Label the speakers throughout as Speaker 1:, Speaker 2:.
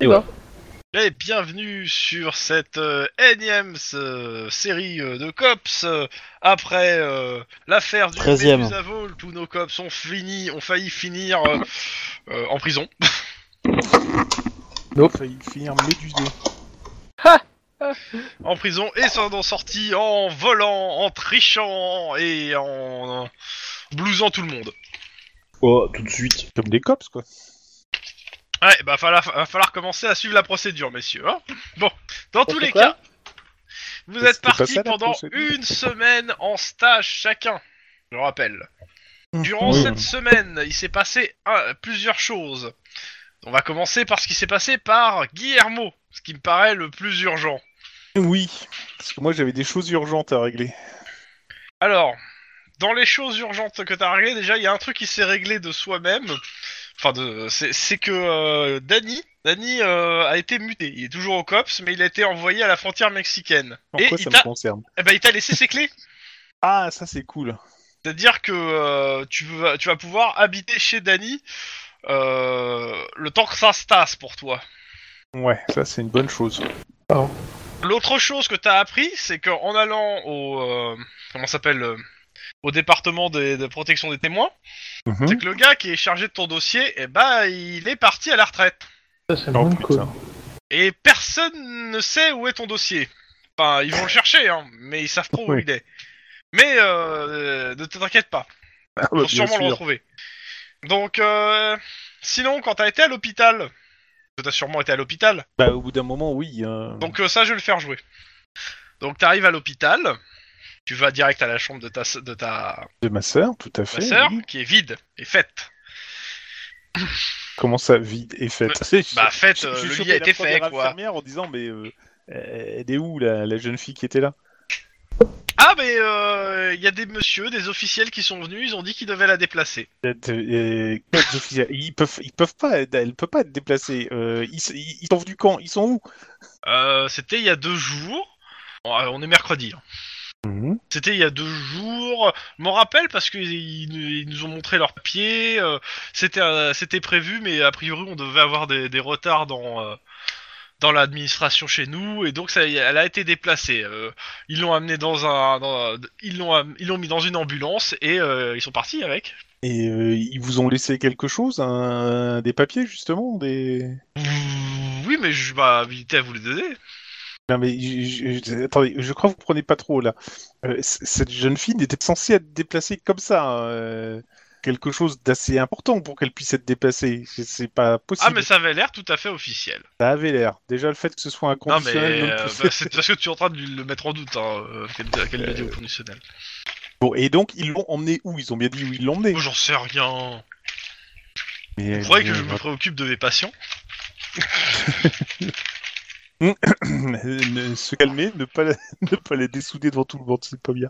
Speaker 1: Et ouais.
Speaker 2: Et bienvenue sur cette euh, énième euh, série euh, de cops euh, après euh, l'affaire du
Speaker 1: 13e.
Speaker 2: Vault, tous nos cops ont fini, ont failli finir euh, euh, en prison.
Speaker 3: Nope. Failli finir médusé.
Speaker 2: en prison et s'en sont sortis en volant, en trichant et en, en blousant tout le monde.
Speaker 1: Oh, tout de suite.
Speaker 3: Comme des cops, quoi.
Speaker 2: Ouais, bah falloir- va falloir commencer à suivre la procédure, messieurs. hein. bon, dans tous
Speaker 4: On fait
Speaker 2: les
Speaker 4: quoi
Speaker 2: cas, vous
Speaker 3: Mais
Speaker 2: êtes
Speaker 3: c'était pas
Speaker 2: partis
Speaker 3: ça, la
Speaker 2: pendant
Speaker 3: procédure.
Speaker 2: une semaine en stage chacun, je le rappelle. Durant
Speaker 1: Oui.
Speaker 2: cette semaine, il s'est passé un- plusieurs choses. On va commencer par ce qui s'est passé par Guillermo, ce qui me paraît le plus urgent.
Speaker 3: Oui. Parce que moi, j'avais des choses urgentes à régler.
Speaker 2: Alors, dans les choses urgentes que t'as réglées, déjà, il y a un truc qui s'est réglé de soi-même. Enfin, de, c'est, c'est que euh, Danny, Danny euh, a été muté. Il est toujours au COPS, mais il a été envoyé à la frontière mexicaine.
Speaker 3: En
Speaker 2: Et
Speaker 3: quoi
Speaker 2: il
Speaker 3: ça
Speaker 2: t'a,
Speaker 3: me concerne
Speaker 2: eh ben, il t'a laissé ses clés.
Speaker 3: Ah, ça, c'est cool.
Speaker 2: C'est-à-dire que euh, tu, vas, tu vas pouvoir habiter chez Danny euh, le temps que ça se tasse pour toi.
Speaker 3: Ouais, ça, c'est une bonne chose.
Speaker 2: L'autre chose que t'as appris, c'est qu'en allant au euh, comment ça s'appelle euh, au département des- de protection des témoins,
Speaker 3: Mhm.
Speaker 2: c'est que le gars qui est chargé de ton dossier, eh ben, il est parti à la retraite.
Speaker 4: Ça, c'est
Speaker 3: Oh,
Speaker 4: bon,
Speaker 3: putain.
Speaker 4: quoi.
Speaker 2: Et personne ne sait où est ton dossier. Enfin, ils vont le chercher, hein, mais ils savent pas où
Speaker 3: Oui.
Speaker 2: il est. Mais euh, ne t'inquiète pas,
Speaker 3: Ah, bah,
Speaker 2: ils vont
Speaker 3: bien
Speaker 2: sûrement le
Speaker 3: sûr.
Speaker 2: retrouver. Donc, euh, sinon, quand t'as été à l'hôpital, t'as sûrement été à l'hôpital,
Speaker 3: Bah, au bout d'un moment, oui. hein.
Speaker 2: donc euh, ça, je vais le faire jouer. Donc, t'arrives à l'hôpital, tu vas direct à la chambre de ta, s- de ta,
Speaker 3: De ma sœur, tout
Speaker 2: ta
Speaker 3: à fait.
Speaker 2: sœur,
Speaker 3: oui.
Speaker 2: qui est vide et faite.
Speaker 3: Comment ça, vide et faite
Speaker 2: Bah, faite,
Speaker 3: J'ai-
Speaker 2: euh,
Speaker 3: j'ai
Speaker 2: le
Speaker 3: chopé
Speaker 2: lit a
Speaker 3: la
Speaker 2: été fait,
Speaker 3: première
Speaker 2: quoi.
Speaker 3: infirmière en disant, mais euh, euh, elle est où la, la jeune fille qui était là
Speaker 2: Ah, mais il y a des messieurs, des officiels qui sont venus, ils ont dit qu'ils devaient la déplacer.
Speaker 3: Euh, euh, quatre officiers. Ils peuvent, ils peuvent pas, elle peut pas être déplacée. Euh, ils, ils- ils sont venus quand Ils sont où
Speaker 2: Euh, C'était il y a deux jours. Bon, euh, on est mercredi. hein.
Speaker 3: Mhm.
Speaker 2: C'était il y a deux jours. Je m'en rappelle parce qu'ils ils nous ont montré leurs pieds. euh, C'était euh, c'était prévu, mais a priori, on devait avoir des, des retards dans. euh, dans l'administration chez nous et donc ça, y- elle a été déplacée. Euh, ils l'ont amenée dans un, dans un- ils l'ont am- ils l'ont mis dans une ambulance et euh, ils sont partis avec.
Speaker 3: Et euh, ils vous ont laissé quelque chose un- Des papiers, justement des...
Speaker 2: Oui, mais je bah, habilité à vous les donner.
Speaker 3: Non, mais je- je- je- attendez, je crois que vous prenez pas trop là. Euh, c- cette jeune fille n'était pas censée être déplacée comme ça. euh, quelque chose d'assez important pour qu'elle puisse être déplacée. C'est- C'est pas possible.
Speaker 2: Ah, mais ça avait l'air tout à fait officiel.
Speaker 3: Ça avait l'air. Déjà, le fait que ce soit un
Speaker 2: Non, mais
Speaker 3: conditionnel. non
Speaker 2: euh,
Speaker 3: plus.
Speaker 2: bah, c'est parce que tu es en train de le mettre en doute, hein, euh, qu'elle qu'elle le dit au conditionnel.
Speaker 3: Bon, et donc, ils l'ont emmené où Ils ont bien dit où ils l'ont emmené.
Speaker 2: Moi, Oh, j'en sais rien.
Speaker 3: Mais
Speaker 2: Vous
Speaker 3: elle-
Speaker 2: croyez que je me préoccupe de mes patients
Speaker 3: Ne- se calmer, ne pas, la- ne pas la dessouder devant tout le monde, c'est pas bien.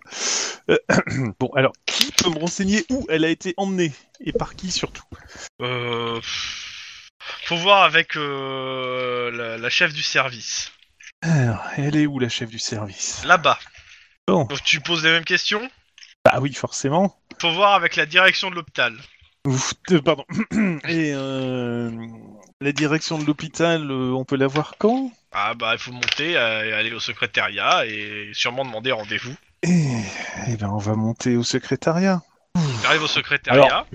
Speaker 3: Euh, bon, alors, qui peut me renseigner où elle a été emmenée Et par qui surtout
Speaker 2: Euh. pff, Faut voir avec euh, la, la chef du service.
Speaker 3: Alors, elle est où la chef du service
Speaker 2: Là-bas.
Speaker 3: Bon.
Speaker 2: Donc, tu poses les mêmes questions
Speaker 3: Bah oui, forcément.
Speaker 2: Faut voir avec la direction de l'hôpital.
Speaker 3: Ouf, euh, pardon. Et euh, la direction de l'hôpital, euh, on peut la voir quand
Speaker 2: Ah, bah, il faut monter, euh, aller au secrétariat et sûrement demander rendez-vous.
Speaker 3: Eh eh ben, on va monter au secrétariat.
Speaker 2: T'arrives au secrétariat.
Speaker 1: Alors,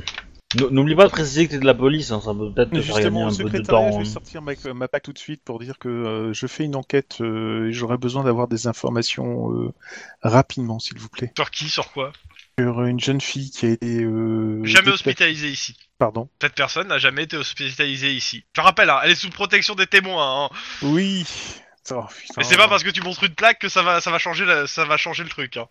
Speaker 1: N- N'oublie pas de préciser que t'es de la police, hein, ça peut peut-être te
Speaker 3: Mais
Speaker 1: faire gagner
Speaker 3: justement, au
Speaker 1: un peu de
Speaker 3: secrétariat,
Speaker 1: temps.
Speaker 3: je vais
Speaker 1: hein.
Speaker 3: sortir ma, ma PAC tout de suite pour dire que euh, je fais une enquête euh, et j'aurais besoin d'avoir des informations euh, rapidement, s'il vous plaît.
Speaker 2: Sur qui Sur quoi
Speaker 3: Sur une jeune fille qui a été. euh,
Speaker 2: Jamais
Speaker 3: dépla-
Speaker 2: hospitalisé ici.
Speaker 3: Pardon.
Speaker 2: Cette personne n'a jamais été hospitalisée ici. Je rappelle, hein, elle est sous protection des témoins. Hein.
Speaker 3: Oui Oh, putain.
Speaker 2: Mais c'est pas parce que tu montres une plaque que ça va, ça va changer, la- ça va changer le truc. hein.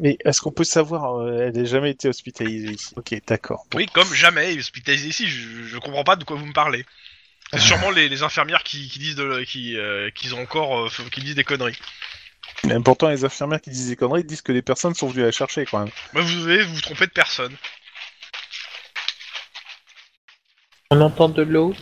Speaker 3: Mais est-ce qu'on peut savoir euh, Elle n'a jamais été hospitalisée ici. Ok, d'accord.
Speaker 2: Oui, comme jamais hospitalisée ici. Je, je comprends pas de quoi vous me parlez. C'est sûrement les, les infirmières qui, qui disent de, qui, euh, qu'ils ont encore, euh, qui disent des conneries.
Speaker 3: Mais pourtant, les infirmières qui disent des conneries disent que les personnes sont venues la chercher quand même.
Speaker 2: Bah, vous devez vous tromper de personne.
Speaker 4: On entend de l'eau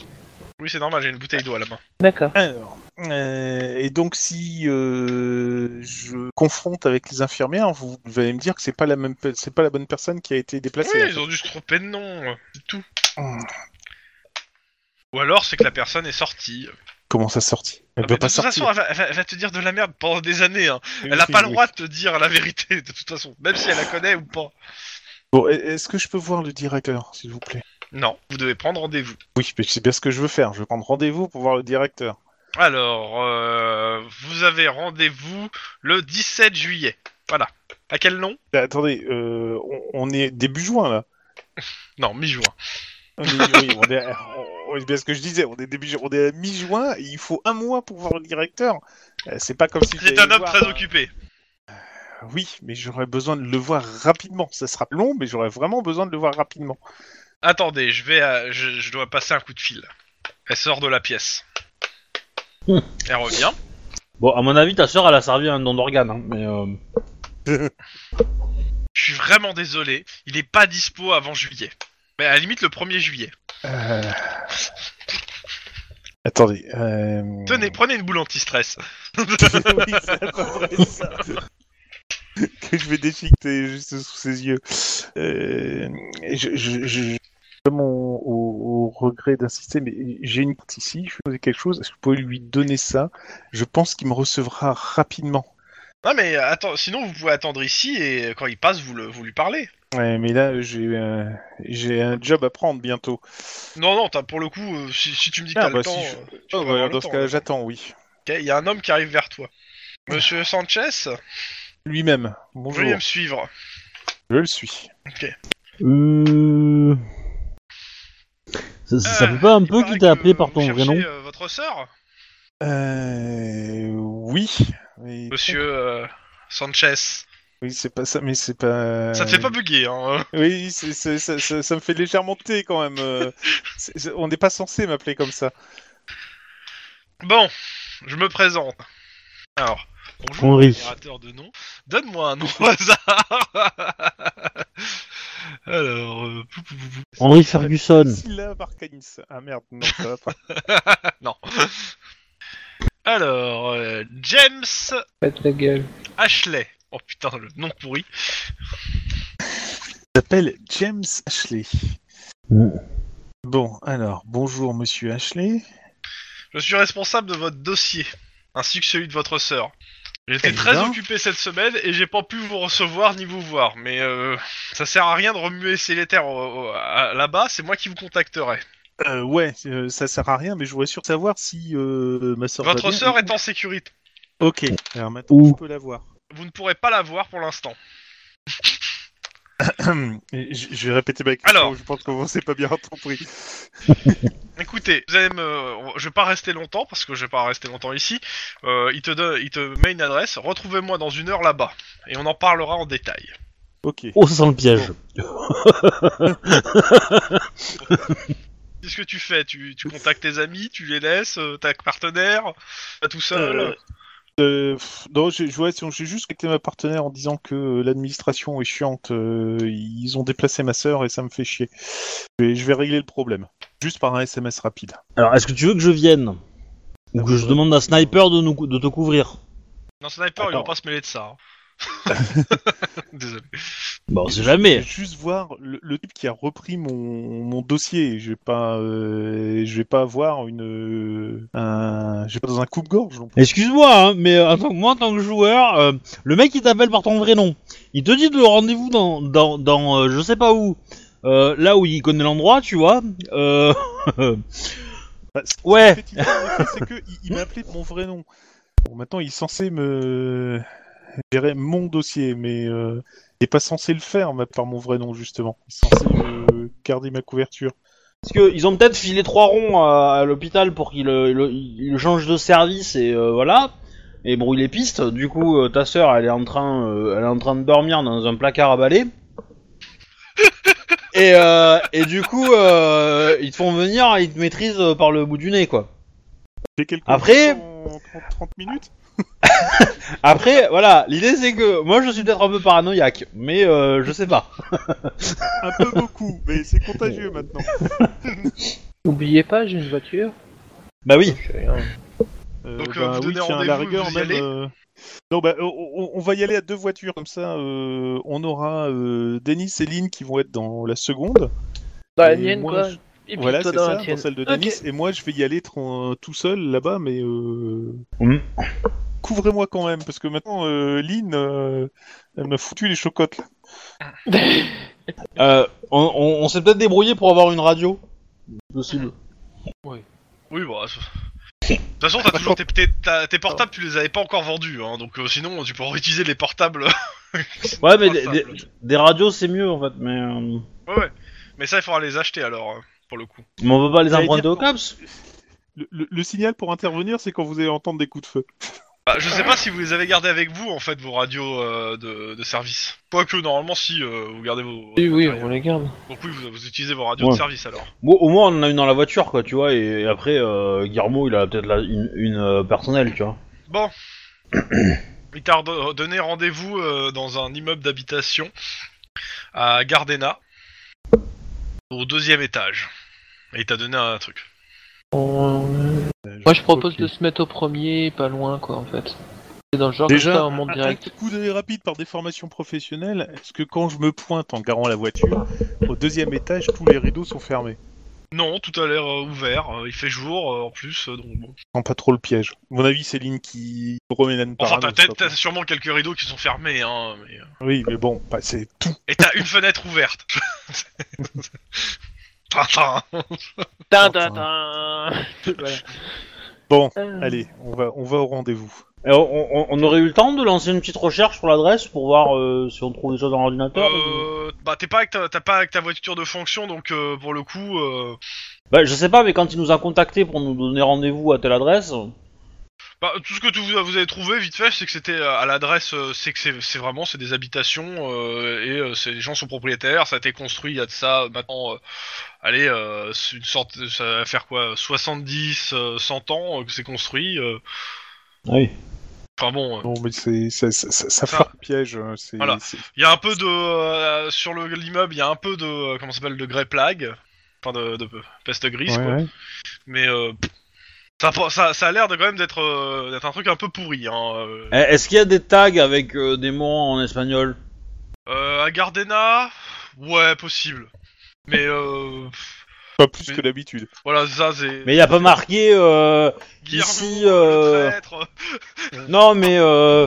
Speaker 2: Oui, c'est normal. J'ai une bouteille d'eau à la main.
Speaker 4: D'accord.
Speaker 3: Alors. euh, et donc, si euh, je confronte avec les infirmières, vous, vous allez me dire que c'est pas la même, pe- c'est pas la bonne personne qui a été déplacée.
Speaker 2: Oui,
Speaker 3: en fait.
Speaker 2: ils ont dû se tromper de nom. euh, C'est tout. hein. Ou alors c'est que la personne est sortie.
Speaker 3: Comment ça sorti Elle
Speaker 2: Ah,
Speaker 3: peut
Speaker 2: mais de
Speaker 3: pas
Speaker 2: toute
Speaker 3: sortir.
Speaker 2: façon, elle va, elle va- elle va te dire de la merde pendant des années. hein. Elle a pas le droit de te dire la vérité, de toute façon, même si elle la connaît ou pas.
Speaker 3: Bon, e- est-ce que je peux voir le directeur, s'il vous plaît
Speaker 2: Non, vous devez prendre rendez-vous.
Speaker 3: Oui, mais c'est bien ce que je veux faire. Je vais prendre rendez-vous pour voir le directeur.
Speaker 2: Alors, euh, vous avez rendez-vous le 17 juillet. Voilà. À quel nom
Speaker 3: Mais Bah, attendez, euh, on, on est début juin là.
Speaker 2: Non, mi-juin.
Speaker 3: On est- oui, on est, on- on- c'est bien ce que je disais. On est début, ju- on est à mi-juin. et Il faut un mois pour voir le directeur. Euh, c'est pas comme si.
Speaker 2: C'est
Speaker 3: j'allais
Speaker 2: un homme
Speaker 3: voir,
Speaker 2: très
Speaker 3: euh,
Speaker 2: occupé.
Speaker 3: Oui, mais j'aurais besoin de le voir rapidement. Ça sera long, mais j'aurais vraiment besoin de le voir rapidement.
Speaker 2: Attendez, je vais, à- je, je dois passer un coup de fil. Elle sort de la pièce.
Speaker 1: Hmm.
Speaker 2: Elle revient.
Speaker 1: Bon, à mon avis, ta sœur, elle a servi un don d'organe, hein, mais... euh,
Speaker 2: Je suis vraiment désolé. Il est pas dispo avant juillet. Mais à la limite le 1er juillet.
Speaker 3: Euh, Attendez. euh,
Speaker 2: Tenez, prenez une boule anti-stress.
Speaker 3: oui, c'est à peu près ça. que je vais déchiqueter juste sous ses yeux. Euh, je, je, je- comme au, au- au regret d'insister, mais j'ai une petite ici, je vais poser quelque chose, est-ce que vous pouvez lui donner ça Je pense qu'il me recevra rapidement.
Speaker 2: Non mais euh, attends, sinon vous pouvez attendre ici et euh, quand il passe vous, le, vous lui parlez.
Speaker 3: Ouais, mais là, j'ai euh, j'ai un job à prendre bientôt.
Speaker 2: Non non, t'as- pour le coup, euh, si, si tu me dis que
Speaker 3: Ah,
Speaker 2: t'as
Speaker 3: bah,
Speaker 2: le temps,
Speaker 3: si je-
Speaker 2: euh, tu peux
Speaker 3: Oh, bah,
Speaker 2: avoir le
Speaker 3: dans ce
Speaker 2: temps,
Speaker 3: cas,
Speaker 2: là.
Speaker 3: j'attends, oui.
Speaker 2: Ok, il y a un homme qui arrive vers toi. Monsieur Sanchez,
Speaker 3: Lui-même, bonjour,
Speaker 2: veuillez me suivre.
Speaker 3: je le suis.
Speaker 1: euh, Ça, ça- ça fait pas
Speaker 3: Ah,
Speaker 1: un
Speaker 2: Euh, Il
Speaker 1: peu
Speaker 2: paraît
Speaker 1: qu'il t'a appelé
Speaker 2: que
Speaker 1: par
Speaker 2: vous
Speaker 1: ton vrai
Speaker 2: cherchez,
Speaker 1: nom
Speaker 2: euh, votre sœur,
Speaker 3: Euh, oui. mais-
Speaker 2: monsieur euh, Sanchez.
Speaker 3: Oui, c'est pas ça, mais c'est pas.
Speaker 2: Ça te
Speaker 1: Euh.
Speaker 2: fait pas bugger, hein
Speaker 3: Oui, c'est- c'est- ça, ça- ça me fait légèrement thé quand même. euh. C'est- c'est- on n'est pas censé m'appeler comme ça.
Speaker 2: Bon, je me présente. Alors, bonjour,
Speaker 1: Henri.
Speaker 2: générateur de nom. Donne-moi un nom au hasard. Alors, euh, pou, pou, pou, pou.
Speaker 1: Henry Ferguson.
Speaker 3: Syllabe Arcanis. Ah merde, non, ça va pas.
Speaker 2: non. Alors, euh, James
Speaker 4: Faites la gueule.
Speaker 2: Ashley. Oh putain, le nom pourri.
Speaker 3: Il s'appelle James Ashley.
Speaker 1: Mm.
Speaker 3: Bon, alors, bonjour monsieur Ashley.
Speaker 2: Je suis responsable de votre dossier, ainsi que celui de votre sœur. J'étais
Speaker 3: Eh
Speaker 2: très
Speaker 3: bien.
Speaker 2: occupé cette semaine et j'ai pas pu vous recevoir ni vous voir, mais euh, ça sert à rien de remuer ces lettres euh, euh, là-bas, c'est moi qui vous contacterai.
Speaker 3: Euh, ouais, euh, ça sert à rien, mais je voudrais sûr savoir si euh, ma soeur.
Speaker 2: Votre sœur est en sécurité.
Speaker 3: Ok, alors maintenant
Speaker 1: Où
Speaker 3: je peux la voir.
Speaker 2: Vous ne pourrez pas la voir pour l'instant.
Speaker 3: Et je, je vais répéter ma question,
Speaker 2: Alors.
Speaker 3: je pense qu'on s'est pas bien compris.
Speaker 2: Écoutez, vous allez me... je vais pas rester longtemps parce que je vais pas rester longtemps ici. Euh, il, te donne... il te met une adresse. Retrouvez-moi dans une heure là-bas et on en parlera en détail.
Speaker 3: Ok.
Speaker 1: Oh, ça sent le piège.
Speaker 2: Qu'est-ce que tu fais tu... tu contactes tes amis, tu les laisses, euh, ta partenaire, pas tout seul.
Speaker 3: Euh, Euh, pff, non, j'ai ouais, c'est- j'ai juste quitté ma partenaire en disant que euh, l'administration est chiante. euh, ils ont déplacé ma sœur et ça me fait chier. Je vais, je vais régler le problème. Juste par un SMS rapide.
Speaker 1: Alors, est-ce que tu veux que je vienne Ou que je
Speaker 3: Euh.
Speaker 1: demande à Sniper de, nous, cou- de te couvrir
Speaker 2: Non, Sniper, il va
Speaker 3: Attends.
Speaker 2: pas se mêler de ça. hein. Désolé.
Speaker 1: Bah, on sait
Speaker 3: Je vais
Speaker 1: jamais.
Speaker 3: juste voir le, le type qui a repris mon, mon dossier. Je vais pas, euh, je vais pas avoir une, euh, un, je vais pas dans un coupe-gorge non plus.
Speaker 1: Excuse-moi, hein, mais euh, en tant que- moi, en tant que joueur, euh, le mec il t'appelle par ton vrai nom. Il te dit de rendez-vous dans, dans, dans euh, je sais pas où. Euh, là où il connaît l'endroit, tu vois. Euh,
Speaker 3: Bah, ce- ce qui
Speaker 1: Ouais.
Speaker 3: fait tilt, en effet, c'est que il, il m'a appelé de mon vrai nom. Bon, maintenant, il est censé me gérer mon dossier, mais euh, il n'est pas censé le faire ma- par mon vrai nom, justement. Il est censé me garder ma couverture.
Speaker 1: Parce que ils ont peut-être filé trois ronds à, à l'hôpital pour qu'il euh, le- il- il change de service et euh, voilà. Et brouille les pistes. Du coup, euh, ta sœur, elle est en train, euh, elle est en train de dormir dans un placard à balai. Et, euh, et du coup, euh, ils te font venir, et ils te maîtrisent euh, par le bout du nez, quoi.
Speaker 3: J'ai quelques
Speaker 1: Après-
Speaker 3: minutes en 30, 30 minutes
Speaker 1: Après, voilà, l'idée c'est que moi je suis peut-être un peu paranoïaque, mais euh, je sais pas.
Speaker 3: Un peu beaucoup, mais c'est contagieux maintenant.
Speaker 4: N'oubliez pas, j'ai une voiture.
Speaker 1: Bah oui.
Speaker 4: Je sais rien.
Speaker 3: Euh,
Speaker 2: Donc, euh, vous donnez
Speaker 3: tiens, à
Speaker 2: rendez-vous, vous y allez
Speaker 3: euh, Non, bah, on, on- on va y aller à deux voitures, comme ça euh, on aura euh, Denis et Lynn qui vont être dans la seconde.
Speaker 4: Dans la
Speaker 3: Et
Speaker 4: mienne,
Speaker 3: moi,
Speaker 4: quoi.
Speaker 3: je-
Speaker 4: Et puis
Speaker 3: Voilà,
Speaker 4: toi
Speaker 3: c'est
Speaker 4: dans la
Speaker 3: ça,
Speaker 4: tienne.
Speaker 3: dans celle de
Speaker 4: Ok.
Speaker 3: Denis. Et moi, je vais y aller tran- tout seul là-bas, mais euh,
Speaker 1: Mhm.
Speaker 3: couvrez-moi quand même, parce que maintenant, euh, Lynn, euh, elle m'a foutu les chocottes. là.
Speaker 1: Euh, on on- on s'est peut-être débrouillé pour avoir une radio. Possible.
Speaker 2: Oui, bah. ça- De toute façon, t'as toujours tes, tes- t'as- tes portables, tu les avais pas encore vendus, hein, donc euh, sinon tu pourras utiliser les portables.
Speaker 1: Ouais, mais des,
Speaker 2: Portable.
Speaker 1: des- des radios c'est mieux en fait, mais, euh,
Speaker 2: Ouais, ouais. Mais ça, il faudra les acheter alors, euh, pour le coup.
Speaker 1: mais on peut pas les
Speaker 3: J'allais
Speaker 1: emprunter
Speaker 3: dire
Speaker 1: au
Speaker 3: pour-
Speaker 1: CAPS
Speaker 3: Le, le- le signal pour intervenir, c'est quand vous allez entendre des coups de feu.
Speaker 2: Bah, je sais pas si vous les avez gardés avec vous, en fait, vos radios euh, de, de service. Quoique, normalement, si euh, vous gardez vos.
Speaker 4: Oui, oui,
Speaker 2: matériels.
Speaker 4: on les garde.
Speaker 2: Donc, oui, vous, vous utilisez vos radios
Speaker 1: Ouais.
Speaker 2: de service alors.
Speaker 1: Bon, au moins on en a une dans la voiture, quoi, tu vois, et, et après, euh, Guillermo, il a peut-être la- une, une, euh, personnelle, tu vois.
Speaker 2: Bon. Il t'a rede- donné rendez-vous euh, dans un immeuble d'habitation à Gardena, au deuxième étage. Et il t'a donné un truc.
Speaker 4: On- euh, Moi, je propose de se mettre au premier, pas loin, quoi, en fait. C'est dans le genre
Speaker 3: Déjà,
Speaker 4: comme ça, on monte
Speaker 3: un-
Speaker 4: direct.
Speaker 3: un coup d'œil rapide par des formations professionnelles, est-ce que quand je me pointe en garant la voiture, au deuxième étage, tous les rideaux sont fermés
Speaker 2: Non, tout a l'air euh, ouvert, euh, il fait jour euh, en plus, euh, donc bon.
Speaker 3: Prends pas trop le piège. À mon avis, Céline qui remet une
Speaker 2: Enfin,
Speaker 3: parano, hein.
Speaker 2: t'as-
Speaker 3: c'est
Speaker 2: t'as
Speaker 3: pas
Speaker 2: t'as sûrement quelques rideaux qui sont fermés, hein, mais... euh,
Speaker 3: possible. Oui, mais bon, bah, c'est tout.
Speaker 2: Et t'as une fenêtre ouverte Tintin
Speaker 4: Tintin, tintin. Voilà.
Speaker 3: Bon,
Speaker 4: Euh,
Speaker 3: allez, on va, on va au rendez-vous.
Speaker 1: Et on, on- on aurait eu le temps de lancer une petite recherche sur l'adresse pour voir euh, si on trouve des choses dans l'ordinateur ou-
Speaker 2: euh, Bah, t'es pas, avec ta- t'as pas avec ta voiture de fonction, donc euh, pour le coup... euh,
Speaker 1: Bah, je sais pas, mais quand il nous a contacté pour nous donner rendez-vous à telle adresse,
Speaker 2: Bah, tout ce que tu- vous avez trouvé vite fait, c'est que c'était euh, à l'adresse, euh, c'est que c'est c'est vraiment c'est des habitations euh, et euh, c'est- les gens sont propriétaires. Ça a été construit il y a de ça euh, maintenant, euh, allez, euh, c'est une sorte, ça va faire quoi, 70, euh, 100 ans euh, que c'est construit. euh.
Speaker 1: Oui.
Speaker 2: Enfin bon, euh,
Speaker 3: Non, mais c'est, ça, ça, ça,
Speaker 2: Ça-
Speaker 3: ça foire le piège. hein, C'est,
Speaker 2: Voilà.
Speaker 3: c'est-
Speaker 2: il y a un peu de euh, sur le- l'immeuble, il y a un peu de euh, comment ça s'appelle de grey plague, enfin de, de peste grise,
Speaker 3: Ouais,
Speaker 2: quoi.
Speaker 3: ouais.
Speaker 2: Mais euh, pff, ça, ça, ça a l'air de quand même d'être euh, d'être un truc un peu pourri. Hein, euh.
Speaker 1: Eh, Est-ce qu'il y a des tags avec euh, des mots en espagnol
Speaker 2: Euh, à Gardena, ouais, possible. Mais euh, pff,
Speaker 3: Pas plus
Speaker 2: Mais-
Speaker 3: que d'habitude.
Speaker 2: voilà, ça c'est.
Speaker 1: Mais il y a pas marqué. euh,
Speaker 2: Guillermo,
Speaker 1: ici,
Speaker 2: le
Speaker 1: euh,
Speaker 2: traître.
Speaker 1: Non, mais euh,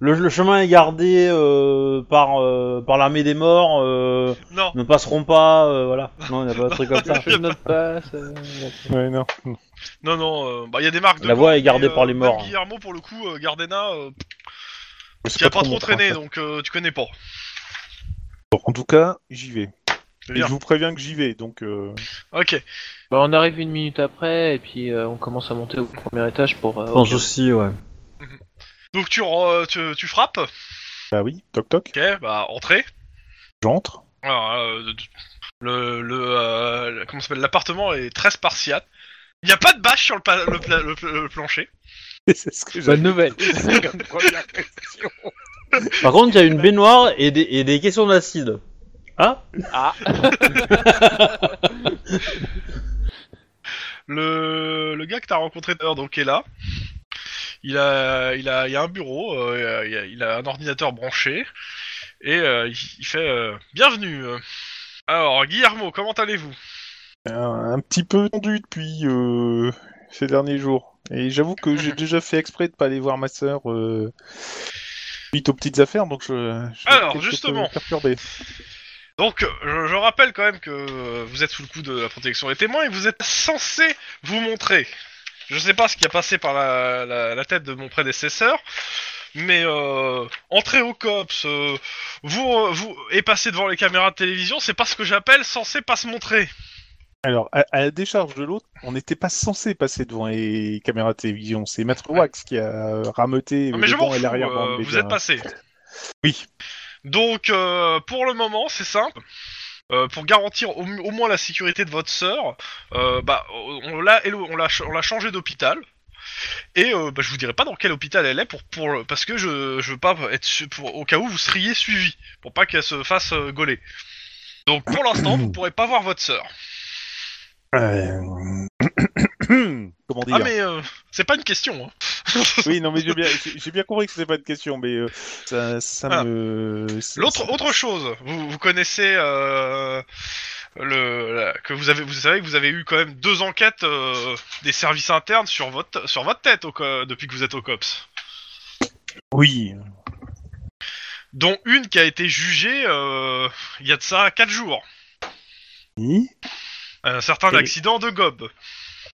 Speaker 1: le, le chemin est gardé euh, par, euh, par l'armée des morts. euh,
Speaker 2: Non,
Speaker 1: ne passeront pas. euh, voilà. Non, il n'y a pas de truc comme ça.
Speaker 4: Je note pas, ça...
Speaker 3: Ouais, non.
Speaker 2: non, non. euh, bah, il y a des marques. De
Speaker 1: La voie
Speaker 2: gants,
Speaker 1: est gardée
Speaker 2: mais, euh,
Speaker 1: par les
Speaker 2: même
Speaker 1: morts. hein.
Speaker 2: Guillermo, pour le coup, euh, Gardena, euh,
Speaker 3: C'est
Speaker 2: qui a pas
Speaker 3: mon
Speaker 2: trop traîné,
Speaker 3: principe.
Speaker 2: donc euh, tu connais pas.
Speaker 3: Bon, en tout cas, j'y vais.
Speaker 2: C'est
Speaker 3: Et je
Speaker 2: bien.
Speaker 3: vous préviens que j'y vais, donc. euh,
Speaker 2: Ok.
Speaker 4: Bah, on arrive une minute après, et puis euh, on commence à monter au premier étage pour... euh,
Speaker 1: Sans souci, ouais.
Speaker 2: Donc tu, re- tu tu frappes.
Speaker 3: Bah oui, toc toc,
Speaker 2: Ok, bah entrée.
Speaker 3: j'entre.
Speaker 2: Alors, euh, de- de- le le euh, le- comment ça s'appelle l'appartement est très spartiate. Il n'y a pas de bâche sur le, pa- le pla- le pla- le plancher.
Speaker 3: Et c'est ce que j'ai.
Speaker 4: Bonne nouvelle
Speaker 1: Par contre, il y a une baignoire et des, et des caissons d'acide. Hein
Speaker 4: Ah
Speaker 2: Le, le gars que t'as rencontré tout à l'heure, donc, est là. Il a, il a, il a un bureau, euh, il, a, il a un ordinateur branché, et euh, il, il fait euh, Bienvenue euh. Alors, Guillermo, comment allez-vous
Speaker 3: hein. un, un petit peu tendu depuis euh, ces derniers jours. Et j'avoue que j'ai déjà fait exprès de pas aller voir ma sœur euh, suite aux petites affaires, donc je. je suis
Speaker 2: Alors,
Speaker 3: quelque peu
Speaker 2: justement.
Speaker 3: perturbé.
Speaker 2: Donc, euh, je, je rappelle quand même que euh, vous êtes sous le coup de la protection des témoins et vous êtes censé vous montrer. Je sais pas ce qui a passé par la, la- la tête de mon prédécesseur, mais euh, entrer au COPS euh, vous, vous, et passer devant les caméras de télévision, c'est pas ce que j'appelle censé pas se montrer.
Speaker 3: Alors, à, à la décharge de l'autre, on n'était pas censé passer devant les caméras de télévision. C'est Maître Wax qui a rameuté
Speaker 2: Non,
Speaker 3: le
Speaker 2: mais je m'en
Speaker 3: devant et
Speaker 2: fous,
Speaker 3: l'arrière.
Speaker 2: euh,
Speaker 3: dans le
Speaker 2: vous
Speaker 3: média.
Speaker 2: êtes passé.
Speaker 3: Oui.
Speaker 2: Donc, euh, pour le moment, c'est simple. Euh, pour garantir au, au moins la sécurité de votre sœur, euh, bah, on l'a élo- on l'a ch- on l'a changé d'hôpital. Et euh, bah, je vous dirai pas dans quel hôpital elle est pour, pour parce que je, je veux pas être su- pour, au cas où vous seriez suivi pour pas qu'elle se fasse euh, gauler. Donc pour l'instant vous pourrez pas voir votre sœur.
Speaker 3: Euh, Comment dire
Speaker 2: Ah mais euh, c'est pas une question. hein.
Speaker 3: Oui, non, mais j'ai bien, j'ai- j'ai bien compris que c'était pas une question, mais euh, ça, ça
Speaker 2: Ah.
Speaker 3: me.
Speaker 2: L'autre autre chose, vous, vous connaissez euh, le, la- que vous avez, vous savez que vous avez eu quand même deux enquêtes euh, des services internes sur votre, sur votre tête au co- depuis que vous êtes au COPS.
Speaker 3: Oui.
Speaker 2: Dont une qui a été jugée euh, il y a de ça quatre jours.
Speaker 3: Oui.
Speaker 2: Un certain
Speaker 3: Et-
Speaker 2: accident de gobe.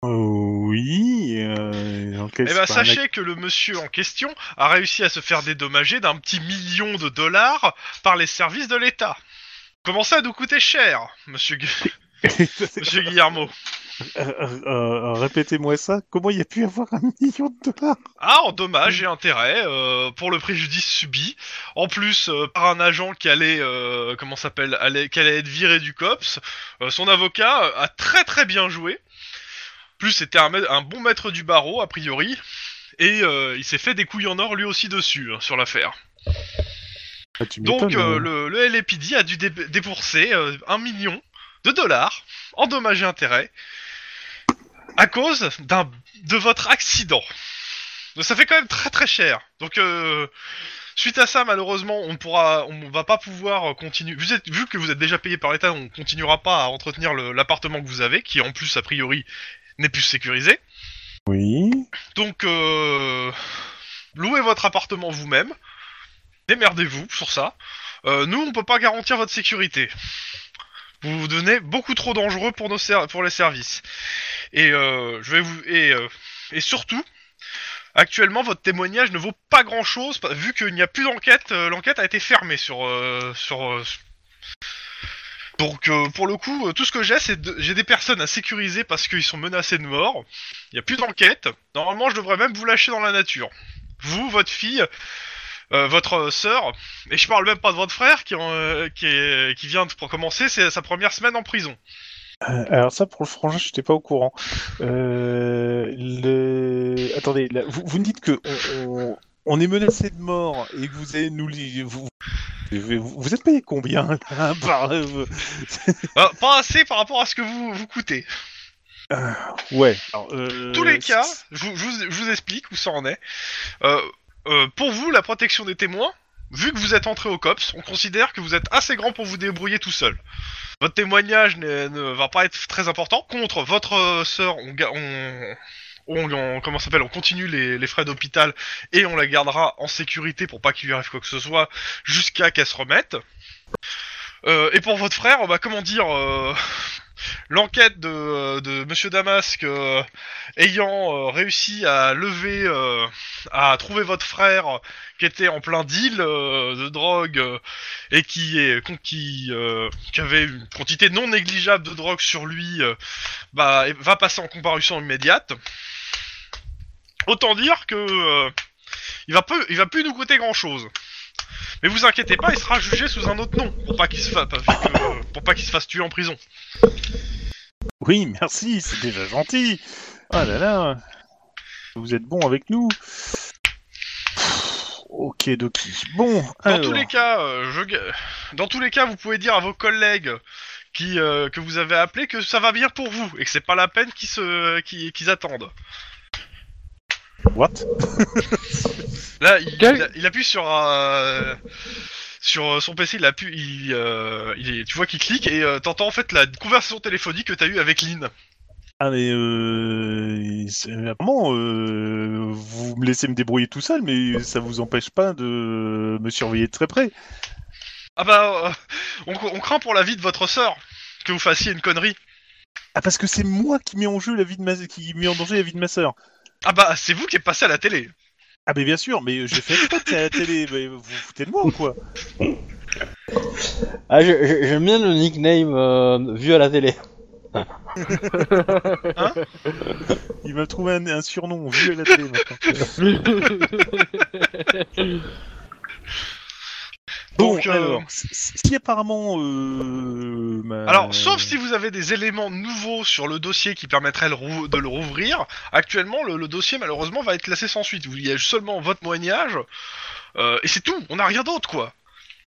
Speaker 3: Euh, oui. Euh, dans lequel
Speaker 2: Eh
Speaker 3: c'est
Speaker 2: ben,
Speaker 3: pas un
Speaker 2: sachez que le monsieur en question a réussi à se faire dédommager d'un petit million de dollars par les services de l'État. Comment ça nous coûter cher, monsieur, Gu-
Speaker 3: acte-
Speaker 2: monsieur Guillermo
Speaker 3: Euh, euh, euh, Répétez-moi ça. Comment il y a pu avoir un million de dollars
Speaker 2: Ah, en dommages et intérêts euh, pour le préjudice subi. En plus, euh, par un agent qui allait, euh, comment ça s'appelle, allait, qui allait être viré du COPS, euh, son avocat euh, a très très bien joué. Plus, c'était un, ma- un bon maître du barreau, a priori. Et euh, il s'est fait des couilles en or lui aussi dessus, hein, sur l'affaire.
Speaker 3: Ah, tu
Speaker 2: Donc
Speaker 3: m'étonnes,
Speaker 2: euh, le,
Speaker 3: euh.
Speaker 2: le LAPD a dû dé- débourser euh, un million de dollars en dommages et intérêts à cause d'un de votre accident. Donc ça fait quand même très très cher. Donc euh, suite à ça, malheureusement, on ne pourra, on va pas pouvoir euh, continuer. Vous êtes, vu que vous êtes déjà payé par l'État, on continuera pas à entretenir le- l'appartement que vous avez, qui en plus a priori n'est plus sécurisé.
Speaker 3: Oui.
Speaker 2: Donc, euh, louez votre appartement vous-même. Démerdez-vous sur ça. Euh, nous, on peut pas garantir votre sécurité. Vous vous devenez beaucoup trop dangereux pour, nos ser- pour les services. Et euh, je vais vous et, euh, et surtout, actuellement, votre témoignage ne vaut pas grand-chose pa- vu qu'il n'y a plus d'enquête. euh, L'enquête a été fermée sur euh, sur. euh, donc euh, pour le coup, euh, tout ce que j'ai, c'est de- j'ai des personnes à sécuriser parce qu'ils sont menacés de mort. Il n'y a plus d'enquête. Normalement, je devrais même vous lâcher dans la nature. Vous, votre fille, euh, votre euh, sœur, et je parle même pas de votre frère qui, en- euh, qui, est- qui vient de pour commencer c'est sa première semaine en prison.
Speaker 3: Euh, Alors ça, pour le frangin, je n'étais pas au courant. Euh, le... Attendez, là, vous, vous me dites que on, on- on est menacé de mort et que vous allez nous... li- Vous, vous, vous êtes payé combien là, par- euh,
Speaker 2: Euh, pas assez par rapport à ce que vous vous coûtez.
Speaker 3: Ouais. alors, euh,
Speaker 2: Tous les cas, je vous, je vous- je vous explique où ça en est. Euh, euh, pour vous, la protection des témoins, vu que vous êtes entré au COPS, on considère que vous êtes assez grand pour vous débrouiller tout seul. Votre témoignage n'est- ne va pas être très important. Contre votre euh, sœur, on, ga- on, on, on- comment ça s'appelle, on continue les, les frais d'hôpital et on la gardera en sécurité pour pas qu'il lui arrive quoi que ce soit jusqu'à qu'elle se remette. Euh, et pour votre frère, bah comment dire, euh, l'enquête de, euh, de Monsieur Damasque euh, ayant euh, réussi à lever, euh, à trouver votre frère euh, qui était en plein deal euh, de drogue euh, et qui est con- qui, euh, qui avait une quantité non négligeable de drogue sur lui, euh, bah et- va passer en comparution immédiate. Autant dire que euh, il va peu, il va plus nous coûter grand chose. Mais vous inquiétez pas, il sera jugé sous un autre nom pour pas qu'il se fasse pour pas qu'il se fasse tuer en prison.
Speaker 3: Oui, merci, c'est déjà gentil. Oh là là, vous êtes bon avec nous. Pff, Ok, Doki. Bon,
Speaker 2: Dans
Speaker 3: alors,
Speaker 2: tous les cas, euh, je... ga- dans tous les cas, vous pouvez dire à vos collègues qui euh, que vous avez appelés que ça va bien pour vous et que c'est pas la peine qu'ils se qu'ils, qu'ils attendent.
Speaker 3: what
Speaker 2: Là, il,
Speaker 4: Quel-
Speaker 2: il a- il appuie sur euh, sur euh, son PC, il appuie, il, euh, il est- tu vois qu'il clique et euh, t'entends en fait la conversation téléphonique que t'as eue avec Lynn.
Speaker 3: Ah mais euh, c'est- apparemment, euh, vous me laissez me débrouiller tout seul, mais ça vous empêche pas de me surveiller de très près.
Speaker 2: Ah bah, euh, on, on craint pour la vie de votre sœur que vous fassiez une connerie.
Speaker 3: Ah parce que c'est moi qui mets en jeu la vie de ma, qui met en danger la vie de ma sœur.
Speaker 2: Ah bah, c'est vous qui êtes passé à la télé.
Speaker 3: Ah mais bien sûr, mais j'ai fait exprès de faire la télé, mais vous vous foutez de moi ou quoi
Speaker 1: Ah, j'ai- j'ai- j'aime bien le nickname euh, vu à la télé.
Speaker 3: Il m'a trouvé un, un surnom vu à la télé. maintenant. Bon,
Speaker 2: Donc, euh,
Speaker 3: alors, si- si apparemment, euh, ma-
Speaker 2: Alors, sauf si vous avez des éléments nouveaux sur le dossier qui permettraient le rou- de le rouvrir, actuellement le, le dossier malheureusement va être classé sans suite. Il y a seulement votre témoignage euh, et c'est tout. On n'a rien d'autre quoi.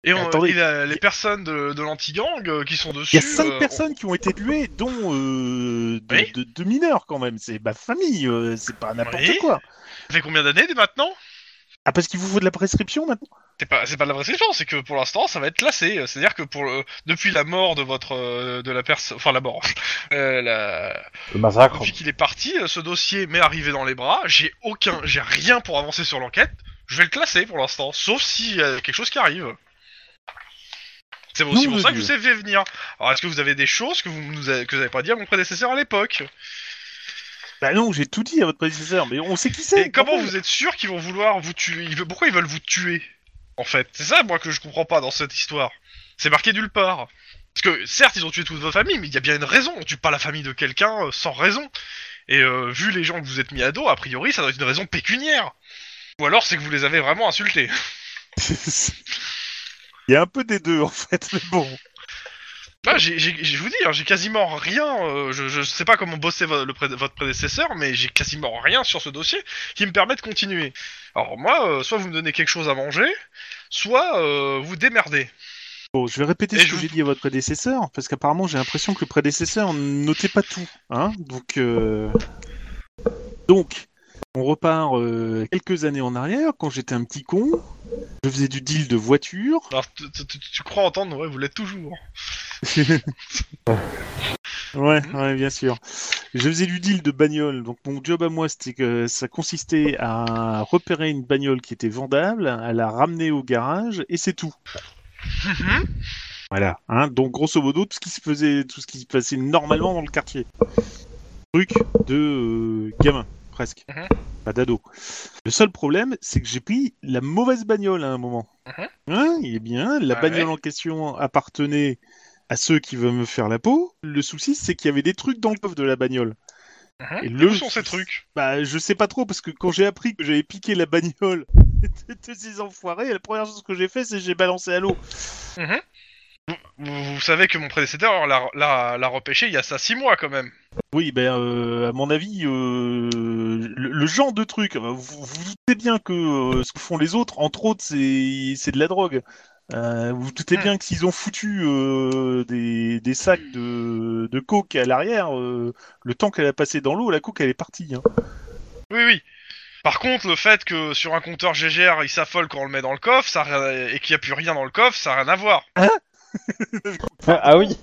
Speaker 2: Et, on-
Speaker 3: Attendez.
Speaker 2: et la- les personnes de, de l'anti-gang euh, qui sont dessus.
Speaker 3: Il y a cinq
Speaker 2: euh,
Speaker 3: personnes qui ont été tuées, dont euh, de,
Speaker 2: Oui.
Speaker 3: de- de mineurs quand même. C'est ma famille, euh, c'est pas n'importe
Speaker 2: Oui.
Speaker 3: quoi.
Speaker 2: on- Ça fait combien d'années dès maintenant
Speaker 3: Ah, parce qu'il vous faut de la prescription maintenant
Speaker 2: C'est pas, c'est pas de la prescription, c'est que pour l'instant ça va être classé. C'est-à-dire que pour le- depuis la mort de votre, euh, de la personne, enfin la mort, euh, la-
Speaker 1: Le massacre.
Speaker 2: depuis qu'il est parti, euh, ce dossier m'est arrivé dans les bras. J'ai aucun, j'ai rien pour avancer sur l'enquête. Je vais le classer pour l'instant, sauf s'il y a quelque chose qui arrive. C'est aussi
Speaker 3: Nom
Speaker 2: pour
Speaker 3: de
Speaker 2: ça que je
Speaker 3: Dieu.
Speaker 2: vous ai fait venir. Alors est-ce que vous avez des choses que vous nous avez, que vous avez pas dit à mon prédécesseur à l'époque
Speaker 3: Bah non, j'ai tout dit à votre prédécesseur, mais on sait qui c'est.
Speaker 2: Et comment vous êtes sûr qu'ils vont vouloir vous tuer Ils veulent- Pourquoi ils veulent vous tuer En fait, c'est ça moi que je comprends pas dans cette histoire. C'est marqué nulle part. Parce que certes ils ont tué toute votre famille, mais il y a bien une raison. On tue pas la famille de quelqu'un euh, sans raison. Et euh, vu les gens que vous êtes mis à dos, a priori ça doit être une raison pécuniaire. Ou alors c'est que vous les avez vraiment insultés.
Speaker 3: Il y a un peu des deux en fait, mais bon.
Speaker 2: Bah, j'ai- j'ai- je vous dis, hein, j'ai quasiment rien. euh, je, je sais pas comment bossait vo- le préd- votre prédécesseur, mais j'ai quasiment rien sur ce dossier qui me permet de continuer. Alors moi, euh, soit vous me donnez quelque chose à manger, soit euh, vous démerdez.
Speaker 3: Bon, je vais répéter
Speaker 2: Et
Speaker 3: ce
Speaker 2: je
Speaker 3: que
Speaker 2: vous-
Speaker 3: j'ai dit à votre prédécesseur, parce qu'apparemment j'ai l'impression que le prédécesseur notait pas tout. Hein Donc, euh, Donc, on repart euh, quelques années en arrière, quand j'étais un petit con, je faisais du deal de voiture.
Speaker 2: Alors tu- tu- tu tu crois entendre, ouais, vous l'êtes toujours.
Speaker 3: Ouais, ouais, bien sûr. Je faisais du deal de bagnole, donc mon job à moi, c'était que ça consistait à repérer une bagnole qui était vendable, à la ramener au garage, et c'est tout. Voilà. Hein, donc grosso modo, tout ce qui se faisait, tout ce qui se passait normalement dans le quartier. Truc de euh, gamin, presque.
Speaker 2: Mhm.
Speaker 3: Pas d'ado. Le seul problème, c'est que j'ai pris la mauvaise bagnole à un moment.
Speaker 2: Mhm.
Speaker 3: Hein, il est bien, la
Speaker 2: Ouais,
Speaker 3: bagnole en question appartenait à ceux qui veulent me faire la peau. Le souci, c'est qu'il y avait des trucs dans le coffre de la bagnole.
Speaker 2: Mhm.
Speaker 3: Et
Speaker 2: Et
Speaker 3: le-
Speaker 2: Où sont ces trucs
Speaker 3: Bah, je sais pas trop, parce que quand j'ai appris que j'avais piqué la bagnole de ces enfoirés, la première chose que j'ai fait, c'est que j'ai balancé à l'eau.
Speaker 2: vous, vous savez que mon prédécesseur l'a- l'a l'a repêché il y a ça six mois quand même.
Speaker 3: Oui, ben, euh, à mon avis, euh, le, le genre de truc, euh, vous vous doutez bien que euh, ce que font les autres, entre autres, c'est c'est de la drogue. Euh, vous vous doutez
Speaker 2: Mhm.
Speaker 3: bien que s'ils ont foutu euh, des, des sacs de, de coke à l'arrière, euh, le temps qu'elle a passé dans l'eau, la coke, elle est partie. hein.
Speaker 2: Oui, oui. Par contre, le fait que sur un compteur GGR, il s'affole quand on le met dans le coffre, ça a rien- et qu'il n'y a plus rien dans le coffre, ça n'a rien à voir.
Speaker 1: Ah oui.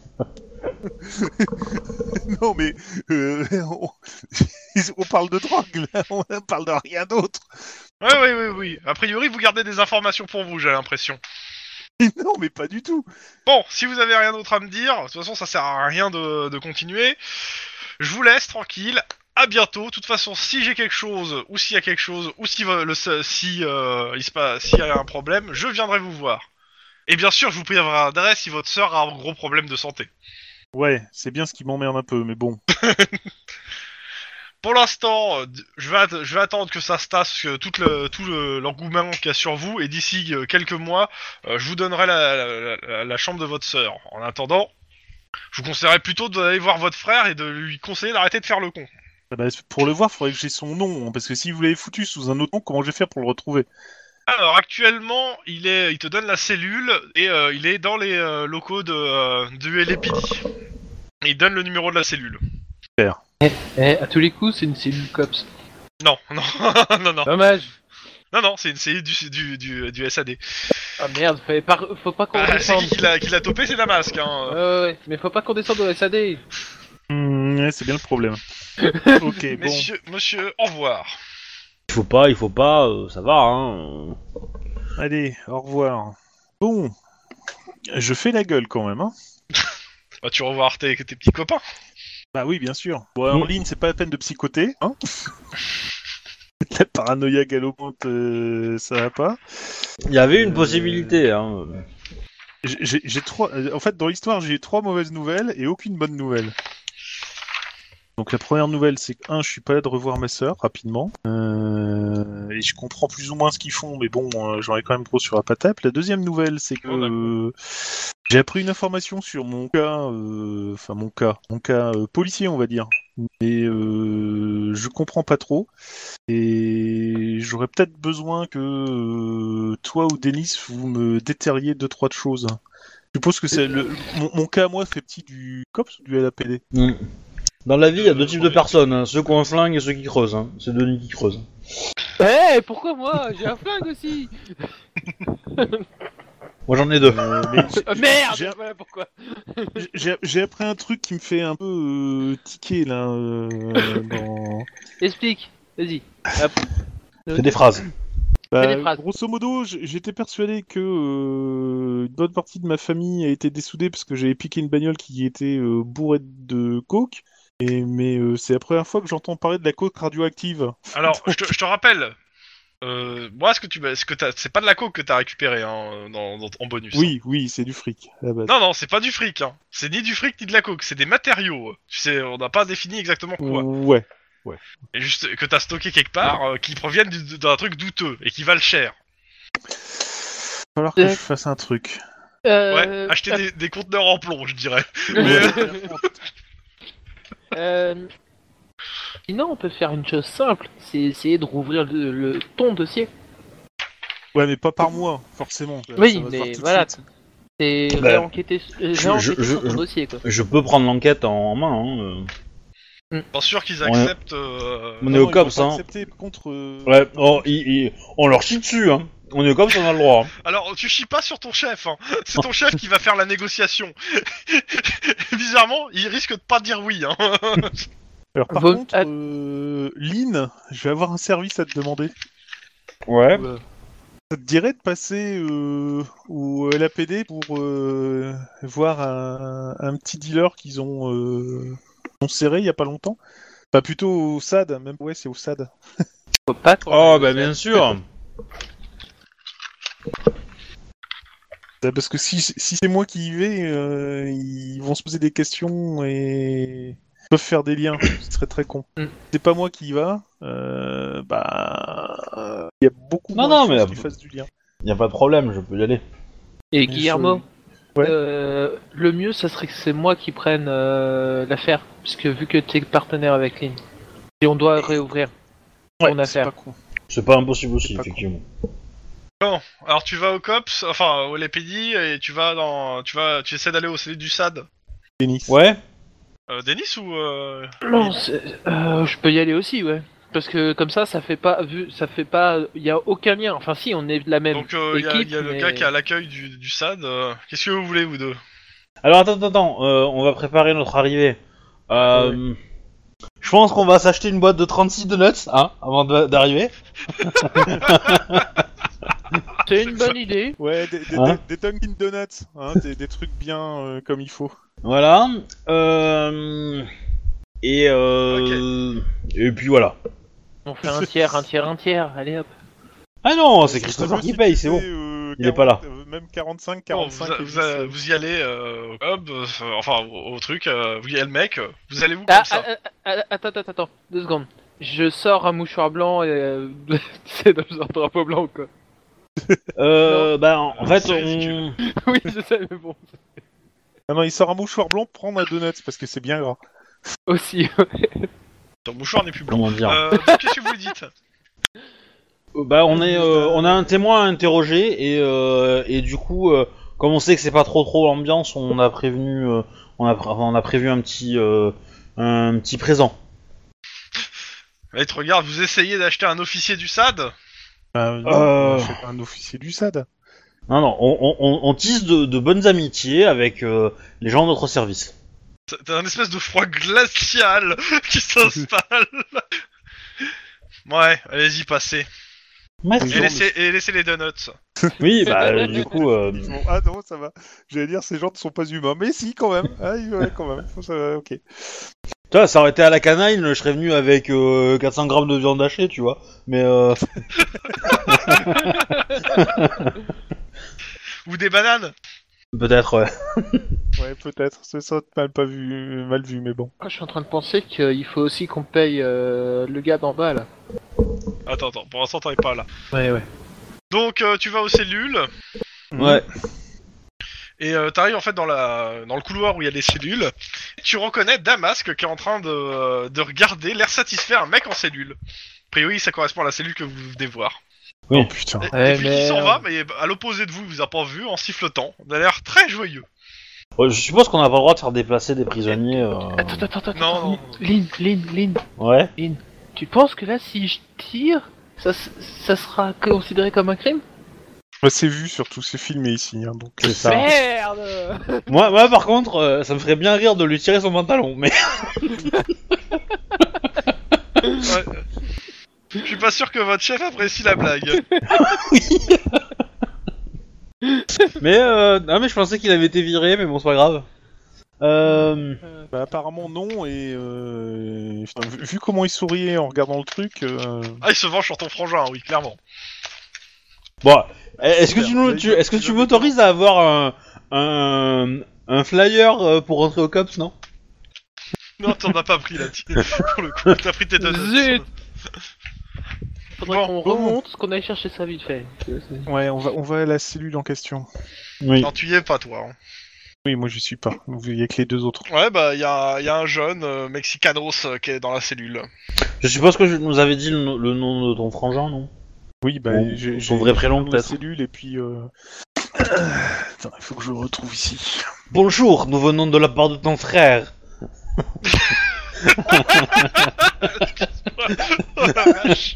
Speaker 3: non, mais euh, on, on parle de drogue, là, on parle de rien d'autre.
Speaker 2: Oui, oui, oui, oui. A priori, vous gardez des informations pour vous, j'ai l'impression.
Speaker 3: Non, mais pas du tout.
Speaker 2: Bon, si vous avez rien d'autre à me dire, de toute façon, ça sert à rien de, de continuer. Je vous laisse tranquille. À bientôt. De toute façon, si j'ai quelque chose, ou s'il y a quelque chose, ou si euh, le si euh, il se passe, s'il y a un problème, je viendrai vous voir. Et bien sûr, je vous priverai l'adresse si votre sœur a un gros problème de santé.
Speaker 3: Ouais, c'est bien ce qui m'emmerde un peu, mais bon.
Speaker 2: Pour l'instant, euh, d- je vais, att- je vais attendre que ça se tasse euh, tout le tout le- l'engouement qu'il y a sur vous, et d'ici euh, quelques mois, euh, je vous donnerai la, la- la- la chambre de votre sœur. En attendant, je vous conseillerais plutôt d'aller voir votre frère et de lui conseiller d'arrêter de faire le con.
Speaker 3: Ah bah, pour le voir, faudrait que j'ai son nom, hein, parce que si vous l'avez foutu sous un autre nom, comment je vais faire pour le retrouver
Speaker 2: Alors actuellement, il est, il te donne la cellule et euh, il est dans les euh, locaux de euh, de LAPD. Il donne le numéro de la cellule.
Speaker 4: Eh, à tous les coups, c'est une cellule cops.
Speaker 2: Non, non, non, non,
Speaker 4: Dommage.
Speaker 2: non, non, c'est une cellule du du du, du SAD.
Speaker 4: Ah merde, fallait pas, faut pas qu'on
Speaker 2: Ah, c'est
Speaker 4: descende.
Speaker 2: qui qui l'a qui l'a topé, c'est Damasque. Hein.
Speaker 4: Ouais, ouais, ouais, mais faut pas qu'on descende au SAD.
Speaker 3: Hmm, ouais, C'est bien le problème. ok, bon.
Speaker 2: Messieurs, monsieur, au revoir.
Speaker 1: Il faut pas, il faut pas, euh, ça va. Hein.
Speaker 3: Allez, au revoir. Bon. Je fais la gueule quand même. Hein.
Speaker 2: Bah, tu revois tes, tes petits copains.
Speaker 3: Bah oui, bien sûr. Bon, en
Speaker 1: Mm.
Speaker 3: ligne, c'est pas la peine de psychoter. Hein la paranoïa galopante, euh, ça va pas.
Speaker 1: Il y avait une possibilité. Hein.
Speaker 3: J- J'ai j'ai trois. euh, En fait, dans l'histoire, j'ai eu trois mauvaises nouvelles et aucune bonne nouvelle. Donc la première nouvelle, c'est que un, je suis pas là de revoir ma sœur rapidement, Euh, et je comprends plus ou moins ce qu'ils font, mais bon, euh, j'en ai quand même trop sur la patate. La deuxième nouvelle, c'est que
Speaker 2: Oh, d'accord.
Speaker 3: euh, j'ai appris une information sur mon cas, euh, enfin mon cas, mon cas euh, policier, on va dire, mais euh, je comprends pas trop. Et j'aurais peut-être besoin que euh, toi ou Denis vous me déterriez deux trois de choses. Je suppose que c'est le, mon, mon cas à moi fait petit du COPS ou du LAPD.
Speaker 1: Mm. Dans la vie, il y a deux types de personnes, hein, ceux qui ont un flingue et ceux qui creusent. Hein. C'est Denis qui creuse.
Speaker 4: Eh, pourquoi moi J'ai un flingue aussi
Speaker 1: Moi j'en ai deux.
Speaker 3: Euh, mais j'ai-
Speaker 4: Ah, merde
Speaker 3: J'ai-
Speaker 4: Voilà pourquoi.
Speaker 3: j'ai- J'ai appris un truc qui me fait un peu euh, tiquer là. euh, dans...
Speaker 4: Explique, vas-y.
Speaker 1: C'est des phrases.
Speaker 4: Fais des
Speaker 3: Bah,
Speaker 4: phrases.
Speaker 3: grosso modo, j- j'étais persuadé que euh, une bonne partie de ma famille a été dessoudée parce que j'avais piqué une bagnole qui était euh, bourrée de coke. Et, mais euh, c'est la première fois que j'entends parler de la coke radioactive.
Speaker 2: Alors, je te, je te rappelle, euh, moi, ce que tu, m'as- ce que t'as- c'est pas de la coke que t'as récupéré hein, dans, dans- en bonus.
Speaker 3: Oui, oui, c'est du fric. à la base.
Speaker 2: Non, non, c'est pas du fric. Hein. C'est ni du fric ni de la coke. C'est des matériaux. Tu sais, on n'a pas défini exactement quoi.
Speaker 3: ouais.
Speaker 2: Et juste que t'as stocké quelque part, euh, qui proviennent du- d'un truc douteux et qui valent cher.
Speaker 3: Falloir que
Speaker 4: Euh,
Speaker 3: je fasse un truc.
Speaker 2: Ouais, Ah,
Speaker 4: Euh,
Speaker 2: acheter des, des conteneurs en plomb, je dirais.
Speaker 4: Euh, Sinon, on peut faire une chose simple, c'est essayer de rouvrir le, le- ton dossier.
Speaker 3: Ouais, mais pas par moi, forcément. Ça va se
Speaker 4: oui,
Speaker 3: voir tout
Speaker 4: mais
Speaker 3: de
Speaker 4: voilà.
Speaker 3: suite.
Speaker 4: C'est
Speaker 1: Bah,
Speaker 4: réenquêter, euh,
Speaker 1: je-
Speaker 4: réenquêter
Speaker 1: je-
Speaker 4: sur ton
Speaker 1: je-
Speaker 4: dossier, quoi.
Speaker 1: Je peux prendre l'enquête en main. Hein. euh.
Speaker 2: Pas sûr qu'ils
Speaker 1: Ouais.
Speaker 2: acceptent. euh,
Speaker 1: On est au
Speaker 3: ils vont
Speaker 1: cops,
Speaker 3: pas
Speaker 1: hein.
Speaker 3: accepter, par contre. euh,
Speaker 1: Ouais, oh, il- il- on leur chie dessus. Hein. On est comme ça, on a le droit. hein.
Speaker 2: Alors, tu chies pas sur ton chef, hein. c'est ton chef qui va faire la négociation. Bizarrement, il risque de pas dire oui. Hein.
Speaker 3: Alors, par
Speaker 4: Vaut-
Speaker 3: contre,
Speaker 4: Ah.
Speaker 3: euh, Lynn, je vais avoir un service à te demander.
Speaker 1: Ouais.
Speaker 4: Ouais.
Speaker 3: Ça te dirait de passer euh, au LAPD pour euh, voir un, un petit dealer qu'ils ont, euh, ont serré il y a pas longtemps Pas plutôt au SAD, même ouais, c'est au SAD.
Speaker 4: Faut pas trop-
Speaker 1: Oh, bah bien sûr.
Speaker 3: Euh, Parce que si, si c'est moi qui y vais, euh, ils vont se poser des questions et ils peuvent faire des liens. Ce serait très con.
Speaker 4: Mm.
Speaker 3: C'est pas moi qui y va, euh, bah euh, il y a beaucoup
Speaker 1: Non,
Speaker 3: moins
Speaker 1: non,
Speaker 3: de
Speaker 1: mais-
Speaker 3: chances qu'ils fassent du lien.
Speaker 1: Y a pas de problème, je peux y aller.
Speaker 4: Et Guillermo,
Speaker 3: je- Ouais.
Speaker 4: euh, le mieux, ça serait que c'est moi qui prenne euh, l'affaire, puisque vu que t'es partenaire avec Lynn, et on doit réouvrir
Speaker 3: Ouais,
Speaker 4: ton
Speaker 3: c'est
Speaker 4: affaire.
Speaker 3: pas con.
Speaker 1: C'est pas impossible aussi,
Speaker 3: C'est pas con.
Speaker 1: effectivement.
Speaker 2: Bon, alors tu vas au COPS, enfin au LAPD, et tu vas dans. Tu vas, tu essaies d'aller au CD du SAD.
Speaker 3: Denis.
Speaker 1: Ouais.
Speaker 2: Euh, Denis ou. euh,
Speaker 4: Non, c'est- euh, je peux y aller aussi, ouais. Parce que comme ça, ça fait pas vu, ça fait pas, il y a aucun lien. Enfin, si, on est de la même.
Speaker 2: Donc euh, il y a,
Speaker 4: équipe,
Speaker 2: y a le
Speaker 4: mais-
Speaker 2: gars qui est à l'accueil du, du SAD. euh, Qu'est-ce que vous voulez, vous deux
Speaker 1: Alors attends, attends, attends, euh, on va préparer notre arrivée. Euh, Je pense qu'on va s'acheter une boîte de 36 donuts hein, avant de- d'arriver.
Speaker 4: C'est une bonne idée.
Speaker 3: Ouais, des, des,
Speaker 1: Hein
Speaker 3: des, des Dunkin' Donuts, hein, des, des trucs bien euh, comme il faut.
Speaker 1: Voilà. Euh, Et euh... et puis voilà.
Speaker 4: On fait un tiers, un tiers, un tiers. Allez hop.
Speaker 1: Ah non, c'est
Speaker 3: Ça
Speaker 1: Christopher
Speaker 3: peut
Speaker 1: qui
Speaker 3: si
Speaker 1: paye,
Speaker 3: tu
Speaker 1: c'est bon.
Speaker 3: fais, euh,
Speaker 1: Il est pas là.
Speaker 3: euh, Même 45,
Speaker 2: Bon,
Speaker 3: 45.
Speaker 2: vous,
Speaker 3: et
Speaker 2: vous-
Speaker 3: 10,
Speaker 2: euh,
Speaker 3: euh,
Speaker 2: vous y allez euh, au COPS, euh, enfin au, au truc, euh, vous y allez le mec, euh, vous allez où comme
Speaker 4: Ah,
Speaker 2: ça
Speaker 4: ah, ah, ah, attends, attends, attends, deux secondes. Je sors un mouchoir blanc et euh, c'est dans un drapeau blanc quoi.
Speaker 1: Euh, bah en
Speaker 2: Euh,
Speaker 1: fait,
Speaker 2: c'est
Speaker 1: on...
Speaker 2: ridicule.
Speaker 4: oui, je sais, mais bon.
Speaker 3: Ah non, il sort un mouchoir blanc, prendre un donut parce que c'est bien gras.
Speaker 4: Aussi.
Speaker 2: Ton mouchoir n'est plus blanc.
Speaker 1: comment dire
Speaker 2: Euh, donc, Qu'est-ce que vous lui dites
Speaker 1: Euh, Bah on est, euh, on a un témoin à interroger et euh, et du coup, euh, comme on sait que c'est pas trop trop l'ambiance, on a prévenu, euh, on a, pré- on a prévu un petit, euh, un petit présent.
Speaker 2: Là, il te regarde, vous essayez d'acheter un officier du SAD
Speaker 3: Euh,
Speaker 1: Euh.
Speaker 3: je suis pas un officier du SAD.
Speaker 1: Non, non, on, on- on- on tisse de, de bonnes amitiés avec euh, les gens de notre service.
Speaker 2: T'as- T'as un espèce de froid glacial qui s'installe. ouais, allez-y, passez.
Speaker 1: Merci.
Speaker 2: Et
Speaker 3: Genre,
Speaker 2: laissez, et laissez les donuts.
Speaker 1: Oui, bah euh, du coup, euh,
Speaker 3: Ils vont- Ah non, ça va. J'allais dire, ces gens ne sont pas humains. Mais si, quand même. Ah, ils- ouais, quand même. Faut ça- Ok.
Speaker 1: tu vois, ça aurait été à la canaille, je serais venu avec euh, 400 grammes de viande hachée, tu vois. Mais euh,
Speaker 2: Ou des bananes.
Speaker 1: peut-être, ouais.
Speaker 3: Ouais, peut-être. C'est ça, mal, pas vu, mal vu, mais bon.
Speaker 4: Ah, Je suis en train de penser qu'il faut aussi qu'on paye euh, le gars d'en bas là.
Speaker 2: Attends, attends, pour l'instant, t'en es pas là.
Speaker 4: Ouais, ouais.
Speaker 2: Donc, euh, tu vas aux cellules,
Speaker 1: ouais.
Speaker 2: et euh, t'arrives en fait dans, la, dans le couloir où il y a des cellules. Tu reconnais Damasque qui est en train de, euh, de regarder, l'air satisfait, un mec en cellule. A priori, ça correspond à la cellule que vous venez voir.
Speaker 1: Oui.
Speaker 3: Oh putain.
Speaker 2: Et,
Speaker 4: Ouais,
Speaker 2: et puis, il s'en
Speaker 4: Eh merde.
Speaker 2: va, mais à l'opposé de vous, il vous a pas vu, en sifflotant. Il a l'air très joyeux.
Speaker 1: Ouais, Je suppose qu'on n'a pas le droit de faire déplacer des prisonniers. euh,
Speaker 4: Attends, attends, attends.
Speaker 2: Non,
Speaker 4: attends.
Speaker 2: non.
Speaker 4: Lynn, Lynn, Lynn.
Speaker 1: Ouais.
Speaker 4: Tu penses que là, si je tire, ça, s- ça sera considéré comme un crime
Speaker 3: Bah, c'est vu surtout, c'est filmé ici. hein, donc,
Speaker 1: C'est
Speaker 3: euh,
Speaker 1: ça.
Speaker 4: Merde
Speaker 1: Moi, moi, par contre, euh, ça me ferait bien rire de lui tirer son pantalon, mais.
Speaker 2: Ouais. Je suis pas sûr que votre chef apprécie la blague.
Speaker 1: Mais, euh, ah, mais je pensais qu'il avait été viré, mais bon, c'est pas grave. Euh,
Speaker 3: bah, apparemment non, et euh, enfin, vu, vu comment il souriait en regardant le truc, euh,
Speaker 2: Ah, il se venge sur ton frangin, oui, clairement.
Speaker 1: Bon, eh, est-ce que tu, nous-
Speaker 3: Mais
Speaker 1: tu- est-ce que
Speaker 3: je-
Speaker 1: tu m'autorises à avoir un, un, un flyer euh, pour rentrer au COPS, non
Speaker 2: Non, t'en as pas pris la tienne. Pour le coup, t'as pris tes deux.
Speaker 4: Zut Faudrait
Speaker 2: Bon,
Speaker 4: qu'on
Speaker 3: bon.
Speaker 4: remonte, qu'on aille chercher ça vite fait.
Speaker 3: ouais, on va, on va à la cellule en question.
Speaker 1: Oui.
Speaker 2: Non, tu y es pas, toi. hein.
Speaker 3: Oui, moi je suis pas. Donc, Il y a que les deux autres.
Speaker 2: Ouais, bah, il y a, y a un jeune euh, mexicanos euh, qui est dans la cellule.
Speaker 1: Je suppose que je nous avais dit le, no- le nom de ton frangin, non
Speaker 3: Oui, bah,
Speaker 1: Bon,
Speaker 3: j'ai-
Speaker 1: Son
Speaker 3: j'ai-
Speaker 1: vrai prénom,
Speaker 3: la
Speaker 1: peut-être.
Speaker 3: cellule et puis. euh, Attends, il faut que je le retrouve ici.
Speaker 1: Bonjour, nous venons de la part de ton frère.
Speaker 2: Oh, la vache.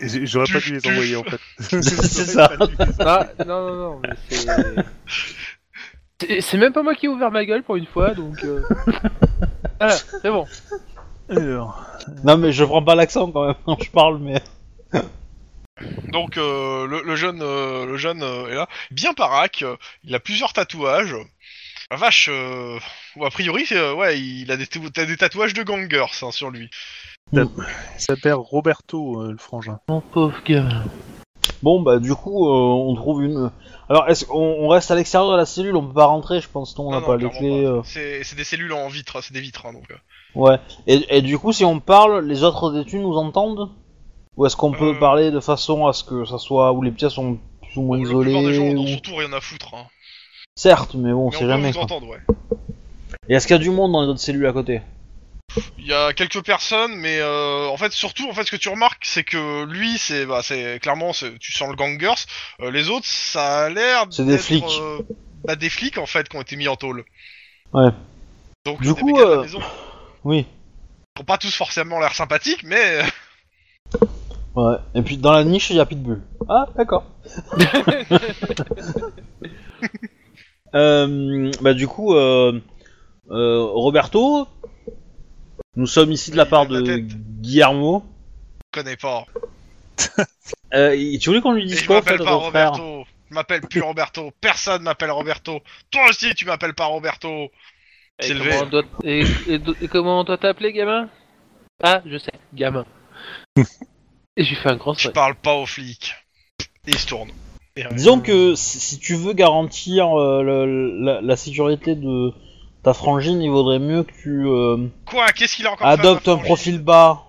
Speaker 3: J'ai- J'aurais pas dû les envoyer en fait.
Speaker 1: C'est ça.
Speaker 3: J'aurais pas dû les
Speaker 4: Ah, non, non, non, mais c'est... c'est- C'est même pas moi qui ai ouvert ma gueule pour une fois, donc... euh, Voilà, c'est bon.
Speaker 3: envoyer. Alors,
Speaker 1: Non, mais je prends pas l'accent quand même quand je parle, mais.
Speaker 2: Donc, euh, le, le jeune, euh, le jeune euh, est là. Bien baraque, euh, il a plusieurs tatouages. La vache, euh, bon, a priori, c'est, euh, ouais, il a des, tou- t'as des tatouages de gangers hein, sur lui.
Speaker 3: Il s'appelle Roberto, euh, le frangin.
Speaker 4: Mon pauvre gars.
Speaker 1: Bon, bah, du coup, euh, on trouve une. Alors, est-ce qu'on on reste à l'extérieur de la cellule On peut pas rentrer, je pense, non, on
Speaker 2: Non,
Speaker 1: n'a
Speaker 2: non,
Speaker 1: pas les
Speaker 2: clairement
Speaker 1: clés.
Speaker 2: pas.
Speaker 1: euh.
Speaker 2: C'est c'est des cellules en vitre, c'est des vitres, hein, donc. euh.
Speaker 1: Ouais. Et, et du coup, si on parle, les autres détenus nous entendent Ou est-ce qu'on peut
Speaker 2: Euh.
Speaker 1: parler de façon à ce que ça soit où les pièces sont plus ou moins
Speaker 2: la plupart des
Speaker 1: isolées
Speaker 2: gens,
Speaker 1: ou-
Speaker 2: dans son tour, rien à foutre. Hein.
Speaker 1: Certes, mais bon, on
Speaker 2: Mais
Speaker 1: sait
Speaker 2: peut
Speaker 1: jamais.
Speaker 2: vous
Speaker 1: Quoi.
Speaker 2: entendre, ouais.
Speaker 1: Et est-ce qu'il y a du monde dans les autres cellules à côté
Speaker 2: Il y a quelques personnes, mais euh, en fait, surtout, en fait, ce que tu remarques, c'est que lui, c'est, bah, c'est clairement, c'est- tu sens le gangers. Euh, les autres, ça a l'air
Speaker 1: C'est des
Speaker 2: d'être,
Speaker 1: flics.
Speaker 2: euh, bah, des flics en fait, qui ont été mis en tôle.
Speaker 1: Ouais.
Speaker 2: Donc,
Speaker 1: Du
Speaker 2: des
Speaker 1: coup,
Speaker 2: mecs à la
Speaker 1: euh,
Speaker 2: maison.
Speaker 1: Oui.
Speaker 2: Ils ont pas tous forcément l'air sympathiques, mais euh,
Speaker 1: Ouais. Et puis dans la niche, il y a Pitbull. Ah, d'accord. Euh, bah du coup, euh, euh, Roberto, nous sommes ici de la
Speaker 2: Oui,
Speaker 1: part
Speaker 2: la
Speaker 1: de
Speaker 2: tête.
Speaker 1: Guillermo.
Speaker 2: je connais pas.
Speaker 1: Euh, et tu voulais qu'on lui
Speaker 2: Et
Speaker 1: dise
Speaker 2: je
Speaker 1: quoi en fait
Speaker 2: m'appelle
Speaker 1: à
Speaker 2: pas
Speaker 1: ton frère
Speaker 2: Roberto. Je m'appelle plus Roberto. Personne m'appelle Roberto. Toi aussi, tu m'appelles pas Roberto. C'est
Speaker 4: Et
Speaker 2: le
Speaker 4: comment,
Speaker 2: verre.
Speaker 4: on doit... et- et do- et comment on doit t'appeler, gamin Ah, je sais, gamin. et j'ai fait un grand
Speaker 2: Je
Speaker 4: sourire.
Speaker 2: parle pas aux flics. Et ils se tournent. Et, euh,
Speaker 1: Disons que si, si tu veux garantir euh, le- la, la sécurité de ta frangine, il vaudrait mieux que tu euh,
Speaker 2: Quoi Qu'est-ce qu'il a encore fait à ma
Speaker 1: adoptes un
Speaker 2: frangine
Speaker 1: profil bas.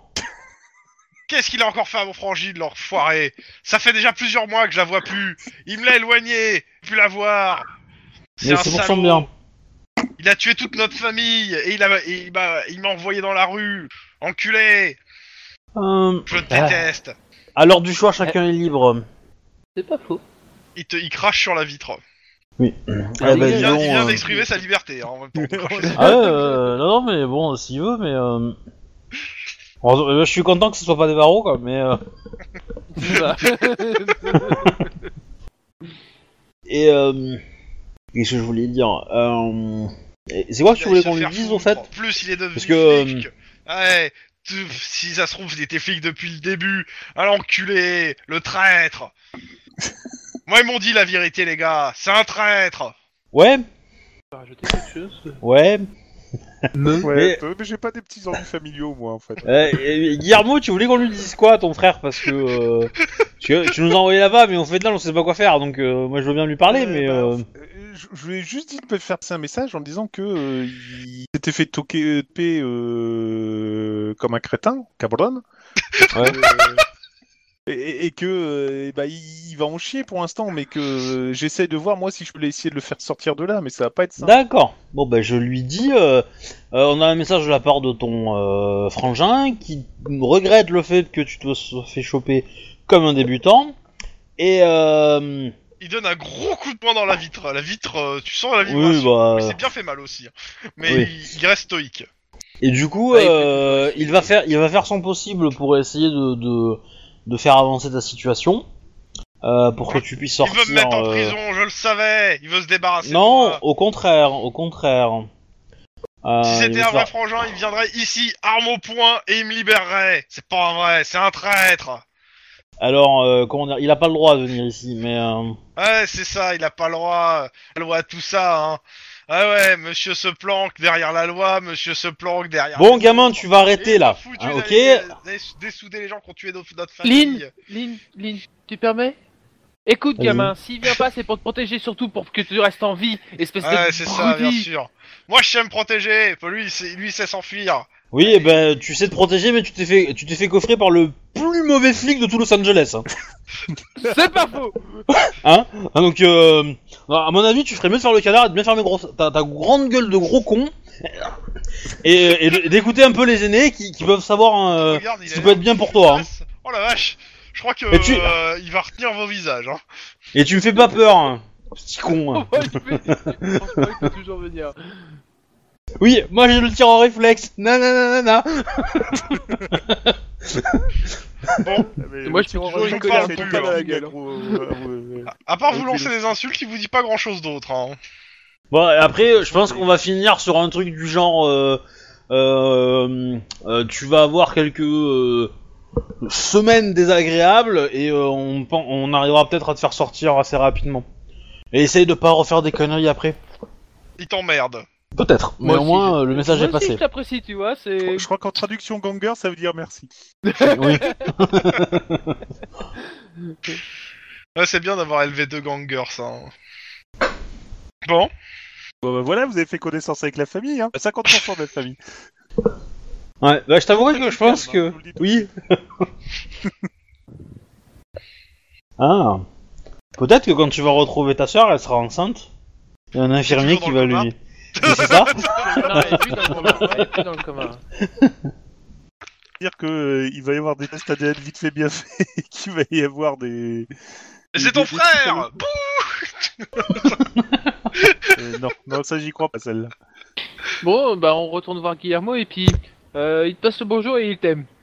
Speaker 2: Qu'est-ce qu'il a encore fait à mon frangine, l'enfoiré Ça fait déjà plusieurs mois que je la vois plus. Il me l'a éloigné, plus la voir.
Speaker 1: Mais
Speaker 2: un
Speaker 1: c'est pour son
Speaker 2: salaud.
Speaker 1: bien.
Speaker 2: Il a tué toute notre famille et il a, et il m'a, il m'a envoyé dans la rue. Enculé,
Speaker 1: Euh,
Speaker 2: je te
Speaker 1: Ah.
Speaker 2: déteste.
Speaker 1: à l'heure du choix, chacun est libre.
Speaker 4: C'est pas faux.
Speaker 2: Il te, il crache sur la vitre.
Speaker 1: Oui.
Speaker 4: Ah,
Speaker 1: Eh ben,
Speaker 4: il
Speaker 2: Il
Speaker 1: dis
Speaker 2: vient,
Speaker 1: donc,
Speaker 2: il vient
Speaker 1: euh,
Speaker 2: d'exprimer sa liberté hein, en même temps. de cracher.
Speaker 1: Ah ouais, euh, non, non, mais bon, s'il veut, mais. euh, heureusement- euh, je suis content que ce soit pas des barreaux, quoi, mais. euh,
Speaker 4: Bah.
Speaker 1: Et. euh, Qu'est-ce que je voulais dire Euh, et C'est quoi que tu voulais
Speaker 2: Il va
Speaker 1: qu'on
Speaker 2: se
Speaker 1: lui
Speaker 2: faire
Speaker 1: dise,
Speaker 2: foutre.
Speaker 1: au fait
Speaker 2: En plus, il est devenu
Speaker 1: Parce que, euh,
Speaker 2: flic. Ouais, tu- si ça se trouve, il était flic depuis le début. Ah l'enculé, le traître. Moi, ils m'ont dit la vérité, les gars. C'est un traître.
Speaker 1: Ouais,
Speaker 4: T'as rajouté quelque chose
Speaker 1: ouais.
Speaker 3: Ouais, euh, mais j'ai pas des petits ennuis familiaux, moi, en fait.
Speaker 1: Euh, et- et Guillermo, tu voulais qu'on lui dise quoi à ton frère Parce que. euh, tu, tu nous as envoyé là-bas, mais on fait de là, on sait pas quoi faire, donc euh, moi je veux bien lui parler,
Speaker 3: Euh,
Speaker 1: mais.
Speaker 3: bah,
Speaker 1: euh,
Speaker 3: euh, je, je lui ai juste dit de me faire passer un message en disant que euh, il s'était fait toquer EP euh, comme un crétin, cabron.
Speaker 1: Ouais.
Speaker 3: Euh, et, et que euh, eh ben, il va en chier pour l'instant, mais que euh, j'essaye de voir moi si je peux essayer de le faire sortir de là, mais ça va pas être simple.
Speaker 1: D'accord. Bon, ben je lui dis, euh, euh, on a un message de la part de ton euh, frangin qui regrette le fait que tu te sois fait choper comme un débutant. Et euh,
Speaker 2: Il donne un gros coup de poing dans la vitre. La vitre, euh, tu sens la
Speaker 1: oui,
Speaker 2: vibration.
Speaker 1: bah,
Speaker 2: Il s'est bien fait mal aussi. hein. Mais
Speaker 1: Oui.
Speaker 2: il, il reste stoïque.
Speaker 1: et du coup,
Speaker 4: Ah, il fait-
Speaker 1: euh, il va faire, il va faire son possible pour essayer de de, de faire avancer ta situation. euh, pour que tu puisses
Speaker 2: Il
Speaker 1: sortir.
Speaker 2: veut me mettre en
Speaker 1: euh,
Speaker 2: prison, je le savais Il veut se débarrasser de
Speaker 1: Non,
Speaker 2: moi
Speaker 1: au contraire, au contraire. Euh,
Speaker 2: Si
Speaker 1: il
Speaker 2: c'était
Speaker 1: veut
Speaker 2: un vrai
Speaker 1: faire-
Speaker 2: frangin, il viendrait ici, arme au poing, et il me libérerait C'est pas un vrai, c'est un traître
Speaker 1: Alors, euh, comment dire, il a pas le droit de venir ici, mais euh,
Speaker 2: Ouais, c'est ça, il a pas le droit, euh, la loi, tout ça, hein Ah ouais, monsieur se planque derrière la loi, monsieur se planque derrière...
Speaker 1: bon, gamin, tu vas arrêter là, hein, ok
Speaker 2: ok Dessouder les gens qui ont tué notre notre famille
Speaker 4: Lynn, Lynn, tu permets Écoute,
Speaker 1: Oui.
Speaker 4: gamin, s'il vient pas, c'est pour te protéger surtout pour que tu restes en vie, espèce
Speaker 2: Ouais,
Speaker 4: de
Speaker 2: c'est ça, bien
Speaker 4: broudi.
Speaker 2: sûr Moi, je sais me protéger Pas Lui, il sait- lui, il sait s'enfuir
Speaker 1: Oui, eh ben, tu sais te protéger, mais tu t'es fait, tu t'es fait coffrer par le plus mauvais flic de tout Los Angeles. hein.
Speaker 4: C'est pas faux
Speaker 1: Ah, donc, euh, à mon avis, tu ferais mieux de faire le canard et de bien fermer gros, ta, ta grande gueule de gros con et, et de- d'écouter un peu les aînés qui, qui peuvent savoir euh,
Speaker 2: Regarde, il
Speaker 1: ce
Speaker 2: a l'air
Speaker 1: qui peut être bien pour toi. hein.
Speaker 2: dégueulasse. Oh la vache Je crois que
Speaker 1: Mais tu-
Speaker 2: euh, il va retenir vos visages. Hein.
Speaker 1: Et tu me fais pas peur, hein, petit con. hein.
Speaker 4: Ouais, je vais- je pense pas qu'il peut toujours venir.
Speaker 1: Oui, moi j'ai le tir en réflexe. Nananana.
Speaker 2: Bon,
Speaker 4: Et moi, je suis toujours
Speaker 2: une
Speaker 4: une
Speaker 2: connasse
Speaker 4: connasse
Speaker 2: plus,
Speaker 4: pour
Speaker 2: hein.
Speaker 4: pas la gueule.
Speaker 2: à part vous
Speaker 3: Ok.
Speaker 2: lancer des insultes, il vous dit pas grand chose d'autre. Hein.
Speaker 1: Bon, et après, je pense qu'on va finir sur un truc du genre. euh, euh, euh, tu vas avoir quelques euh, semaines désagréables et euh, on, pen- on arrivera peut-être à te faire sortir assez rapidement. Et essaye de pas refaire des conneries après.
Speaker 2: Il t'emmerde.
Speaker 1: Peut-être, mais
Speaker 4: Moi
Speaker 1: au
Speaker 4: aussi,
Speaker 1: moins euh, le message est
Speaker 4: Moi aussi,
Speaker 1: passé.
Speaker 4: je t'apprécie, tu vois, c'est...
Speaker 3: Je crois qu'en traduction ganger, ça veut dire merci.
Speaker 1: oui.
Speaker 2: Ouais, c'est bien d'avoir élevé deux gangers. Hein. Bon,
Speaker 3: Bon bah voilà, vous avez fait connaissance avec la famille, hein. 50% de la famille.
Speaker 1: Ouais, bah, je t'avouerai que je pense que. Oui. ah. Peut-être que quand tu vas retrouver ta soeur, elle sera enceinte. Il y a un infirmier
Speaker 2: Toujours
Speaker 1: qui
Speaker 2: dans
Speaker 1: va
Speaker 2: le
Speaker 1: lui.
Speaker 2: coma.
Speaker 1: Mais c'est ça
Speaker 4: Non, elle est plus dans le commun, elle est plus dans le commun.
Speaker 3: dire que euh, il va y avoir des tests ADN vite fait bien fait, et qu'il va y avoir des.
Speaker 2: Et c'est ton
Speaker 3: des- des trucs
Speaker 2: frère Bouh
Speaker 3: comme- Euh, non, non, ça j'y crois pas celle-là.
Speaker 4: Bon, bah on retourne voir Guillermo et puis... euh, il te passe le bonjour et il t'aime.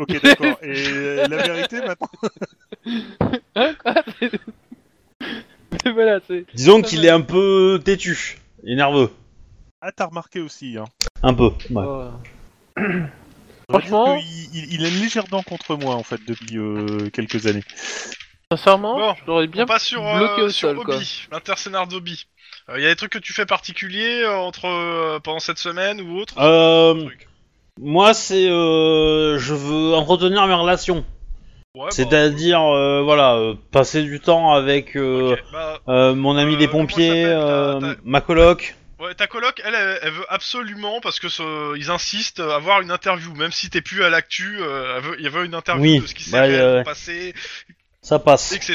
Speaker 3: Ok, d'accord. Et euh, la vérité maintenant.
Speaker 4: Hein, quoi C'est- Voilà, c'est...
Speaker 1: Disons qu'il est un peu têtu et nerveux.
Speaker 3: Ah, t'as remarqué aussi, hein.
Speaker 1: Un peu, ouais.
Speaker 4: Oh.
Speaker 3: Je veux dire
Speaker 4: Franchement-
Speaker 3: que Il, il- il a une légère dent contre moi en fait depuis euh, quelques années.
Speaker 4: Sincèrement,
Speaker 2: Bon,
Speaker 4: j'aurais bien
Speaker 2: On passe sur,
Speaker 4: bloqué
Speaker 2: euh,
Speaker 4: au
Speaker 2: sur
Speaker 4: sol, quoi.
Speaker 2: Hobby, l'intercénar d'Hobby. Il Euh, y a des trucs que tu fais particuliers euh, entre euh, pendant cette semaine ou autre
Speaker 1: Euh,
Speaker 2: Truc.
Speaker 1: moi, c'est. euh, je veux entretenir mes relations.
Speaker 2: Ouais, bah,
Speaker 1: C'est-à-dire, euh, voilà, euh, passer du temps avec euh,
Speaker 2: ok, bah,
Speaker 1: euh, mon ami
Speaker 2: Euh,
Speaker 1: des
Speaker 2: comment elle
Speaker 1: pompiers,
Speaker 2: s'appelle, ta-
Speaker 1: euh,
Speaker 2: ta-
Speaker 1: ma coloc.
Speaker 2: Ouais, ta coloc, elle, elle, elle veut absolument, parce que ce- ils insistent, euh, avoir une interview, même si t'es plus à l'actu, euh, elle veut, il veut une interview
Speaker 1: Oui,
Speaker 2: de ce qui s'est
Speaker 1: bah, euh,
Speaker 2: réellement passé,
Speaker 1: Ça passe.
Speaker 2: etc.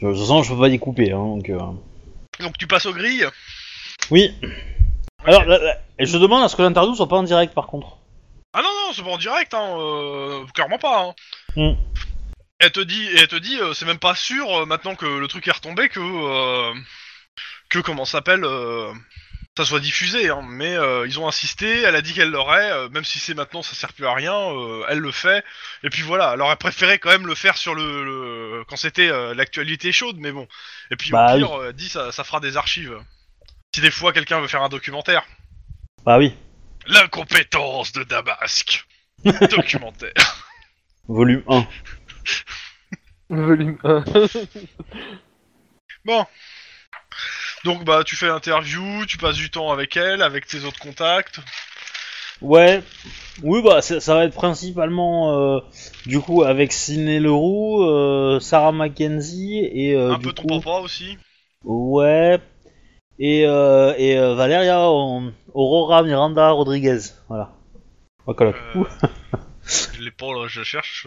Speaker 1: De toute façon, je peux pas les couper, hein, donc. euh,
Speaker 2: Donc tu passes aux grilles.
Speaker 1: Oui. Alors, la- la- et je demande à ce que l'interview soit pas en direct, par contre.
Speaker 2: Ah non, non, c'est pas en direct, hein, euh, clairement pas. Hein.
Speaker 1: Hmm.
Speaker 2: Elle te dit, et elle te dit, euh, c'est même pas sûr, euh, maintenant que le truc est retombé, que... euh, que comment ça s'appelle euh, ça soit diffusé, hein, mais euh, ils ont insisté, elle a dit qu'elle l'aurait, euh, même si c'est maintenant ça sert plus à rien, euh, elle le fait, et puis voilà, alors elle préférait quand même le faire sur le, le- quand c'était euh, l'actualité chaude, mais bon, et puis
Speaker 1: Bah
Speaker 2: au pire, euh, elle dit ça, ça fera des archives. Si des fois quelqu'un veut faire un documentaire,
Speaker 1: Bah oui.
Speaker 2: l'incompétence de Damasque, documentaire.
Speaker 1: Volume 1.
Speaker 4: Volume Euh, un.
Speaker 2: Bon. Donc bah tu fais l'interview, tu passes du temps avec elle, avec tes autres contacts.
Speaker 1: Ouais. Oui, bah, ça ça va être principalement, euh, du coup, avec Sidney Leroux, euh, Sarah McKenzie et. euh,
Speaker 2: un
Speaker 1: du
Speaker 2: peu ton
Speaker 1: coup,
Speaker 2: papa aussi.
Speaker 1: Ouais. Et, euh, et euh, Valeria on- Aurora Miranda Rodriguez. Voilà. Ma coloc.
Speaker 2: Euh, je l'ai pas là, je cherche.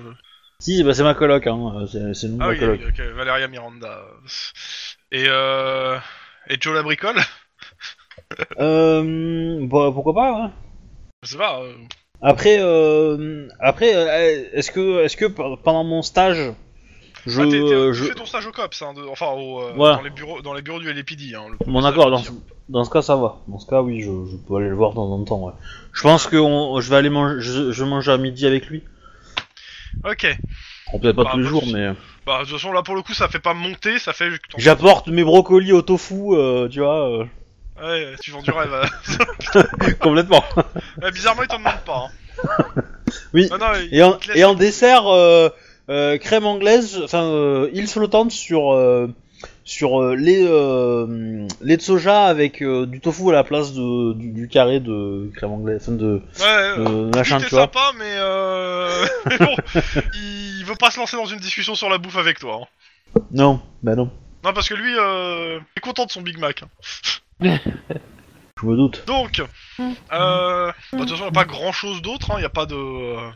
Speaker 1: Si, bah, c'est ma coloc, hein. euh, C'est c'est le nom de
Speaker 2: Ah
Speaker 1: ma
Speaker 2: oui,
Speaker 1: coloc.
Speaker 2: oui, ok, Valeria Miranda. Et euh... Et Joe la bricole
Speaker 1: Euh, bah, pourquoi pas, ouais.
Speaker 2: Je sais pas. euh,
Speaker 1: Après, euh, après, euh, est-ce que, est-ce que pe- pendant mon stage, je,
Speaker 2: ah, t'es- t'es-
Speaker 1: euh,
Speaker 2: tu
Speaker 1: je-
Speaker 2: fais ton stage au COPS, hein, de- enfin au, euh,
Speaker 1: Voilà.
Speaker 2: dans, les bureaux, dans les bureaux du LPD. Hein, le-
Speaker 1: mon
Speaker 2: ça,
Speaker 1: accord,
Speaker 2: je
Speaker 1: dans,
Speaker 2: veux dire.
Speaker 1: dans ce cas, ça va. Dans ce cas, oui, je, je peux aller le voir de temps en temps. Ouais. Je pense que on- je vais aller manger, je, je mange à midi avec lui.
Speaker 2: Ok.
Speaker 1: Bon, peut-être pas
Speaker 2: Bah,
Speaker 1: tous les
Speaker 2: pas
Speaker 1: jours,
Speaker 2: tous.
Speaker 1: mais. euh,
Speaker 2: Bah, de toute façon, là, pour le coup, ça fait pas monter, ça fait...
Speaker 1: J'apporte mes brocolis au tofu, euh, tu vois, euh,
Speaker 2: Ouais, tu vends du rêve. hein.
Speaker 1: complètement.
Speaker 2: Ouais, Bah, bizarrement, ils t'en demandent pas. hein.
Speaker 1: Oui.
Speaker 2: Non, non, ils-
Speaker 1: Et en,
Speaker 2: ils te laissent-
Speaker 1: et en dessert, euh, euh, crème anglaise, enfin, euh, île flottante sur, euh, sur euh, lait, euh, lait de soja avec euh, du tofu à la place de, du, du carré de crème anglaise, enfin, de,
Speaker 2: Ouais, ouais, ouais.
Speaker 1: de Mmh. machin,
Speaker 2: Tout est
Speaker 1: tu vois.
Speaker 2: sympa, mais, euh... mais bon, il veut pas se lancer dans une discussion sur la bouffe avec toi. hein.
Speaker 1: Non, bah non,
Speaker 2: Non, parce que lui, euh... il est content de son Big Mac. hein.
Speaker 1: je me doute.
Speaker 2: Donc, euh... bah, de toute façon, il n'y a pas grand chose d'autre, il n'y a pas de... euh,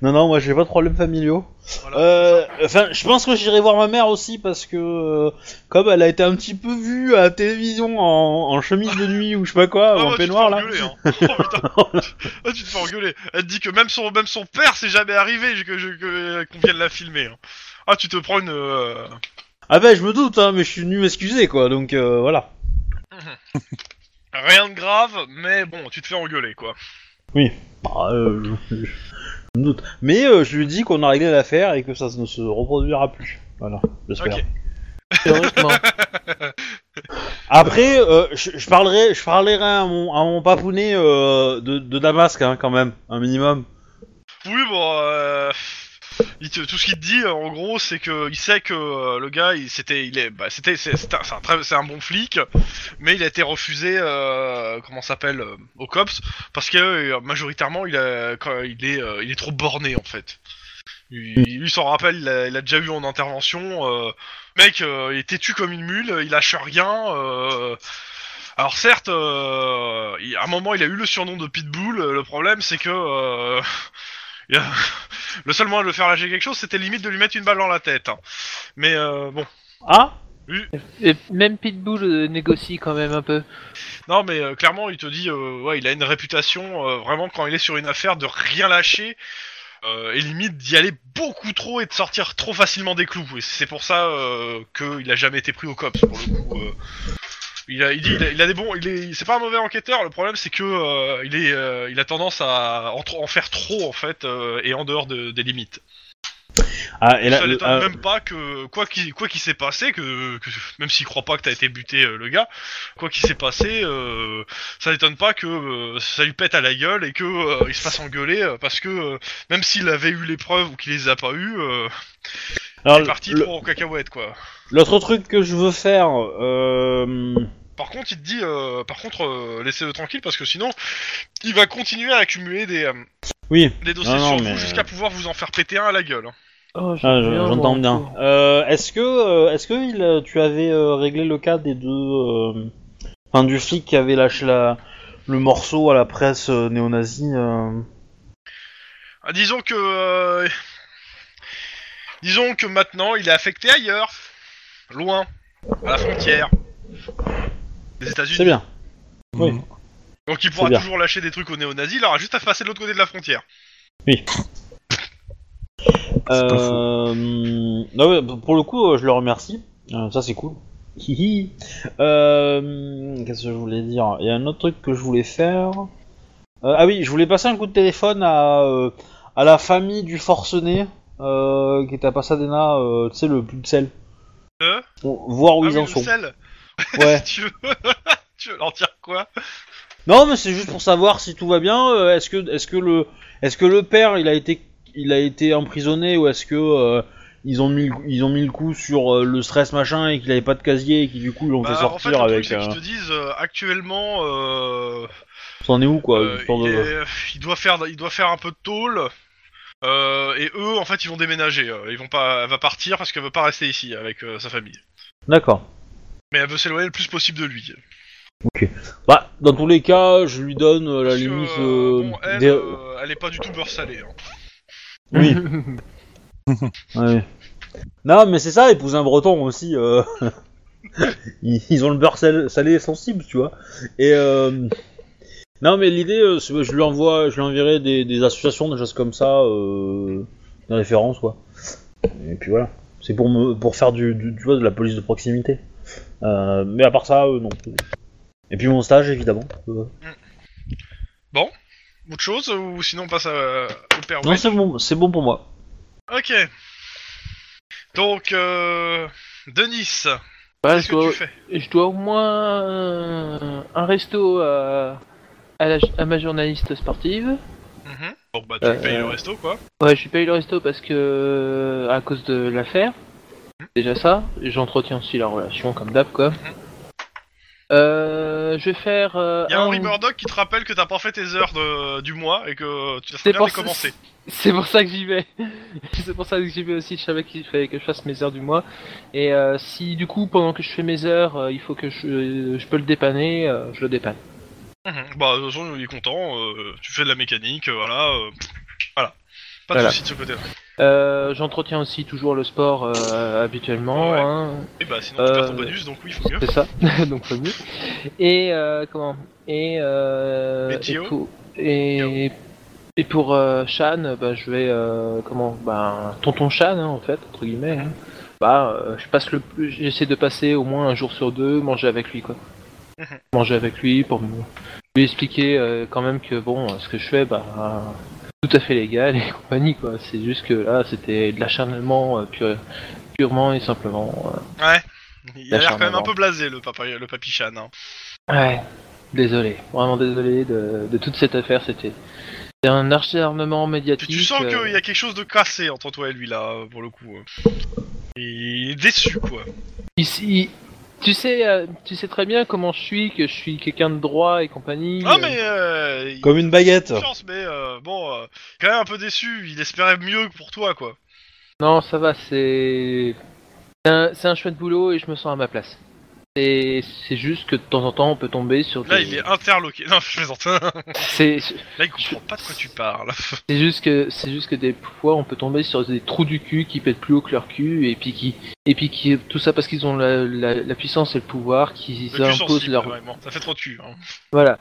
Speaker 1: Non, non, moi j'ai pas de problèmes familiaux.
Speaker 2: Voilà.
Speaker 1: Euh, Enfin, je pense que j'irai voir ma mère aussi parce que, euh, comme elle a été un petit peu vue à la télévision en, en chemise de nuit ou je sais pas quoi,
Speaker 2: Ah,
Speaker 1: ou en
Speaker 2: bah, tu te
Speaker 1: peignoir
Speaker 2: fais
Speaker 1: là.
Speaker 2: engueuler, hein. Oh, putain. Ah, tu te fais engueuler. Elle te dit que même son, même son père, c'est jamais arrivé que je- que- qu'on vienne la filmer. hein. Ah, tu te prends une... euh,
Speaker 1: Ah ben, je me doute, hein, mais je suis venu m'excuser quoi, donc euh, voilà.
Speaker 2: Rien de grave, mais bon, tu te fais engueuler, quoi.
Speaker 1: Bah, euh, je, je- je me doute. Mais euh, je lui dis qu'on a réglé l'affaire et que ça ne se reproduira plus. Voilà, j'espère.
Speaker 2: Ok.
Speaker 4: Théoriquement.
Speaker 1: Après, euh, je, je parlerai, je parlerai à mon, à mon papounet euh, de, de Damasque hein, quand même, un minimum.
Speaker 2: Oui, bon, euh, il te- tout ce qu'il te dit, euh, en gros, c'est que il sait que euh, le gars, il c'était, il est, bah, c'était, c'est c'est un, c'est un très- c'est un bon flic, mais il a été refusé, euh, comment ça s'appelle, euh, au cops, parce que euh, majoritairement, il, a, quand il est, euh, il est trop borné en fait. Il, il s'en rappelle, il a, il a déjà eu en intervention. euh, mec, euh, il est têtu comme une mule, il lâche rien. euh, alors certes, euh, il- à un moment, il a eu le surnom de Pitbull. euh, Le problème, c'est que euh, il a- le seul moyen de le faire lâcher quelque chose, c'était limite de lui mettre une balle dans la tête. hein. Mais euh, bon,
Speaker 1: Ah
Speaker 4: Et même Pitbull euh, négocie quand même un peu.
Speaker 2: non, mais euh, clairement, il te dit, euh, ouais, il a une réputation euh, vraiment quand il est sur une affaire de rien lâcher. euh, et limite d'y aller beaucoup trop et de sortir trop facilement des clous. Et c'est pour ça euh, qu'il a jamais été pris au cops pour le coup. euh. Il a, il, dit- il a, il a des bons, il est, c'est pas un mauvais enquêteur. Le problème c'est que euh, il est, euh, il a tendance à en, tro- en faire trop en fait euh, et en dehors de- des limites.
Speaker 1: Ah, et là,
Speaker 2: ça
Speaker 1: le-
Speaker 2: l'étonne
Speaker 1: ah,
Speaker 2: même pas que quoi qu'il quoi qu'il s'est passé que, que- même s'il croit pas que t'as été buté euh, le gars quoi qu'il s'est passé euh, ça l'étonne pas que euh, ça lui pète à la gueule et que euh, il se fasse engueuler euh, parce que euh, même s'il avait eu les preuves ou qu'il les a pas eu euh,
Speaker 1: alors,
Speaker 2: il est parti
Speaker 1: Ah, le-
Speaker 2: trop en cacahuète quoi
Speaker 1: l'autre truc que je veux faire, euh,
Speaker 2: par contre il te dit euh, par contre euh, laissez-le tranquille parce que sinon il va continuer à accumuler des, euh,
Speaker 1: oui,
Speaker 2: des dossiers
Speaker 1: Non, non,
Speaker 2: sur
Speaker 1: mais-
Speaker 2: vous jusqu'à pouvoir vous en faire péter un à la gueule hein.
Speaker 4: Oh,
Speaker 1: Ah, je- J'entends bien. Euh, est-ce que, euh, est-ce que il, euh, tu avais euh, réglé le cas des deux, euh, enfin du flic qui avait lâché la, le morceau à la presse euh, néo-nazie euh,
Speaker 2: Ah, disons que euh, disons que maintenant il est affecté ailleurs, loin, à la frontière des
Speaker 1: C'est
Speaker 2: États-Unis.
Speaker 1: bien. Oui.
Speaker 2: Donc il pourra
Speaker 1: bien.
Speaker 2: toujours lâcher des trucs aux néo-nazis. Il aura juste à passer de l'autre côté de la frontière.
Speaker 3: C'est pas
Speaker 1: Euh, non, mais p- pour le coup, euh, je le remercie. Euh, ça, c'est cool. Hihi. Euh, Qu'est-ce que je voulais dire Il y a un autre truc que je voulais faire. Euh, ah oui, je voulais passer un coup de téléphone à, euh, à la famille du forcené euh, qui est à Pasadena, euh, tu sais, le plus de sel.
Speaker 2: Euh,
Speaker 1: Pour voir où
Speaker 2: ah
Speaker 1: Oh, ils
Speaker 2: oui,
Speaker 1: en
Speaker 2: le
Speaker 1: sont.
Speaker 2: sel.
Speaker 1: Ouais.
Speaker 2: Si tu veux, tu veux leur dire quoi
Speaker 1: Non, mais c'est juste pour savoir si tout va bien. euh, Est-ce que, est-ce que le, est-ce que le père, il a été, il a été emprisonné ou est-ce que euh, ils ont mis, le- ils ont mis le coup sur euh, le stress machin et qu'il avait pas de casier et qui du coup ils l'ont
Speaker 2: Bah,
Speaker 1: fait
Speaker 2: En fait,
Speaker 1: sortir
Speaker 2: le truc,
Speaker 1: avec.
Speaker 2: c'est qu'ils
Speaker 1: euh,
Speaker 2: te disent euh, actuellement, euh,
Speaker 1: T'en es où quoi
Speaker 2: euh,
Speaker 1: pour
Speaker 2: il,
Speaker 1: de-
Speaker 2: est- il doit faire, il doit faire un peu de tôle. euh, et eux, en fait, ils vont déménager. euh, Ils vont pas, elle va partir parce qu'elle veut pas rester ici avec euh, sa famille.
Speaker 1: D'accord.
Speaker 2: Mais elle veut s'éloigner le plus possible de lui.
Speaker 1: Bah, dans tous les cas, je lui donne euh, la
Speaker 2: Parce que,
Speaker 1: limite.
Speaker 2: euh,
Speaker 1: euh,
Speaker 2: bon, elle,
Speaker 1: des-
Speaker 2: euh, elle est pas du tout beurre salé. hein.
Speaker 1: Oui. ouais. Non, mais c'est ça, épouser un breton aussi. euh, Ils ils ont le beurre sal- salé sensible, tu vois. Et euh, non, mais l'idée, euh, c'est que je lui envoie, je lui enverrai des, des associations, des choses comme ça, euh... des références, quoi. Et puis voilà. C'est pour me, pour faire du, du- tu vois, de la police de proximité. Euh, mais à part ça, euh, non. Et puis mon stage, évidemment. Euh,
Speaker 2: Autre chose ou sinon on passe à- au père
Speaker 1: Non,
Speaker 2: Wedge
Speaker 1: c'est bon, c'est bon pour moi.
Speaker 2: Ok. Donc, euh, Denis,
Speaker 4: Ah, Voilà,
Speaker 2: qu'est-ce
Speaker 4: je,
Speaker 2: que
Speaker 4: dois,
Speaker 2: tu fais
Speaker 4: Bah, je dois au moins euh, un resto à, à la- à ma journaliste sportive.
Speaker 2: Mhm. Bon, bah, tu
Speaker 4: Euh,
Speaker 2: payes le
Speaker 4: euh.
Speaker 2: resto, quoi.
Speaker 4: Ouais, je lui paye le resto parce que à cause de l'affaire. Déjà ça, j'entretiens aussi la relation comme d'hab quoi. Euh, je vais faire. euh,
Speaker 2: Il y a
Speaker 4: un
Speaker 2: Henry
Speaker 4: ou-
Speaker 2: Murdoch qui te rappelle que t'as pas fait tes heures de, du mois et que tu as
Speaker 4: C'est
Speaker 2: bien
Speaker 4: pour
Speaker 2: les commencer.
Speaker 4: C'est pour ça que j'y vais. C'est pour ça que j'y vais aussi. Je savais qu'il fallait que je fasse mes heures du mois. Et euh, si du coup pendant que je fais mes heures, euh, il faut que je, je peux le dépanner, euh, je le dépanne.
Speaker 2: Mhm. Bah, de toute façon, il est content, euh, tu fais de la mécanique, euh, voilà. euh, voilà. Pas de
Speaker 4: Voilà.
Speaker 2: soucis de ce côté-là.
Speaker 4: Euh, J'entretiens aussi toujours le sport euh, habituellement.
Speaker 2: Ouais.
Speaker 4: hein.
Speaker 2: Et bah, sinon, tu perds ton
Speaker 4: Euh.
Speaker 2: bonus, donc oui, il faut mieux.
Speaker 4: C'est ça, donc faut mieux. Et euh, comment Et euh,
Speaker 2: Météo.
Speaker 4: et pour, et, et pour euh, Shan, bah, je vais euh, comment Bah tonton Shan hein, en fait entre guillemets. hein. Bah euh, je passe le plus- j'essaie de passer au moins un jour sur deux manger avec lui quoi.
Speaker 2: Mhm.
Speaker 4: Manger avec lui pour me- lui expliquer euh, quand même que bon ce que je fais bah tout à fait légal et compagnie quoi. C'est juste que là c'était de l'acharnement euh, pur- purement et simplement. euh,
Speaker 2: Ouais. Il a l'air
Speaker 4: D'acharnement.
Speaker 2: quand même un peu blasé, le, papa, le papichan. Hein.
Speaker 4: Ouais, désolé, vraiment désolé de, de toute cette affaire, c'était c'était un armement
Speaker 2: Tu,
Speaker 4: médiatique.
Speaker 2: tu sens
Speaker 4: euh,
Speaker 2: qu'il y a quelque chose de cassé entre toi et lui, là, euh, pour le coup. euh. Il est déçu, quoi.
Speaker 4: ici- tu sais, euh, tu sais très bien comment je suis, que je suis quelqu'un de droit et compagnie.
Speaker 2: Non,
Speaker 4: euh,
Speaker 2: mais. euh, il-
Speaker 1: Comme une baguette.
Speaker 2: confiance, mais euh, bon, euh, quand même un peu déçu. Il espérait mieux que pour toi, quoi.
Speaker 4: Non, ça va, c'est c'est un, c'est un chouette boulot et je me sens à ma place. Et c'est juste que de temps en temps, on peut tomber sur.
Speaker 2: Là,
Speaker 4: des-
Speaker 2: il est interloqué. Non, je plaisante. Là,
Speaker 4: C'est
Speaker 2: il comprend pas de quoi tu parles.
Speaker 4: c'est juste que c'est juste que des fois, on peut tomber sur des trous du cul qui pètent plus haut que leur cul et puis qui et puis qui tout ça parce qu'ils ont la, la- la puissance et le pouvoir qui
Speaker 2: Le cul
Speaker 4: imposent
Speaker 2: sensible,
Speaker 4: leur
Speaker 2: vraiment. Ça fait trop de cul. Hein.
Speaker 4: Voilà.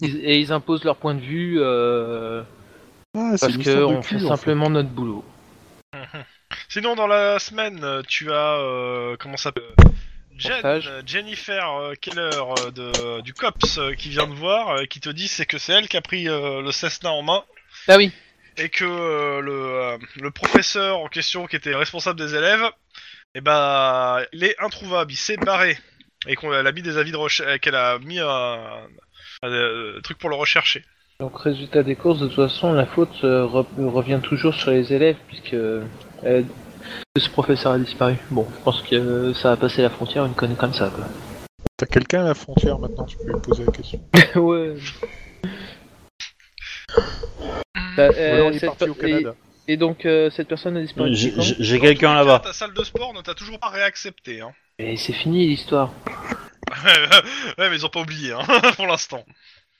Speaker 4: Ils- et ils imposent leur point de vue euh,
Speaker 3: Ah, c'est
Speaker 4: parce
Speaker 3: une histoire de
Speaker 4: qu'on fait
Speaker 3: cul, en fait.
Speaker 4: simplement notre boulot.
Speaker 2: Sinon, dans la semaine, euh, tu as. euh, comment ça s'appelle Jen,
Speaker 4: Portage.
Speaker 2: euh, Jennifer euh, Keller euh, de, du COPS euh, qui vient de voir et qui te dit c'est que c'est elle qui a pris euh, le Cessna en main
Speaker 4: Ah oui,
Speaker 2: et que euh, le, euh, le professeur en question qui était responsable des élèves, eh ben, il est introuvable, il s'est barré et qu'on elle a mis des avis de recherche, qu'elle a mis un, un, euh, truc pour le rechercher.
Speaker 4: donc résultat des courses, de toute façon, la faute euh, re- revient toujours sur les élèves puisque euh, que ce professeur a disparu. Bon, je pense que euh, ça a passé la frontière, une conne comme ça. Quoi.
Speaker 3: T'as quelqu'un à la frontière maintenant, tu peux lui poser la question.
Speaker 4: ouais.
Speaker 2: Hmm.
Speaker 4: Bah,
Speaker 3: Ou alors
Speaker 1: Euh,
Speaker 3: il est parti au Canada.
Speaker 4: euh, et, donc euh, cette personne a disparu.
Speaker 1: J'ai
Speaker 4: depuis quand
Speaker 1: j'ai- j'ai quelqu'un là-bas.
Speaker 2: Ta salle de sport ne t'a toujours pas réaccepté. Hein.
Speaker 4: Et c'est fini l'histoire.
Speaker 2: ouais, mais ils ont pas oublié hein, pour l'instant.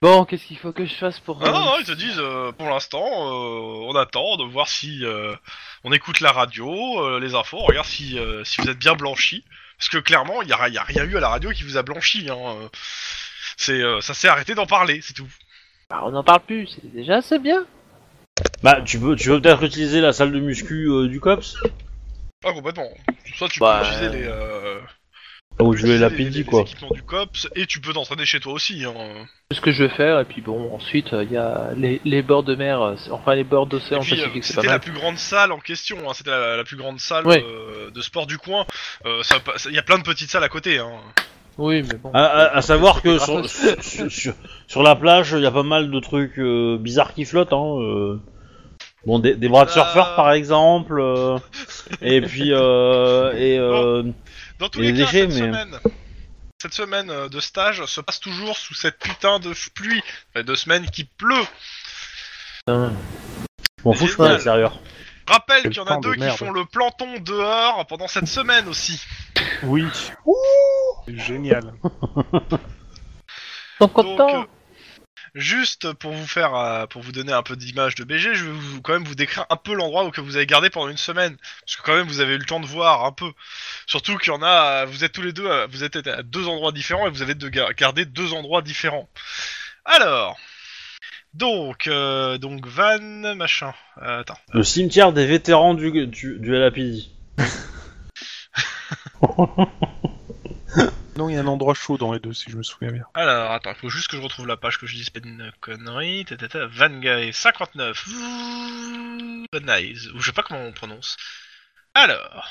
Speaker 4: Bon, qu'est-ce qu'il faut que je fasse pour.
Speaker 2: Non, Ah, non,
Speaker 4: euh,
Speaker 2: non, ils te disent euh, pour l'instant, euh, on attend de voir si euh, on écoute la radio, euh, les infos, on regarde si, euh, si vous êtes bien blanchi. Parce que clairement, il n'y a, il y a rien eu à la radio qui vous a blanchi. Hein, euh. C'est, euh, ça s'est arrêté d'en parler, c'est tout.
Speaker 4: bah, on n'en parle plus, c'est déjà assez bien.
Speaker 1: Bah, tu peux, tu veux peut-être utiliser la salle de muscu euh, du COPS
Speaker 2: Pas Ah, complètement. Soit tu
Speaker 4: Bah,
Speaker 2: peux utiliser les, euh,
Speaker 1: Là où
Speaker 2: tu
Speaker 1: je
Speaker 2: peux
Speaker 1: vais la
Speaker 2: utiliser les- les-
Speaker 1: pédi,
Speaker 2: les
Speaker 1: quoi.
Speaker 2: équipements du COPS et tu peux t'entraîner chez toi aussi. Hein.
Speaker 4: C'est ce que je vais faire, et puis bon, ensuite, euh, il y a les, les bords de mer, euh, c'est- enfin les bords
Speaker 2: Et
Speaker 4: d'océan
Speaker 2: puis, euh,
Speaker 4: Pacifique, c'est pas
Speaker 2: c'était la
Speaker 4: mal.
Speaker 2: plus grande salle en question, hein, c'était la, la plus grande salle
Speaker 4: Ouais.
Speaker 2: euh, de sport du coin. Euh, Il y a plein de petites salles à côté. Hein.
Speaker 4: Oui, mais bon.
Speaker 1: À, à- à savoir que
Speaker 4: C'est
Speaker 1: sur,
Speaker 4: grave.
Speaker 1: sur, sur- sur la plage, il y a pas mal de trucs euh, bizarres qui flottent. Hein, euh. Bon, des, des bras de
Speaker 2: Euh.
Speaker 1: surfeurs par exemple, euh, et puis euh, et euh,
Speaker 2: Dans tous
Speaker 1: Et
Speaker 2: les cas,
Speaker 1: les déchets,
Speaker 2: cette,
Speaker 1: mais-
Speaker 2: semaine, cette semaine euh, de stage se passe toujours sous cette putain de pluie. Ça fait deux semaines qui pleut.
Speaker 4: Putain.
Speaker 1: je m'en fous, je suis pas à l'extérieur.
Speaker 2: Rappelle
Speaker 3: Quel
Speaker 2: qu'il y en a
Speaker 3: temps de
Speaker 2: deux qui
Speaker 3: merde.
Speaker 2: font le planton dehors pendant cette semaine aussi.
Speaker 3: Oui. C'est Génial.
Speaker 4: T'es
Speaker 2: Donc,
Speaker 4: content
Speaker 2: euh, juste pour vous faire, euh, pour vous donner un peu d'image de BG, je vais vous, quand même vous décrire un peu l'endroit que vous avez gardé pendant une semaine, parce que quand même vous avez eu le temps de voir un peu. Surtout qu'il y en a, euh, vous êtes tous les deux, euh, vous êtes à deux endroits différents et vous avez de ga- gardé deux endroits différents. Alors, donc, euh, donc Van, machin, euh, attends.
Speaker 1: Le cimetière des vétérans du du, du LAPD.
Speaker 3: Non, il y a un endroit chaud dans les deux, si je me souviens bien.
Speaker 2: Alors, attends, il faut juste que je retrouve la page que je dise pas de conneries. Tatata, Van Guy 59. Van Nuys, ou je sais pas comment on prononce. Alors.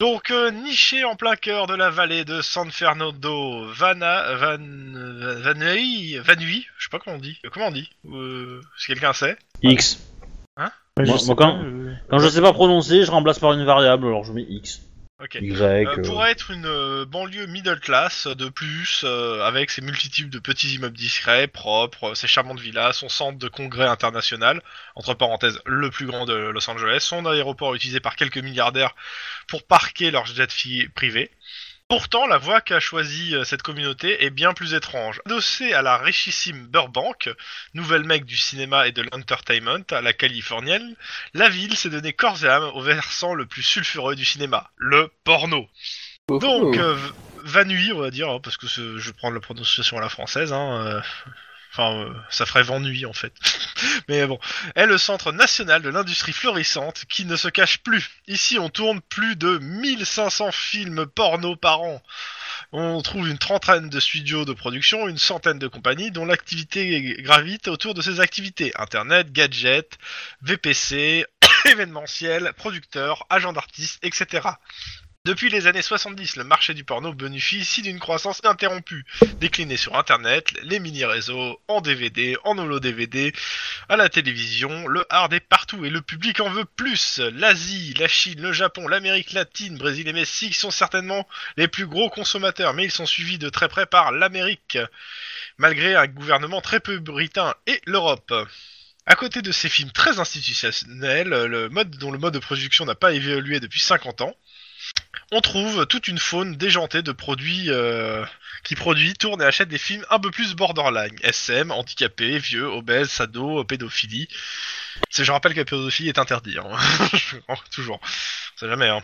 Speaker 2: Donc, euh, niché en plein cœur de la vallée de San Fernando, Vana, Van, Van, Vanui, Vanui, je sais pas comment on dit. Euh, Comment on dit Euh, Si quelqu'un sait.
Speaker 1: X.
Speaker 3: Ouais,
Speaker 1: Moi-
Speaker 3: je sais
Speaker 1: moi,
Speaker 3: pas,
Speaker 1: quand-
Speaker 3: euh,
Speaker 1: Quand je sais pas prononcer, je remplace par une variable, alors je mets X.
Speaker 2: Ok.
Speaker 1: Y.
Speaker 2: Euh,
Speaker 1: euh,
Speaker 2: Pour être une euh, banlieue middle class euh, de plus, euh, avec ses multitudes de petits immeubles discrets, propres, euh, ses charmantes villas, son centre de congrès international, entre parenthèses le plus grand de Los Angeles, son aéroport utilisé par quelques milliardaires pour parquer leurs jets fi- privés. Pourtant, la voie qu'a choisie euh, cette communauté est bien plus étrange. Adossée à la richissime Burbank, nouvelle mecque du cinéma et de l'entertainment à la californienne, la ville s'est donnée corps et âme au versant le plus sulfureux du cinéma, le porno.
Speaker 4: Oh,
Speaker 2: Donc,
Speaker 4: oh.
Speaker 2: euh, V- Vanui, on va dire, hein, parce que ce- je prends la prononciation à la française, hein, euh, enfin, euh, ça ferait Vanui en fait. Mais bon, est le centre national de l'industrie florissante qui ne se cache plus. Ici, on tourne plus de 1500 films porno par an. On trouve une trentaine de studios de production, une centaine de compagnies dont l'activité gravite autour de ces activités. Internet, gadgets, VPC, événementiel, producteurs, agents d'artistes, etc. Depuis les années 70, le marché du porno bénéficie d'une croissance interrompue, déclinée sur Internet, les mini-réseaux, en DVD, en holo-DVD, à la télévision, le hard est partout et le public en veut plus. L'Asie, la Chine, le Japon, l'Amérique latine, Brésil et Mexique sont certainement les plus gros consommateurs, mais ils sont suivis de très près par l'Amérique, malgré un gouvernement très peu britain et l'Europe. À côté de ces films très institutionnels, le mode dont le mode de production n'a pas évolué depuis 50 ans, on trouve toute une faune déjantée de produits euh, qui produit, tourne et achète des films un peu plus borderline. SM, handicapés, vieux, obèses, sado, pédophilie. C'est- Je rappelle que la pédophilie est interdite. Hein. Je- oh, Toujours. C'est jamais. Hein.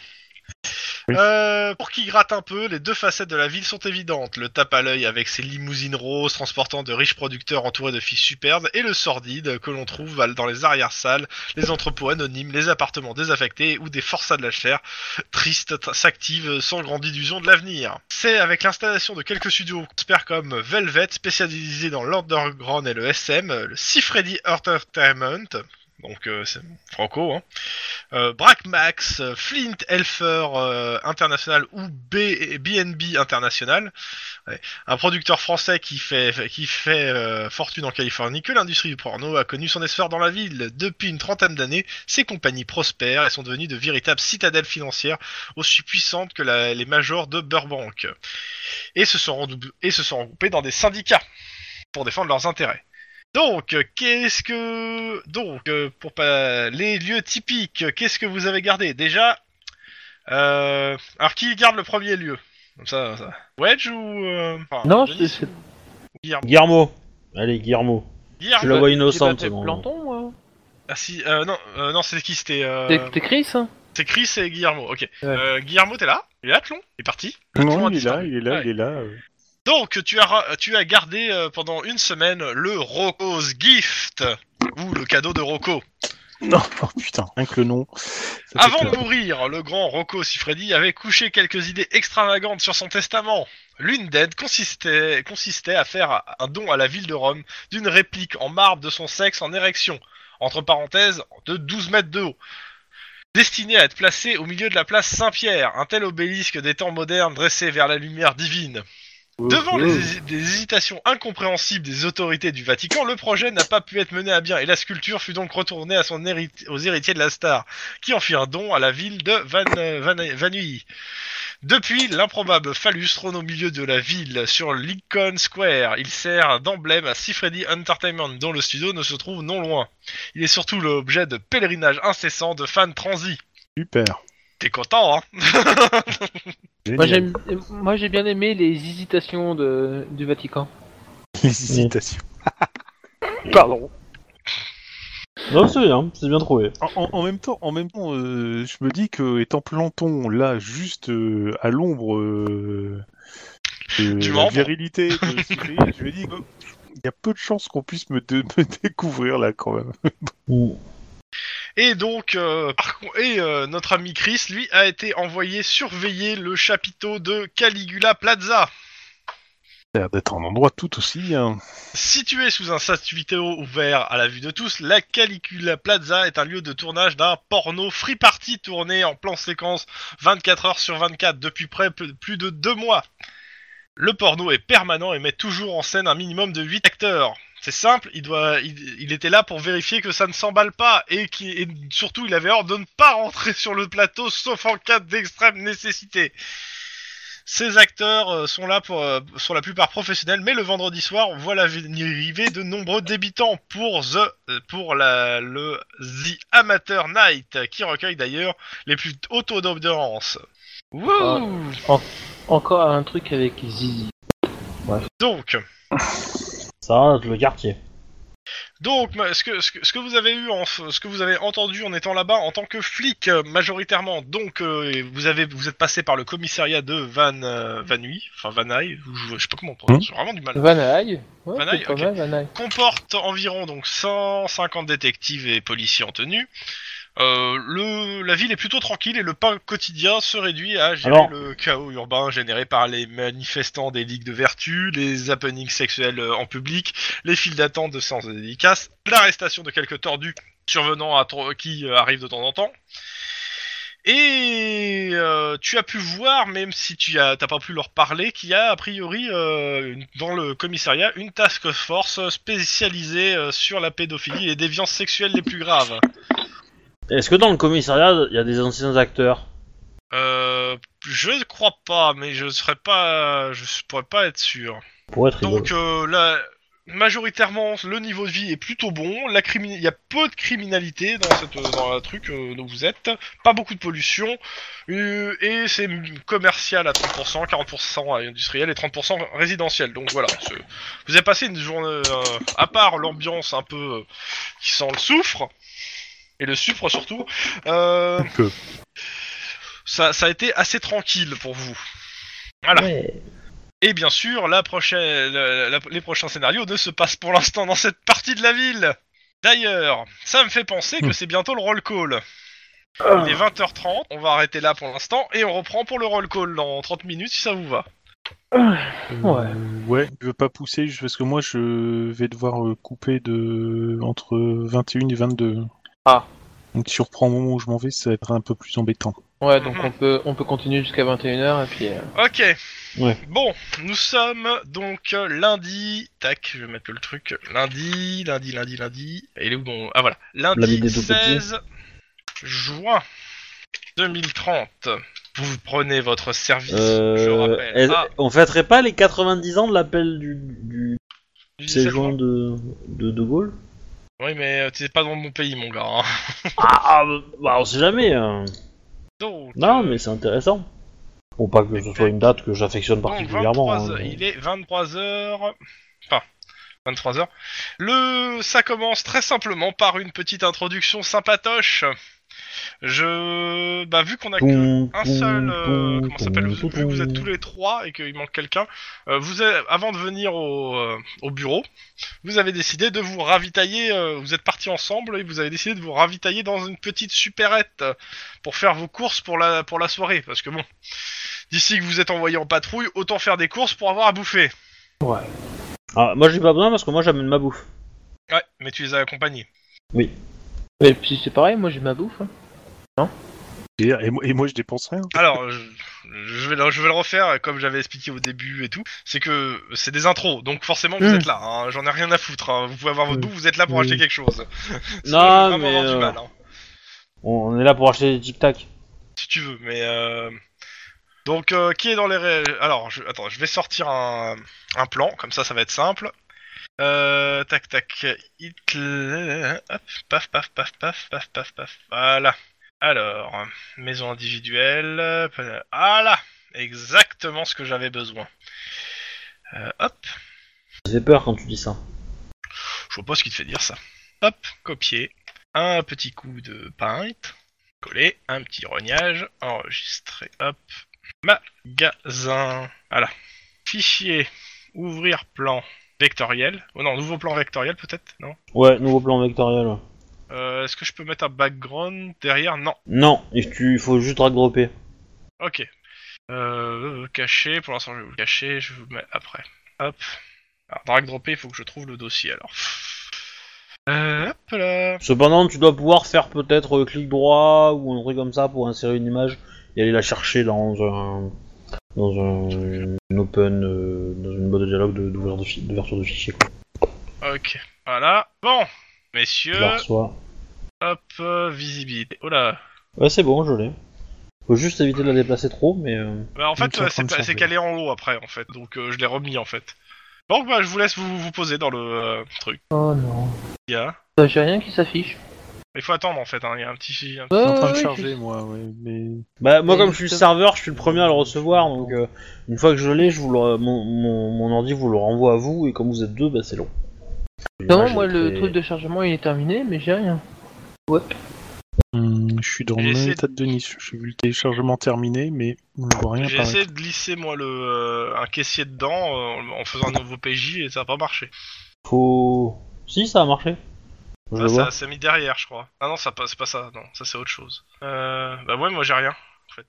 Speaker 3: Oui.
Speaker 2: Euh, pour qui gratte un peu, les deux facettes de la ville sont évidentes. Le tape à l'œil avec ses limousines roses transportant de riches producteurs entourés de filles superbes et le sordide que l'on trouve dans les arrières-salles, les entrepôts anonymes, les appartements désaffectés ou des forçats de la chair triste t- s'active sans grande illusion de l'avenir. C'est avec l'installation de quelques studios experts comme Velvet, spécialisé dans l'underground et le SM, euh, le Sifredi Entertainment, donc euh, c'est franco, hein, euh, Brackmax, euh, Flint Helfer euh, International ou B- BNB International, ouais, un producteur français qui fait, qui fait euh, fortune en Californie, que l'industrie du porno a connu son essor dans la ville. Depuis une trentaine d'années, ces compagnies prospèrent et sont devenues de véritables citadelles financières aussi puissantes que la- les majors de Burbank. Et se, sont rendou- et se sont regroupées dans des syndicats pour défendre leurs intérêts. Donc, euh, qu'est-ce que... Donc, euh, pour pas... les lieux typiques, euh, qu'est-ce que vous avez gardé Déjà, euh, alors qui garde le premier lieu Comme ça, ça. Wedge ou... euh, enfin,
Speaker 4: Non,
Speaker 2: Denis
Speaker 4: c'est-
Speaker 2: ou Guillermo
Speaker 1: Guillermo. Allez, Guillermo.
Speaker 2: Guillermo,
Speaker 1: Je la
Speaker 4: Bah,
Speaker 1: vois
Speaker 4: j'ai
Speaker 1: innocente,
Speaker 4: pas fait
Speaker 1: moi.
Speaker 4: Planton, moi.
Speaker 2: ah, si, euh, non, euh, non c'est qui C'était euh,
Speaker 4: T'es t'es Chris hein
Speaker 2: c'est Chris et Guillermo, ok.
Speaker 4: Ouais.
Speaker 2: Euh, Guillermo, t'es là Il est là, Tlon Il est parti
Speaker 3: Non,
Speaker 2: Comment
Speaker 3: il est là,
Speaker 2: distinguer
Speaker 3: il est là,
Speaker 2: Ouais.
Speaker 3: il est là. euh.
Speaker 2: Donc, tu as, ra- tu as gardé euh, pendant une semaine le Rocco's Gift, ou le cadeau de Rocco.
Speaker 3: Non, oh putain, rien que le nom. ça fait
Speaker 2: Avant
Speaker 3: peur.
Speaker 2: de mourir, le grand Rocco Sifredi avait couché quelques idées extravagantes sur son testament. L'une d'elles consistait, consistait à faire un don à la ville de Rome d'une réplique en marbre de son sexe en érection, entre parenthèses, de 12 mètres de haut. Destinée à être placée au milieu de la place Saint-Pierre, un tel obélisque des temps modernes dressé vers la lumière divine. Devant les hési- des hésitations incompréhensibles des autorités du Vatican, le projet n'a pas pu être mené à bien et la sculpture fut donc retournée à son hériti- aux héritiers de la star, qui en fit un don à la ville de Van, euh, Van, Vanui. Depuis, l'improbable phallus trône au milieu de la ville, sur Lincoln Square. Il sert d'emblème à Sifredi Entertainment, dont le studio ne se trouve non loin. Il est surtout l'objet de pèlerinages incessants de fans transis.
Speaker 3: Super.
Speaker 2: T'es content, hein
Speaker 3: Génial.
Speaker 4: Moi j'aime, euh, moi j'ai bien aimé les hésitations de, du Vatican.
Speaker 3: les hésitations.
Speaker 4: Pardon.
Speaker 1: Non, c'est bien, c'est bien trouvé.
Speaker 3: En, en- en même temps, en même temps, euh, je me dis que étant planton là, juste euh, à l'ombre euh, de
Speaker 2: Du
Speaker 3: la
Speaker 2: membre.
Speaker 3: virilité, de Siri, je me dis que il y a peu de chances qu'on puisse me, dé- me découvrir là quand même.
Speaker 2: Et donc, euh, par con- et euh, notre ami Chris, lui, a été envoyé surveiller le chapiteau de Caligula Plaza.
Speaker 3: Ça a l'air d'être un endroit tout aussi. hein.
Speaker 2: Situé sous un chapiteau ouvert à la vue de tous, la Caligula Plaza est un lieu de tournage d'un porno free party tourné en plan séquence 24 heures sur 24 depuis près peu- plus de deux mois. Le porno est permanent et met toujours en scène un minimum de 8 acteurs. C'est simple, il, doit, il, il était là pour vérifier que ça ne s'emballe pas et, qui, et surtout il avait ordre de ne pas rentrer sur le plateau sauf en cas d'extrême nécessité. Ces acteurs euh, sont là pour, euh, sont la plupart professionnels, mais le vendredi soir, on voit la vi- l'arrivée de nombreux débutants pour the, euh, pour la, le The Amateur Night, qui recueille d'ailleurs les plus hauts taux d'audience. Wouh
Speaker 4: Ah. Encore un truc avec Zizi.
Speaker 2: Donc,
Speaker 1: Ça arrête le quartier.
Speaker 2: donc, ma- ce que, ce que, ce que vous avez eu, en, f- ce que vous avez entendu en étant là-bas, en tant que flic euh, majoritairement, donc euh, et vous avez, vous êtes passé par le commissariat de Van, euh, Vanui, enfin Vanaille, ou je, je sais pas comment on prononce, j'ai vraiment du mal.
Speaker 4: Vanaille Ouais,
Speaker 2: Van Nuys,
Speaker 4: c'est pas
Speaker 2: ok.
Speaker 4: mal, Vanaille.
Speaker 2: comporte environ donc 150 détectives et policiers en tenue. Euh, le, la ville est plutôt tranquille et le pain quotidien se réduit à gérer
Speaker 1: Alors-
Speaker 2: le chaos urbain généré par les manifestants des ligues de vertu, les happenings sexuels euh, en public, les files d'attente de séances de dédicaces, l'arrestation de quelques tordus survenant à tro- qui euh, arrivent de temps en temps. Et euh, tu as pu voir, même si tu as t'as pas pu leur parler, qu'il y a a priori euh, une- dans le commissariat une task force spécialisée euh, sur la pédophilie et les déviances sexuelles les plus graves.
Speaker 1: Est-ce que dans le commissariat, il y a des anciens acteurs
Speaker 2: Euh, je ne crois pas, mais je serais pas, je pourrais pas être sûr.
Speaker 1: Pour être rigolo.
Speaker 2: Donc euh, là, majoritairement, le niveau de vie est plutôt bon. La crimi- il y a peu de criminalité dans cette euh, dans la truc euh, dont vous êtes. Pas beaucoup de pollution Euh, et c'est m- commercial à 30%, 40% à industriel et 30% résidentiel. Donc voilà, c'est- vous avez passé une journée euh, à part l'ambiance un peu euh, qui sent le soufre et le sucre surtout. euh,
Speaker 3: Donc, euh,
Speaker 2: ça, ça a été assez tranquille pour vous. Voilà. Et bien sûr, la prochaine, euh, la- la- les prochains scénarios ne se passent pour l'instant dans cette partie de la ville. D'ailleurs, ça me fait penser que
Speaker 3: Hmm.
Speaker 2: c'est bientôt le roll call. Il est 20h30, on va arrêter là pour l'instant et on reprend pour le roll call dans 30 minutes si ça vous va.
Speaker 4: Ouais.
Speaker 3: Euh, ouais, je veux pas pousser juste parce que moi je vais devoir euh, couper de entre 21 et 22.
Speaker 4: Ah.
Speaker 3: Donc si je reprends au moment où je m'en vais, ça va être un peu plus embêtant.
Speaker 4: Ouais, donc
Speaker 2: Mhm.
Speaker 4: on peut, on peut continuer jusqu'à 21h et puis. euh,
Speaker 2: Ok.
Speaker 1: Ouais.
Speaker 2: Bon, nous sommes donc euh, lundi. Tac, je vais mettre le truc. Lundi, lundi, lundi, lundi. Et il est où mon- Ah voilà.
Speaker 1: L'ami
Speaker 2: Lundi
Speaker 1: des tout petits.
Speaker 2: 16 juin 2030. Vous prenez votre service,
Speaker 1: Euh,
Speaker 2: je rappelle.
Speaker 1: est-
Speaker 2: Ah,
Speaker 1: On fêterait pas les 90 ans de l'appel du, du
Speaker 2: du 17
Speaker 1: séjour
Speaker 2: juin.
Speaker 1: de de, de Gaulle
Speaker 2: Oui, mais euh, t'es pas dans mon pays, mon gars. hein.
Speaker 1: ah, ah, bah on sait jamais. hein.
Speaker 2: Donc,
Speaker 1: Non,
Speaker 2: euh,
Speaker 1: mais c'est intéressant. Bon, pas que ce soit une date que j'affectionne
Speaker 2: Donc,
Speaker 1: particulièrement.
Speaker 2: 23
Speaker 1: hein,
Speaker 2: heures-
Speaker 1: mais-
Speaker 2: Il est 23h. Enfin, 23h. Le... Ça commence très simplement par une petite introduction sympatoche. Je. Bah, vu qu'on a que
Speaker 1: Poum,
Speaker 2: un
Speaker 1: poum,
Speaker 2: seul. euh,
Speaker 1: poum,
Speaker 2: comment ça s'appelle Vu
Speaker 1: poum,
Speaker 2: que vous êtes
Speaker 1: poum.
Speaker 2: tous les trois et qu'il manque quelqu'un, euh, vous avez- avant de venir au, euh, au bureau, vous avez décidé de vous ravitailler. euh, vous êtes partis ensemble et vous avez décidé de vous ravitailler dans une petite supérette euh, pour faire vos courses pour la, pour la soirée. Parce que bon. D'ici que vous êtes envoyé en patrouille, autant faire des courses pour avoir à bouffer.
Speaker 1: Ah, moi j'ai pas besoin parce que moi j'amène ma bouffe.
Speaker 2: Ouais, mais tu les as accompagnés.
Speaker 4: Et puis c'est pareil, moi j'ai ma bouffe. hein.
Speaker 3: Et, et moi- et moi je dépense rien.
Speaker 2: Alors, je, je vais, le- je vais le refaire, euh, comme j'avais expliqué au début et tout. C'est que c'est des intros, donc forcément vous
Speaker 1: Mm.
Speaker 2: êtes là. hein, J'en ai rien à foutre. hein, Vous pouvez avoir votre
Speaker 1: Mm.
Speaker 2: bouffe, vous êtes là pour
Speaker 1: Mm.
Speaker 2: acheter quelque chose. Sinon, je vais
Speaker 1: Non,
Speaker 2: vraiment
Speaker 1: mais,
Speaker 2: avoir du
Speaker 1: euh,
Speaker 2: mal, hein,
Speaker 1: On, on est là pour acheter des tic tac.
Speaker 2: si tu veux, mais. euh, Donc, euh, qui est dans les. ré- Alors, je... attends, je vais sortir un, un plan, comme ça, ça va être simple. Euh, tac, tac. Hitler- Hop, paf, paf, paf, paf, paf, paf, paf. Voilà. Alors, maison individuelle. euh, Voilà. Exactement ce que j'avais besoin. Euh, hop.
Speaker 1: Ça fait peur quand tu dis ça.
Speaker 2: Je vois pas ce qui te fait dire ça. Hop, copier. Un petit coup de paint. Coller. Un petit rognage. Enregistrer. Hop. Magasin. Voilà. Fichier. Ouvrir plan vectoriel. Oh non, nouveau plan vectoriel peut-être Non
Speaker 1: Ouais, nouveau plan vectoriel. ouais.
Speaker 2: Euh, Est-ce que je peux mettre un background derrière Non.
Speaker 1: Non, et tu, il faut juste drag dropper.
Speaker 2: Ok. Euh, caché, pour l'instant je vais vous le cacher, je vous le mets après. Hop. Alors, drag dropper, il faut que je trouve le dossier alors. Euh, hop là.
Speaker 1: Cependant, tu dois pouvoir faire peut-être euh, clic droit ou un truc comme ça pour insérer une image et aller la chercher dans un dans un une open euh, dans une boîte de dialogue de- d'ouvrir de fi- d'ouverture de, fichier. Quoi.
Speaker 2: Ok. Voilà. Bon,
Speaker 1: Tu la
Speaker 2: messieurs,
Speaker 1: reçois.
Speaker 2: hop, euh, visibilité. Oh là.
Speaker 1: Ouais, c'est bon, je l'ai. Faut juste éviter de la déplacer trop, mais euh,
Speaker 2: Bah, en
Speaker 3: Donc,
Speaker 2: fait,
Speaker 3: c'est en
Speaker 2: euh,
Speaker 3: train
Speaker 2: c'est
Speaker 3: de
Speaker 2: pas- c'est
Speaker 3: changer.
Speaker 2: calé en haut après, en fait. Donc, euh, je l'ai remis, en fait. Donc, bah, je vous laisse vous, vous poser dans le euh, truc.
Speaker 4: Oh non.
Speaker 2: Il y a...
Speaker 4: Bah, J'ai rien qui s'affiche.
Speaker 2: Il faut attendre, en fait. hein, Il y a un petit... un-
Speaker 3: Je suis
Speaker 4: Ouais,
Speaker 3: en train de
Speaker 4: ouais,
Speaker 3: charger,
Speaker 4: je-
Speaker 3: moi, ouais, mais...
Speaker 1: bah moi
Speaker 4: Et
Speaker 1: comme je suis le
Speaker 4: justement-
Speaker 1: serveur, je suis le premier à le recevoir, donc euh, une fois que je l'ai, je vous le, mon, mon, mon ordi vous le renvoie à vous et comme vous êtes deux, bah c'est long.
Speaker 4: Non,
Speaker 1: L'image
Speaker 4: moi
Speaker 1: est
Speaker 4: le
Speaker 1: très-
Speaker 4: truc de chargement il est terminé, mais j'ai rien.
Speaker 3: Hum, je suis dans
Speaker 2: J'ai
Speaker 3: le même
Speaker 2: essayé-
Speaker 3: état de Denis. J'ai vu le téléchargement terminé, mais on ne voit rien
Speaker 2: J'ai
Speaker 3: apparaître.
Speaker 2: essayé de glisser, moi, le, euh, un caissier dedans euh, en faisant un nouveau PJ et ça a pas marché.
Speaker 1: Faut... Si, ça a marché. Je
Speaker 2: Ça,
Speaker 1: le vois.
Speaker 2: Ah, ça, ça a mis derrière, je crois. Ah non, ça passe pas ça. Non, ça, c'est autre chose. Euh, bah, ouais, moi, j'ai rien.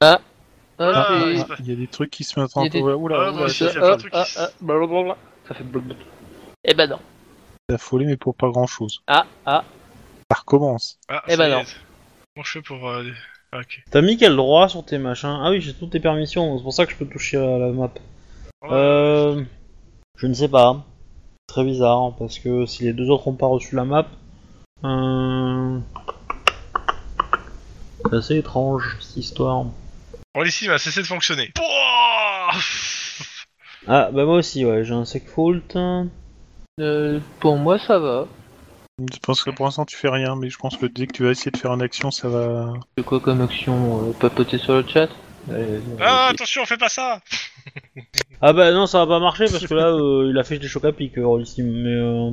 Speaker 4: Ah, bah,
Speaker 2: Ah,
Speaker 4: c'est-
Speaker 2: il se
Speaker 3: Ah, il y a des trucs qui se mettent en
Speaker 4: Il y a des-
Speaker 3: Ouais, oula,
Speaker 2: Ah, moi
Speaker 3: oula,
Speaker 2: aussi,
Speaker 3: ça-
Speaker 2: j'ai plein de trucs qui
Speaker 4: ah,
Speaker 2: se-
Speaker 4: blablabla. ah. Ça fait blablabla. Eh ben non.
Speaker 3: c'est affolé, mais pour pas grand chose.
Speaker 4: Ah, ah.
Speaker 3: Ça recommence.
Speaker 2: Ah,
Speaker 4: Eh ben non.
Speaker 2: Bon, je fais pour... euh, ah, Ok.
Speaker 1: T'as mis quel droit sur tes machins Ah oui, j'ai toutes tes permissions, c'est pour ça que je peux toucher à la map. Euh, je ne sais pas. Très bizarre, parce que si les deux autres ont pas reçu la map, euh... c'est assez étrange cette histoire.
Speaker 2: Bon, ici, il va cesser de fonctionner. Pouah
Speaker 1: Ah bah moi aussi, ouais, j'ai un sec fault. Ah
Speaker 4: Euh, pour moi ça va.
Speaker 3: Je pense que pour l'instant tu fais rien, mais je pense que dès que tu vas essayer de faire une action, ça va.
Speaker 4: C'est quoi comme action euh, Papoter sur le chat Euh,
Speaker 2: Ah,
Speaker 4: ok.
Speaker 2: attention, fais pas ça
Speaker 1: Ah bah non, ça va pas marcher parce que là, euh, il a fait des chocs à pic, euh, Rollissim, mais euh...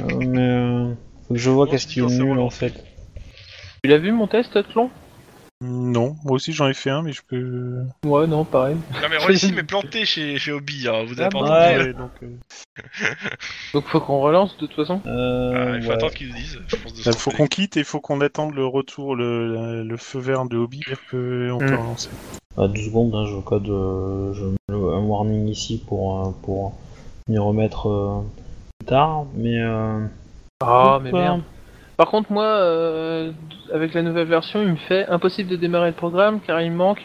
Speaker 1: euh, mais euh, Faut que je vois
Speaker 2: Bon,
Speaker 1: qu'est-ce
Speaker 2: c'est
Speaker 1: qui est
Speaker 2: dur, c'est
Speaker 1: nul
Speaker 2: relou.
Speaker 1: en fait.
Speaker 4: Tu l'as vu mon test, Tlon
Speaker 3: Non, moi aussi j'en ai fait un, mais je peux.
Speaker 4: Ouais, non, pareil.
Speaker 2: Non mais Rolissim est planté chez, chez Obi, hein, vous avez pas
Speaker 1: bah,
Speaker 2: entendu.
Speaker 1: ouais.
Speaker 3: donc, euh,
Speaker 4: Donc faut qu'on relance de toute façon.
Speaker 1: Euh,
Speaker 2: Ah, il faut
Speaker 1: ouais. Bah,
Speaker 2: attendre qu'ils le disent. je pense, de
Speaker 3: là,
Speaker 2: se
Speaker 3: bah, faut
Speaker 2: tromper.
Speaker 3: qu'on quitte et faut qu'on attende le retour, le, la- le feu vert de Hobby, pour qu'on
Speaker 4: Hmm.
Speaker 3: peut relancer.
Speaker 1: Ah, deux secondes, hein, je code euh, je mets le- un warning ici pour, euh, pour m'y remettre euh, plus tard, mais... Euh...
Speaker 4: Ah, mais
Speaker 1: pourquoi
Speaker 4: merde. Par contre, moi, euh, avec la nouvelle version, il me fait impossible de démarrer le programme car il manque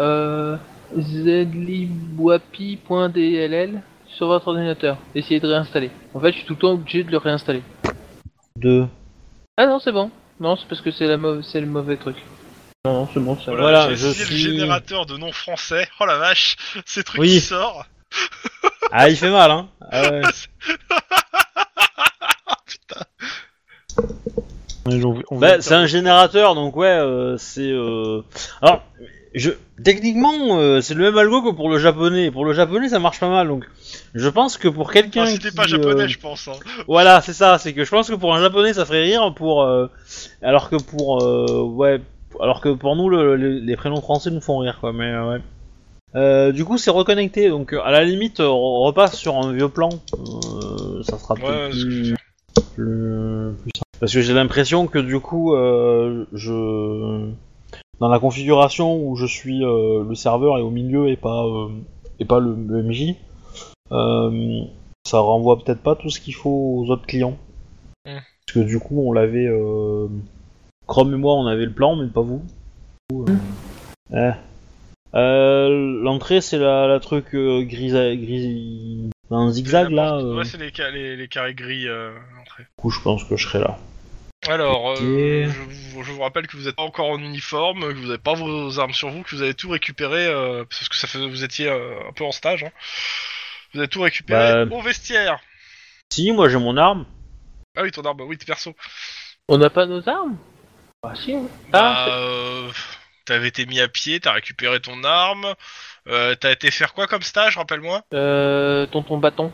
Speaker 4: euh, zlibwapi.dll sur votre ordinateur. Essayez de réinstaller. En fait, je suis tout le temps obligé de le réinstaller.
Speaker 1: Deux.
Speaker 4: Ah non, c'est bon. Non, c'est parce que c'est la mau- c'est le mauvais truc. Non, non, c'est bon, ça va.
Speaker 1: Voilà,
Speaker 2: j'ai
Speaker 1: je
Speaker 2: essayé
Speaker 1: suis-
Speaker 2: le générateur de noms français. Oh la vache, ces trucs
Speaker 1: Oui.
Speaker 2: qui sortent.
Speaker 1: Ah, il fait mal, hein ah, ouais.
Speaker 3: Mais on- on
Speaker 1: Bah,
Speaker 3: va-
Speaker 1: c'est un générateur, donc ouais, euh, c'est... euh, Alors, je... techniquement, euh, c'est le même algo que pour le japonais. Pour le japonais, ça marche pas mal, donc je pense que pour quelqu'un
Speaker 2: Enfin, Ah, c'était
Speaker 1: qui,
Speaker 2: pas japonais,
Speaker 1: euh,
Speaker 2: je pense. hein.
Speaker 1: Voilà, c'est ça, c'est que je pense que pour un japonais ça ferait rire pour euh, alors que pour euh, ouais, alors que pour nous le- le- les prénoms français nous font rire quoi, mais euh, ouais. Euh, du coup, c'est reconnecté, donc euh, à la limite, euh, on repasse sur un vieux plan. euh, ça sera
Speaker 2: Ouais,
Speaker 1: peut-être
Speaker 2: c'est ce que je veux
Speaker 1: plus, plus- plus simple. Parce que j'ai l'impression que du coup, euh, je dans la configuration où je suis euh, le serveur est au milieu et pas euh, et pas le, le MJ, euh, ça renvoie peut-être pas tout ce qu'il faut aux autres clients.
Speaker 2: Hmm.
Speaker 1: Parce que du coup, on l'avait. euh, Chrome et moi, on avait le plan, mais pas vous. Du coup, euh,
Speaker 2: Hmm.
Speaker 1: ouais. Euh, L'entrée, c'est la, la truc euh, grise, à- gris, un zigzag là.
Speaker 2: N'importe-
Speaker 1: euh,
Speaker 2: Ouais, c'est les, ca- les, les carrés gris. euh, à l'entrée.
Speaker 1: Du coup, je pense que je serai là.
Speaker 2: Alors, euh,
Speaker 1: Ok.
Speaker 2: je, vous- je vous rappelle que vous êtes pas encore en uniforme, que vous avez pas vos armes sur vous, que vous avez tout récupéré euh, parce que ça fait, vous étiez euh, un peu en stage. hein. Vous avez tout récupéré
Speaker 1: Bah,
Speaker 2: au vestiaire.
Speaker 1: Si, moi j'ai mon arme.
Speaker 2: Ah oui, ton arme, oui, t'es perso.
Speaker 4: On n'a pas nos armes Ah si. hein.
Speaker 2: Bah,
Speaker 4: Ah, c'est-
Speaker 2: euh, t'avais été mis à pied, t'as récupéré ton arme, euh, t'as été faire quoi comme stage, rappelle-moi
Speaker 4: euh, tonton bâton.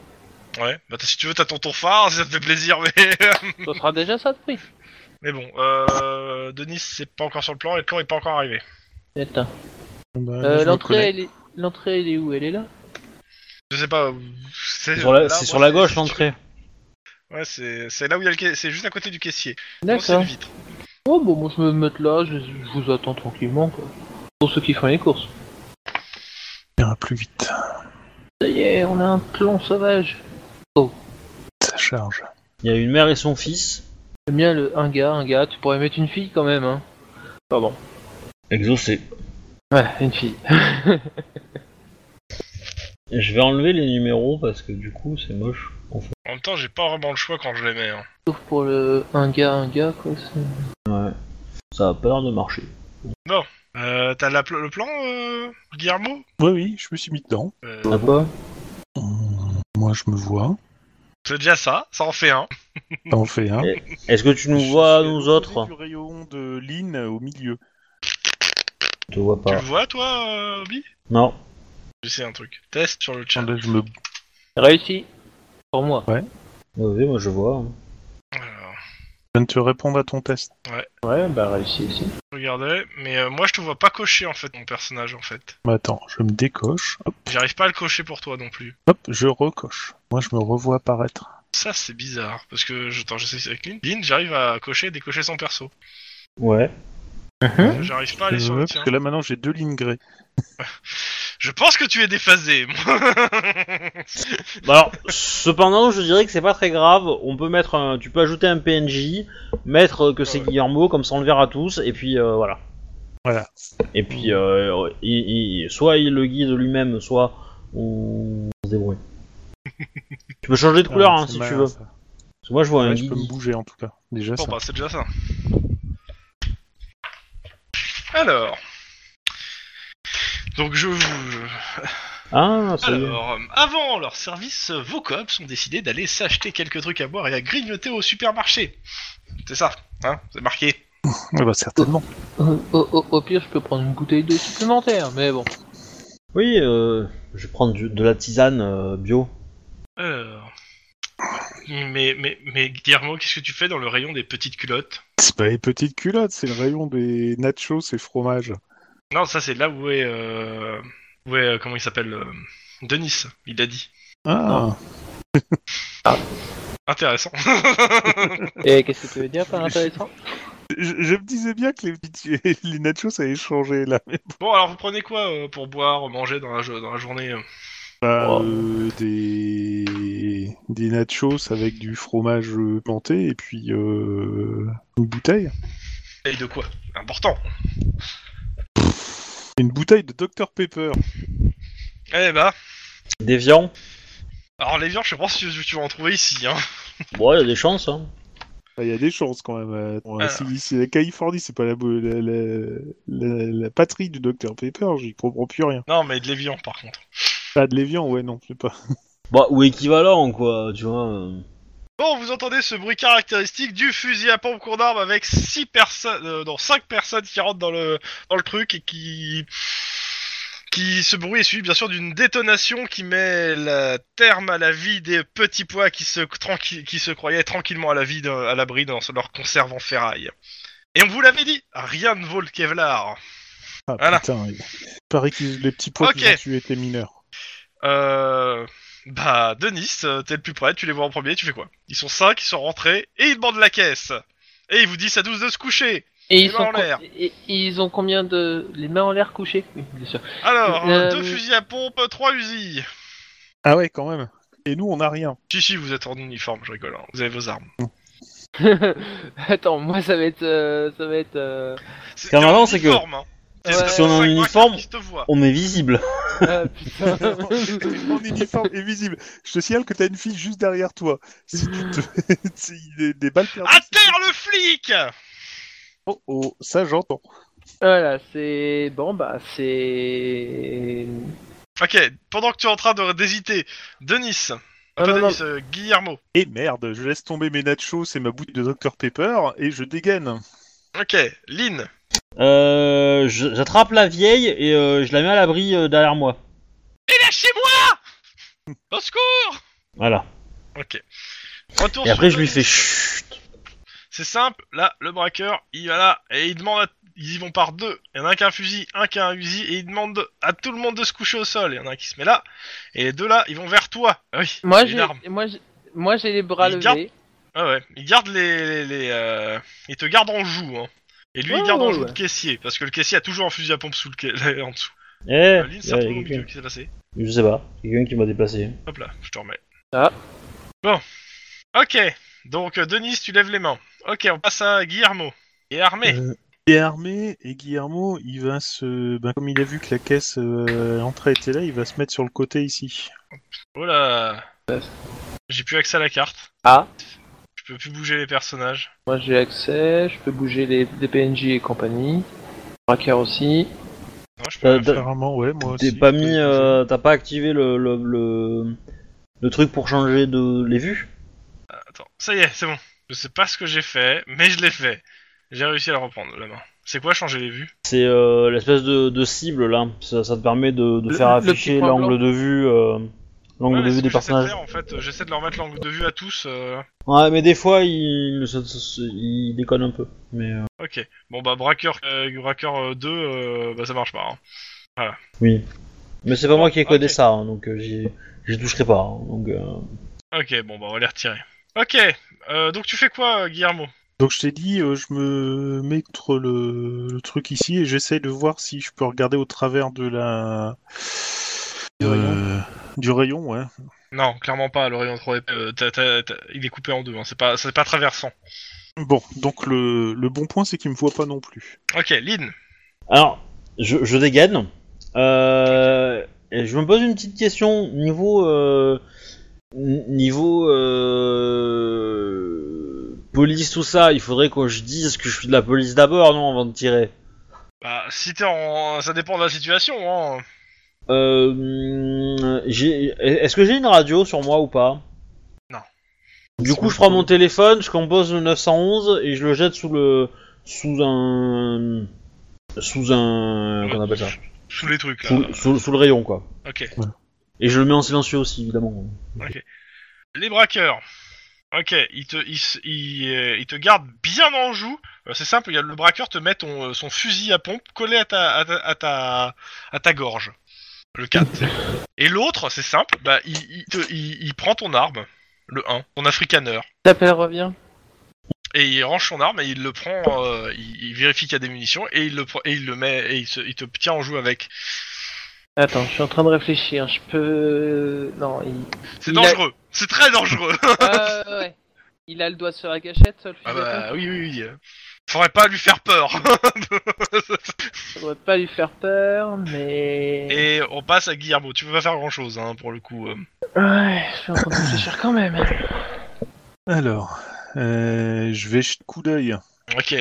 Speaker 2: Ouais, bah t'as- si tu veux, t'as ton tour phare, si ça te fait plaisir, mais...
Speaker 4: Ça sera déjà ça de prix.
Speaker 2: mais bon, euh, Denis, c'est pas encore sur le plan, et le plan est pas encore arrivé.
Speaker 4: Attends.
Speaker 3: Bah,
Speaker 4: Euh,
Speaker 3: je me
Speaker 4: l'entrée,
Speaker 3: connecte.
Speaker 4: elle est... l'entrée, elle est où Elle est là
Speaker 2: Je sais pas, euh, c'est
Speaker 1: Sur la-
Speaker 2: là,
Speaker 1: C'est
Speaker 2: moi,
Speaker 1: sur la
Speaker 2: c'est-
Speaker 1: gauche
Speaker 2: si tu-
Speaker 1: l'entrée.
Speaker 2: Ouais, c'est c'est là où il y a le ca- c'est juste à côté du caissier. Non, c'est
Speaker 4: D'accord.
Speaker 2: une vitre.
Speaker 4: Oh, bon, moi je me mets là, je, je vous attends tranquillement, quoi. Pour ceux qui font les courses.
Speaker 3: Bien, plus vite.
Speaker 4: Ça y est, on a un clan sauvage.
Speaker 3: Ça charge.
Speaker 1: Il y a une mère et son fils.
Speaker 4: J'aime bien le un gars, un gars, tu pourrais mettre une fille quand même, hein. Pardon.
Speaker 1: Exaucé.
Speaker 4: Ouais, une fille.
Speaker 1: Et Je vais enlever les numéros parce que du coup c'est moche. en fait.
Speaker 2: En même temps, j'ai pas vraiment le choix quand je les mets. hein.
Speaker 4: Sauf pour le un gars, un gars, quoi. c'est-
Speaker 1: Ça a peur de marcher.
Speaker 2: Euh, T'as la pl- le plan, euh, Guillermo
Speaker 3: Oui, oui, je me suis mis dedans.
Speaker 2: Euh,
Speaker 1: Ah bon
Speaker 3: Hum, Moi, je me vois.
Speaker 2: C'est déjà ça, ça en fait un.
Speaker 3: Ça en fait un.
Speaker 1: Et Est-ce que tu nous
Speaker 3: Je
Speaker 1: vois,
Speaker 3: suis à
Speaker 1: nous
Speaker 3: l'opposé
Speaker 1: autres
Speaker 3: du rayon de Lynn au milieu.
Speaker 1: Je te vois
Speaker 2: Tu
Speaker 1: pas.
Speaker 2: le vois, toi, euh, Obi
Speaker 1: Non.
Speaker 2: J'essaie un truc. Test sur le chat.
Speaker 3: Là, je me...
Speaker 4: Réussi. Pour moi.
Speaker 1: Ouais, moi je vois. hein.
Speaker 2: Alors,
Speaker 3: Je viens de te répondre à ton test.
Speaker 4: Ouais, bah réussi aussi.
Speaker 2: je regardais, mais euh, moi je te vois pas cocher en fait mon personnage en fait.
Speaker 3: Mais Bah, attends, je me décoche. Hop,
Speaker 2: J'arrive pas à le cocher pour toi non plus.
Speaker 3: hop, je recoche. Moi, je me revois apparaître.
Speaker 2: Ça c'est bizarre, parce que je- attends, j'essaie avec Lynn. Lynn, j'arrive à cocher et décocher son perso.
Speaker 1: Ouais.
Speaker 2: Euh, J'arrive pas à aller sur
Speaker 3: Euh,
Speaker 2: le
Speaker 3: parce
Speaker 2: tien.
Speaker 3: que là, maintenant, j'ai deux lignes grées.
Speaker 2: Je pense que tu es déphasé. moi.
Speaker 1: Bah alors, cependant, je dirais que c'est pas très grave. On peut mettre, un- tu peux ajouter un PNJ, mettre euh, que c'est
Speaker 2: Ouais.
Speaker 1: Guillermo, comme ça on le verra tous, et puis euh, voilà.
Speaker 3: Voilà.
Speaker 1: Et
Speaker 3: Mm.
Speaker 1: puis, euh, il- il- soit il le guide lui-même, soit on se débrouille. tu peux changer de couleur
Speaker 3: Ah,
Speaker 1: hein,
Speaker 3: c'est
Speaker 1: si
Speaker 3: malin,
Speaker 1: tu veux. Parce
Speaker 3: ça.
Speaker 1: que moi je vois un
Speaker 3: Ouais, je peux me
Speaker 1: guide.
Speaker 3: bouger en tout cas. Déjà
Speaker 2: bon
Speaker 3: ça.
Speaker 2: bah c'est déjà ça. Alors. Donc je vous...
Speaker 1: Ah, ça y est.
Speaker 2: Alors, euh, avant leur service, euh, vos cops ont décidé d'aller s'acheter quelques trucs à boire et à grignoter au supermarché. C'est ça, hein C'est marqué.
Speaker 3: Ouais, bah, certainement.
Speaker 4: Au, au- au- au pire, je peux prendre une bouteille d'eau supplémentaire, mais bon.
Speaker 1: Oui, euh, je vais prendre du- de la tisane euh, bio.
Speaker 2: Alors... Mais, mais, mais Guillermo, qu'est-ce que tu fais dans le rayon des petites culottes
Speaker 3: C'est pas les petites culottes, c'est le rayon des nachos et fromages.
Speaker 2: Non, ça c'est là où est... euh, Où est... euh, Comment il s'appelle euh, Denis, il l'a dit.
Speaker 3: Ah,
Speaker 2: Intéressant.
Speaker 4: Et qu'est-ce que tu veux dire par intéressant
Speaker 3: je, je me disais bien que les, petites- les nachos avaient changé là. Mais,
Speaker 2: bon, alors vous prenez quoi euh, pour boire, manger dans la, jo- dans la journée euh
Speaker 3: bah,
Speaker 4: Oh.
Speaker 3: euh, des... des nachos avec du fromage euh, planté et puis euh, une bouteille.
Speaker 2: Et de quoi Important.
Speaker 3: Une bouteille de Dr Pepper.
Speaker 2: Eh bah,
Speaker 1: Des viandes
Speaker 2: alors les viandes, je pense que tu vas en trouver ici, hein.
Speaker 1: Bon, il y a des chances. Hein.
Speaker 3: Il y a des chances quand même. euh, bon,
Speaker 2: Alors.
Speaker 3: si, si la Californie, c'est pas la, bo- la, la- la- la patrie du Dr Pepper, j'y comprends plus rien.
Speaker 2: Non, mais de l'évian, par contre.
Speaker 3: Pas de l'évian, ouais, non, je sais pas.
Speaker 1: Bah, ou équivalent, quoi, tu vois. euh.
Speaker 2: Bon, vous entendez ce bruit caractéristique du fusil à pompe qu'on arme avec six personnes, euh, non, 5 personnes qui rentrent dans le, dans le truc et qui. qui ce bruit est suivi bien sûr d'une détonation qui met la terme à la vie des petits pois qui se, tranqui- qui se croyaient tranquillement à la vie, d'un- à l'abri dans leur conserve en ferraille. Et on vous l'avait dit, rien ne vaut le Kevlar.
Speaker 3: Ah,
Speaker 2: Voilà.
Speaker 3: putain, il paraît que les petits pois qui
Speaker 2: Ok.
Speaker 3: ont tué étaient mineurs.
Speaker 2: Euh. Bah, Denis, euh, t'es le plus près, tu les vois en premier, tu fais quoi Ils sont 5, ils sont rentrés, et ils demandent la caisse Et ils vous disent à 12 de se coucher
Speaker 4: Et
Speaker 2: Les
Speaker 4: ils,
Speaker 2: mains
Speaker 4: sont
Speaker 2: en
Speaker 4: co-
Speaker 2: l'air.
Speaker 4: et- et ils ont combien de. Les mains en l'air couchées Oui, bien sûr.
Speaker 2: Alors,
Speaker 4: Euh,
Speaker 2: 2
Speaker 4: oui.
Speaker 2: fusils à pompe, 3 usines
Speaker 3: Ah ouais, quand même. Et nous, on a rien.
Speaker 2: Si, si, vous êtes en uniforme, je rigole, hein. vous avez vos armes.
Speaker 4: Attends, moi ça va être. euh, ça va être. euh,
Speaker 2: C'est
Speaker 1: qui est
Speaker 2: en
Speaker 1: marrant, c'est que-
Speaker 2: uniforme, hein.
Speaker 4: Ouais.
Speaker 2: ça,
Speaker 4: Si on
Speaker 1: est en
Speaker 2: cinq
Speaker 1: uniforme-
Speaker 2: braqueurs qui te voient.
Speaker 1: On est visible.
Speaker 4: Ah putain.
Speaker 3: Mon uniforme est visible. Je te signale que t'as une fille juste derrière toi. Si tu te... si des, des balles perdues.
Speaker 2: À terre le flic
Speaker 3: Oh, oh, ça j'entends.
Speaker 4: voilà, c'est. Bon bah, c'est.
Speaker 2: Ok, pendant que tu es en train de d'hésiter, Denis,
Speaker 4: Non,
Speaker 2: pas
Speaker 4: Ah, non, non.
Speaker 2: Denis, euh, Guillermo,
Speaker 3: Et merde, je laisse tomber mes nachos et ma bouteille de Dr Pepper et je dégaine.
Speaker 2: ok, Lynn,
Speaker 1: Euh, je- J'attrape la vieille et euh, je la mets à l'abri euh, derrière moi.
Speaker 2: lâchez-moi Au secours
Speaker 1: Voilà.
Speaker 2: Ok. Retour
Speaker 1: Et après,
Speaker 2: sur
Speaker 1: je lui
Speaker 2: Denis.
Speaker 1: fais chut.
Speaker 2: C'est simple, là, le braqueur, il va là, et il demande à... Ils y vont par deux. Il y en a un qui a un fusil, un qui a un Uzi, et il demande à tout le monde de se coucher au sol. Il y en a un qui se met là, et les deux là, ils vont vers toi. Ah oui,
Speaker 4: Moi
Speaker 2: j'ai
Speaker 4: j'ai.
Speaker 2: une arme.
Speaker 4: Moi j'ai. Moi j'ai les bras
Speaker 2: Il
Speaker 4: levés.
Speaker 2: garde- Ouais, ouais. Il garde les. les, les, euh, il te garde en joue, hein. Et lui, il
Speaker 4: Oh,
Speaker 2: garde en joue
Speaker 4: ouais.
Speaker 2: le caissier, parce que le caissier a toujours un fusil à pompe sous le ca- en dessous.
Speaker 1: Eh,
Speaker 2: Euh,
Speaker 1: y
Speaker 2: Lynn,
Speaker 1: a
Speaker 2: c'est un peu
Speaker 1: quelqu'un.
Speaker 2: qui s'est passé.
Speaker 1: Je sais pas, y a quelqu'un qui m'a déplacé.
Speaker 2: Hop là, je te remets.
Speaker 4: Ah.
Speaker 2: Bon. Ok. Donc, euh, Denis, tu lèves les mains. Ok, on passe à Guillermo. Et armé.
Speaker 3: Euh, il est armé et Guillermo, il va se. Ben, comme il a vu que la caisse, euh, l'entrée était là, il va se mettre sur le côté ici.
Speaker 2: Oh là.
Speaker 4: Ouais.
Speaker 2: J'ai plus accès à la carte.
Speaker 4: Ah.
Speaker 2: Je peux plus bouger les personnages.
Speaker 4: Moi j'ai accès, je peux bouger les, les PNJ et compagnie. Bracker aussi.
Speaker 2: Non, je peux
Speaker 1: Euh,
Speaker 2: rien faire.
Speaker 3: Apparemment, ouais, moi aussi.
Speaker 1: T'es pas mis, euh, t'as pas activé le le, le le truc pour changer de les vues
Speaker 2: Attends. Ça y est, c'est bon. Je sais pas ce que j'ai fait, mais je l'ai fait. J'ai réussi à la reprendre, la main. C'est quoi changer les vues
Speaker 1: C'est euh, l'espèce de, de cible là, ça, ça te permet de, de
Speaker 4: Le-
Speaker 1: faire
Speaker 4: le
Speaker 1: afficher
Speaker 4: petit point
Speaker 1: l'angle de vue, euh, l'angle
Speaker 2: Ouais, mais
Speaker 1: de vue
Speaker 2: c'est ce que j'essaie de
Speaker 1: des personnages.
Speaker 2: faire, en fait, Euh, j'essaie de leur mettre l'angle de vue à tous. euh,
Speaker 1: Ouais, mais des fois il, ça- ça- ça- il déconne un peu. Mais euh,
Speaker 2: Ok. Bon bah Braqueur euh, Braqueur, euh, 2, euh, bah ça marche pas. hein.
Speaker 1: oui, mais c'est pas moi qui ai codé
Speaker 2: Ok.
Speaker 1: ça, hein, donc euh, j'y j'y toucherai pas. hein, donc euh,
Speaker 2: Ok, bon bah on va les retirer. Ok. euh, donc tu fais quoi, euh, Guillermo
Speaker 3: Donc je t'ai dit, euh, je me mets contre le, le truc ici et j'essaye de voir si je peux regarder au travers de la euh,
Speaker 1: Du rayon.
Speaker 3: du rayon, ouais.
Speaker 2: Non, clairement pas. L'Orient 3 épais, euh, t'as- t'as- t'as- il est coupé en deux. Hein. C'est pas, c'est pas traversant.
Speaker 3: Bon, donc le, le bon point, c'est qu'il me voit pas non plus.
Speaker 2: Ok, Lynn.
Speaker 1: Alors, je, je dégaine. Euh, et je me pose une petite question niveau euh, n- niveau euh, police tout ça. Il faudrait que je dise que je suis de la police d'abord, non, avant de tirer.
Speaker 2: Bah si t'es en, ça dépend de la situation. Hein.
Speaker 1: Euh, hum, j'ai- Est-ce que j'ai une radio sur moi ou pas
Speaker 2: Non.
Speaker 1: Du coup, je prends mon téléphone, je compose le 911 et je le jette sous le sous un sous un qu'on appelle ça
Speaker 2: Sous les trucs. Là.
Speaker 1: sous, sous- sous le rayon quoi.
Speaker 2: Ok.
Speaker 1: Et je le mets en silencieux aussi, évidemment.
Speaker 2: Les braqueurs. Ok, ils te, ils, s- ils, euh, ils te gardent bien en joue. Euh, C'est simple, il y a- le braqueur te met ton, euh, son fusil à pompe collé à ta, à ta, à ta, à ta gorge. Le 4. Et l'autre, c'est simple, bah, il, il, te- il- il prend ton arme, le 1, ton africaner,
Speaker 4: T'appelles, reviens.
Speaker 2: et il range son arme et il le prend, euh, il, il vérifie qu'il y a des munitions et il le, prend- et il le met et il, se- il te tient en joue avec.
Speaker 4: Attends, je suis en train de réfléchir, je peux... Non, il...
Speaker 2: C'est
Speaker 4: Il a-
Speaker 2: dangereux, c'est très dangereux.
Speaker 4: Ah, ouais, ouais. Il a le doigt sur la gâchette, ça, le
Speaker 2: ah
Speaker 4: fils de
Speaker 2: bah oui, oui, oui. Faudrait pas lui faire peur.
Speaker 4: pute. Ça doit pas lui faire peur, mais...
Speaker 2: Et on passe à Guillermo. Tu peux pas faire grand chose hein, pour le coup. euh.
Speaker 4: Ouais, je suis en train de réfléchir quand même. hein.
Speaker 3: Alors, euh, je vais jeter coup d'œil.
Speaker 2: Ok.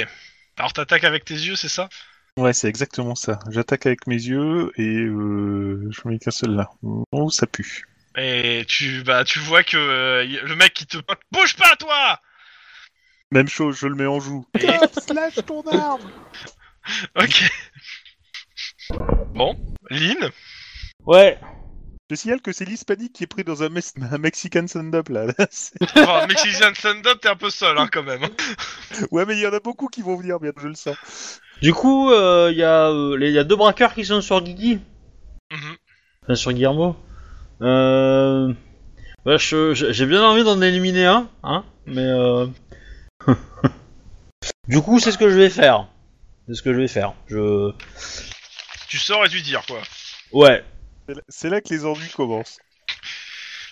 Speaker 2: Alors t'attaques avec tes yeux, c'est ça
Speaker 3: Ouais, c'est exactement ça. J'attaque avec mes yeux et euh, je mets qu'un seul là. Oh, ça pue.
Speaker 2: Et tu bah tu vois que euh, y- le mec qui te pointe, bouge pas toi.
Speaker 3: Même chose, je le mets en joue.
Speaker 2: Et-
Speaker 3: Slash ton arme
Speaker 2: ok. Bon, Lynn.
Speaker 1: Ouais.
Speaker 3: Je signale que c'est l'hispanique qui est pris dans un, mes- un Mexican stand-up là. C'est-
Speaker 2: Enfin, Oh, Mexican stand-up, t'es un peu seul hein, quand même. hein.
Speaker 3: ouais, mais il y en a beaucoup qui vont venir bientôt, je le sens.
Speaker 1: Du coup, il y, a, euh, les- y a deux braqueurs qui sont sur Guigui.
Speaker 2: Mhm.
Speaker 1: Enfin, sur Guillermo. Euh... ouais, je- je- J'ai bien envie d'en éliminer un, hein, mais... Euh... du coup, c'est ce que je vais faire. C'est ce que je vais faire. Je...
Speaker 2: Tu sors et tu dis quoi.
Speaker 1: Ouais.
Speaker 3: C'est là- C'est là que les ennuis commencent.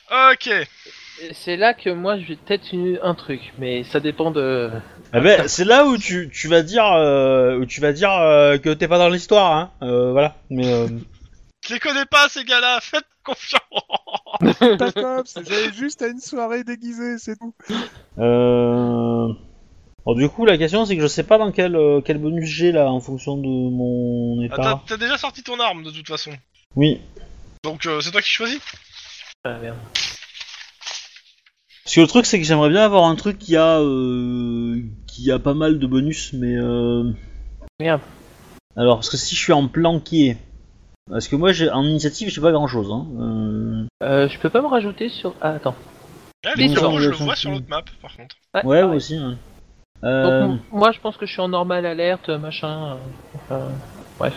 Speaker 2: Ok.
Speaker 4: Et C'est là que moi, j'ai peut-être une- un truc, mais ça dépend de...
Speaker 1: Ah ben, c'est là où tu, tu vas dire, euh, où tu vas dire euh, que t'es pas dans l'histoire, hein. euh, voilà. Mais... euh,
Speaker 2: Je les connais pas ces gars-là. Faites confiance.
Speaker 3: Pas top, c'est- j'allais juste à une soirée déguisée, c'est tout.
Speaker 1: Euh... Alors du coup, la question c'est que je sais pas dans quel, euh, quel bonus j'ai là en fonction de mon
Speaker 2: Ah,
Speaker 1: état.
Speaker 2: T'as t'as déjà sorti ton arme de toute façon.
Speaker 1: Oui.
Speaker 2: Donc euh, c'est toi qui choisis.
Speaker 4: Ah, merde.
Speaker 1: Parce que le truc c'est que j'aimerais bien avoir un truc qui a euh, qui a pas mal de bonus, mais euh...
Speaker 4: Merde.
Speaker 1: alors parce que si je suis en planqué, parce que moi j'ai en initiative j'ai pas grand chose. Hein. Euh...
Speaker 4: Euh, je peux pas me rajouter sur... Ah, attends.
Speaker 2: Ah, les
Speaker 4: Oui,
Speaker 2: Guillermo,
Speaker 1: non,
Speaker 2: je
Speaker 1: je
Speaker 2: le vois
Speaker 1: sens
Speaker 2: sur
Speaker 1: plus.
Speaker 2: l'autre map par contre.
Speaker 1: Ouais, moi
Speaker 4: pareil.
Speaker 1: aussi. ouais.
Speaker 4: Donc,
Speaker 1: Euh...
Speaker 4: m- moi, je pense que je suis en normal alerte, machin. euh, enfin, bref.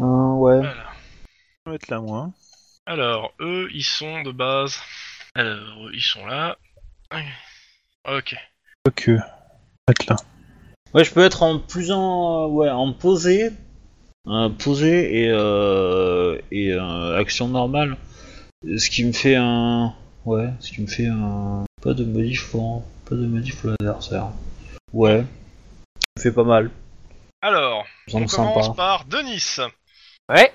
Speaker 1: euh, ouais.
Speaker 2: Voilà.
Speaker 3: Je vais mettre là, moi. hein.
Speaker 2: Alors, eux, ils sont de base. Alors, ils sont là. Ok.
Speaker 3: Ok. Être là.
Speaker 1: Ouais, je peux être en plus en, euh, ouais, en posé, euh, posé et euh, et euh, action normale. Ce qui me fait un, ouais, ce qui me fait un, pas de modif pour, pas de modif pour l'adversaire. Ouais, ça fait pas mal.
Speaker 2: Alors,
Speaker 1: Ça
Speaker 2: on
Speaker 1: me semble
Speaker 2: commence
Speaker 1: sympa.
Speaker 2: par Denis.
Speaker 4: Ouais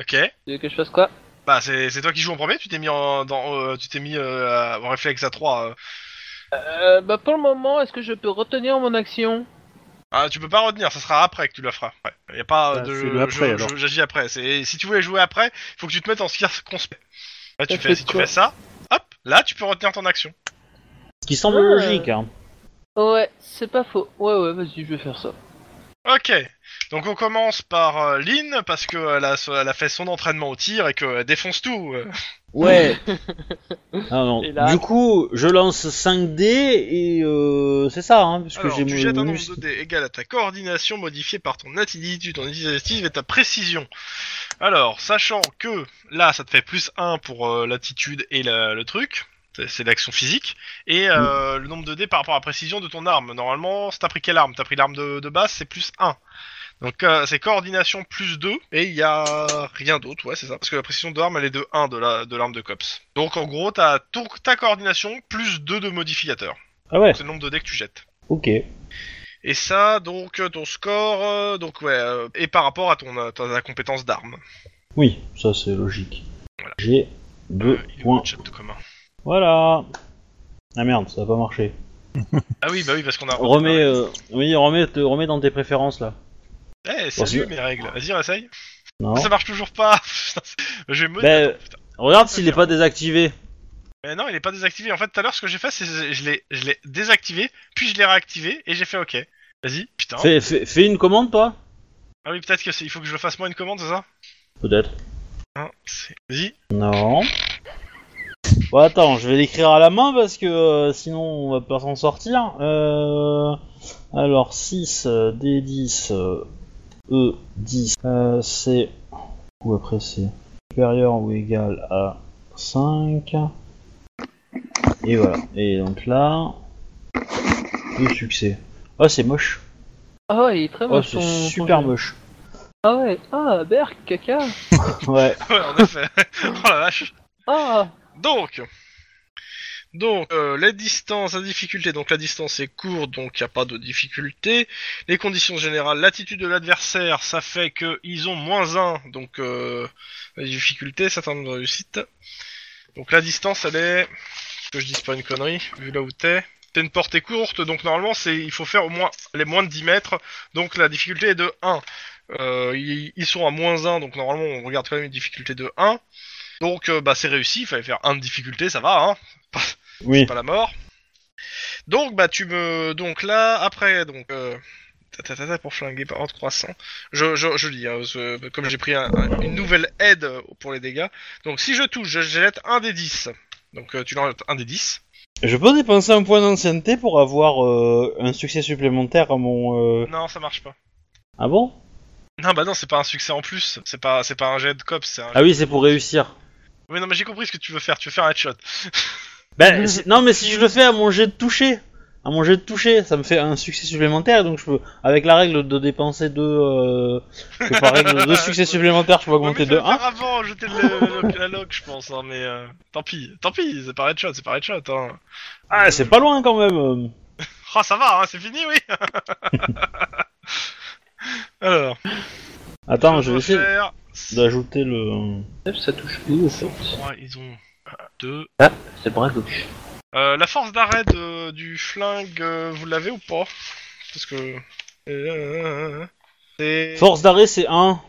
Speaker 2: Ok.
Speaker 4: Tu veux que je fasse quoi
Speaker 2: Bah c'est c'est toi qui joues en premier. Tu t'es mis en dans, euh, tu t'es mis euh, à- en réflexe à 3
Speaker 4: euh, Bah pour le moment, est-ce que je peux retenir mon action
Speaker 2: Ah, tu peux pas retenir, ça sera après que tu le feras. Ouais. Y a pas euh,
Speaker 3: Ah,
Speaker 2: de.
Speaker 3: fais-le après,
Speaker 2: je- je-
Speaker 3: alors.
Speaker 2: J'agis après. C'est- Si tu voulais jouer après, faut que tu te mettes en circonspect. Là, tu
Speaker 4: Ça
Speaker 2: fais,
Speaker 4: fait
Speaker 2: si tu
Speaker 4: quoi
Speaker 2: fais ça, hop, là, tu peux retenir ton action.
Speaker 1: Ce qui semble
Speaker 2: Euh.
Speaker 4: Ah.
Speaker 1: logique. Hein.
Speaker 4: Ouais, c'est pas faux. Ouais, ouais, vas-y, je vais faire ça.
Speaker 2: Ok. Donc, on commence par euh, Lynn, parce que elle a, elle a fait son entraînement au tir et qu'elle défonce tout. euh.
Speaker 1: Ouais. Ah non.
Speaker 4: Et là-
Speaker 1: Du coup, je lance 5 dés et euh, c'est ça, hein, parce que
Speaker 2: Alors,
Speaker 1: j'ai
Speaker 2: tu
Speaker 1: mon
Speaker 2: jettes un nombre
Speaker 1: bonus.
Speaker 2: de dés égal à ta coordination modifiée par ton attitude, ton initiative et ta précision. Alors, sachant que là, ça te fait plus 1 pour euh, l'attitude et la- le truc, c'est- c'est l'action physique, et
Speaker 1: Mm.
Speaker 2: euh, le nombre de dés par rapport à la précision de ton arme. Normalement, si t'as pris quelle arme T'as pris l'arme de, de base, c'est plus 1. Donc euh, c'est coordination plus 2, et il y a rien d'autre, ouais, c'est ça. Parce que la précision de l'arme, elle est de 1 de la- de l'arme de, Cops. Donc en gros, t'as ton- ta coordination plus 2 de modificateur.
Speaker 1: Ah ouais.
Speaker 2: C'est le nombre de dés que tu jettes.
Speaker 1: Ok.
Speaker 2: Et ça, donc euh, ton score, euh, donc ouais, euh, et par rapport à ton euh, ta, ta compétence d'arme.
Speaker 1: Oui, ça c'est logique.
Speaker 2: Voilà.
Speaker 1: J'ai deux
Speaker 2: Euh, il est où,
Speaker 1: points.
Speaker 2: le chat de commun.
Speaker 1: Voilà. Ah merde, ça a pas marché.
Speaker 2: Ah oui, bah oui, parce qu'on a.
Speaker 1: Remets, euh, oui, remets, te, remets dans tes préférences là.
Speaker 2: Eh, salut
Speaker 1: Parce
Speaker 2: mes règles. Vas-y, essaye.
Speaker 1: Non.
Speaker 2: Ça marche toujours pas. Putain, c'est- je vais me.
Speaker 1: Ben,
Speaker 2: Attends, putain.
Speaker 1: Regarde s'il est pas désactivé.
Speaker 2: Mais non, il est pas désactivé. En fait, tout à l'heure, ce que j'ai fait, c'est je l'ai, je l'ai désactivé, puis je l'ai réactivé et j'ai fait OK. Vas-y, putain.
Speaker 1: Fais, fais, fais une commande, toi
Speaker 2: Ah oui, peut-être que c'est- il faut que je fasse moi une commande, c'est ça
Speaker 1: Peut-être.
Speaker 2: Hein, c'est- Vas-y.
Speaker 1: Non. Bon, attends, je vais l'écrire à la main parce que euh, sinon on va pas s'en sortir. Euh, alors, 6, euh, D10, euh, E10, euh, c'est. Ou après c'est supérieur ou égal à 5. Et voilà. Et donc là. Deux succès. Oh, c'est moche.
Speaker 4: Ah ouais, il est très
Speaker 1: Oh,
Speaker 4: moche.
Speaker 1: c'est
Speaker 4: son-
Speaker 1: super
Speaker 4: son-
Speaker 1: moche.
Speaker 4: Ah ouais, ah, Berk, caca.
Speaker 1: Ouais.
Speaker 2: Ouais, en effet. oh la vache.
Speaker 4: Ah,
Speaker 2: Donc, donc euh, les distances, la difficulté. Donc la distance est courte, donc il n'y a pas de difficulté. Les conditions générales, l'attitude de l'adversaire, ça fait que ils ont moins 1, donc euh, la difficulté, ça tombe de réussite. Donc la distance, elle est... Que je dise pas une connerie, vu là où t'es. C'est une portée courte, donc normalement c'est il faut faire au moins les moins de 10 mètres, donc la difficulté est de 1. Euh, ils, ils sont à moins 1, donc normalement on regarde quand même une difficulté de 1. Donc euh, bah c'est réussi, il fallait faire 1 de difficulté, ça va, hein,
Speaker 1: Oui.
Speaker 2: pas la mort. Donc bah tu me donc là après donc euh, ta, ta, ta, ta, pour flinguer par ordre croissant. Je, je, je lis hein, parce que comme j'ai pris un- un- une nouvelle aide pour les dégâts. Donc si je touche, je jette un des 10. Donc euh, tu l'enlèves un des 10.
Speaker 1: Je peux dépenser un point d'ancienneté pour avoir euh, un succès supplémentaire à mon. euh,
Speaker 2: Non, ça marche pas.
Speaker 1: Ah bon
Speaker 2: Non bah non, c'est pas un succès en plus, c'est pas c'est pas un jet de cops, c'est un
Speaker 1: Ah oui, c'est pour réussir.
Speaker 2: Mais non, mais j'ai compris ce que tu veux faire, tu veux faire un headshot.
Speaker 1: Ben, si- non, mais si je le fais à mon jet de toucher, à mon jet de toucher, ça me fait un succès supplémentaire, donc je peux, avec la règle de dépenser deux, euh, que par règle de deux succès supplémentaires, je peux
Speaker 2: Ouais, mais
Speaker 1: augmenter de
Speaker 2: fallait le
Speaker 1: 1.
Speaker 2: faire avant, jeter le, le- la loque, je pense, hein, mais euh, tant pis, tant pis, c'est par headshot, c'est par headshot. Hein.
Speaker 1: Ah, c'est pas loin quand même. euh.
Speaker 2: Ah, ça va, hein, c'est fini, oui Alors,
Speaker 1: Attends, je vais essayer
Speaker 2: faire...
Speaker 1: d'ajouter le.
Speaker 4: ouais. Ça touche où, en fait
Speaker 2: Ouais, ils ont... un, Deux.
Speaker 4: C'est le bras gauche.
Speaker 2: Euh, la force d'arrêt de- du flingue, euh, vous l'avez ou pas Parce que... Euh, C'est...
Speaker 1: Force d'arrêt, c'est 1.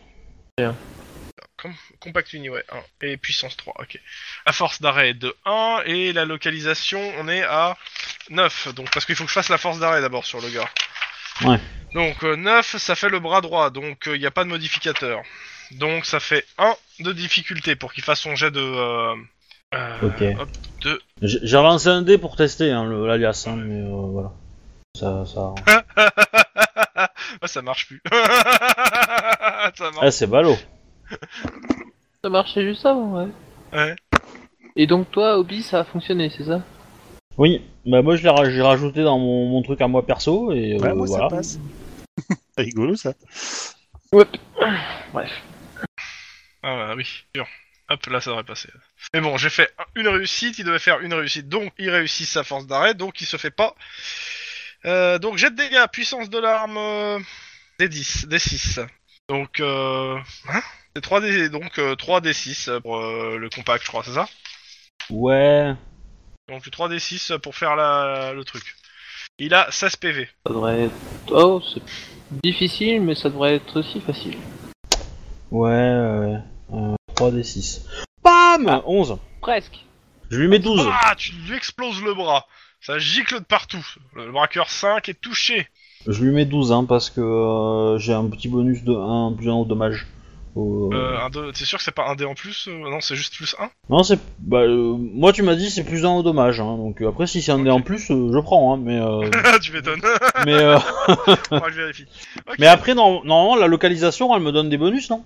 Speaker 2: Com- Compact Uni, ouais, 1. Et puissance 3, ok. La force d'arrêt est de 1, et la localisation, on est à 9. Donc, parce qu'il faut que je fasse la force d'arrêt d'abord sur le gars.
Speaker 1: Ouais.
Speaker 2: Donc, euh, 9, ça fait le bras droit, donc il n'y a pas de modificateur. Donc, ça fait 1 de difficulté pour qu'il fasse son jet de... euh, euh,
Speaker 1: Ok.
Speaker 2: hop,
Speaker 1: J'ai j'ai relancé un dé pour tester hein, le- l'alias, hein, mais euh, voilà. Ça, ça...
Speaker 2: ah, ça marche plus. ça
Speaker 1: Ah,
Speaker 2: marche.
Speaker 1: c'est ballot.
Speaker 4: Ça marchait juste avant, ouais.
Speaker 2: Ouais.
Speaker 4: Et donc toi, Obi, ça a fonctionné, c'est ça
Speaker 1: Oui, Bah moi je l'ai ra- j'ai rajouté dans mon, mon truc à moi perso et euh,
Speaker 3: Ouais, moi,
Speaker 1: voilà.
Speaker 3: ça passe. C'est rigolo, ça.
Speaker 2: Ah oui, sûr. Hop, là ça devrait passer. Mais bon, j'ai fait une réussite, il devait faire une réussite, donc il réussit sa force d'arrêt, donc il se fait pas. Euh, donc jet de dégâts, puissance de l'arme, euh, des 10, des 6. Donc, euh, hein C'est 3 d donc euh, 3 d 6 pour euh, le compact, je crois, c'est ça
Speaker 1: Ouais.
Speaker 2: Donc 3 d 6 pour faire la, le truc. Il a 16 PV.
Speaker 4: Ça devrait être... Oh, c'est difficile, mais ça devrait être aussi facile.
Speaker 1: Ouais, ouais. Euh, 3 des 6. Bam 11.
Speaker 4: Presque.
Speaker 1: Je lui mets 12.
Speaker 2: Ah, tu lui exploses le bras. Ça gicle de partout. Le braqueur 5 est touché.
Speaker 1: Je lui mets 12 hein, parce que euh, j'ai un petit bonus de 1 plus 1 au dommage. Au-
Speaker 2: Euh, un deux- T'es sûr que c'est pas un dé en plus euh, Non, c'est juste plus 1
Speaker 1: Non, c'est. Bah, euh, moi, tu m'as dit c'est plus 1 au dommage. Hein, donc euh, après, si c'est un dé en plus, euh, je prends. Hein, mais euh,
Speaker 2: Ah, tu m'étonnes.
Speaker 1: mais, euh,
Speaker 2: Moi, je vérifie. Ok.
Speaker 1: mais après, non- normalement, la localisation, elle me donne des bonus, non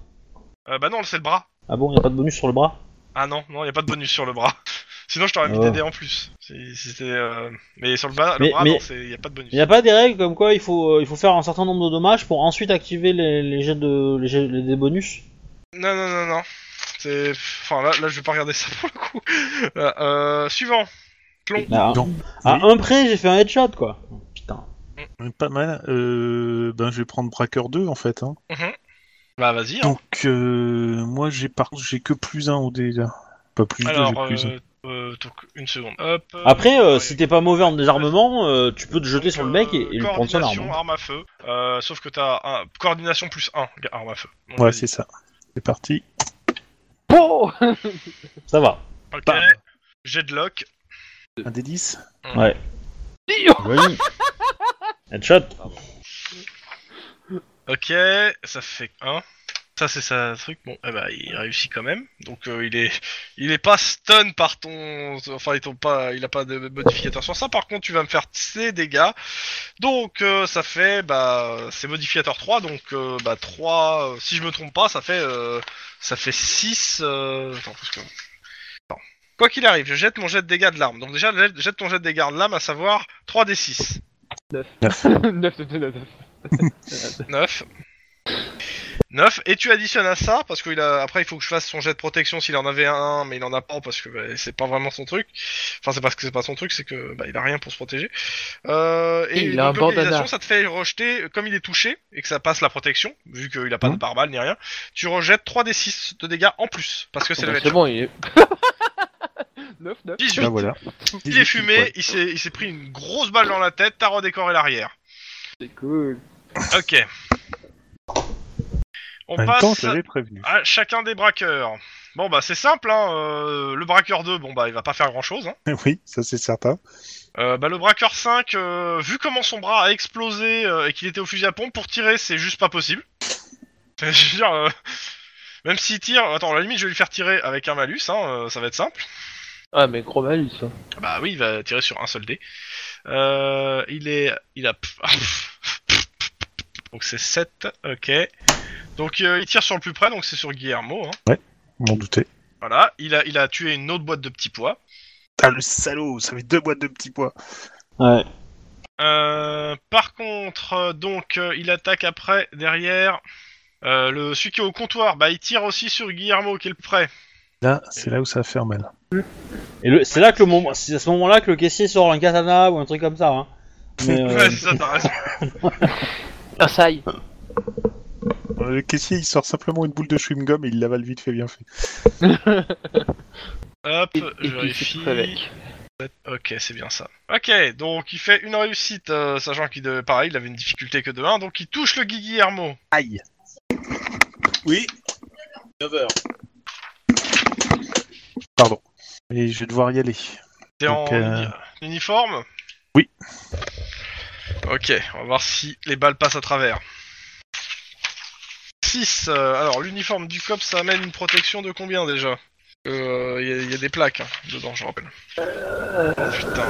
Speaker 2: Euh, bah non, c'est le bras.
Speaker 1: Ah bon, y a pas de bonus sur le bras
Speaker 2: Ah non, non, y a pas de bonus sur le bras. Sinon, je t'aurais mis
Speaker 1: Ah.
Speaker 2: des dés en plus. Si- si c'était, euh, Mais sur le, bas,
Speaker 1: Mais-
Speaker 2: le bras,
Speaker 1: mais-
Speaker 2: non, c'est- y a pas de bonus.
Speaker 1: Il n'y a pas des règles comme quoi il faut, euh, il faut faire un certain nombre de dommages pour ensuite activer les, les jets de les jets- les- des bonus
Speaker 2: Non, non, non, non. C'est... Enfin, là, là, je vais pas regarder ça pour le coup. Euh, euh, suivant.
Speaker 1: Ah,
Speaker 3: Non.
Speaker 1: À
Speaker 3: Oui.
Speaker 1: un près, j'ai fait un headshot quoi. Putain.
Speaker 3: Pas mal. Euh, ben, je vais prendre Braqueur 2, en fait. hein.
Speaker 2: Bah, vas-y. hein.
Speaker 3: Donc, euh, moi, j'ai par... j'ai que plus 1 au dé, là. Pas plus 2, j'ai
Speaker 2: Alors,
Speaker 3: plus 1.
Speaker 2: euh, euh, donc, une seconde. Hop, euh,
Speaker 1: Après, euh,
Speaker 2: ouais.
Speaker 1: si t'es pas mauvais en désarmement, euh, tu peux te jeter
Speaker 2: Donc,
Speaker 1: sur le mec et,
Speaker 2: euh,
Speaker 1: et lui prendre hein. son arme.
Speaker 2: Coordination, arme à feu. Euh, sauf que t'as un... coordination plus 1, arme à feu. Donc,
Speaker 3: Ouais,
Speaker 2: vas-y.
Speaker 3: c'est ça. C'est parti.
Speaker 4: Oh
Speaker 1: Ça va.
Speaker 2: Ok.
Speaker 3: Bam.
Speaker 2: Jet de lock.
Speaker 3: Un des 10.
Speaker 1: Joli. headshot.
Speaker 2: Ok, ça fait 1. Ça c'est sa truc. Bon, eh ben, il réussit quand même. Donc euh, il est, il est pas stun par ton, enfin il tombe pas, il a pas de modificateur sur ça. Par contre, tu vas me faire ses dégâts. Donc euh, ça fait, bah, c'est modificateur 3. Donc euh, bah 3. euh, si je me trompe pas, ça fait, euh, ça fait 6. euh, Attends, parce que- Attends. Quoi qu'il arrive, je jette mon jet de dégâts de l'arme. Donc déjà, jette jette ton jet de dégâts de l'arme, à savoir 3 d 6.
Speaker 4: 9, 9, 9,
Speaker 2: 9. 9. Et tu additionnes à ça, parce qu'il a... après il faut que je fasse son jet de protection s'il en avait un, mais il en a pas parce que bah, c'est pas vraiment son truc. Enfin, c'est parce que c'est pas son truc, c'est que bah, il a rien pour se protéger. Euh, et
Speaker 4: Il a un
Speaker 2: donc, localisation,
Speaker 4: bandana.
Speaker 2: ça te fait rejeter, euh, comme il est touché et que ça passe la protection, vu qu'il a
Speaker 4: Mmh.
Speaker 2: pas de pare-balles ni rien, tu rejettes 3d6 de dégâts en plus, parce que c'est le
Speaker 4: Ah, Bah, C'est
Speaker 2: headshot.
Speaker 4: Ah, bon, il est... 9, 9.
Speaker 2: 18.
Speaker 3: Là, Ben, voilà.
Speaker 2: Il est
Speaker 3: 18,
Speaker 2: fumé,
Speaker 3: ouais.
Speaker 2: il s'est il s'est pris une grosse balle dans la tête, t'as redécoré l'arrière.
Speaker 4: C'est cool.
Speaker 2: Ok. On
Speaker 3: En même
Speaker 2: passe.
Speaker 3: temps, je l'avais prévenu.
Speaker 2: Ah, chacun des braqueurs. Bon bah c'est simple, hein. euh, le braqueur 2, bon bah il va pas faire grand chose. Hein.
Speaker 3: oui, ça c'est certain.
Speaker 2: Euh, bah, le braqueur 5, euh, vu comment son bras a explosé euh, et qu'il était au fusil à pompe, pour tirer c'est juste pas possible. Je veux dire, euh, même s'il tire, attends à la limite je vais lui faire tirer avec un malus, hein, euh, ça va être simple.
Speaker 4: Ah, mais gros malus. hein.
Speaker 2: Bah oui, il va tirer sur un seul dé. Euh, il est. Il a. ah, Donc c'est 7, ok. Donc euh, il tire sur le plus près, donc c'est sur Guillermo. Hein.
Speaker 3: Je M'en doutais.
Speaker 2: Voilà, il a, il a tué une autre boîte de petits pois.
Speaker 3: Ah, le salaud, ça fait deux boîtes de petits pois.
Speaker 1: Ouais.
Speaker 2: Euh, par contre, euh, donc, euh, il attaque après, derrière. Euh, le, celui qui est au comptoir, bah, il tire aussi sur Guillermo qui est le prêt.
Speaker 3: Là, c'est là où ça va faire mal.
Speaker 1: Et le- c'est là que le moment, c'est à ce moment-là que le caissier sort un katana ou un truc comme ça. Hein. Mais, euh,
Speaker 2: Ouais, c'est ça, t'as raison.
Speaker 4: Ah, ça y est.
Speaker 3: Euh, Le caissier, il sort simplement une boule de chewing-gum et il l'avale vite fait, bien fait.
Speaker 2: Hop,
Speaker 4: Et,
Speaker 2: je
Speaker 4: et puis c'est
Speaker 2: vérifie.
Speaker 4: tout avec.
Speaker 2: Ok, c'est bien ça. Ok, donc il fait une réussite, euh, sachant qu'il, devait- pareil, il avait une difficulté que de 1, donc il touche le Guillermo.
Speaker 3: Aïe.
Speaker 5: Oui. 9h.
Speaker 3: Pardon. Et je vais devoir y aller.
Speaker 2: T'es en
Speaker 3: Donc, euh,
Speaker 2: uni- uniforme
Speaker 3: Oui.
Speaker 2: Ok, on va voir si les balles passent à travers. 6. alors, l'uniforme du COP, ça amène une protection de combien déjà Euh, Il y, a- y a des plaques hein, dedans, je rappelle. Oh, putain.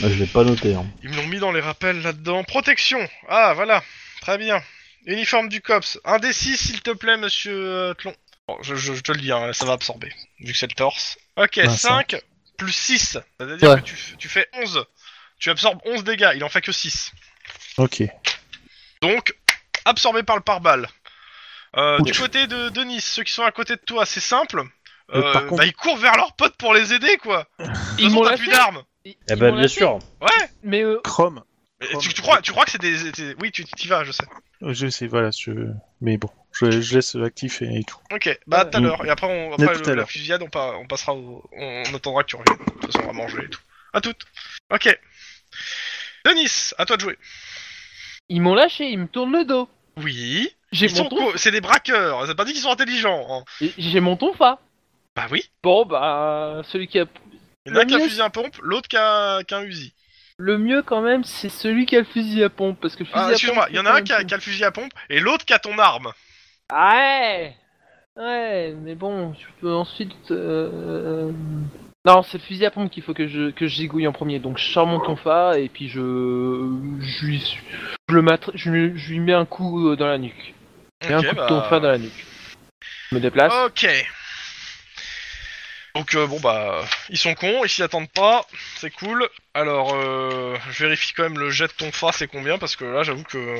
Speaker 1: bah, je l'ai pas noté. Hein.
Speaker 2: Ils me l'ont mis dans les rappels là-dedans. Protection Ah, voilà. Très bien. Uniforme du COPS. Un des six, s'il te plaît, monsieur euh, Tlon. Bon, je, je- je te le dis, hein, ça va absorber, vu que c'est le torse. Ok,
Speaker 3: Vincent.
Speaker 2: 5, plus 6. C'est-à-dire
Speaker 4: Ouais.
Speaker 2: que tu, f- tu fais 11. Tu absorbes 11 dégâts, il en fait que 6.
Speaker 3: Ok.
Speaker 2: Donc, absorbé par le pare-balles. Euh,
Speaker 3: Ouh.
Speaker 2: du côté de Denis, ceux qui sont à côté de toi, c'est simple.
Speaker 3: Euh,
Speaker 2: Euh,
Speaker 3: par contre-
Speaker 2: bah, ils courent vers leurs potes pour les aider, quoi. Ils n'ont
Speaker 4: la
Speaker 2: plus
Speaker 4: fait.
Speaker 2: d'armes.
Speaker 4: Ils-
Speaker 1: Eh
Speaker 4: ils
Speaker 1: ben,
Speaker 4: m'ont
Speaker 1: bien
Speaker 4: la
Speaker 1: sûr.
Speaker 2: Ouais.
Speaker 4: fait. Mais euh,
Speaker 3: Chrome.
Speaker 2: Mais
Speaker 3: Oh,
Speaker 2: tu, tu
Speaker 3: mais-
Speaker 2: crois, tu crois que c'est des, des- Oui, tu tu y vas, je sais.
Speaker 3: Euh, Je sais, voilà. Je... Mais bon, je, je laisse actif et, et tout.
Speaker 2: Ok, bah
Speaker 4: Ouais.
Speaker 2: tout à l'heure. Et après, on, après
Speaker 3: tout
Speaker 2: le,
Speaker 3: à
Speaker 2: la
Speaker 3: l'heure.
Speaker 2: fusillade, on, pa- on passera au- on, on attendra que tu reviennes. De toute façon, on va manger et tout. À toutes. Ok. Denis, à toi de jouer.
Speaker 4: ils m'ont lâché, ils me tournent le dos.
Speaker 2: Oui.
Speaker 4: J'ai
Speaker 2: Ils sont
Speaker 4: mon, ton...
Speaker 2: co- c'est des braqueurs. C'est pas dit qu'ils sont intelligents. hein.
Speaker 4: j'ai mon tonfa.
Speaker 2: Bah oui.
Speaker 4: Bon, bah, celui qui a
Speaker 2: Il y en a
Speaker 4: Le
Speaker 2: qui a un
Speaker 4: mieux,
Speaker 2: fusil à pompe, l'autre qui a, qui a un Uzi.
Speaker 4: Le mieux quand même, c'est celui qui a le fusil à pompe, parce que le fusil
Speaker 2: Ah,
Speaker 4: à
Speaker 2: excuse-moi,
Speaker 4: pompe,
Speaker 2: il y en
Speaker 4: c'est
Speaker 2: a
Speaker 4: quand
Speaker 2: un
Speaker 4: même
Speaker 2: qui a,
Speaker 4: cool.
Speaker 2: qui a le fusil à pompe et l'autre qui a ton arme.
Speaker 4: Ah ouais, ouais, mais bon, je peux ensuite. euh, Non, c'est le fusil à pompe qu'il faut que je que je zigouille en premier. Donc je sors mon tonfa et puis je je lui je le matre- je, lui- je lui mets un coup euh, dans la nuque. Je mets
Speaker 2: Ok,
Speaker 4: un coup
Speaker 2: bah,
Speaker 4: de tonfa dans la nuque. Je me déplace.
Speaker 2: Ok. Donc euh, bon bah ils sont cons, ils s'y attendent pas, c'est cool. Alors euh, je vérifie quand même le jet de ton fa c'est combien parce que là j'avoue que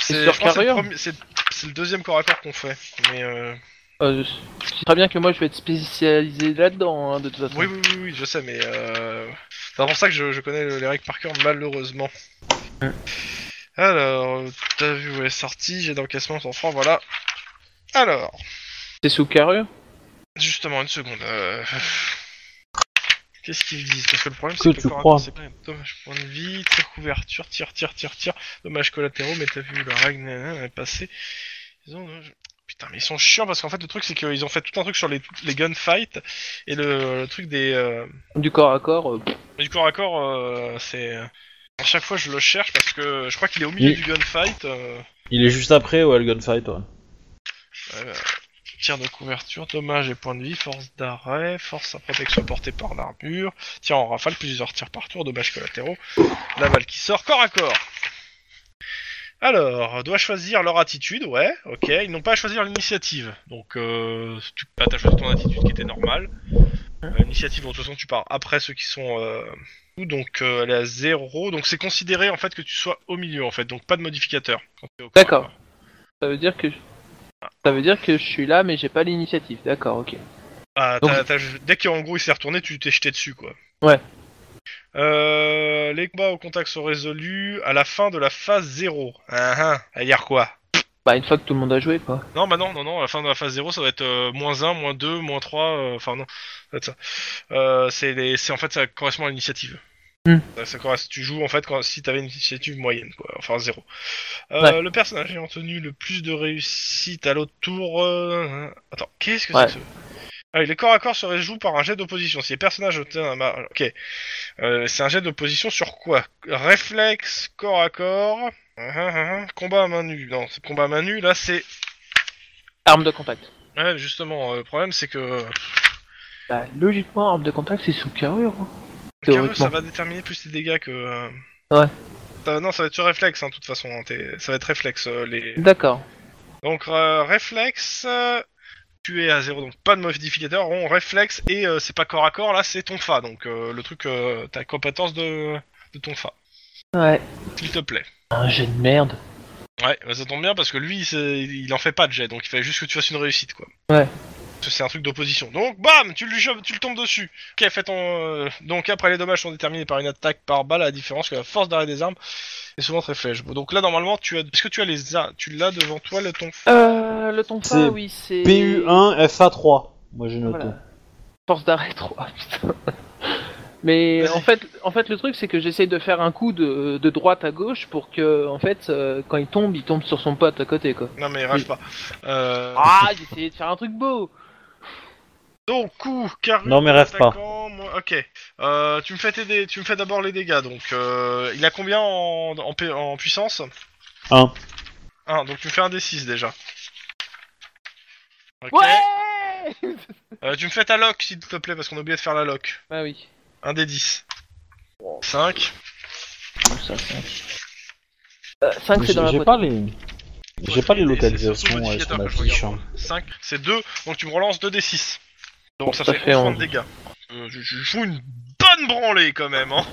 Speaker 2: c'est
Speaker 4: sur
Speaker 2: je crois que c'est le,
Speaker 4: carrière.
Speaker 2: premier- c'est- c'est le deuxième corps à corps qu'on fait. Mais euh,
Speaker 4: Euh, je- je sais très bien que moi je vais être spécialisé là-dedans hein, de toute façon.
Speaker 2: oui, oui oui oui, je sais mais euh, c'est pour ça que je, je connais le- les règles par cœur malheureusement.
Speaker 4: Mm.
Speaker 2: Alors t'as vu où elle est sortie, j'ai d'encaissement 100 francs voilà. Alors
Speaker 4: C'est sous carrure.
Speaker 2: Justement, une seconde. euh, Qu'est-ce qu'ils disent Parce que le problème,
Speaker 1: Que
Speaker 2: c'est que,
Speaker 1: tu
Speaker 2: le corps à
Speaker 1: crois.
Speaker 2: corps, c'est quand même dommage. Point de vie, tir couverture, tir, tir, tir, tir. Dommage collatéraux, mais t'as vu la règle nanana, est passée. Ils ont... euh, Putain, mais ils sont chiants parce qu'en fait, le truc, c'est qu'ils ont fait tout un truc sur les, les gunfights et le, le truc des. euh,
Speaker 4: Du corps à corps. euh, pff.
Speaker 2: du corps à corps, euh, c'est. À chaque fois, je le cherche parce que je crois qu'il est au milieu
Speaker 1: Oui.
Speaker 2: du gunfight. euh,
Speaker 1: Il est juste après, ouais, le gunfight, ouais.
Speaker 2: Euh, tir de couverture, dommage et points de vie, force d'arrêt, force à protection portée par l'armure, tir en rafale, plusieurs tirs par tour, dommages collatéraux, la balle qui sort corps à corps. Alors, dois choisir leur attitude, ouais, ok, ils n'ont pas à choisir l'initiative, donc euh, tu bah, t'as choisi ton attitude qui était normale. Euh, L'initiative, bon, de toute façon, tu pars après ceux qui sont... euh, donc euh, elle est à 0, donc c'est considéré en fait que tu sois au milieu en fait, donc pas de modificateur. quand t'es au corps à
Speaker 4: D'accord.
Speaker 2: corps.
Speaker 4: Ça veut dire que je... ça veut dire que je suis là mais j'ai pas l'initiative. D'accord, ok.
Speaker 2: Ah,
Speaker 4: Donc-
Speaker 2: t'as- t'as- dès qu'en gros il s'est retourné, tu t'es jeté dessus, quoi.
Speaker 4: Ouais.
Speaker 2: Euh, les combats au contact sont résolus à la fin de la phase 0. Ah ah, à dire quoi
Speaker 4: Bah une fois que tout le monde a joué quoi.
Speaker 2: Non, bah non, non, non, à la fin de la phase 0, ça va être euh, moins 1, moins 2, moins 3, euh, enfin non, ça va être ça. Euh, c'est les- c'est- en fait, ça correspond à l'initiative.
Speaker 4: Hmm.
Speaker 2: Ça- ça correspond- tu joues en fait quand, si t'avais une initiative moyenne, quoi, enfin 0.
Speaker 4: Ouais.
Speaker 2: Le personnage ayant obtenu le plus de réussite à l'autre tour. euh, Attends, qu'est-ce que
Speaker 4: Ouais.
Speaker 2: c'est que ce. Ah oui, les corps à corps se réjouent par un jet d'opposition. Si les personnages obtiennent un mar- Ok. Euh, c'est un jet d'opposition sur quoi Réflexe, corps à corps. Ah, ah, ah, Combat à main nue. Non, c'est combat à main nue. Là, c'est
Speaker 4: Arme de contact.
Speaker 2: Ouais, justement, euh, le problème c'est que
Speaker 4: Bah logiquement arme de contact c'est sous carrure. hein.
Speaker 2: Carreau, ça
Speaker 4: Théoriquement.
Speaker 2: va déterminer plus tes dégâts que. euh,
Speaker 4: Ouais.
Speaker 2: ça- non, ça va être sur réflexe, hein, de toute façon. hein, t'es- ça va être réflexe. euh, les...
Speaker 4: D'accord.
Speaker 2: Donc, euh, réflexe, euh, tu es à zéro, donc pas de modificateur. Rond, réflexe, et euh, c'est pas corps à corps, là c'est ton fa. Donc, euh, le truc, euh, ta compétence de, de ton fa,
Speaker 4: Ouais.
Speaker 2: s'il te plaît.
Speaker 4: Un jet de merde.
Speaker 2: Ouais, bah, ça tombe bien parce que lui, c'est- il en fait pas de jet, donc il fallait juste que tu fasses une réussite, quoi.
Speaker 4: Ouais.
Speaker 2: Parce que C'est un truc d'opposition. Donc, bam, tu le, tu le tombes dessus. Ok, fais ton. euh, Donc après, les dommages sont déterminés par une attaque par balle, à la différence que la force d'arrêt des armes est souvent très faible. Bon, donc là, normalement, tu as. Est-ce que tu as les a- tu l'as devant toi le ton
Speaker 4: Euh le tonfa
Speaker 1: C'est
Speaker 4: oui c'est.
Speaker 1: PU1 FA3. Moi j'ai noté.
Speaker 4: Voilà. Force d'arrêt 3, putain. Mais
Speaker 2: Vas-y.
Speaker 4: en fait, en fait, le truc c'est que j'essaye de faire un coup de, de droite à gauche pour que, en fait, euh, quand il tombe, il tombe sur son pote à côté, quoi.
Speaker 2: Non mais rage pas. Euh...
Speaker 4: Ah, j'ai essayé de faire un truc beau.
Speaker 2: Donc coup, carrure.
Speaker 1: Non mais rêve pas.
Speaker 2: attaquant, moins- Ok. Euh, tu me fais tes dé- tu me fais d'abord les dégâts. Donc euh, il a combien en, en, pu- en puissance
Speaker 1: Un.
Speaker 2: 1, donc tu me fais un D6 déjà. Ok.
Speaker 4: Ouais.
Speaker 2: Euh, tu me fais ta lock s'il te plaît parce qu'on a oublié de faire la lock.
Speaker 4: bah oui.
Speaker 2: Un D10. 5.
Speaker 4: 5 Euh, c'est dans la
Speaker 1: J'ai
Speaker 4: boîte.
Speaker 1: pas les. J'ai pas les localisations, elles sont
Speaker 2: 5, c'est 2, donc tu me relances 2 D6. Donc ça,
Speaker 4: Ça
Speaker 2: fait
Speaker 4: fait
Speaker 2: 11 points de
Speaker 4: onze.
Speaker 2: dégâts. Euh, je, je fous une bonne branlée quand même, hein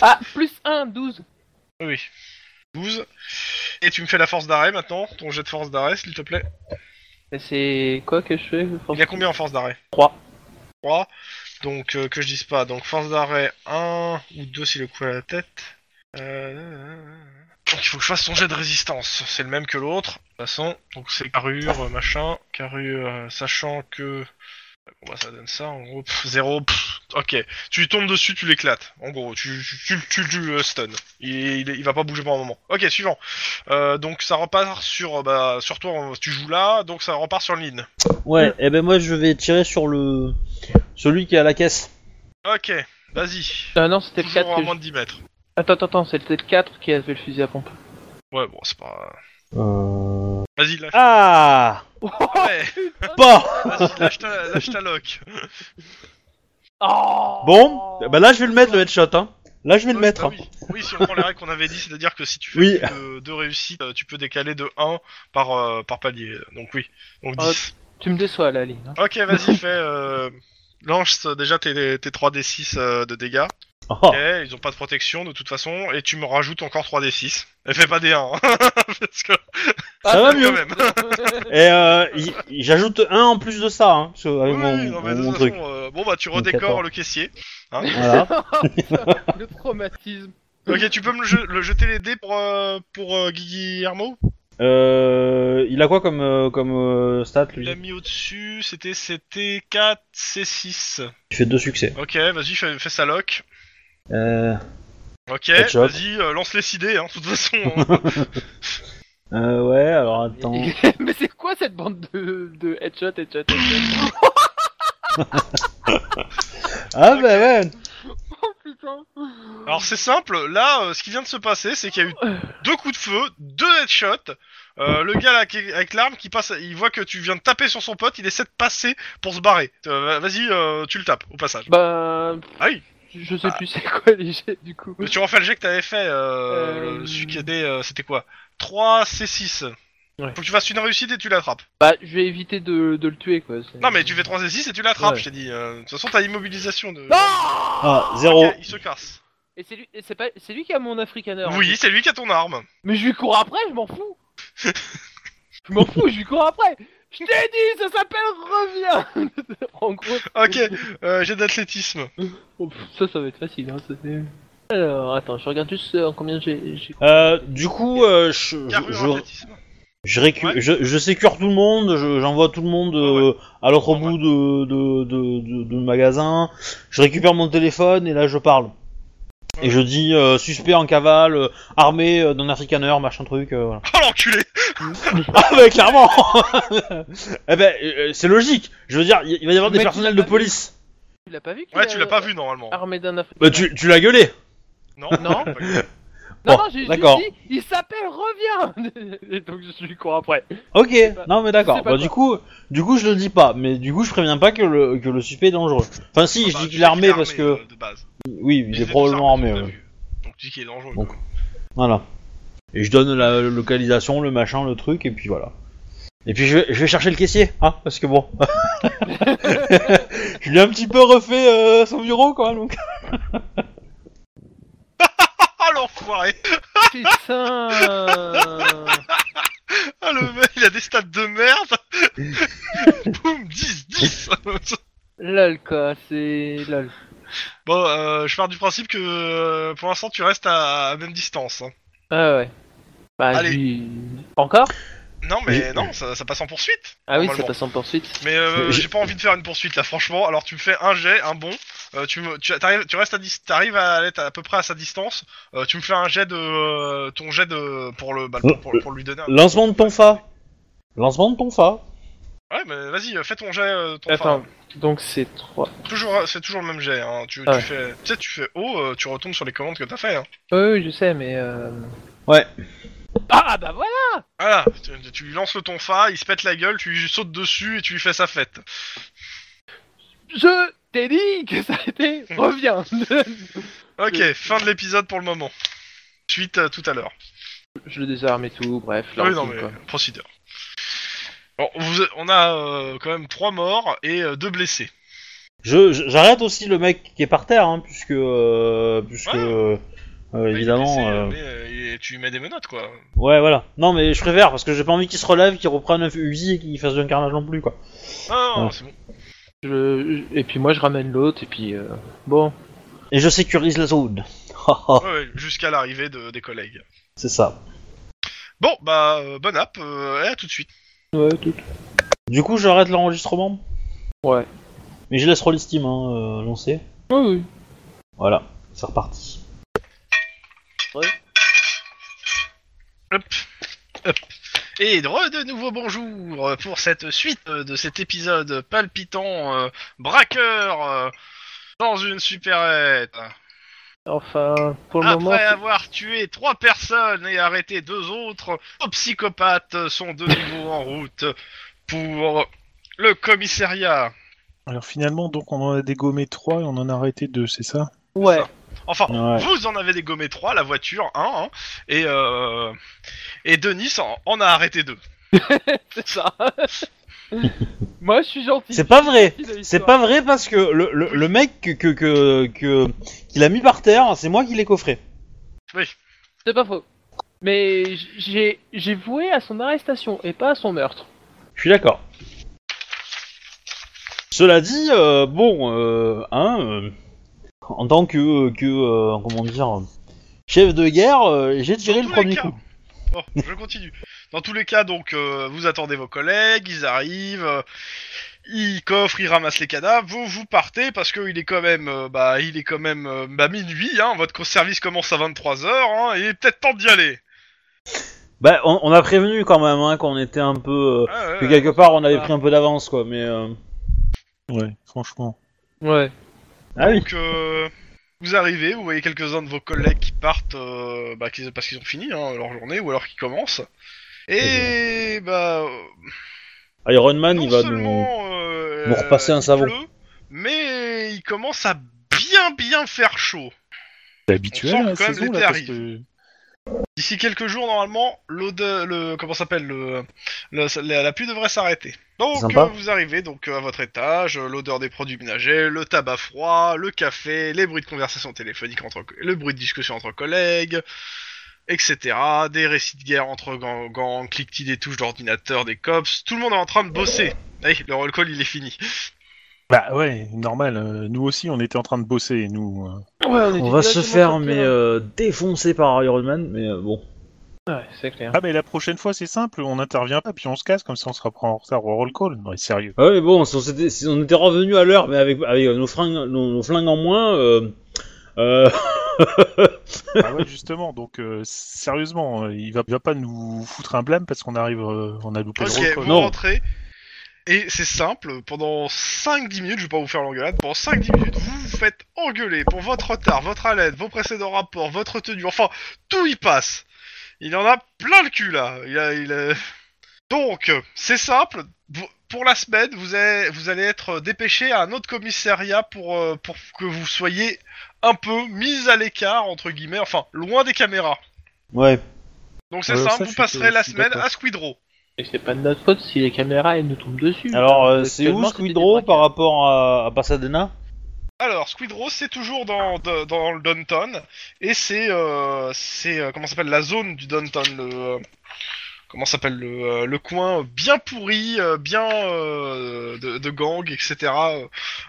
Speaker 4: Ah, plus 1, 12
Speaker 2: Oui. 12. Et tu me fais la force d'arrêt maintenant, ton jet de force d'arrêt s'il te plaît.
Speaker 4: Mais c'est quoi que je fais
Speaker 2: Il y a combien en force d'arrêt
Speaker 4: Trois.
Speaker 2: 3. Donc euh, que je dise pas, donc force d'arrêt 1 ou 2 s'il le coup à la tête. Euh... Donc il faut que je fasse son jet de résistance, c'est le même que l'autre, de toute façon. Donc c'est carrure, euh, machin, carrure, euh, sachant que... Bon bah ça donne ça, en gros, pff, zéro, pff, ok. Tu lui tombes dessus, tu l'éclates, en gros, tu, tu, tu, tu, tu le stun. Il, il, il va pas bouger pour un moment. Ok, suivant. Euh, donc ça repart sur, euh, bah, sur toi, on- tu joues là, donc ça repart sur l'in.
Speaker 1: Ouais, et ben moi je vais tirer sur le celui qui est à la caisse.
Speaker 2: Ok, vas-y.
Speaker 4: Ah non, c'était le
Speaker 2: Toujours
Speaker 4: 4
Speaker 2: à
Speaker 4: que
Speaker 2: moins
Speaker 4: je-
Speaker 2: de 10 mètres.
Speaker 4: Attends, attends, attends, c'était le 4 qui avait le fusil à pompe.
Speaker 2: Ouais, bon, c'est pas.
Speaker 1: Euh.
Speaker 2: Vas-y, lâche.
Speaker 1: Ah
Speaker 2: Ouais,
Speaker 1: Bon
Speaker 2: vas-y, lâche ta, lâche ta loc.
Speaker 4: Oh
Speaker 1: Bon, bah là je vais le mettre le headshot hein. Là je vais le
Speaker 2: Oui,
Speaker 1: mettre.
Speaker 2: bah oui. Oui, si on prend les règles qu'on avait dit, c'est-à-dire que si tu fais
Speaker 1: Oui.
Speaker 2: plus de, deux réussites, euh, tu peux décaler de 1 par, euh, par palier. Donc oui, donc
Speaker 4: Ah,
Speaker 2: 10.
Speaker 4: Tu me déçois, là, Aline.
Speaker 1: Ah.
Speaker 4: hein.
Speaker 2: Ok, vas-y, fais. Euh... Lance euh, déjà tes, tes 3d6 euh, de dégâts.
Speaker 1: Oh.
Speaker 2: Ok, ils ont pas de protection de toute façon, et tu me rajoutes encore 3d6. Et fais pas des 1, parce que
Speaker 1: Ça va
Speaker 2: quand
Speaker 1: mieux.
Speaker 2: même.
Speaker 1: Et euh, y- y- j'ajoute un en plus de ça hein, sur- avec
Speaker 2: Oui,
Speaker 1: mon,
Speaker 2: non, mais de
Speaker 1: mon
Speaker 2: toute
Speaker 1: truc.
Speaker 2: façon, euh, bon bah tu
Speaker 1: Donc,
Speaker 2: redécores
Speaker 1: 14.
Speaker 2: le caissier.
Speaker 1: Voilà.
Speaker 4: le traumatisme.
Speaker 2: Ok, tu peux me le, je- le jeter les dés pour, euh, pour euh, Guillermo
Speaker 1: Euh, il a quoi comme euh, comme euh, stat lui
Speaker 2: Il a mis au-dessus, c'était c'était 4, C6.
Speaker 1: Il fait deux succès.
Speaker 2: Ok, vas-y, fais, fais sa lock.
Speaker 1: Euh,
Speaker 2: Ok,
Speaker 1: Headshot.
Speaker 2: vas-y, euh, lance les 6 dés, hein, de toute façon. hein.
Speaker 1: euh, ouais, alors attends.
Speaker 4: Mais c'est quoi cette bande de, de headshot, headshot, headshot
Speaker 1: Ah bah ouais.
Speaker 4: Oh putain
Speaker 2: Alors c'est simple, là, euh, ce qui vient de se passer, c'est qu'il y a eu deux coups de feu, deux headshots. Euh, le gars là, qui- avec l'arme qui passe, il voit que tu viens de taper sur son pote, il essaie de passer pour se barrer. Euh, vas-y, euh, tu le tapes au passage.
Speaker 4: Bah...
Speaker 2: Aïe. Bah.
Speaker 4: Je sais plus c'est quoi les jets, du coup.
Speaker 2: Mais tu refais le jet que t'avais fait, euh,
Speaker 4: Euh,
Speaker 2: le- celui qui était, euh, c'était quoi 3 C6.
Speaker 4: Ouais.
Speaker 2: Faut que tu fasses une réussite et tu l'attrapes.
Speaker 4: Bah, je vais éviter de, de le tuer, quoi. c'est-
Speaker 2: Non mais tu fais 3 C6 et tu l'attrapes,
Speaker 4: Euh, Ouais.
Speaker 2: je t'ai dit. euh, De toute façon, t'as immobilisation de...
Speaker 4: Non
Speaker 1: Ah
Speaker 2: Ok,
Speaker 1: zéro.
Speaker 2: il se casse.
Speaker 4: Et c'est lui, et c'est pas, c'est lui qui a mon africaner.
Speaker 2: Oui, c'est lui qui a ton arme.
Speaker 4: Mais je lui cours après, je m'en fous. je m'en fous, je lui cours après. Je t'ai dit, ça s'appelle reviens. en gros. c'est-
Speaker 2: Ok, euh, j'ai d'athlétisme.
Speaker 4: Oh, pff, ça, ça va être facile. Hein, ça, c'est- Alors, attends, je regarde juste euh, en combien j'ai. j'ai-
Speaker 1: Euh, du coup, euh, je, je,
Speaker 2: Carrure,
Speaker 1: je,
Speaker 2: athlétisme.
Speaker 1: je, récu-
Speaker 2: Ouais.
Speaker 1: je, je sécure tout le monde, je- j'envoie tout le monde euh, à l'autre
Speaker 2: Ouais,
Speaker 1: bout de, de, de, de, de magasin, je récupère mon téléphone et là je parle.
Speaker 2: Ouais.
Speaker 1: Et je dis euh, suspect en cavale, euh, armé euh, d'un africaneur, machin truc, euh, voilà.
Speaker 2: Oh l'enculé
Speaker 1: Ah bah clairement Eh ben euh, c'est logique, je veux dire, il il va y avoir
Speaker 4: Mais
Speaker 1: des
Speaker 4: tu
Speaker 1: personnels de
Speaker 4: l'as pas
Speaker 1: police.
Speaker 4: Tu l'as pas vu qu'il
Speaker 2: Ouais,
Speaker 4: a-
Speaker 2: tu l'as pas vu normalement.
Speaker 4: Armé d'un africaner.
Speaker 1: Bah tu, tu l'as gueulé
Speaker 2: Non
Speaker 4: ah. Non.
Speaker 2: pas grave.
Speaker 4: Non,
Speaker 1: Bon,
Speaker 4: non, j'ai juste
Speaker 1: d'accord.
Speaker 4: dit, il s'appelle reviens. Et donc, je lui cours après.
Speaker 1: Ok,
Speaker 4: pas-
Speaker 1: non mais
Speaker 4: je
Speaker 1: d'accord.
Speaker 4: sais pas
Speaker 1: Bah, du coup, du coup je le dis pas, mais du coup je préviens pas que le, que le suspect est dangereux. Enfin si,
Speaker 2: Bah,
Speaker 1: je dis
Speaker 2: tu
Speaker 1: qu'il
Speaker 2: sais
Speaker 1: est armé parce que
Speaker 2: euh, de base.
Speaker 1: oui,
Speaker 2: Mais
Speaker 1: il
Speaker 2: c'est
Speaker 1: est
Speaker 2: tout
Speaker 1: probablement
Speaker 2: ça,
Speaker 1: armé.
Speaker 2: on l'a
Speaker 1: ouais.
Speaker 2: vu. Donc tu dis qu'il est dangereux.
Speaker 1: Donc. Voilà. Et je donne la localisation, le machin, le truc, et puis voilà. Et puis je vais, je vais chercher le caissier, hein, parce que bon, je lui ai un petit peu refait euh, son bureau quoi. Donc
Speaker 2: Ah l'enfoiré
Speaker 4: Putain.
Speaker 2: Ah le mec, il a des stats de merde Boum 10, 10
Speaker 4: Lol, quoi, c'est. Lol.
Speaker 2: Bon, euh, je pars du principe que euh, pour l'instant tu restes à, à même distance. hein.
Speaker 4: Ah ouais. Bah,
Speaker 2: Allez.
Speaker 4: j'ai- Encore
Speaker 2: Non, mais
Speaker 1: Oui.
Speaker 2: non, ça, ça passe en poursuite.
Speaker 4: Ah oui, ça
Speaker 2: Normalement.
Speaker 4: passe en poursuite.
Speaker 2: Mais euh,
Speaker 1: Mais je-
Speaker 2: j'ai pas envie de faire une poursuite là, franchement. Alors tu me fais un jet, un bon. Euh, tu me, tu arrives, tu restes à dis- t'arrives à aller à, peu près à sa distance. Euh, tu me fais un jet de euh, ton jet de pour le bah, pour, pour- pour lui donner. Un...
Speaker 1: lancement de ton fa, lancement de ton fa.
Speaker 2: Ouais, mais vas-y, euh, fais ton jet. euh, ton
Speaker 4: Attends,
Speaker 2: phare.
Speaker 4: donc c'est 3.
Speaker 2: toujours, c'est toujours le même jet. Hein. Tu,
Speaker 4: Ah
Speaker 2: tu
Speaker 4: ouais.
Speaker 2: fais, tu sais, tu fais haut, euh, tu retombes sur les commandes que t'as fait. Hein.
Speaker 4: Oui, oui, je sais, mais. Euh...
Speaker 1: Ouais.
Speaker 4: Ah bah voilà
Speaker 2: Voilà, tu, tu lui lances le tonfa, il se pète la gueule, tu lui sautes dessus et tu lui fais sa fête.
Speaker 4: Je t'ai dit que ça était. Reviens
Speaker 2: Ok,
Speaker 4: Euh,
Speaker 2: fin de l'épisode pour le moment. Suite euh, tout à l'heure.
Speaker 4: Je le désarme et tout, bref. la
Speaker 2: Ah Oui, non,
Speaker 4: routine,
Speaker 2: mais
Speaker 4: quoi.
Speaker 2: procédure. Bon, vous- on a euh, quand même trois morts et euh, deux blessés.
Speaker 1: Je, je- j'arrête aussi le mec qui est par terre, hein, puisque, euh, puisque,
Speaker 2: Ouais.
Speaker 1: euh, euh,
Speaker 2: Bah, il est
Speaker 1: évidemment.
Speaker 2: blessé,
Speaker 1: euh,
Speaker 2: mais, euh, il est- tu lui mets des menottes, quoi.
Speaker 1: Ouais, voilà. Non, mais je préfère parce que j'ai pas envie qu'il se relève, qu'il reprenne un fusil et qu'il fasse un carnage non plus, quoi.
Speaker 2: Ah, non,
Speaker 1: Ouais.
Speaker 2: c'est bon.
Speaker 4: Je- je- Et puis moi je ramène l'autre et puis euh, bon.
Speaker 1: Et je sécurise la zone.
Speaker 2: Ouais, ouais, jusqu'à l'arrivée de- des collègues.
Speaker 1: C'est ça.
Speaker 2: Bon, bah, euh, bonne app, euh, et à tout de suite.
Speaker 4: Ouais, tout.
Speaker 1: Du coup, j'arrête l'enregistrement.
Speaker 4: Ouais.
Speaker 1: Mais je laisse Roll Steam hein, euh, lancer.
Speaker 4: Oui, oui.
Speaker 1: Voilà, c'est reparti.
Speaker 2: Et re de nouveau bonjour pour cette suite euh, de cet épisode palpitant euh, braqueur euh, dans une supérette.
Speaker 4: Enfin, pour le
Speaker 2: Après
Speaker 4: moment.
Speaker 2: avoir tué trois personnes et arrêté deux autres, nos psychopathes sont de nouveau en route pour le commissariat.
Speaker 3: Alors finalement, donc on en a dégommé trois et on en a arrêté deux, c'est ça
Speaker 4: Ouais.
Speaker 2: Enfin,
Speaker 1: Ouais.
Speaker 2: vous en avez dégommé trois, la voiture un, hein, et euh, et Denis en, en a arrêté deux.
Speaker 4: C'est ça. Moi, je suis gentil.
Speaker 1: C'est pas vrai. C'est pas vrai parce que le, le, le mec que que que, que qu'il a mis par terre, c'est moi qui l'ai coffré.
Speaker 4: C'est pas faux. Mais j'ai j'ai voué à son arrestation et pas à son meurtre.
Speaker 1: Je suis d'accord. Cela dit, euh, bon, euh, hein, euh, en tant que que euh, comment dire, chef de guerre, euh, j'ai tiré
Speaker 2: Dans
Speaker 1: le
Speaker 2: tous les
Speaker 1: premier
Speaker 2: cas.
Speaker 1: coup.
Speaker 2: Bon, je continue. Dans tous les cas, donc, euh, vous attendez vos collègues, ils arrivent, euh, ils coffrent, ils ramassent les cadavres, vous, vous partez, parce que il est quand même, euh, bah, il est quand même, euh, bah, minuit, hein, votre service commence à 23h, hein, il est peut-être temps d'y aller.
Speaker 1: Bah, on, on a prévenu quand même hein, qu'on était un peu, euh,
Speaker 2: Ouais, ouais,
Speaker 1: que
Speaker 2: ouais.
Speaker 1: quelque part on avait
Speaker 4: Ah.
Speaker 1: pris un peu d'avance quoi, mais euh,
Speaker 3: Ouais, franchement.
Speaker 4: Ouais.
Speaker 1: ah oui.
Speaker 2: Donc, euh, vous arrivez, vous voyez quelques-uns de vos collègues qui partent, euh, bah, qu'ils- parce qu'ils ont fini, hein, leur journée, ou alors qu'ils commencent. Et,
Speaker 1: Eh
Speaker 2: bah, euh,
Speaker 1: hein, Iron Man,
Speaker 2: non
Speaker 1: il va nous.
Speaker 2: seulement, euh,
Speaker 1: nous repasser un
Speaker 2: il
Speaker 1: savon.
Speaker 2: pleut, mais il commence à bien bien faire chaud. On sent
Speaker 3: C'est habituel
Speaker 2: que
Speaker 3: la
Speaker 2: quand même
Speaker 3: saison
Speaker 2: l'été
Speaker 3: là, parce
Speaker 2: arrive.
Speaker 3: que...
Speaker 2: D'ici quelques jours, normalement, l'odeur, le comment ça s'appelle, le, le- la, la pluie devrait s'arrêter. Donc euh,
Speaker 1: Sympa.
Speaker 2: vous arrivez donc euh, à votre étage, euh, l'odeur des produits ménagers, le tabac froid, le café, les bruits de conversation téléphonique entre, co- le bruit de discussion entre collègues, etc. Des récits de guerre entre gan- gangs, cliquetis des touches d'ordinateur, des cops. Tout le monde est en train de bosser. Hey, le roll call il est fini.
Speaker 3: Bah ouais, normal. euh, nous aussi, on était en train de bosser, nous. euh.
Speaker 4: ouais on,
Speaker 1: On va se faire mais euh, défoncer par Iron Man, mais euh, bon.
Speaker 4: Ouais, c'est clair.
Speaker 3: Ah mais la prochaine fois, c'est simple, on n'intervient pas, puis on se casse, comme ça on sera pas en retard au roll call. Non, mais sérieux.
Speaker 1: Ah oui, bon, si on s'était- si on était revenu à l'heure, mais avec, avec nos, fringues, nos, nos flingues en moins, euh, euh,
Speaker 3: ah ouais, justement. Donc euh, sérieusement, euh, il va, il va pas nous foutre un blâme parce qu'on arrive, euh, on a loupé
Speaker 2: Ok,
Speaker 3: le roll
Speaker 2: vous
Speaker 3: call.
Speaker 1: non.
Speaker 2: rentrez. Et c'est simple, pendant 5-10 minutes, je vais pas vous faire l'engueulade, pendant 5-10 minutes, vous vous faites engueuler pour votre retard, votre haleine, vos précédents rapports, votre tenue, enfin, tout y passe. Il en a plein le cul là. Il a- il a- Donc, euh, c'est simple, vous- pour la semaine, vous allez, vous allez être dépêché à un autre commissariat pour, euh, pour que vous soyez un peu mis à l'écart, entre guillemets, enfin, loin des caméras.
Speaker 1: ouais.
Speaker 2: Donc c'est
Speaker 3: Ouais, ça,
Speaker 2: simple, vous
Speaker 3: je suis- je
Speaker 2: passerez la
Speaker 3: suis
Speaker 2: semaine
Speaker 3: d'accord.
Speaker 2: à Squidrow.
Speaker 4: Et c'est pas de notre faute si les caméras elles nous tombent dessus.
Speaker 1: Alors, euh,
Speaker 4: Parce
Speaker 1: c'est
Speaker 4: que
Speaker 1: où
Speaker 4: moi,
Speaker 1: Squidrow
Speaker 4: c'était des
Speaker 1: par rapport à, à Pasadena
Speaker 2: Alors, Squidrow, c'est toujours dans, de- dans le downtown, et c'est, euh, c'est euh, comment ça s'appelle la zone du downtown, le euh, comment ça s'appelle le, euh, le coin bien pourri, euh, bien euh, de, de gangs, etc.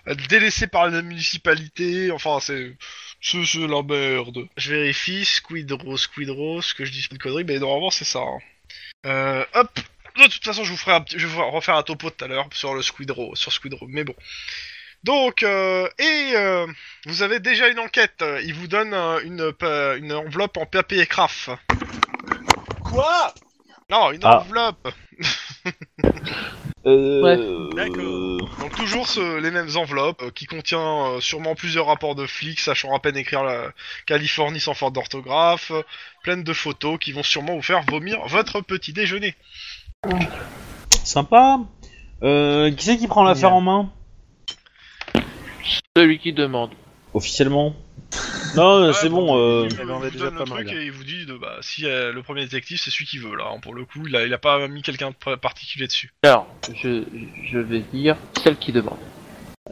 Speaker 2: euh, délaissé par la municipalité. Enfin, c'est c'est c'est la merde. Je vérifie Squidrow, Squidrow, ce que je dis pas de conneries, mais normalement c'est ça. hein. Euh, hop. De toute façon, je vous ferai un petit- je vais vous refaire un topo tout à l'heure sur le Squidrow, sur Squidrow. Mais bon. Donc, euh, et euh, vous avez déjà une enquête. Euh, Il vous donne euh, une, pa- une enveloppe en papier et craft.
Speaker 5: Quoi
Speaker 2: Non, une
Speaker 1: Ah.
Speaker 2: enveloppe.
Speaker 1: euh,
Speaker 5: D'accord.
Speaker 2: Donc toujours ce- les mêmes enveloppes euh, qui contient euh, sûrement plusieurs rapports de flics sachant à peine écrire la Californie sans faute d'orthographe, euh, pleines de photos qui vont sûrement vous faire vomir votre petit déjeuner.
Speaker 1: Sympa. Euh, qui c'est qui prend l'affaire en main
Speaker 4: plaquages. Celui qui demande.
Speaker 1: Officiellement Non, euh, c'est
Speaker 2: Ouais,
Speaker 1: bon. euh,
Speaker 2: Ah, Il vous,
Speaker 3: Elle en a
Speaker 2: vous
Speaker 3: déjà
Speaker 2: donne le
Speaker 3: pas
Speaker 2: truc
Speaker 3: mal.
Speaker 2: et il vous dit de, bah, si euh, le premier détective c'est celui qui veut là. hein. pour le coup, il a, il a pas mis quelqu'un de particulier dessus.
Speaker 4: Alors, je, je vais dire celle qui demande.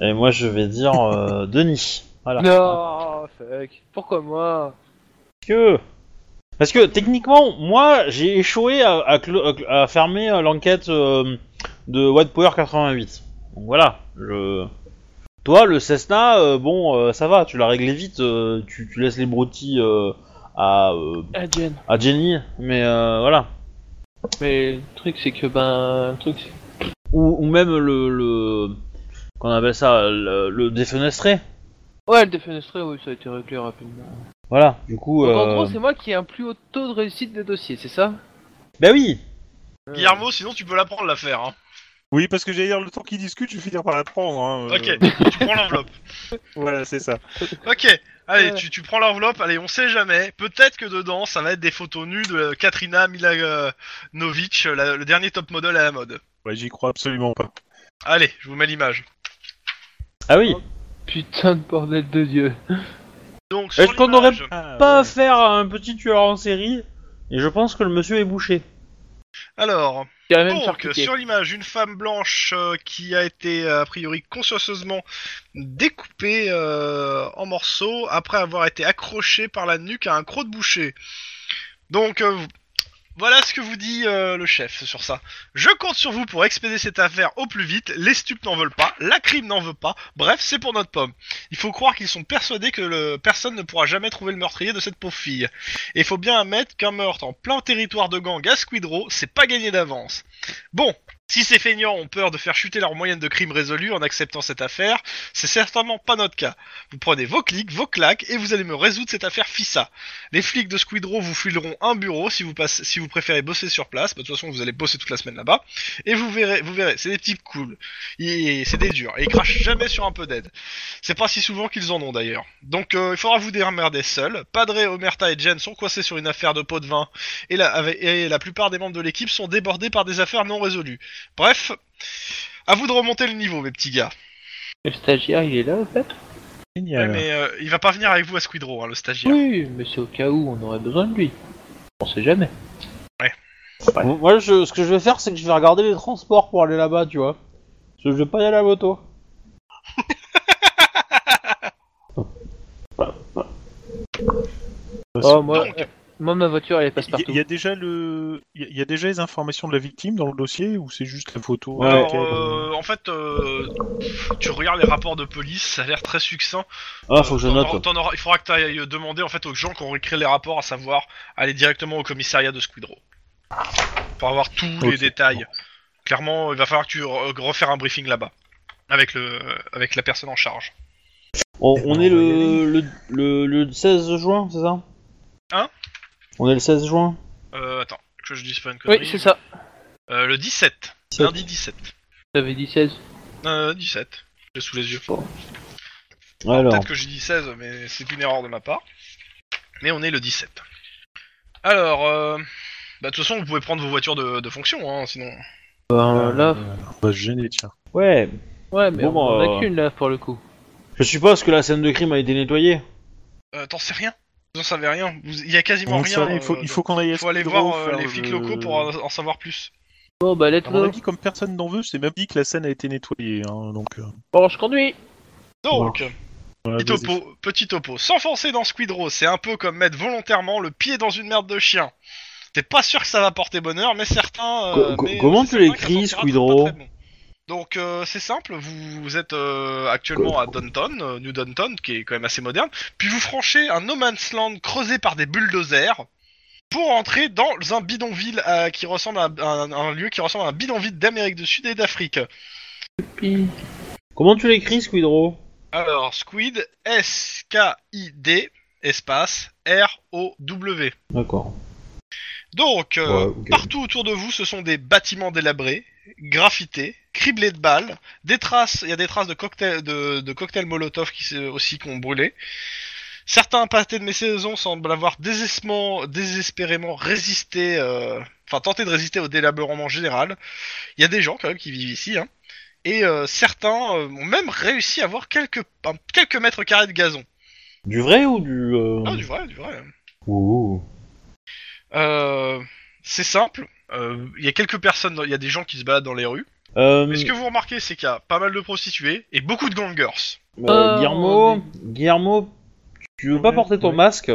Speaker 1: Et moi, je vais dire euh, Denis. Voilà.
Speaker 4: Non, fuck. Pourquoi moi
Speaker 1: Parce que... Parce que, techniquement, moi, j'ai échoué à, à clo- à fermer euh, l'enquête euh, de White Power 88. Donc voilà, je... Toi, le Cessna, euh, bon, euh, ça va, tu l'as réglé vite, euh, tu, tu laisses les broutilles euh, à, euh,
Speaker 4: Adjen.
Speaker 1: à Jenny, mais euh, voilà.
Speaker 4: Mais le truc, c'est que, ben, le truc, c'est-
Speaker 1: Ou, ou même le... le... Qu'on appelle ça le, le défenestré.
Speaker 4: Ouais, le défenestré, oui, ça a été réglé rapidement.
Speaker 1: Voilà, du coup...
Speaker 4: Donc, en
Speaker 1: euh,
Speaker 4: gros, c'est moi qui ai un plus haut taux de réussite des dossiers, c'est ça Euh,
Speaker 1: Bah oui
Speaker 3: Euh.
Speaker 2: Guillermo, sinon tu peux la prendre l'affaire. Hein.
Speaker 3: Oui, parce que j'allais dire, le temps qu'ils discutent, je vais finir par la prendre. hein, euh,
Speaker 2: Ok, tu prends l'enveloppe.
Speaker 3: Voilà, c'est ça.
Speaker 2: Ok, allez,
Speaker 4: Ouais.
Speaker 2: tu, tu prends l'enveloppe, allez, on sait jamais. Peut-être que dedans, ça va être des photos nues de Katrina Milanovic, la- le dernier top model à la mode.
Speaker 3: Ouais, j'y crois absolument pas.
Speaker 2: Allez, je vous mets l'image.
Speaker 1: Ah oui
Speaker 4: Putain de bordel de dieu.
Speaker 2: Donc,
Speaker 1: Est-ce
Speaker 2: sur
Speaker 1: qu'on aurait
Speaker 2: l'image-
Speaker 3: Ah,
Speaker 1: Pas faire un petit tueur en série, et je pense que le monsieur est bouché.
Speaker 2: Alors,
Speaker 4: J'ai même faire
Speaker 2: donc,
Speaker 4: cliquer.
Speaker 2: sur l'image, une femme blanche euh, qui a été, euh, a priori, consciencieusement découpée euh, en morceaux après avoir été accrochée par la nuque à un croc de boucher. Donc, euh, voilà ce que vous dit euh, le chef sur ça. Je compte sur vous pour expédier cette affaire au plus vite. Les stupes n'en veulent pas, la crime n'en veut pas. Bref, c'est pour notre pomme. Il faut croire qu'ils sont persuadés que le... personne ne pourra jamais trouver le meurtrier de cette pauvre fille. Et faut bien admettre qu'un meurtre en plein territoire de gang à Squidrow, c'est pas gagné d'avance. Bon, si ces feignants ont peur de faire chuter leur moyenne de crime résolue en acceptant cette affaire, c'est certainement pas notre cas. Vous prenez vos clics, vos claques, et vous allez me résoudre cette affaire Fissa. Les flics de Squidrow vous fileront un bureau si vous, passez, si vous préférez bosser sur place, bah, de toute façon vous allez bosser toute la semaine là-bas, et vous verrez, vous verrez, c'est des types cool, Et c'est des durs, et ils crachent jamais sur un peu d'aide. C'est pas si souvent qu'ils en ont d'ailleurs. Donc euh, il faudra vous démerder seul. Padre, Omerta et Jen sont coincés sur une affaire de pot de vin et la, avec- et la plupart des membres de l'équipe sont débordés par des affaires non résolues. Bref, à vous de remonter le niveau mes petits gars.
Speaker 4: Le stagiaire, il est là, en fait
Speaker 3: Génial.
Speaker 2: Ouais, mais euh, il va pas venir avec vous à Squidrow, hein, le stagiaire.
Speaker 4: Oui, mais c'est au cas où on aurait besoin de lui. On sait jamais. Ouais.
Speaker 1: Bon, Moi, je- ce que je vais faire, c'est que je vais regarder les transports pour aller là-bas, tu vois. Parce que je vais pas y aller à la moto.
Speaker 4: Oh, moi,
Speaker 2: Donc,
Speaker 4: euh, moi, ma voiture, elle est
Speaker 3: Il y-
Speaker 4: passe-partout.
Speaker 3: il y, a déjà le, il y a- il y a déjà les informations de la victime dans le dossier ou c'est juste la photo
Speaker 1: Ouais.
Speaker 2: alors,
Speaker 3: avec elle, euh,
Speaker 2: euh, en fait, euh, tu regardes les rapports de police, ça a l'air très succinct.
Speaker 1: Ah, faut que je
Speaker 2: T'en
Speaker 1: note.
Speaker 2: auras- t'en auras- il faudra que tu ailles demander en fait, aux gens qui ont écrit les rapports, à savoir aller directement au commissariat de Squidrow. Pour avoir tous les
Speaker 3: Ok.
Speaker 2: détails. Clairement, il va falloir que tu re- euh, refaire un briefing là-bas. Avec, le, avec la personne en charge.
Speaker 1: On,
Speaker 3: Eh ben,
Speaker 1: on
Speaker 3: on
Speaker 1: est
Speaker 3: va y
Speaker 1: le, le, le, le 16 juin, c'est ça
Speaker 2: Hein
Speaker 1: On est le 16 juin
Speaker 2: Euh, attends, que je dise pas une connerie.
Speaker 4: Oui, c'est ça.
Speaker 2: Euh, le 17.
Speaker 1: Sept.
Speaker 2: Lundi 17.
Speaker 4: J'avais dit 16.
Speaker 2: Euh, 17. J'ai sous les yeux.
Speaker 1: Alors,
Speaker 2: Peut-être que j'ai dit 16, mais c'est une erreur de ma part. Mais on est le 17. Alors, euh, bah, de toute façon, vous pouvez prendre vos voitures de, de fonction, hein, sinon.
Speaker 3: euh,
Speaker 4: Ben là,
Speaker 3: on va se bah, gêner, tiens.
Speaker 1: ouais,
Speaker 4: ouais, mais
Speaker 1: bon,
Speaker 4: on en
Speaker 1: euh,
Speaker 4: a qu'une là pour le coup.
Speaker 1: je suppose que la scène de crime a été nettoyée.
Speaker 2: Euh, T'en sais rien Vous en savez rien Vous- Il y a quasiment
Speaker 3: On
Speaker 2: rien.
Speaker 3: sait rien, il faut,
Speaker 2: euh,
Speaker 3: il faut qu'on aille. à
Speaker 2: donc faut aller
Speaker 3: Squidrow
Speaker 2: voir euh,
Speaker 3: faire
Speaker 2: les flics
Speaker 3: le-
Speaker 2: locaux pour en, en savoir plus.
Speaker 4: Bon, bah, let's
Speaker 3: À mon
Speaker 4: go.
Speaker 3: avis, comme personne n'en veut, c'est même dit que la scène a été nettoyée. hein, donc, euh,
Speaker 4: Bon, je conduis. Oh.
Speaker 2: Donc,
Speaker 3: voilà,
Speaker 2: petit, topo, petit topo. S'enfoncer dans Squidrow, c'est un peu comme mettre volontairement le pied dans une merde de chien. C'est pas sûr que ça va porter bonheur, mais certains. euh,
Speaker 1: Co- co-
Speaker 2: mais
Speaker 1: comment
Speaker 2: c'est
Speaker 1: tu
Speaker 2: certain que ça
Speaker 1: l'écris,
Speaker 2: sortira
Speaker 1: Squidrow
Speaker 2: pas très bon. Donc euh, c'est simple, vous, vous êtes euh, actuellement à Downton, euh, New Downton, qui est quand même assez moderne, puis vous franchez un no man's land creusé par des bulldozers pour entrer dans un bidonville euh, qui ressemble à à un, un lieu qui ressemble à un bidonville d'Amérique du Sud et d'Afrique.
Speaker 4: Pi.
Speaker 1: Comment tu l'écris, Squidro
Speaker 2: Alors Squid S K I D espace R O W.
Speaker 1: D'accord.
Speaker 2: Donc, euh,
Speaker 1: Ouais, ok.
Speaker 2: partout autour de vous, ce sont des bâtiments délabrés, graffités, criblés de balles, des traces, il y a des traces de cocktails de, de cocktails Molotov qui se- aussi qui ont brûlé. Certains pâtés de mes saisons semblent avoir désespérément, désespérément résisté, euh, enfin tenté de résister au délabrement général. Il y a des gens quand même qui vivent ici, hein. Et euh, certains euh, ont même réussi à avoir quelques, un- quelques mètres carrés de gazon.
Speaker 1: Du vrai ou du... euh,
Speaker 2: Ah, du vrai, du vrai.
Speaker 1: Ouh.
Speaker 2: Euh, c'est simple. Euh, Il y a quelques personnes, dans- il y a des gens qui se baladent dans les rues.
Speaker 1: Euh,
Speaker 2: Mais ce que vous remarquez, c'est qu'il y a pas mal de prostituées et beaucoup de gangers.
Speaker 1: euh,
Speaker 4: Oh,
Speaker 1: Guillermo, Guillermo, tu veux pas
Speaker 3: Ouais,
Speaker 1: porter ton
Speaker 3: ouais.
Speaker 1: masque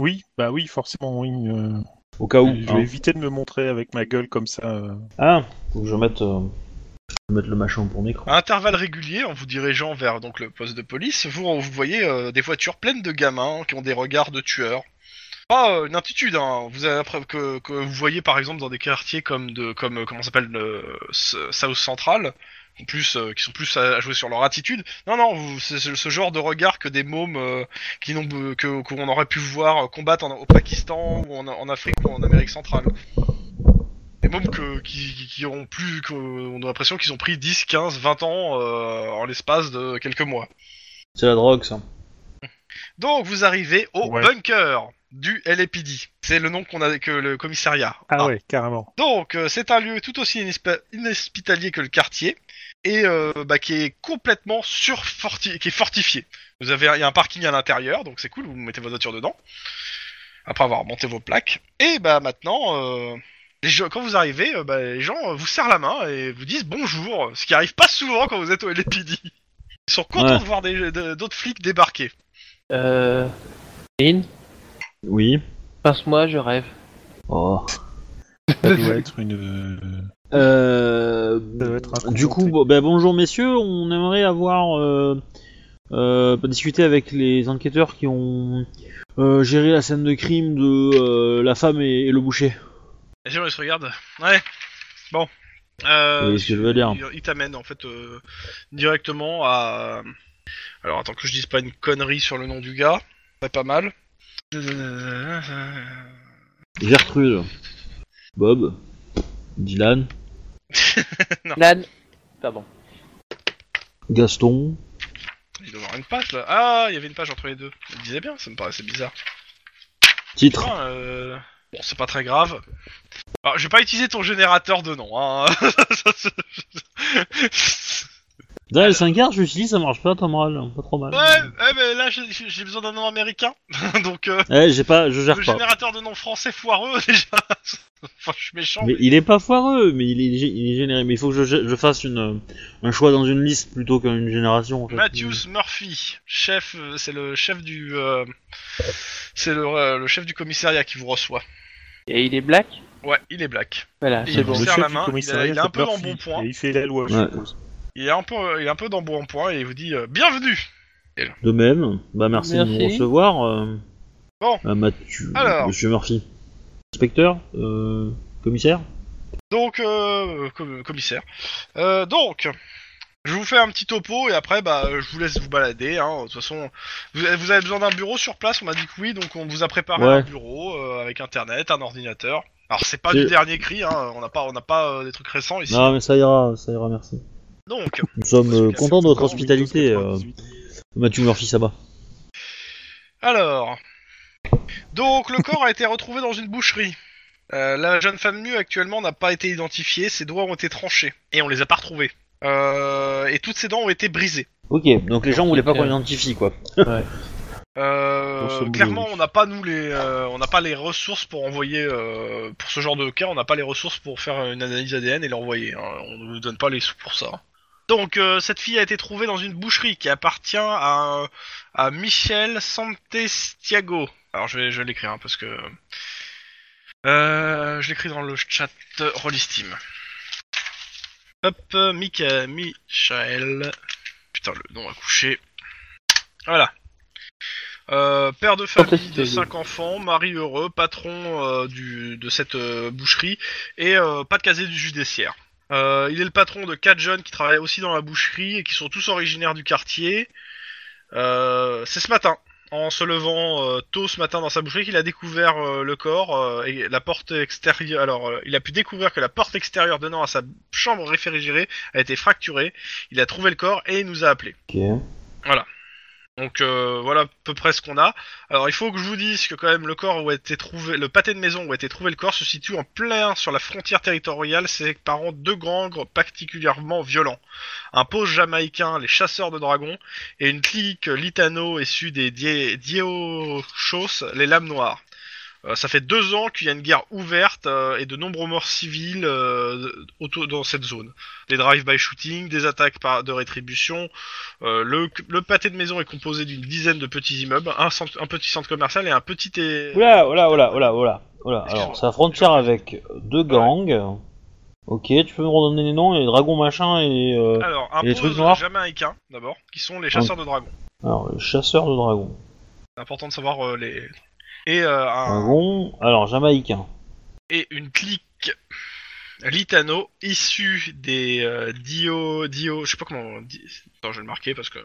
Speaker 3: Oui, bah oui, forcément, oui. euh,
Speaker 1: Au
Speaker 2: Ah
Speaker 1: cas où.
Speaker 3: je
Speaker 1: hein.
Speaker 3: vais éviter de me montrer avec ma gueule comme ça. euh.
Speaker 1: Ah, faut que je mette, euh, je mette le machin pour micro.
Speaker 2: À intervalles réguliers, en vous dirigeant vers donc le poste de police, vous, vous voyez euh, des voitures pleines de gamins qui ont des regards de tueurs. Pas euh, une attitude, hein. Vous avez, après- que, que vous voyez par exemple dans des quartiers comme de comme euh, comment ça s'appelle euh, S- South Central, en plus euh, qui sont plus à, à jouer sur leur attitude. Non non, vous- c'est ce, ce genre de regard que des mômes euh, qui n'ont que qu'on aurait pu voir euh, combattre en- au Pakistan ou en, en Afrique ou en Amérique centrale. Des mômes que, qui, qui- qui ont plus, que- on a l'impression qu'ils ont pris 10, 15, 20 ans euh, en l'espace de quelques mois.
Speaker 1: C'est la drogue, ça.
Speaker 2: Donc vous arrivez au
Speaker 3: Ouais.
Speaker 2: bunker du LAPD. C'est le nom qu'on a que le commissariat.
Speaker 3: Ah,
Speaker 2: Ah.
Speaker 3: ouais, carrément.
Speaker 2: Donc euh, c'est un lieu tout aussi inhospi- inhospitalier que le quartier et euh, bah, qui est complètement surforti qui est fortifié. Vous avez il y a un parking à l'intérieur donc c'est cool, vous mettez vos voitures dedans après avoir monté vos plaques et bah maintenant euh, les gens- quand vous arrivez euh, bah, les gens euh, vous serrent la main et vous disent bonjour, ce qui arrive pas souvent quand vous êtes au LAPD. Ils sont contents
Speaker 1: Ouais.
Speaker 2: de voir des- de- d'autres flics débarquer.
Speaker 4: Euh. In,
Speaker 1: Oui.
Speaker 4: pince-moi, je rêve.
Speaker 1: Oh.
Speaker 3: Ça doit être une.
Speaker 1: Euh,
Speaker 3: Ça doit être un
Speaker 1: du coup, bon, ben, bonjour messieurs, on aimerait avoir euh, euh, discuté avec les enquêteurs qui ont euh, géré la scène de crime de euh, la femme et, et le boucher.
Speaker 2: Les gens ils se regardent. Ouais. Bon. Euh,
Speaker 1: Vous voyez ce que je veux dire.
Speaker 2: Il, il t'amène en fait euh, directement à. euh, Alors attends que je dise pas une connerie sur le nom du gars. C'est pas mal.
Speaker 1: Gertrude, Bob, Dylan,
Speaker 4: Nan. Pardon.
Speaker 1: Gaston.
Speaker 2: Il doit y avoir une page là. Ah, il y avait une page entre les deux. Je me disais bien, ça me paraissait bizarre.
Speaker 1: Titre.
Speaker 2: Enfin, euh, Bon, c'est pas très grave. Alors, je vais pas utiliser ton générateur de nom. Hein.
Speaker 1: Là, le 5 je me suis dit, ça marche pas tant mal, pas trop mal.
Speaker 2: ouais, ouais, mais là j'ai- j'ai besoin d'un nom américain. Donc euh,
Speaker 1: Eh, j'ai pas, je gère
Speaker 2: le
Speaker 1: pas.
Speaker 2: générateur de nom français foireux déjà. enfin, je suis méchant.
Speaker 1: Mais il est pas foireux, mais il est, gé- il est généré. Mais il faut que je, je fasse une, euh, un choix dans une liste plutôt qu'une génération. en fait.
Speaker 2: Matthews Murphy, chef, euh, c'est le chef du, euh, c'est le, euh, le chef du commissariat qui vous reçoit.
Speaker 4: Et il est black
Speaker 2: Ouais, il est black.
Speaker 4: Voilà,
Speaker 2: Et
Speaker 4: c'est
Speaker 2: il
Speaker 4: bon.
Speaker 2: vous serre
Speaker 3: chef
Speaker 2: la
Speaker 3: du
Speaker 2: main, il a-
Speaker 3: commissariat,
Speaker 2: il a un
Speaker 3: c'est
Speaker 2: peu
Speaker 3: Murphy,
Speaker 2: d'embonpoint.
Speaker 3: Et il fait la loi, je
Speaker 1: Ouais.
Speaker 3: suppose.
Speaker 2: Il est un peu, il est un peu dans en point et il vous dit euh, bienvenue.
Speaker 1: De même, bah merci, de nous
Speaker 4: Merci.
Speaker 1: recevoir. euh,
Speaker 2: Bon.
Speaker 1: euh, Mathieu,
Speaker 2: Alors.
Speaker 1: Monsieur Murphy. Inspecteur euh, Commissaire
Speaker 2: Donc euh, com- commissaire. Euh, donc. Je vous fais un petit topo et après bah euh, je vous laisse vous balader. Hein. De toute façon, vous avez, vous avez besoin d'un bureau sur place, on m'a dit que oui, donc on vous a préparé
Speaker 1: Ouais.
Speaker 2: un bureau euh, avec internet, un ordinateur. Alors c'est pas
Speaker 1: C'est-
Speaker 2: du dernier cri, hein. on n'a pas on n'a pas euh, des trucs récents ici.
Speaker 1: Non mais ça ira, ça ira, merci.
Speaker 2: Donc
Speaker 1: Nous sommes
Speaker 2: Parce que
Speaker 1: euh,
Speaker 2: là,
Speaker 1: contents de votre
Speaker 3: Encore Windows
Speaker 1: hospitalité, euh,
Speaker 3: 98.
Speaker 1: Mathieu Murphy, ça va.
Speaker 2: Alors. Donc, le corps a été retrouvé dans une boucherie. Euh, la jeune femme nue actuellement n'a pas été identifiée, ses doigts ont été tranchés. Et on les a pas retrouvés. Euh, et toutes ses dents ont été brisées.
Speaker 1: Ok, donc les gens voulaient pas qu'on identifie quoi.
Speaker 2: Euh,
Speaker 3: Grosso modo,
Speaker 2: clairement,
Speaker 3: oui.
Speaker 2: on n'a pas nous les, euh, on n'a pas les ressources pour envoyer euh, pour ce genre de cas, on n'a pas les ressources pour faire une analyse ADN et l'envoyer. hein. On ne nous donne pas les sous pour ça. Donc, euh, cette fille a été trouvée dans une boucherie qui appartient à, à Michel Santestiago. Alors, je vais, je vais l'écrire hein, parce que euh, je l'écris dans le chat Rollistim. Hop, euh, Mica- Michael. Putain, le nom à coucher. Voilà. Euh, père de famille de
Speaker 4: Santestiago.
Speaker 2: 5 enfants, mari heureux, patron euh, du, de cette euh, boucherie et euh, pas de casier du judiciaire. Euh, il est le patron de quatre jeunes qui travaillent aussi dans la boucherie et qui sont tous originaires du quartier. Euh, c'est ce matin, en se levant euh, tôt ce matin dans sa boucherie, qu'il a découvert euh, le corps euh, et la porte extérieure. Alors, euh, il a pu découvrir que la porte extérieure donnant à sa chambre réfrigérée a été fracturée. Il a trouvé le corps et il nous a appelé.
Speaker 1: Ok.
Speaker 2: Donc euh, voilà à peu près ce qu'on a. Alors il faut que je vous dise que quand même le corps où a été trouvé, le pâté de maison où a été trouvé le corps se situe en plein sur la frontière territoriale séparant deux gangs particulièrement violents. Un pôle jamaïcain, les chasseurs de dragons, et une clique litano issue des Die- Diochos, les lames noires. Euh, ça fait deux ans qu'il y a une guerre ouverte euh, et de nombreux morts civils euh, autour dans cette zone. Des drive-by shooting, des attaques par, de rétribution. Euh, le, le pâté de maison est composé d'une dizaine de petits immeubles, un, centre- un petit centre commercial et un petit... é-
Speaker 1: Oula, oula, oula, oula, oula. oula. Alors,
Speaker 2: Excuse-moi.
Speaker 1: c'est la frontière avec deux gangs. Ok, tu peux me redonner les noms, et les dragons machin et. euh,
Speaker 2: Alors,
Speaker 1: Et les
Speaker 2: un
Speaker 1: trucs noirs
Speaker 2: jamaïcain, d'abord, qui sont les chasseurs de dragons.
Speaker 1: Alors, le chasseur de dragons.
Speaker 2: C'est important de savoir euh, les... Et, euh,
Speaker 1: Ah.
Speaker 2: un-
Speaker 1: Dragon. Alors, jamaïcain.
Speaker 2: et une clique litano issue des euh, Dio... Dio... Je sais pas comment... on dit. Attends, je vais le marquer parce que...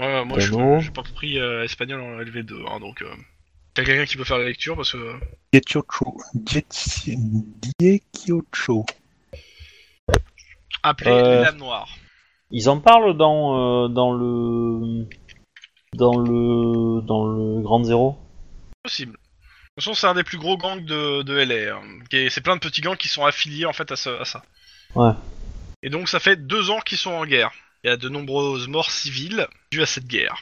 Speaker 2: Ouais, moi, je
Speaker 1: Litano.
Speaker 2: j'ai pas compris euh, espagnol en LV2, hein, donc... Euh... T'as quelqu'un qui peut faire la lecture parce que...
Speaker 3: Diekyocho. Diek- Diekyocho.
Speaker 2: Appelé
Speaker 1: Euh.
Speaker 2: les lames noires.
Speaker 1: Ils en parlent dans, euh, dans le. Dans le. Dans le Grand Zéro
Speaker 2: Possible. De toute façon, c'est un des plus gros gangs de, de LA. hein, qui est- C'est plein de petits gangs qui sont affiliés en fait à, ce- à ça.
Speaker 1: Ouais.
Speaker 2: Et donc, ça fait deux ans qu'ils sont en guerre. Il y a de nombreuses morts civiles dues à cette guerre.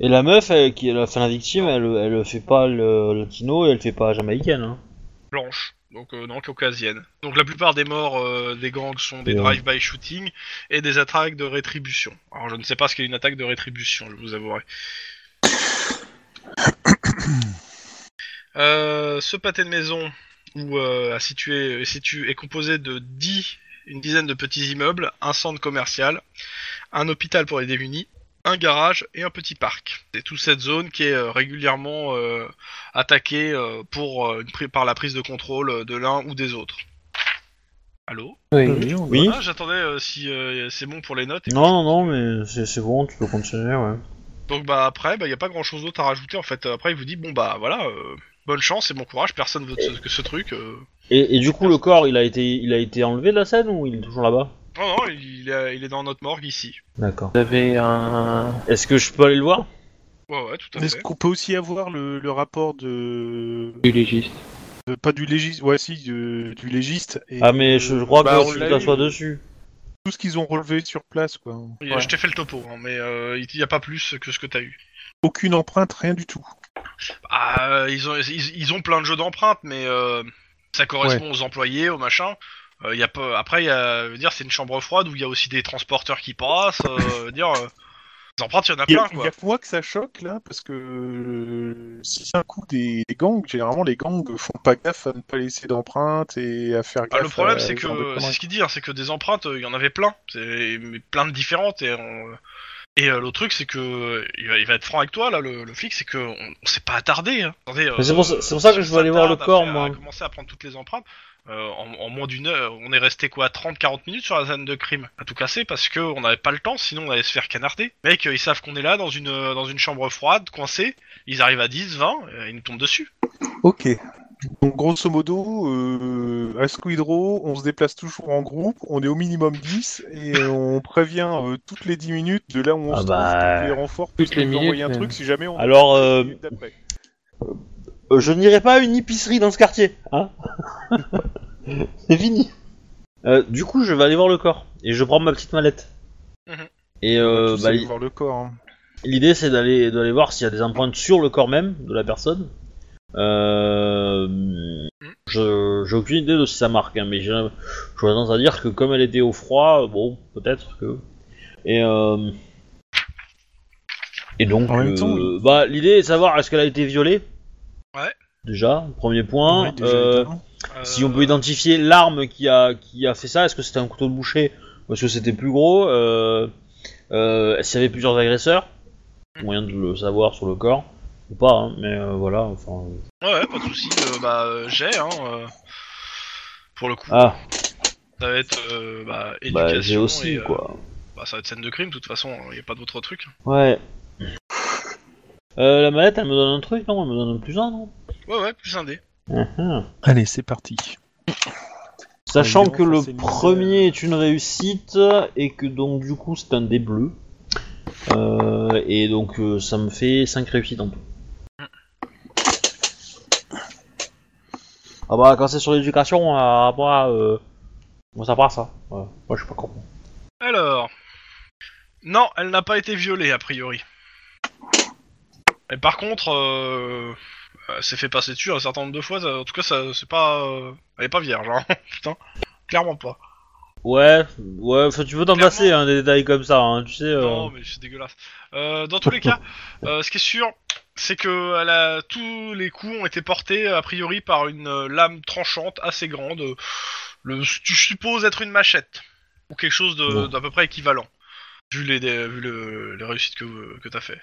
Speaker 1: Et la meuf, elle, qui est la, enfin, la victime, elle, elle fait pas le latino et elle fait pas jamaïcaine. Hein.
Speaker 2: Blanche, donc euh, non caucasienne. Donc la plupart des morts euh, des gangs sont des
Speaker 1: Ouais.
Speaker 2: drive-by shooting et des attaques de rétribution. Alors je ne sais pas ce qu'est une attaque de rétribution, je vous avouerai. Euh, ce pâté de maison où euh, à situer- est, situé- est composé de 10, une dizaine de petits immeubles, un centre commercial, un hôpital pour les démunis, un garage et un petit parc. C'est toute cette zone qui est euh, régulièrement euh, attaqué euh, pour euh, une pri- par la prise de contrôle euh, de l'un ou des autres. Allô
Speaker 4: Oui.
Speaker 3: Oui, on-
Speaker 1: Oui.
Speaker 2: Ah, J'attendais euh, si euh, c'est bon pour les notes.
Speaker 1: Non, non, non, mais c'est c'est bon, tu peux continuer, ouais.
Speaker 2: Donc bah après, il n'y a pas grand chose d'autre à rajouter en fait. Après il vous dit bon bah voilà, euh, bonne chance et bon courage, personne veut de ce, que ce truc. euh.
Speaker 1: Et, et du coup, le corps, il a été, il a été enlevé de la scène ou il est toujours là-bas
Speaker 2: Non non, il, est- il est dans notre morgue ici.
Speaker 1: D'accord.
Speaker 4: Vous avez un.
Speaker 1: Est-ce que je peux aller le voir
Speaker 2: Ouais ouais, tout à
Speaker 3: Est-ce
Speaker 2: fait.
Speaker 3: qu'on peut aussi avoir le, le rapport de...
Speaker 4: du légiste.
Speaker 3: de- Pas du légiste, ouais, si, du, du légiste. et-
Speaker 1: Ah, mais je, je crois
Speaker 3: Bah,
Speaker 1: que
Speaker 3: on
Speaker 1: tu
Speaker 3: l'a
Speaker 1: t'assois
Speaker 3: eu.
Speaker 1: dessus.
Speaker 3: Tout ce qu'ils ont relevé sur place, quoi.
Speaker 2: Il- Je t'ai fait le topo, hein, mais euh, il n'y a pas plus que ce que t'as eu.
Speaker 3: Aucune empreinte, rien du tout.
Speaker 2: Ah, euh, ils, ont, ils, ils ont plein de jeux d'empreintes, mais euh, ça correspond aux employés, aux machins. Euh, y a pas, après, y a, je veux dire, c'est une chambre froide où il y a aussi des transporteurs qui passent. euh, je veux dire, euh, les empreintes, il y en a
Speaker 3: Il y
Speaker 2: plein,
Speaker 3: a, il y
Speaker 2: quoi.
Speaker 3: a que moi que ça choque, là, parce que euh, si c'est un coup des, des gangs, généralement, les gangs font pas gaffe à ne pas laisser d'empreintes et à faire
Speaker 2: Ah,
Speaker 3: gaffe
Speaker 2: le
Speaker 1: euh,
Speaker 2: problème,
Speaker 3: à
Speaker 2: c'est
Speaker 3: ce genre de
Speaker 2: que c'est
Speaker 3: conneries.
Speaker 2: ce qu'il dit, hein, c'est que des empreintes, euh, il y en avait plein, c'est mais plein de différentes. Et, on- et euh, l'autre truc, c'est que euh, il va, il va être franc avec toi, là, le, le flic, c'est que on, on s'est pas attardé. hein. Attendez,
Speaker 1: Mais c'est pour ça- c'est pour ça que
Speaker 2: si
Speaker 1: je
Speaker 2: on
Speaker 1: veux aller voir
Speaker 2: s'attarde
Speaker 1: le corps,
Speaker 2: après
Speaker 1: moi.
Speaker 2: À commencer à prendre toutes les empreintes. euh, en, en moins d'une heure, on est resté quoi 30-40 minutes sur la scène de crime. À tout casser parce que on n'avait pas le temps, sinon on allait se faire canarder. Mec, euh, ils savent qu'on est là dans une euh, dans une chambre froide, coincée. Ils arrivent à 10, 20, euh, ils nous tombent dessus.
Speaker 3: Ok. Donc, grosso modo, euh, à Squidro, on se déplace toujours en groupe, on est au minimum 10 et euh, on prévient euh, toutes les 10 minutes de là où on
Speaker 1: Ah
Speaker 3: se
Speaker 1: bah,
Speaker 3: trouve, toutes les renforts,
Speaker 4: toutes
Speaker 3: parce qu'on
Speaker 4: les
Speaker 3: peut
Speaker 4: minutes, euh.
Speaker 3: envoyer un
Speaker 4: même.
Speaker 3: truc si jamais on.
Speaker 1: Alors, euh,
Speaker 3: minutes d'après.
Speaker 1: euh, je n'irai pas à une épicerie dans ce quartier, hein C'est fini. Euh, du coup, je vais aller voir le corps et je prends ma petite mallette.
Speaker 2: Mhm.
Speaker 1: Et
Speaker 3: On va
Speaker 1: euh,
Speaker 3: tous
Speaker 1: bah,
Speaker 3: aller
Speaker 1: il-
Speaker 3: voir le corps. hein.
Speaker 1: L'idée c'est d'aller d'aller voir s'il y a des empreintes sur le corps même de la personne. Euh, je- J'ai aucune idée de si ça marque, hein, mais j'ai j'aurais tendance à dire que comme elle était au froid, bon, peut-être que. Et euh, et donc,
Speaker 3: En même
Speaker 1: euh,
Speaker 3: temps, oui.
Speaker 1: bah l'idée est de savoir est-ce qu'elle a été violée.
Speaker 2: Ouais.
Speaker 1: Déjà, premier point.
Speaker 3: Ouais, déjà,
Speaker 1: Euh,
Speaker 3: évidemment.
Speaker 1: si on peut identifier l'arme qui a, qui a fait ça, est-ce que c'était un couteau de boucher ou est-ce que c'était plus gros euh, euh, S'il y avait plusieurs agresseurs Moyen de le savoir sur le corps ou pas, hein, mais euh, voilà. Enfin...
Speaker 2: Ouais, ouais, pas de soucis, euh, bah euh, j'ai, hein. euh, pour le coup,
Speaker 1: Ah,
Speaker 2: ça va être euh, bah, éducation.
Speaker 1: bah j'ai aussi
Speaker 2: et, euh,
Speaker 1: quoi.
Speaker 2: bah, ça va être scène de crime, de toute façon, il n'y a pas d'autre truc.
Speaker 1: Ouais. Euh, la mallette, elle me donne un truc, non Elle me donne un plus un, non
Speaker 2: Ouais, ouais, plus un dé.
Speaker 1: Ah, ah.
Speaker 3: Allez, c'est parti.
Speaker 1: Sachant
Speaker 3: Ouais,
Speaker 1: que le
Speaker 3: c'est une- euh,
Speaker 1: premier est une réussite et que donc du coup c'est un dé bleu. Euh, et donc euh, ça me fait 5 réussites en tout. Ah bah quand c'est sur l'éducation, à moi, euh, moi ça part ça. Ouais. Moi je suis pas con.
Speaker 2: Alors. Non, elle n'a pas été violée, a priori. Et par contre, euh, euh, s'est fait passer dessus un certain nombre de fois. ça- en tout cas, ça, c'est pas, euh, elle est pas vierge, hein. Putain, clairement pas.
Speaker 1: Ouais, ouais, enfin, tu peux t'en
Speaker 2: Clairement.
Speaker 1: passer, hein, des détails comme ça, hein, tu sais. euh.
Speaker 2: Non, mais c'est dégueulasse. Euh, dans tous les cas, euh, ce qui est sûr, c'est que elle a- tous les coups ont été portés a priori par une euh, lame tranchante assez grande. euh, Le, tu supposes être une machette ou quelque chose de-
Speaker 1: Ouais.
Speaker 2: d'à peu près équivalent, vu les, dé- vu le, les réussites que, que t'as fait.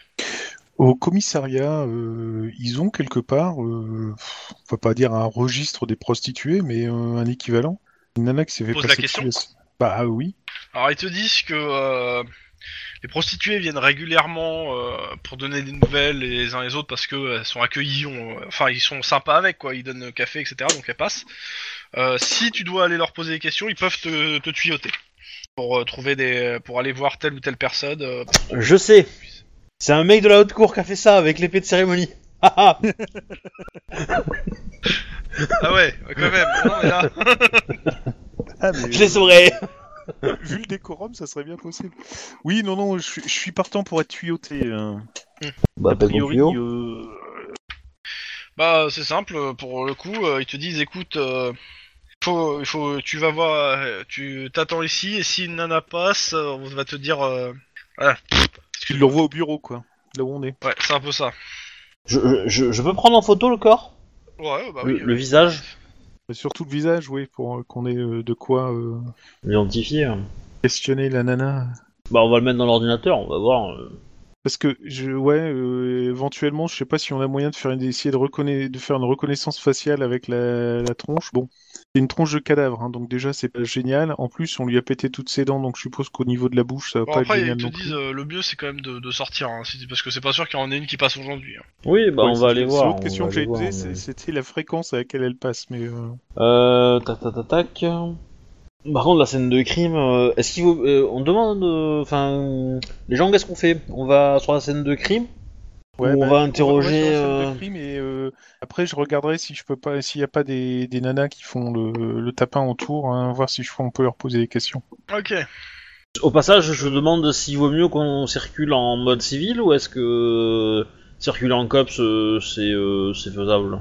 Speaker 3: Au commissariat, euh, ils ont quelque part, euh, pff, on va pas dire un registre des prostituées, mais euh, un équivalent. Une nana qui s'est fait
Speaker 2: Pose la
Speaker 3: passer
Speaker 2: question.
Speaker 3: dessus à- Bah ah oui.
Speaker 2: Alors ils te disent que euh, les prostituées viennent régulièrement euh, pour donner des nouvelles les uns les autres parce que euh, elles sont accueillies, on- enfin ils sont sympas avec quoi, ils donnent le café etc. Donc elles passent. Euh, si tu dois aller leur poser des questions, ils peuvent te, te tuyauter pour euh, trouver des, pour aller voir telle ou telle personne. euh,
Speaker 1: Je sais. C'est un mec de la haute cour qui a fait ça avec l'épée de cérémonie. Ah, ah.
Speaker 2: Ah ouais, quand même. Non, mais là-
Speaker 3: Ah, mais,
Speaker 1: je les saurais.
Speaker 3: euh, vu le décorum, ça serait bien possible. Oui, non, non, je, suis- je suis partant pour être tuyauté. euh.
Speaker 5: Bah,
Speaker 3: A priori,
Speaker 1: oh.
Speaker 3: euh,
Speaker 2: Bah c'est simple pour le coup, euh, ils te disent écoute euh, faut il faut tu vas voir euh, tu t'attends ici et si une nana passe, euh, on va te dire euh,
Speaker 3: tu le revois au bureau, quoi. Là où on est.
Speaker 2: ouais, c'est un peu ça.
Speaker 1: Je, je, je peux prendre en photo le corps
Speaker 2: Ouais, bah
Speaker 1: le,
Speaker 2: oui.
Speaker 1: le visage
Speaker 3: Et Surtout le visage, oui, pour euh, qu'on ait euh, de quoi euh,
Speaker 1: Identifié.
Speaker 3: questionner la nana.
Speaker 1: hein. Bah, on va le mettre dans l'ordinateur, on va voir. euh.
Speaker 3: Parce que je, ouais, euh, éventuellement, je sais pas si on a moyen de faire une, d'essayer de, reconna- de faire une reconnaissance faciale avec la, la tronche. Bon, c'est une tronche de cadavre, hein, donc déjà c'est pas génial. En plus, on lui a pété toutes ses dents, donc je suppose qu'au niveau de la bouche, ça va
Speaker 2: Bon,
Speaker 3: pas
Speaker 2: après,
Speaker 3: être
Speaker 2: ils
Speaker 3: génial
Speaker 2: te
Speaker 3: non plus.
Speaker 2: disent euh, le mieux c'est quand même de, de sortir, hein, si- parce que c'est pas sûr qu'il y en ait une qui passe aujourd'hui. hein.
Speaker 1: Oui, bah,
Speaker 3: Ouais,
Speaker 1: on
Speaker 3: c'est-
Speaker 1: va aller
Speaker 3: c'est
Speaker 1: voir.
Speaker 3: L'autre
Speaker 1: on
Speaker 3: question
Speaker 1: va
Speaker 3: que j'ai
Speaker 1: aller voir,
Speaker 3: posée,
Speaker 1: mais-
Speaker 3: c'est- c'était la fréquence à laquelle elle passe, mais euh,
Speaker 1: Euh. Tac, tac, tac, tac. Par contre, la scène de crime, euh, est-ce qu'il vaut. euh, on demande. euh, Enfin. les gens, qu'est-ce qu'on fait On va sur la scène de crime Ou
Speaker 3: ouais,
Speaker 1: on va
Speaker 3: sur la
Speaker 1: interroger,
Speaker 3: scène de
Speaker 1: euh,
Speaker 3: crime et, euh, après, je regarderai si je peux pas, s'il y a pas des, des nanas qui font le, le tapin autour, hein, voir si je on peut leur poser des questions.
Speaker 2: Ok.
Speaker 1: Au passage, je demande s'il vaut mieux qu'on circule en mode civil ou est-ce que. euh, Circuler en cops, euh, c'est euh, c'est faisable.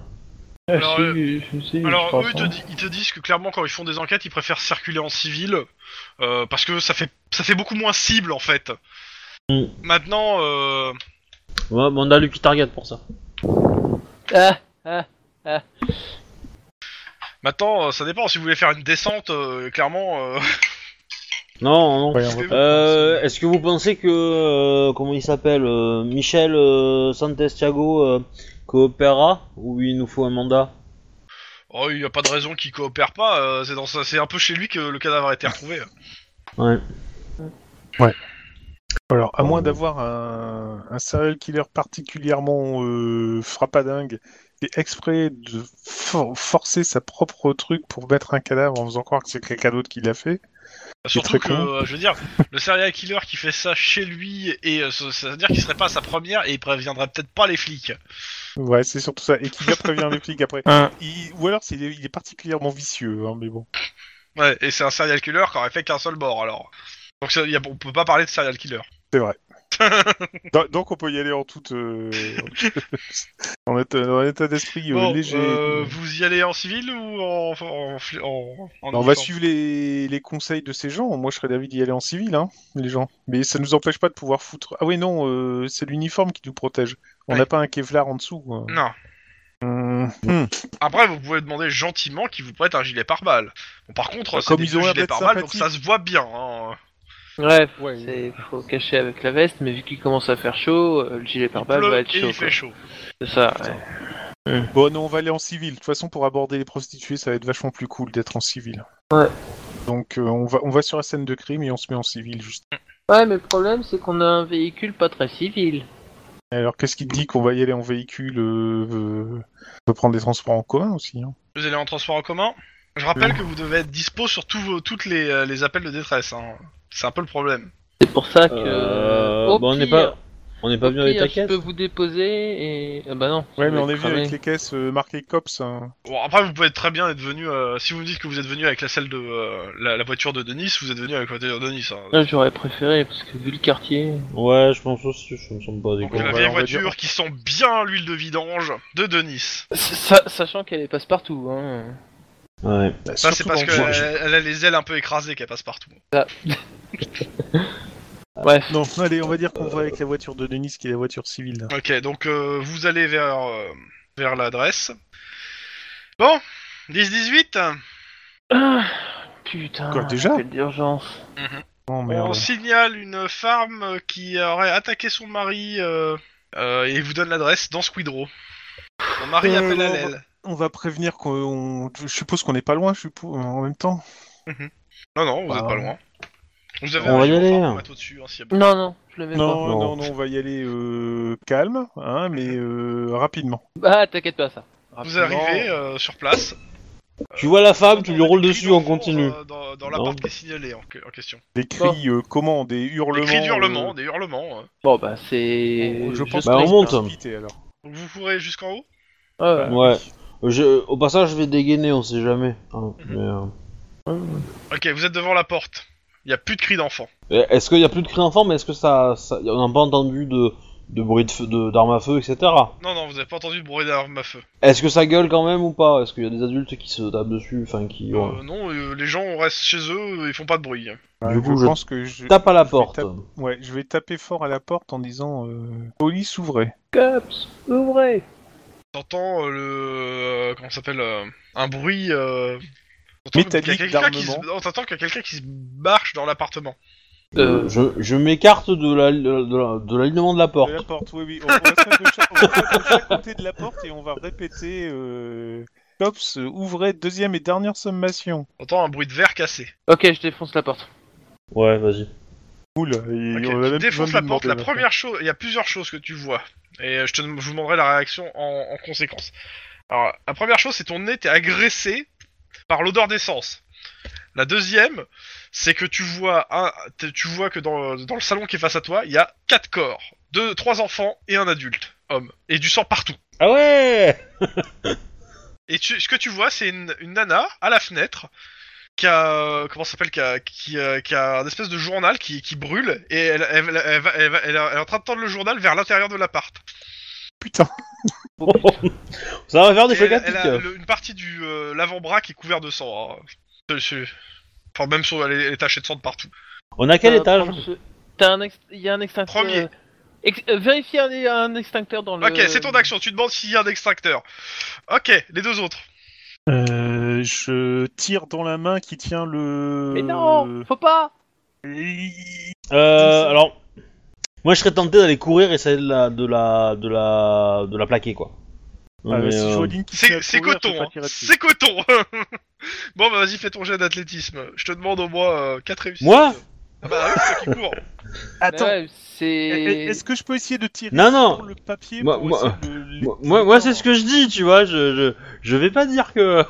Speaker 2: Alors,
Speaker 4: si,
Speaker 2: euh,
Speaker 4: si, si, je
Speaker 2: Alors
Speaker 4: pense,
Speaker 2: eux ils te,
Speaker 4: hein.
Speaker 2: di- ils te disent que clairement quand ils font des enquêtes ils préfèrent circuler en civil euh, parce que ça fait ça fait beaucoup moins cible en fait.
Speaker 1: Mm.
Speaker 2: Maintenant euh,
Speaker 1: Ouais, mais on a Lucky Target pour ça.
Speaker 4: Ah,
Speaker 2: maintenant euh, ça dépend si vous voulez faire une descente euh, clairement. euh,
Speaker 1: Non, non.
Speaker 3: Ouais, on va-
Speaker 1: Euh, Est-ce que vous pensez que euh, comment il s'appelle euh, Michel euh, Santiago euh, coopérera ou il nous faut un mandat
Speaker 2: oh il y a pas de raison qu'ils coopèrent pas. euh, c'est dans ça c'est un peu chez lui que le cadavre a été retrouvé. hein.
Speaker 1: Ouais.
Speaker 3: Alors, à
Speaker 1: Euh,
Speaker 3: moins d'avoir un, un serial killer particulièrement euh, frappadingue et exprès de for- forcer sa propre truc pour mettre un cadavre en faisant croire que c'est quelqu'un d'autre qui l'a fait.
Speaker 2: Surtout
Speaker 3: très
Speaker 2: que,
Speaker 3: con.
Speaker 2: euh, je veux dire, le serial killer qui fait ça chez lui, et euh, ça ça veut dire qu'il serait pas à sa première et il préviendrait peut-être pas les flics.
Speaker 3: Ouais, c'est surtout ça. Et qui vient prévenir les flics après.
Speaker 4: Hein.
Speaker 3: Il- ou alors, c'est- il est, il est particulièrement vicieux, hein, mais bon.
Speaker 2: Ouais, et c'est un serial killer qui aurait fait qu'un seul mort alors. Donc ça, y a- on peut pas parler de serial killer.
Speaker 3: Do- donc, on peut y aller en toute... euh, en, état, en état d'esprit euh,
Speaker 2: Bon,
Speaker 3: léger.
Speaker 2: euh, vous y allez en civil ou en. en, fli- en- en
Speaker 3: Bah, on va
Speaker 2: uniforme
Speaker 3: suivre les, les conseils de ces gens. Moi, je serais d'avis d'y aller en civil, hein, les gens. Mais ça nous empêche pas de pouvoir foutre. Ah oui, non, euh, c'est l'uniforme qui nous protège. On
Speaker 2: Ouais.
Speaker 3: n'a pas un Kevlar en dessous. quoi.
Speaker 2: Non.
Speaker 3: Hum,
Speaker 2: Après, vous pouvez demander gentiment qu'ils vous prêtent un gilet pare-balles. Bon, par contre,
Speaker 3: Bah,
Speaker 2: c'est
Speaker 3: comme
Speaker 2: des
Speaker 3: ils ont
Speaker 2: vieux
Speaker 3: l'air
Speaker 2: gilets
Speaker 3: d'être
Speaker 2: pare-balles, donc ça
Speaker 3: sympathiques.
Speaker 2: se voit bien. hein.
Speaker 4: Ouais, faut-
Speaker 3: Ouais.
Speaker 4: c'est- faut cacher avec la veste, mais vu qu'il commence à faire chaud, euh, le gilet pare-balles
Speaker 2: Bleu
Speaker 4: va
Speaker 2: et
Speaker 4: être chaud.
Speaker 2: il
Speaker 4: quoi.
Speaker 2: fait chaud.
Speaker 4: C'est ça. ouais.
Speaker 3: Bon, non, on va aller en civil. De toute façon, pour aborder les prostituées, ça va être vachement plus cool d'être en civil.
Speaker 4: Ouais.
Speaker 3: Donc, euh, on, va, on va sur la scène de crime et on se met en civil. Juste.
Speaker 4: Ouais, mais le problème, c'est qu'on a un véhicule pas très civil.
Speaker 3: Alors, qu'est-ce qui te dit qu'on va y aller en véhicule euh, euh, On peut prendre des transports en commun aussi. hein.
Speaker 2: Vous allez en transport en commun Je rappelle que vous devez être dispo sur tous vos, toutes les, euh, les appels de détresse. hein. C'est un peu le problème.
Speaker 4: C'est pour ça que.
Speaker 1: Euh,
Speaker 4: au
Speaker 1: bon, on n'est
Speaker 4: pire,
Speaker 1: pas- On n'est pas venu avec
Speaker 4: Pire,
Speaker 1: ta
Speaker 4: je
Speaker 1: caisse
Speaker 4: peux vous déposer et. Ah bah non. ça
Speaker 3: Ouais, mais
Speaker 4: va
Speaker 3: on
Speaker 4: être
Speaker 3: est venu avec
Speaker 4: cramé.
Speaker 3: les caisses euh, marquées COPS. hein.
Speaker 2: Bon, après, vous pouvez très bien être venu. euh, si vous me dites que vous êtes venu avec la salle de euh, la, la voiture de Denis, vous êtes venu avec la voiture de Denis. hein.
Speaker 4: Là, j'aurais préféré parce que vu le quartier.
Speaker 1: Ouais, je pense aussi, je me sens pas
Speaker 2: Donc
Speaker 1: déconnant.
Speaker 2: la
Speaker 3: ouais,
Speaker 2: vieille
Speaker 3: bah, on va
Speaker 2: voiture qui sent bien l'huile de vidange de Denis.
Speaker 4: Sa- sachant qu'elle est passe-partout. Hein.
Speaker 1: Ouais.
Speaker 3: Bah,
Speaker 2: Ça, c'est
Speaker 3: surtout
Speaker 2: parce
Speaker 3: dans-
Speaker 2: qu'elle elle a les ailes un peu écrasées qu'elle passe partout.
Speaker 4: Bref.
Speaker 3: Non, allez, on va dire qu'on va avec la voiture de Denis, qui est la voiture civile.
Speaker 2: Ok, donc euh, vous allez vers, euh, vers l'adresse. Bon, 10-18,
Speaker 4: Ah, putain.
Speaker 3: Quoi, déjà
Speaker 4: Quelle d'urgence.
Speaker 3: Non,
Speaker 2: on signale une femme qui aurait attaqué son mari euh, euh, et vous donne l'adresse dans Squidro. Son mari
Speaker 3: Euh,
Speaker 2: appelle à
Speaker 3: non,
Speaker 2: l'aile.
Speaker 3: On va prévenir qu'on. on- Je suppose qu'on n'est pas loin, je suppose, en même temps.
Speaker 2: Non, non, vous
Speaker 3: Bah,
Speaker 2: êtes pas loin. Vous avez
Speaker 1: Ah. on
Speaker 2: un
Speaker 1: va y
Speaker 2: géophare
Speaker 1: aller,
Speaker 2: pour
Speaker 1: hein.
Speaker 2: mettre au-dessus, hein, s'il y a besoin.
Speaker 4: Non, non, je le mets
Speaker 3: Non,
Speaker 1: Non.
Speaker 3: non, non, on va y aller euh, calme, hein, mais euh, rapidement.
Speaker 4: pas. Ah, t'inquiète pas, ça.
Speaker 2: Vous arrivez euh, sur place.
Speaker 1: Tu vois la femme, tu lui
Speaker 2: Entendez
Speaker 1: roules
Speaker 2: des cris
Speaker 1: dessus, on
Speaker 2: d'enfants,
Speaker 1: continue.
Speaker 2: euh, dans dans
Speaker 1: Non.
Speaker 2: l'appart qui est signalé en, que- en question.
Speaker 3: Des cris, euh, comment Des
Speaker 2: Des
Speaker 3: hurlements.
Speaker 2: cris d'hurlement,
Speaker 3: euh,
Speaker 2: des hurlements. euh.
Speaker 4: Bon, bah, c'est.
Speaker 3: Je pense
Speaker 1: Bah, on
Speaker 3: qu'on
Speaker 1: monte.
Speaker 3: va inviter, alors.
Speaker 2: Donc vous courez jusqu'en haut
Speaker 4: Ah,
Speaker 1: Ouais. Je, au passage, je vais dégainer, on sait jamais. hein, mais, euh,
Speaker 2: Ok, vous êtes devant la porte. Il n'y a plus de cris d'enfants.
Speaker 1: Eh, Est-ce qu'il y a plus de cris d'enfants, mais est-ce que ça, ça- on n'a pas entendu de, de bruit de feu, de- d'armes à feu, etc.
Speaker 2: Non, non, vous n'avez pas entendu de bruit d'armes à feu.
Speaker 1: Est-ce que ça gueule quand même ou pas Est-ce qu'il y a des adultes qui se tapent dessus, enfin qui ouais.
Speaker 2: Euh, non, euh, les gens restent chez eux, ils font pas de bruit. hein.
Speaker 1: Du
Speaker 3: Ouais,
Speaker 1: coup,
Speaker 3: je
Speaker 1: je
Speaker 3: pense que je.
Speaker 1: tape à la
Speaker 3: je vais
Speaker 1: porte.
Speaker 3: taper- Ouais, je vais taper fort à la porte en disant euh, police ouvrez.
Speaker 4: Cops, ouvrez
Speaker 2: T'entends euh, le. euh, comment ça s'appelle euh, Un bruit. Euh... t'entends
Speaker 3: Métallique
Speaker 2: qu'il y a quelqu'un qui se-
Speaker 3: d'armement.
Speaker 2: non, T'entends qu'il y a quelqu'un qui se marche dans l'appartement.
Speaker 4: Euh,
Speaker 1: Je, je m'écarte de la- de la- de l'alignement de la
Speaker 3: De la
Speaker 1: porte.
Speaker 3: porte, oui, oui. On, on va se mettre de chaque, on va se mettre de chaque côté de la porte et on va répéter. Euh, Cops, ouvrez deuxième et dernière sommation.
Speaker 2: T'entends un bruit de verre cassé.
Speaker 4: Ok, je défonce la porte.
Speaker 1: Ouais, vas-y.
Speaker 3: Cool. et
Speaker 2: Ok,
Speaker 3: on a
Speaker 2: tu
Speaker 3: même
Speaker 2: défonces la
Speaker 3: besoin de
Speaker 2: porte. La
Speaker 3: demander.
Speaker 2: première chose, il y a plusieurs choses que tu vois. Et euh, je, te, je vous demanderai la réaction en, en conséquence. Alors, la première chose, c'est ton nez, t'es agressé par l'odeur d'essence. La deuxième, c'est que tu vois, un, t'es- tu vois que dans, dans le salon qui est face à toi, il y a quatre corps, deux, trois enfants et un adulte, homme, et du sang partout.
Speaker 1: Ah ouais
Speaker 2: Et tu- ce que tu vois, c'est une, une nana à la fenêtre qui a euh, comment ça s'appelle qui a, qui, euh, qui a un espèce de journal qui, qui brûle et elle, elle, elle, va- elle va- elle est en train de tendre le journal vers l'intérieur de l'appart.
Speaker 3: Putain.
Speaker 1: Ça va faire
Speaker 2: Et
Speaker 1: des
Speaker 2: Elle,
Speaker 1: chocs à
Speaker 2: elle
Speaker 1: pic.
Speaker 2: a le- une partie du euh, l'avant-bras qui est couvert de sang. hein. Je- je- Enfin même sur elle est, elle est tachée de sang de partout.
Speaker 1: On a quel
Speaker 4: Euh,
Speaker 1: étage
Speaker 4: prendre ce- T'as un ex... Il y a un extincteur.
Speaker 2: Premier.
Speaker 4: Ex- euh, Vérifier un, un extincteur
Speaker 3: Euh,
Speaker 4: dans le.
Speaker 2: Ok, c'est ton action. Tu demandes s'il y a un extracteur. Ok, les deux autres.
Speaker 3: Euh, je tire dans la main qui tient le. euh,
Speaker 4: Mais non, faut pas
Speaker 1: Euh,
Speaker 3: c'est-
Speaker 1: alors, moi je serais tenté d'aller courir et essayer de la, de la, de la, de la plaquer quoi.
Speaker 3: Ah,
Speaker 1: Mais,
Speaker 3: mais si
Speaker 1: euh,
Speaker 3: je vois Lynn qui tient
Speaker 2: C'est
Speaker 3: à
Speaker 2: c'est
Speaker 3: courir, je peux
Speaker 2: coton.
Speaker 3: pas
Speaker 2: hein.
Speaker 3: tirer dessus.
Speaker 2: C'est coton. bon, bah vas-y, fais ton jet d'athlétisme. Je te demande au moins 4 réussites.
Speaker 1: Moi
Speaker 2: Ah bah oui, c'est toi qui cours.
Speaker 3: Attends,
Speaker 4: Mais ouais,
Speaker 3: est-
Speaker 4: c'est.
Speaker 3: est-ce que je peux essayer de tirer
Speaker 1: Non, non.
Speaker 3: sur le papier
Speaker 1: Moi-
Speaker 3: pour
Speaker 1: moi-
Speaker 3: essayer de-
Speaker 1: Moi, moi, moi, c'est ce que je dis, tu vois. Je, je, je vais pas dire que.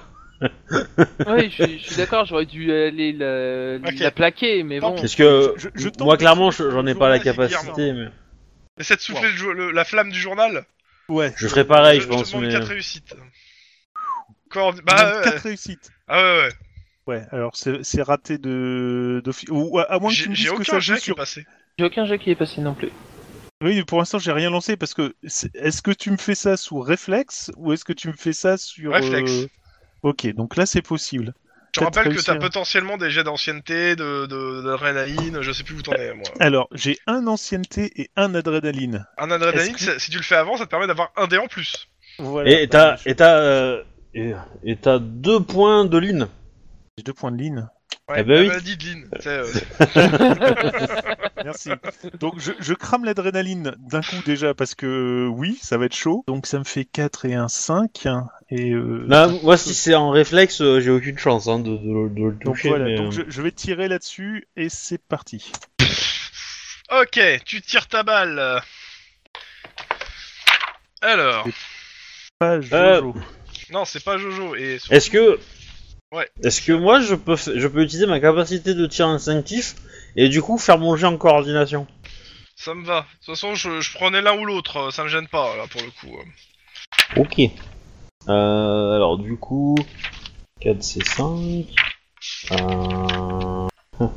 Speaker 4: Oui, je suis- je suis d'accord, j'aurais dû aller la,
Speaker 2: Ok.
Speaker 4: la plaquer, mais bon.
Speaker 1: Parce que
Speaker 3: Je- je- je tente
Speaker 1: moi
Speaker 3: de
Speaker 1: clairement,
Speaker 3: trouver
Speaker 1: je- j'en ai
Speaker 3: le
Speaker 1: pas la
Speaker 2: journal, c'est
Speaker 1: capacité, mais
Speaker 2: Essaie de souffler le jo- le- la flamme du journal.
Speaker 3: Ouais.
Speaker 1: je ferai pareil,
Speaker 2: je,
Speaker 1: je pense.
Speaker 2: te demande
Speaker 1: Mais
Speaker 2: 4 réussites. Coordi-
Speaker 3: Bah,
Speaker 2: Bah, ouais, ouais.
Speaker 3: 4 réussites.
Speaker 2: Ah ouais, ouais.
Speaker 3: Ouais, alors c'est c'est raté de. d'office. Ou à, à moins que tu
Speaker 2: J'ai
Speaker 3: me
Speaker 2: j'ai
Speaker 3: dises que
Speaker 2: aucun
Speaker 3: ça
Speaker 2: jet
Speaker 3: joue
Speaker 2: qui est
Speaker 3: sur.
Speaker 2: passé.
Speaker 4: J'ai aucun jeu qui est passé non plus.
Speaker 3: Oui, mais pour l'instant, j'ai rien lancé parce que. c'est- Est-ce que tu me fais ça sous réflexe ou est-ce que tu me fais ça sur.
Speaker 2: Réflexe.
Speaker 3: euh, Ok, donc là, c'est possible.
Speaker 2: Je te
Speaker 3: Peut-être
Speaker 2: rappelle que
Speaker 3: réussi,
Speaker 2: t'as
Speaker 3: hein.
Speaker 2: potentiellement des jets d'ancienneté, de, de, d'adrénaline, je sais plus où t'en es, moi.
Speaker 3: Alors, j'ai un ancienneté et un adrénaline.
Speaker 2: Un adrénaline,
Speaker 3: Est-ce que-
Speaker 2: c'est- si tu le fais avant, ça te permet d'avoir un dé en plus.
Speaker 3: Voilà. bah,
Speaker 1: et t'as,
Speaker 3: J'ai
Speaker 1: et t'as, euh, et et t'as deux points de ligne.
Speaker 3: deux points de ligne.
Speaker 2: Ouais,
Speaker 1: Eh ben oui.
Speaker 2: la maladie de Lynn. c'est, euh,
Speaker 3: Merci. Donc je, je crame l'adrénaline d'un coup déjà parce que euh, oui, ça va être chaud. Donc ça me fait 4 et un 5. hein, et euh,
Speaker 1: Non, moi, si c'est en réflexe, euh, j'ai aucune chance hein, de, de, de le
Speaker 3: donc
Speaker 1: toucher.
Speaker 3: voilà,
Speaker 1: mais,
Speaker 3: donc
Speaker 1: euh,
Speaker 3: je, je vais tirer là-dessus et c'est parti.
Speaker 2: ok, tu tires ta balle. Alors,
Speaker 3: Pas Jojo.
Speaker 2: non, c'est pas Jojo. Et
Speaker 1: Est-ce que.
Speaker 2: Ouais.
Speaker 1: Est-ce que moi, je peux, f- je peux utiliser ma capacité de tir instinctif et du coup faire mon jet en coordination
Speaker 2: Ça me va. De toute façon, je, je prenais l'un ou l'autre, euh, ça me gêne pas, là, pour le coup. euh.
Speaker 5: Ok. Euh, alors du coup, 4 c'est 5. Euh...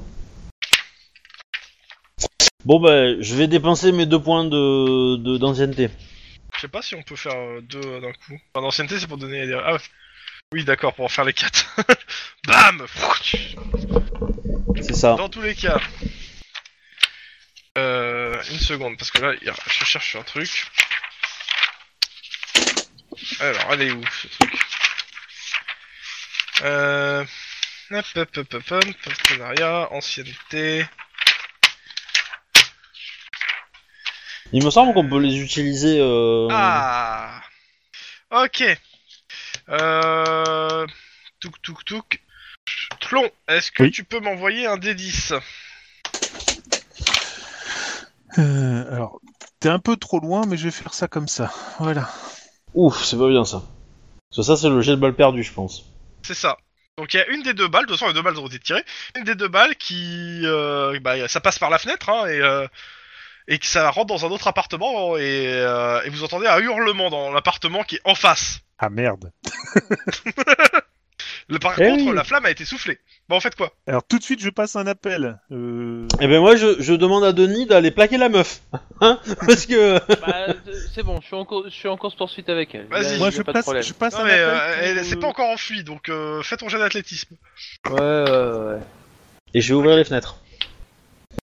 Speaker 1: Bon bah, je vais dépenser mes deux points de de- d'ancienneté.
Speaker 2: Je sais pas si on peut faire euh, deux euh, d'un coup. Enfin, d'ancienneté, c'est pour donner des... Ah, ouais. oui, d'accord, pour en faire les quatre. Bam
Speaker 1: C'est ça.
Speaker 2: Dans tous les cas. Euh, une seconde, parce que là, il y a- je cherche un truc. Alors, elle est où, ce truc Euh... Hop, hop, hop, hop, hop, partenariat, ancienneté...
Speaker 1: Il me semble qu'on peut les utiliser. Euh...
Speaker 2: Ah Ok. Euh... Touk touk touk. Tlon, est-ce que
Speaker 3: Oui.
Speaker 2: tu peux m'envoyer un D10
Speaker 3: Euh, alors, t'es un peu trop loin, mais je vais faire ça comme ça. Voilà.
Speaker 1: Ouf, c'est pas bien ça. Parce que ça, c'est le jet de balle perdu, je pense.
Speaker 2: C'est ça. Donc il y a une des deux balles, de toute façon les deux balles ont été tirées, une des deux balles qui... euh, bah, ça passe par la fenêtre hein, et, euh, et que ça rentre dans un autre appartement et, euh, et vous entendez un hurlement dans l'appartement qui est en face.
Speaker 3: Ah merde.
Speaker 2: Le, par
Speaker 1: Eh
Speaker 2: contre
Speaker 1: oui.
Speaker 2: la flamme a été soufflée. Bah en fait quoi
Speaker 3: Alors tout de suite, je passe un appel. Euh,
Speaker 1: Et ben moi, je, je demande à Denis d'aller plaquer la meuf, hein Parce que
Speaker 4: Bah, euh, c'est bon, je suis en, cour- je suis en course poursuite avec elle.
Speaker 2: Vas-y.
Speaker 4: Il y a-
Speaker 3: Moi,
Speaker 4: il y a
Speaker 3: je
Speaker 4: pas de
Speaker 3: passe,
Speaker 4: problème.
Speaker 3: je
Speaker 1: Ah,
Speaker 3: passe
Speaker 2: Non
Speaker 3: un
Speaker 2: mais
Speaker 3: appel.
Speaker 2: euh,
Speaker 3: pour,
Speaker 2: elle
Speaker 3: euh,
Speaker 2: s'est pas encore enfuie donc euh, fais ton jet d'athlétisme.
Speaker 4: Ouais, ouais, ouais.
Speaker 1: et je vais ouvrir les fenêtres.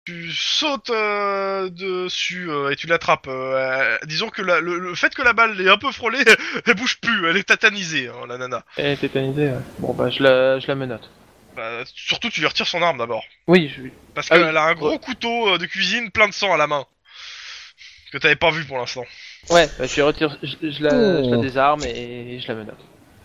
Speaker 2: tu sautes euh, dessus euh, et tu l'attrapes. euh, euh, disons que la- le, le fait que la balle est un peu frôlée, elle bouge plus, elle est tatanisée, hein, la nana.
Speaker 4: Elle est tétanisée, Eh, ouais. Bon, bah, je la, je la menote.
Speaker 2: Bah, surtout, tu lui retires son arme d'abord.
Speaker 4: Oui, je...
Speaker 2: Parce
Speaker 4: Ah
Speaker 2: qu'elle
Speaker 4: oui.
Speaker 2: a un gros couteau euh, de cuisine plein de sang à la main. Que t'avais pas vu pour l'instant.
Speaker 4: ouais, bah, je, lui retire, je, je la, je la
Speaker 1: Oh.
Speaker 4: désarme et je la menote.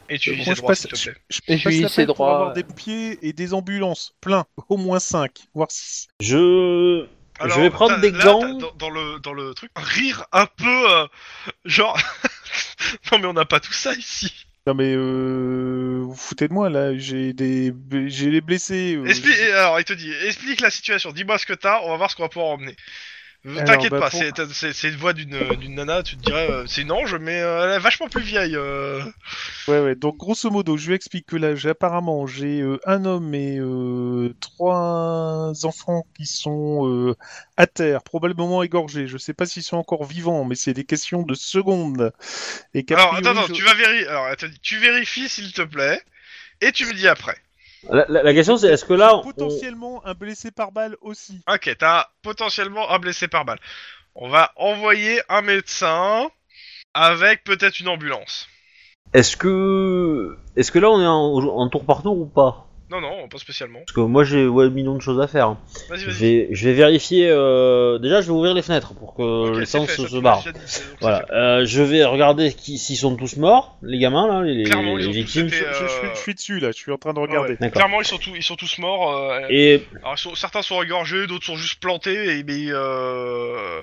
Speaker 2: Et tu lui
Speaker 3: Moi,
Speaker 2: sais
Speaker 3: je
Speaker 2: droit,
Speaker 3: passe-
Speaker 2: s'il te plaît.
Speaker 3: je-
Speaker 4: Et
Speaker 3: je
Speaker 4: je
Speaker 3: passe
Speaker 4: lui
Speaker 3: l'appel
Speaker 4: sais
Speaker 3: pour
Speaker 4: droit,
Speaker 3: avoir
Speaker 4: euh.
Speaker 3: des pieds et des ambulances, plein, au moins 5, voire 6.
Speaker 1: Je
Speaker 2: Alors,
Speaker 1: je vais prendre
Speaker 2: t'as-
Speaker 1: des
Speaker 2: là,
Speaker 1: gants.
Speaker 2: t'as Dans, dans le, dans le truc, un rire un peu. euh, genre. non, mais on n'a pas tout ça ici.
Speaker 3: Non mais euh, vous vous foutez de moi là, j'ai des j'ai les blessés. euh,
Speaker 2: Explique,
Speaker 3: j'ai-
Speaker 2: alors, il te dit explique la situation, dis-moi ce que t'as, on va voir ce qu'on va pouvoir emmener. Ne
Speaker 3: Alors,
Speaker 2: T'inquiète
Speaker 3: bah,
Speaker 2: pas,
Speaker 3: pour-
Speaker 2: c'est- t'as- c'est c'est une voix d'une d'une nana, tu te dirais, euh, c'est une ange, mais euh, elle est vachement plus vieille. euh.
Speaker 3: Ouais ouais. Donc grosso modo, je lui explique que là, j'ai apparemment j'ai euh, un homme et euh, trois enfants qui sont euh, à terre, probablement égorgés. Je sais pas s'ils sont encore vivants, mais c'est des questions de secondes. Et qu'a
Speaker 2: Alors, attends,
Speaker 3: priori,
Speaker 2: attends,
Speaker 3: je-
Speaker 2: tu vas vérifier, alors, elle te dit, tu vérifies s'il te plaît, et tu me dis après.
Speaker 1: La, la- la question c'est est-ce que là, on-
Speaker 3: potentiellement un blessé par balle aussi.
Speaker 2: Ok, t'as potentiellement un blessé par balle. On va envoyer un médecin avec peut-être une ambulance.
Speaker 1: est-ce que est-ce que là on est en, en tour par tour ou pas
Speaker 2: Non, non, pas spécialement.
Speaker 1: Parce que moi j'ai ouais, un million de choses à faire.
Speaker 2: Vas-y,
Speaker 1: Je
Speaker 2: vas-y.
Speaker 1: vais je vais vérifier. euh, Déjà, je vais ouvrir les fenêtres pour que
Speaker 2: Ok,
Speaker 1: les
Speaker 2: c'est
Speaker 1: sens
Speaker 2: fait, ça,
Speaker 1: se,
Speaker 2: tu
Speaker 1: se
Speaker 2: l'as
Speaker 1: barrent.
Speaker 2: déjà dit, c'est- donc c'est
Speaker 1: Voilà. Euh, je vais regarder qui- s'ils sont tous morts, les gamins là, les, les-
Speaker 2: Clairement, ils
Speaker 1: les
Speaker 2: ont tous
Speaker 1: victimes.
Speaker 2: été-
Speaker 3: Je,
Speaker 2: Et,
Speaker 3: je- je suis,
Speaker 2: euh,
Speaker 3: je suis dessus là, je suis en train de
Speaker 2: fait. Ouais,
Speaker 3: regarder.
Speaker 2: ouais.
Speaker 1: D'accord.
Speaker 2: Clairement, ils sont, tous, ils sont tous morts. euh,
Speaker 1: Et
Speaker 2: Alors, ils sont- certains sont engorgés, d'autres sont juste plantés, et, mais... Euh...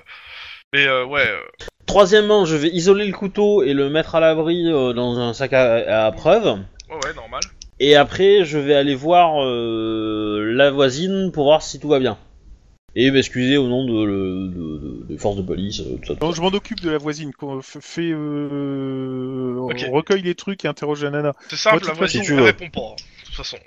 Speaker 2: Mais euh, ouais, euh,
Speaker 1: troisièmement, je vais isoler le couteau et le mettre à l'abri euh, dans un sac à, à preuve.
Speaker 2: ouais, ouais, normal.
Speaker 1: Et après, je vais aller voir euh, la voisine pour voir si tout va bien. Et m'excuser au nom de, le- de- de- des forces de police, euh, tout ça. tout
Speaker 3: Non, je m'en occupe de la voisine. qu'on f- Fait, euh,
Speaker 2: Ok.
Speaker 3: on recueille les trucs et interroge la nana.
Speaker 2: C'est simple,
Speaker 3: Moi, de
Speaker 2: la
Speaker 3: toute façon,
Speaker 2: voisine
Speaker 1: si tu
Speaker 2: ne
Speaker 1: veux.
Speaker 2: répond pas, hein, de toute façon.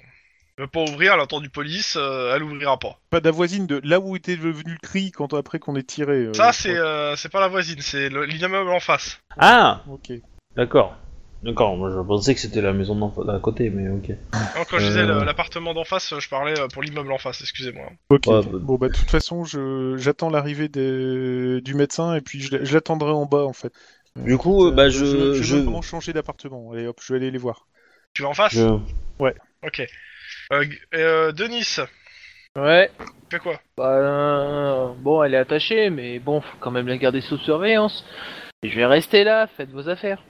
Speaker 2: Elle veut pas ouvrir, elle a entendu police, euh, elle ouvrira pas.
Speaker 3: Pas de la voisine de là où était venu le cri quand après qu'on est tiré. euh,
Speaker 2: Ça, c'est euh, c'est pas la voisine, c'est le- l'immeuble en face.
Speaker 1: ça. Ah,
Speaker 2: euh,
Speaker 3: Ok.
Speaker 1: d'accord. D'accord, moi je pensais que c'était la maison d'en- d'à côté, mais ok.
Speaker 2: Non, Hein, quand je disais
Speaker 1: Euh.
Speaker 2: le- l'appartement d'en face, je parlais euh, pour l'immeuble en face, excusez-moi.
Speaker 3: Ok.
Speaker 1: Ouais, bah-
Speaker 3: Bon bah de toute façon, je j'attends l'arrivée des- du médecin et puis je, l'- je l'attendrai en bas en fait.
Speaker 1: Du coup, euh, bah je.
Speaker 3: je,
Speaker 1: Je.
Speaker 3: vais vraiment changer d'appartement. Allez hop, je vais aller les voir.
Speaker 2: Tu vas en face
Speaker 1: je-
Speaker 2: Ok. Euh, G- euh, Denis, tu
Speaker 4: Ouais.
Speaker 2: fais quoi
Speaker 4: Bah, euh, bon, elle est attachée, mais bon, faut quand même la garder sous surveillance. Et je vais rester là, faites vos affaires.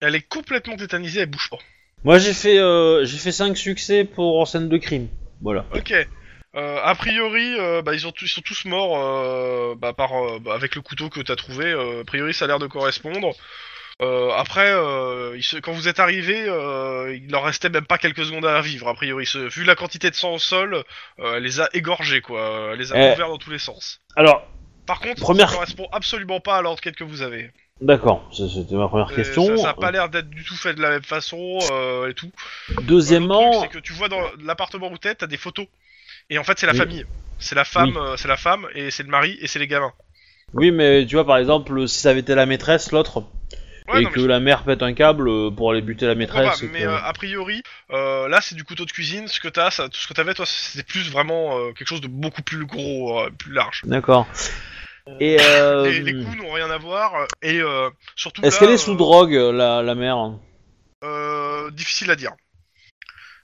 Speaker 2: Elle est complètement tétanisée, elle bouge pas.
Speaker 1: Moi j'ai fait, euh, j'ai fait 5 succès pour scène de crime. Voilà.
Speaker 2: Ok. Euh, a priori, euh, bah, ils, ont tous- ils sont tous morts euh, bah, par, euh, bah, avec le couteau que t'as trouvé. euh, a priori, ça a l'air de correspondre. Euh, après, euh, ils se- quand vous êtes arrivés, euh, il leur restait même pas quelques secondes à vivre. A priori, Ce- vu la quantité de sang au sol, euh, elle les a égorgés, quoi. Elle les a
Speaker 1: Eh.
Speaker 2: couverts dans tous les sens.
Speaker 1: Alors,
Speaker 2: Par contre,
Speaker 6: Première-
Speaker 2: ça correspond absolument pas à l'ordre quête que vous avez.
Speaker 1: D'accord, ça, c'était ma première
Speaker 2: Euh,
Speaker 1: question.
Speaker 2: Ça, ça a pas l'air d'être du tout fait de la même façon euh, et tout.
Speaker 1: Deuxièmement,
Speaker 2: Le truc, c'est que tu vois dans l'appartement où t'es, t'as des photos. Et en fait, c'est la
Speaker 1: Oui.
Speaker 2: famille. C'est la femme, euh, c'est la femme, et c'est le mari, et c'est les gamins.
Speaker 1: oui, mais tu vois, par exemple, si ça avait été la maîtresse, l'autre,
Speaker 2: Ouais,
Speaker 1: et
Speaker 2: non, mais
Speaker 1: que la mère pète un câble euh, pour aller buter la
Speaker 2: Pourquoi
Speaker 1: maîtresse.
Speaker 2: pas,
Speaker 1: et
Speaker 2: mais
Speaker 1: que-
Speaker 2: euh, a priori, euh, là c'est du couteau de cuisine. Ce que t'as, ça- ce que t'avais toi, c'était plus vraiment euh, quelque chose de beaucoup plus gros, euh, plus large.
Speaker 1: D'accord. Et euh,
Speaker 2: Les, les coups n'ont rien à voir euh, et euh, surtout.
Speaker 1: est-ce
Speaker 2: là,
Speaker 1: qu'elle est sous
Speaker 2: euh,
Speaker 1: drogue, la, la mère
Speaker 2: euh, Difficile à dire.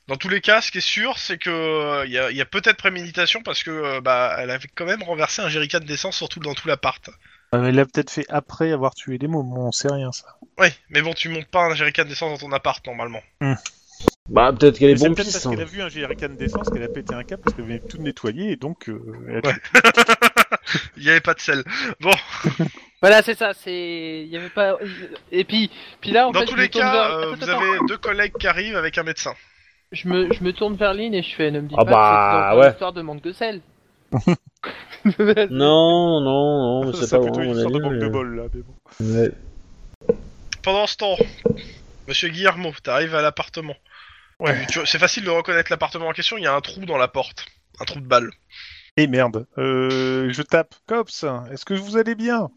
Speaker 2: Dans tous les cas, ce qui est sûr, c'est que euh, il y a, il y a peut-être préméditation parce que euh, bah elle avait quand même renversé un jerrycan d'essence surtout dans tout l'appart.
Speaker 3: Euh, elle l'a peut-être fait après avoir tué les mômes, on sait rien ça.
Speaker 2: Ouais, mais bon, tu montes pas un jerrycan d'essence dans ton appart normalement.
Speaker 1: Bah, peut-être qu'elle
Speaker 3: Mais
Speaker 1: est
Speaker 3: C'est
Speaker 1: bon
Speaker 3: peut-être
Speaker 1: piste.
Speaker 3: parce qu'elle a vu un jerrycan d'essence qu'elle a pété un câble parce qu'elle avait tout nettoyé et donc euh, elle a
Speaker 2: Ouais. Il y avait pas de sel. Bon.
Speaker 4: Voilà, c'est ça, c'est. Il y avait pas. Et puis, puis là, en
Speaker 2: Dans
Speaker 4: fait,
Speaker 2: tous
Speaker 4: je me
Speaker 2: les
Speaker 4: tourne
Speaker 2: cas,
Speaker 4: vers-
Speaker 2: euh,
Speaker 4: Attends,
Speaker 2: vous
Speaker 4: attends,
Speaker 2: avez deux collègues qui arrivent avec un médecin.
Speaker 4: Je me, je me tourne vers Lynn et je fais ne me dis
Speaker 1: Ah
Speaker 4: pas
Speaker 1: bah,
Speaker 4: que c'est
Speaker 1: ouais.
Speaker 4: une histoire de manque de sel.
Speaker 1: Non, non, non, mais
Speaker 3: Ça,
Speaker 1: c'est
Speaker 3: ça
Speaker 1: pas
Speaker 3: plutôt
Speaker 1: bon,
Speaker 3: une
Speaker 1: on a
Speaker 3: sorte de
Speaker 1: dit,
Speaker 3: manque
Speaker 1: mais-
Speaker 3: de bol là, mais bon.
Speaker 1: Ouais.
Speaker 2: Pendant ce temps, Monsieur Guillermo, t'arrives à l'appartement.
Speaker 3: Ouais.
Speaker 2: Tu- C'est facile de reconnaître l'appartement en question, il y a un trou dans la porte. Un trou de balle.
Speaker 3: Et Eh, merde, euh, je tape. Cops, est-ce que vous allez bien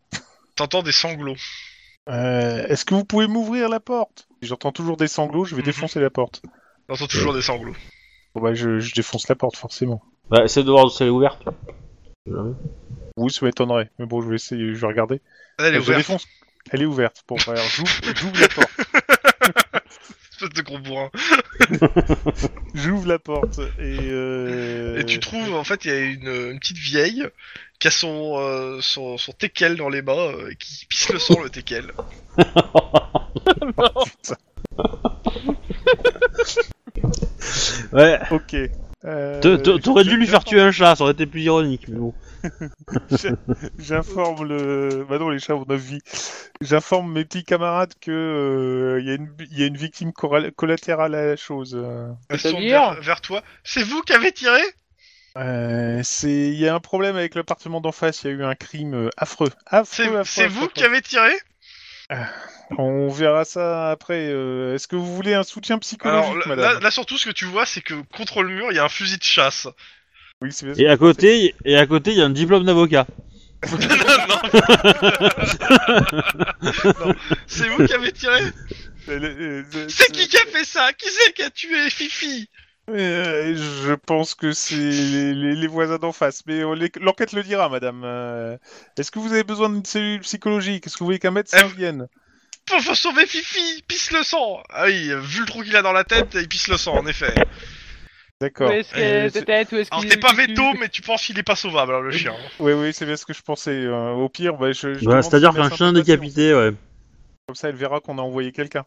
Speaker 2: T'entends des sanglots.
Speaker 3: Euh, Est-ce que vous pouvez m'ouvrir la porte J'entends toujours des sanglots, je vais
Speaker 2: Mhm.
Speaker 3: défoncer la porte.
Speaker 2: T'entends toujours des sanglots.
Speaker 3: Bon bah je, je défonce la porte forcément.
Speaker 1: Bah, essaie de voir si elle est ouverte.
Speaker 3: Oui, ça m'étonnerait, mais bon je vais essayer, je vais regarder. Euh,
Speaker 2: Elle est
Speaker 3: je
Speaker 2: ouverte,
Speaker 3: défonce. Elle est ouverte. Bon, bah, alors, j'ouvre j'ouvre la porte.
Speaker 2: espèce de gros bourrin.
Speaker 3: J'ouvre la porte et. euh,
Speaker 2: Et tu trouves, en fait, il y a une, une petite vieille qui a son, euh, son, son teckel dans les mains, euh, et qui pisse le sang, le teckel.
Speaker 1: Ouais,
Speaker 3: Ok. Euh,
Speaker 1: Te- te- t'aurais dû lui faire
Speaker 3: j'informe-
Speaker 1: tuer un chat, ça aurait été plus ironique, mais bon.
Speaker 3: J'informe le. Bah non, les chats ont 9 vies. J'informe mes petits camarades que euh, il y a une il y a une victime corral- collatérale à la chose.
Speaker 2: Elle se tourne
Speaker 4: C'est-à-dire
Speaker 2: vers, vers toi. C'est vous qui avez tiré
Speaker 3: Euh, c'est il y a un problème avec l'appartement d'en face. Il y a eu un crime euh, affreux. Affreux.
Speaker 2: C'est
Speaker 3: affreux,
Speaker 2: c'est
Speaker 3: affreux,
Speaker 2: vous qui
Speaker 3: affreux.
Speaker 2: avez tiré
Speaker 3: On verra ça après. euh, Est-ce que vous voulez un soutien psychologique,
Speaker 2: Alors là-
Speaker 3: madame
Speaker 2: là, là, surtout, ce que tu vois, c'est que contre le mur, il y a un fusil de chasse.
Speaker 3: Oui, c'est bien.
Speaker 1: Et à côté, et à côté, il y a un diplôme d'avocat.
Speaker 2: non, Non. C'est vous qui avez tiré
Speaker 3: Euh,
Speaker 2: C'est qui qui a fait ça Qui c'est qui a tué Fifi
Speaker 3: Euh, je pense que c'est les, les- les voisins d'en face, mais on les- l'enquête le dira, madame. Euh, Est-ce que vous avez besoin d'une cellule psychologique Est-ce que vous voulez qu'un médecin
Speaker 4: Euh,
Speaker 3: vienne
Speaker 2: Faut, faut sauver Fifi Pisse le sang Ah oui, euh, vu le trou qu'il a dans la tête, il pisse le sang, en effet.
Speaker 4: Où
Speaker 3: D'accord.
Speaker 4: est-ce qu'elle
Speaker 3: Euh,
Speaker 4: était
Speaker 3: c'est-
Speaker 4: tête Où est-ce
Speaker 2: Eh, Alors
Speaker 4: qu'il-
Speaker 2: t'es pas
Speaker 4: qu'il-
Speaker 2: veto, mais tu penses qu'il est pas sauvable, hein, le chien.
Speaker 3: Oui, oui, c'est bien ce que je pensais. Euh, au pire, bah, je, je
Speaker 1: Voilà,
Speaker 3: demande
Speaker 1: c'est-à-dire
Speaker 3: si le
Speaker 1: qu'un
Speaker 3: médecin
Speaker 1: chien
Speaker 3: peut passer, en
Speaker 1: décapité, ouais.
Speaker 3: fait. Comme ça, elle verra qu'on a envoyé quelqu'un.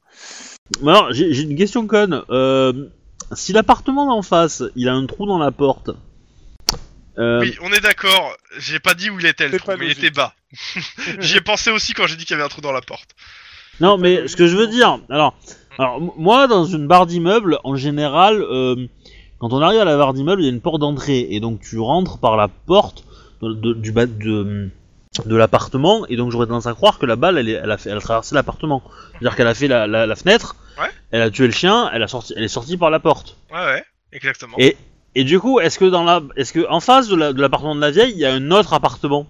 Speaker 1: Mais Alors, j'ai j'ai une question conne. Euh, si l'appartement d'en face, il a un trou dans la porte. euh,
Speaker 2: Oui, on est d'accord. J'ai pas dit où il était, le
Speaker 3: C'est
Speaker 2: trou,
Speaker 3: pas
Speaker 2: mais il
Speaker 3: logique.
Speaker 2: était bas. J'y ai pensé aussi quand j'ai dit qu'il y avait un trou dans la porte.
Speaker 1: Non, mais ce que je veux dire, alors, alors m- moi, dans une barre d'immeuble, en général, euh, quand on arrive à la barre d'immeuble, il y a une porte d'entrée, et donc tu rentres par la porte de, de- du bas de, de l'appartement, et donc j'aurais tendance à croire que la balle, elle, est- elle a, fait, elle a traversé l'appartement, c'est-à-dire qu'elle a fait la, la- la fenêtre,
Speaker 2: Ouais.
Speaker 1: elle a tué le chien, elle, a sorti, elle est sortie par la porte.
Speaker 2: Ouais, ouais, exactement.
Speaker 1: Et- Et du coup, est-ce que dans la, est-ce que en face de la- de l'appartement de la vieille, il y a un autre appartement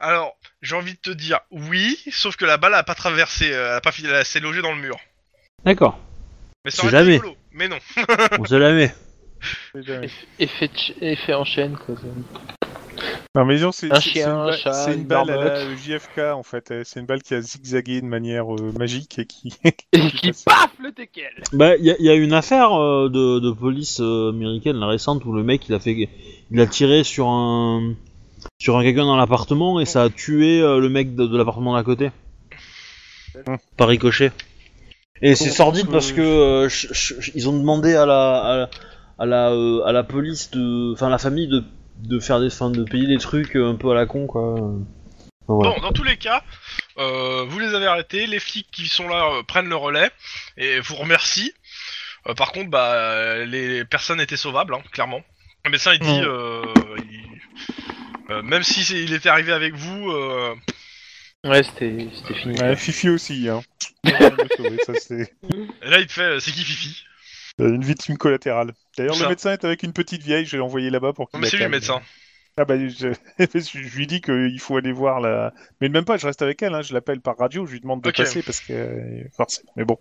Speaker 2: Alors, j'ai envie de te dire oui, sauf que la balle a pas traversé, euh, elle a pas fini, elle s'est logée dans le mur.
Speaker 1: D'accord.
Speaker 2: Mais ça
Speaker 1: C'est
Speaker 2: aurait été
Speaker 1: jamais.
Speaker 2: rigolo, mais non.
Speaker 1: On se la met.
Speaker 4: Effet, de ch- effet en chaîne, quoi.
Speaker 3: Non, mais disons, c'est
Speaker 4: Un
Speaker 3: c'est-
Speaker 4: chien,
Speaker 3: c'est
Speaker 4: un
Speaker 3: une, ba-
Speaker 4: chat,
Speaker 3: c'est une
Speaker 4: une
Speaker 3: balle à la
Speaker 4: barbotte.
Speaker 3: euh, JFK, en fait. Euh, C'est une balle qui a zigzagué de manière euh, magique et qui.
Speaker 4: Et qui paf le teckel
Speaker 1: Bah, il y, a- il y a une affaire euh, de, de police euh, américaine la récente où le mec il a fait, il a tiré sur un sur un quelqu'un dans l'appartement et ça a tué euh, le mec de, de l'appartement d'à côté. Par ricochet. Et c'est sordide parce que euh, ch- ch- ils ont demandé à la à la à la, euh, à la police de, enfin la famille de de faire des, enfin, de payer des trucs euh, un peu à la con quoi. Enfin, voilà.
Speaker 2: Bon, dans tous les cas, euh, vous les avez arrêtés, les flics qui sont là euh, prennent le relais et vous remercient. Euh, par contre, bah, euh, les personnes étaient sauvables, hein, clairement. Le médecin, il dit,
Speaker 3: Mm.
Speaker 2: euh, il... Euh, même si c'est- il était arrivé avec vous, euh,
Speaker 4: Ouais, c'était c'était fini.
Speaker 3: Ouais, Fifi aussi. Hein. Ça, c'est
Speaker 2: et là il te fait euh, c'est qui Fifi
Speaker 3: Euh, une victime collatérale. D'ailleurs, le
Speaker 2: Ça.
Speaker 3: médecin est avec une petite vieille, je l'ai envoyé là-bas pour qu'il
Speaker 2: Non mais
Speaker 3: la
Speaker 2: c'est lui le
Speaker 3: calme.
Speaker 2: médecin.
Speaker 3: Ah bah, je... je lui dis qu'il faut aller voir la... Mais même pas, je reste avec elle, hein, je l'appelle par radio, je lui demande de
Speaker 2: Ok.
Speaker 3: passer parce que... euh, forcément. Mais bon,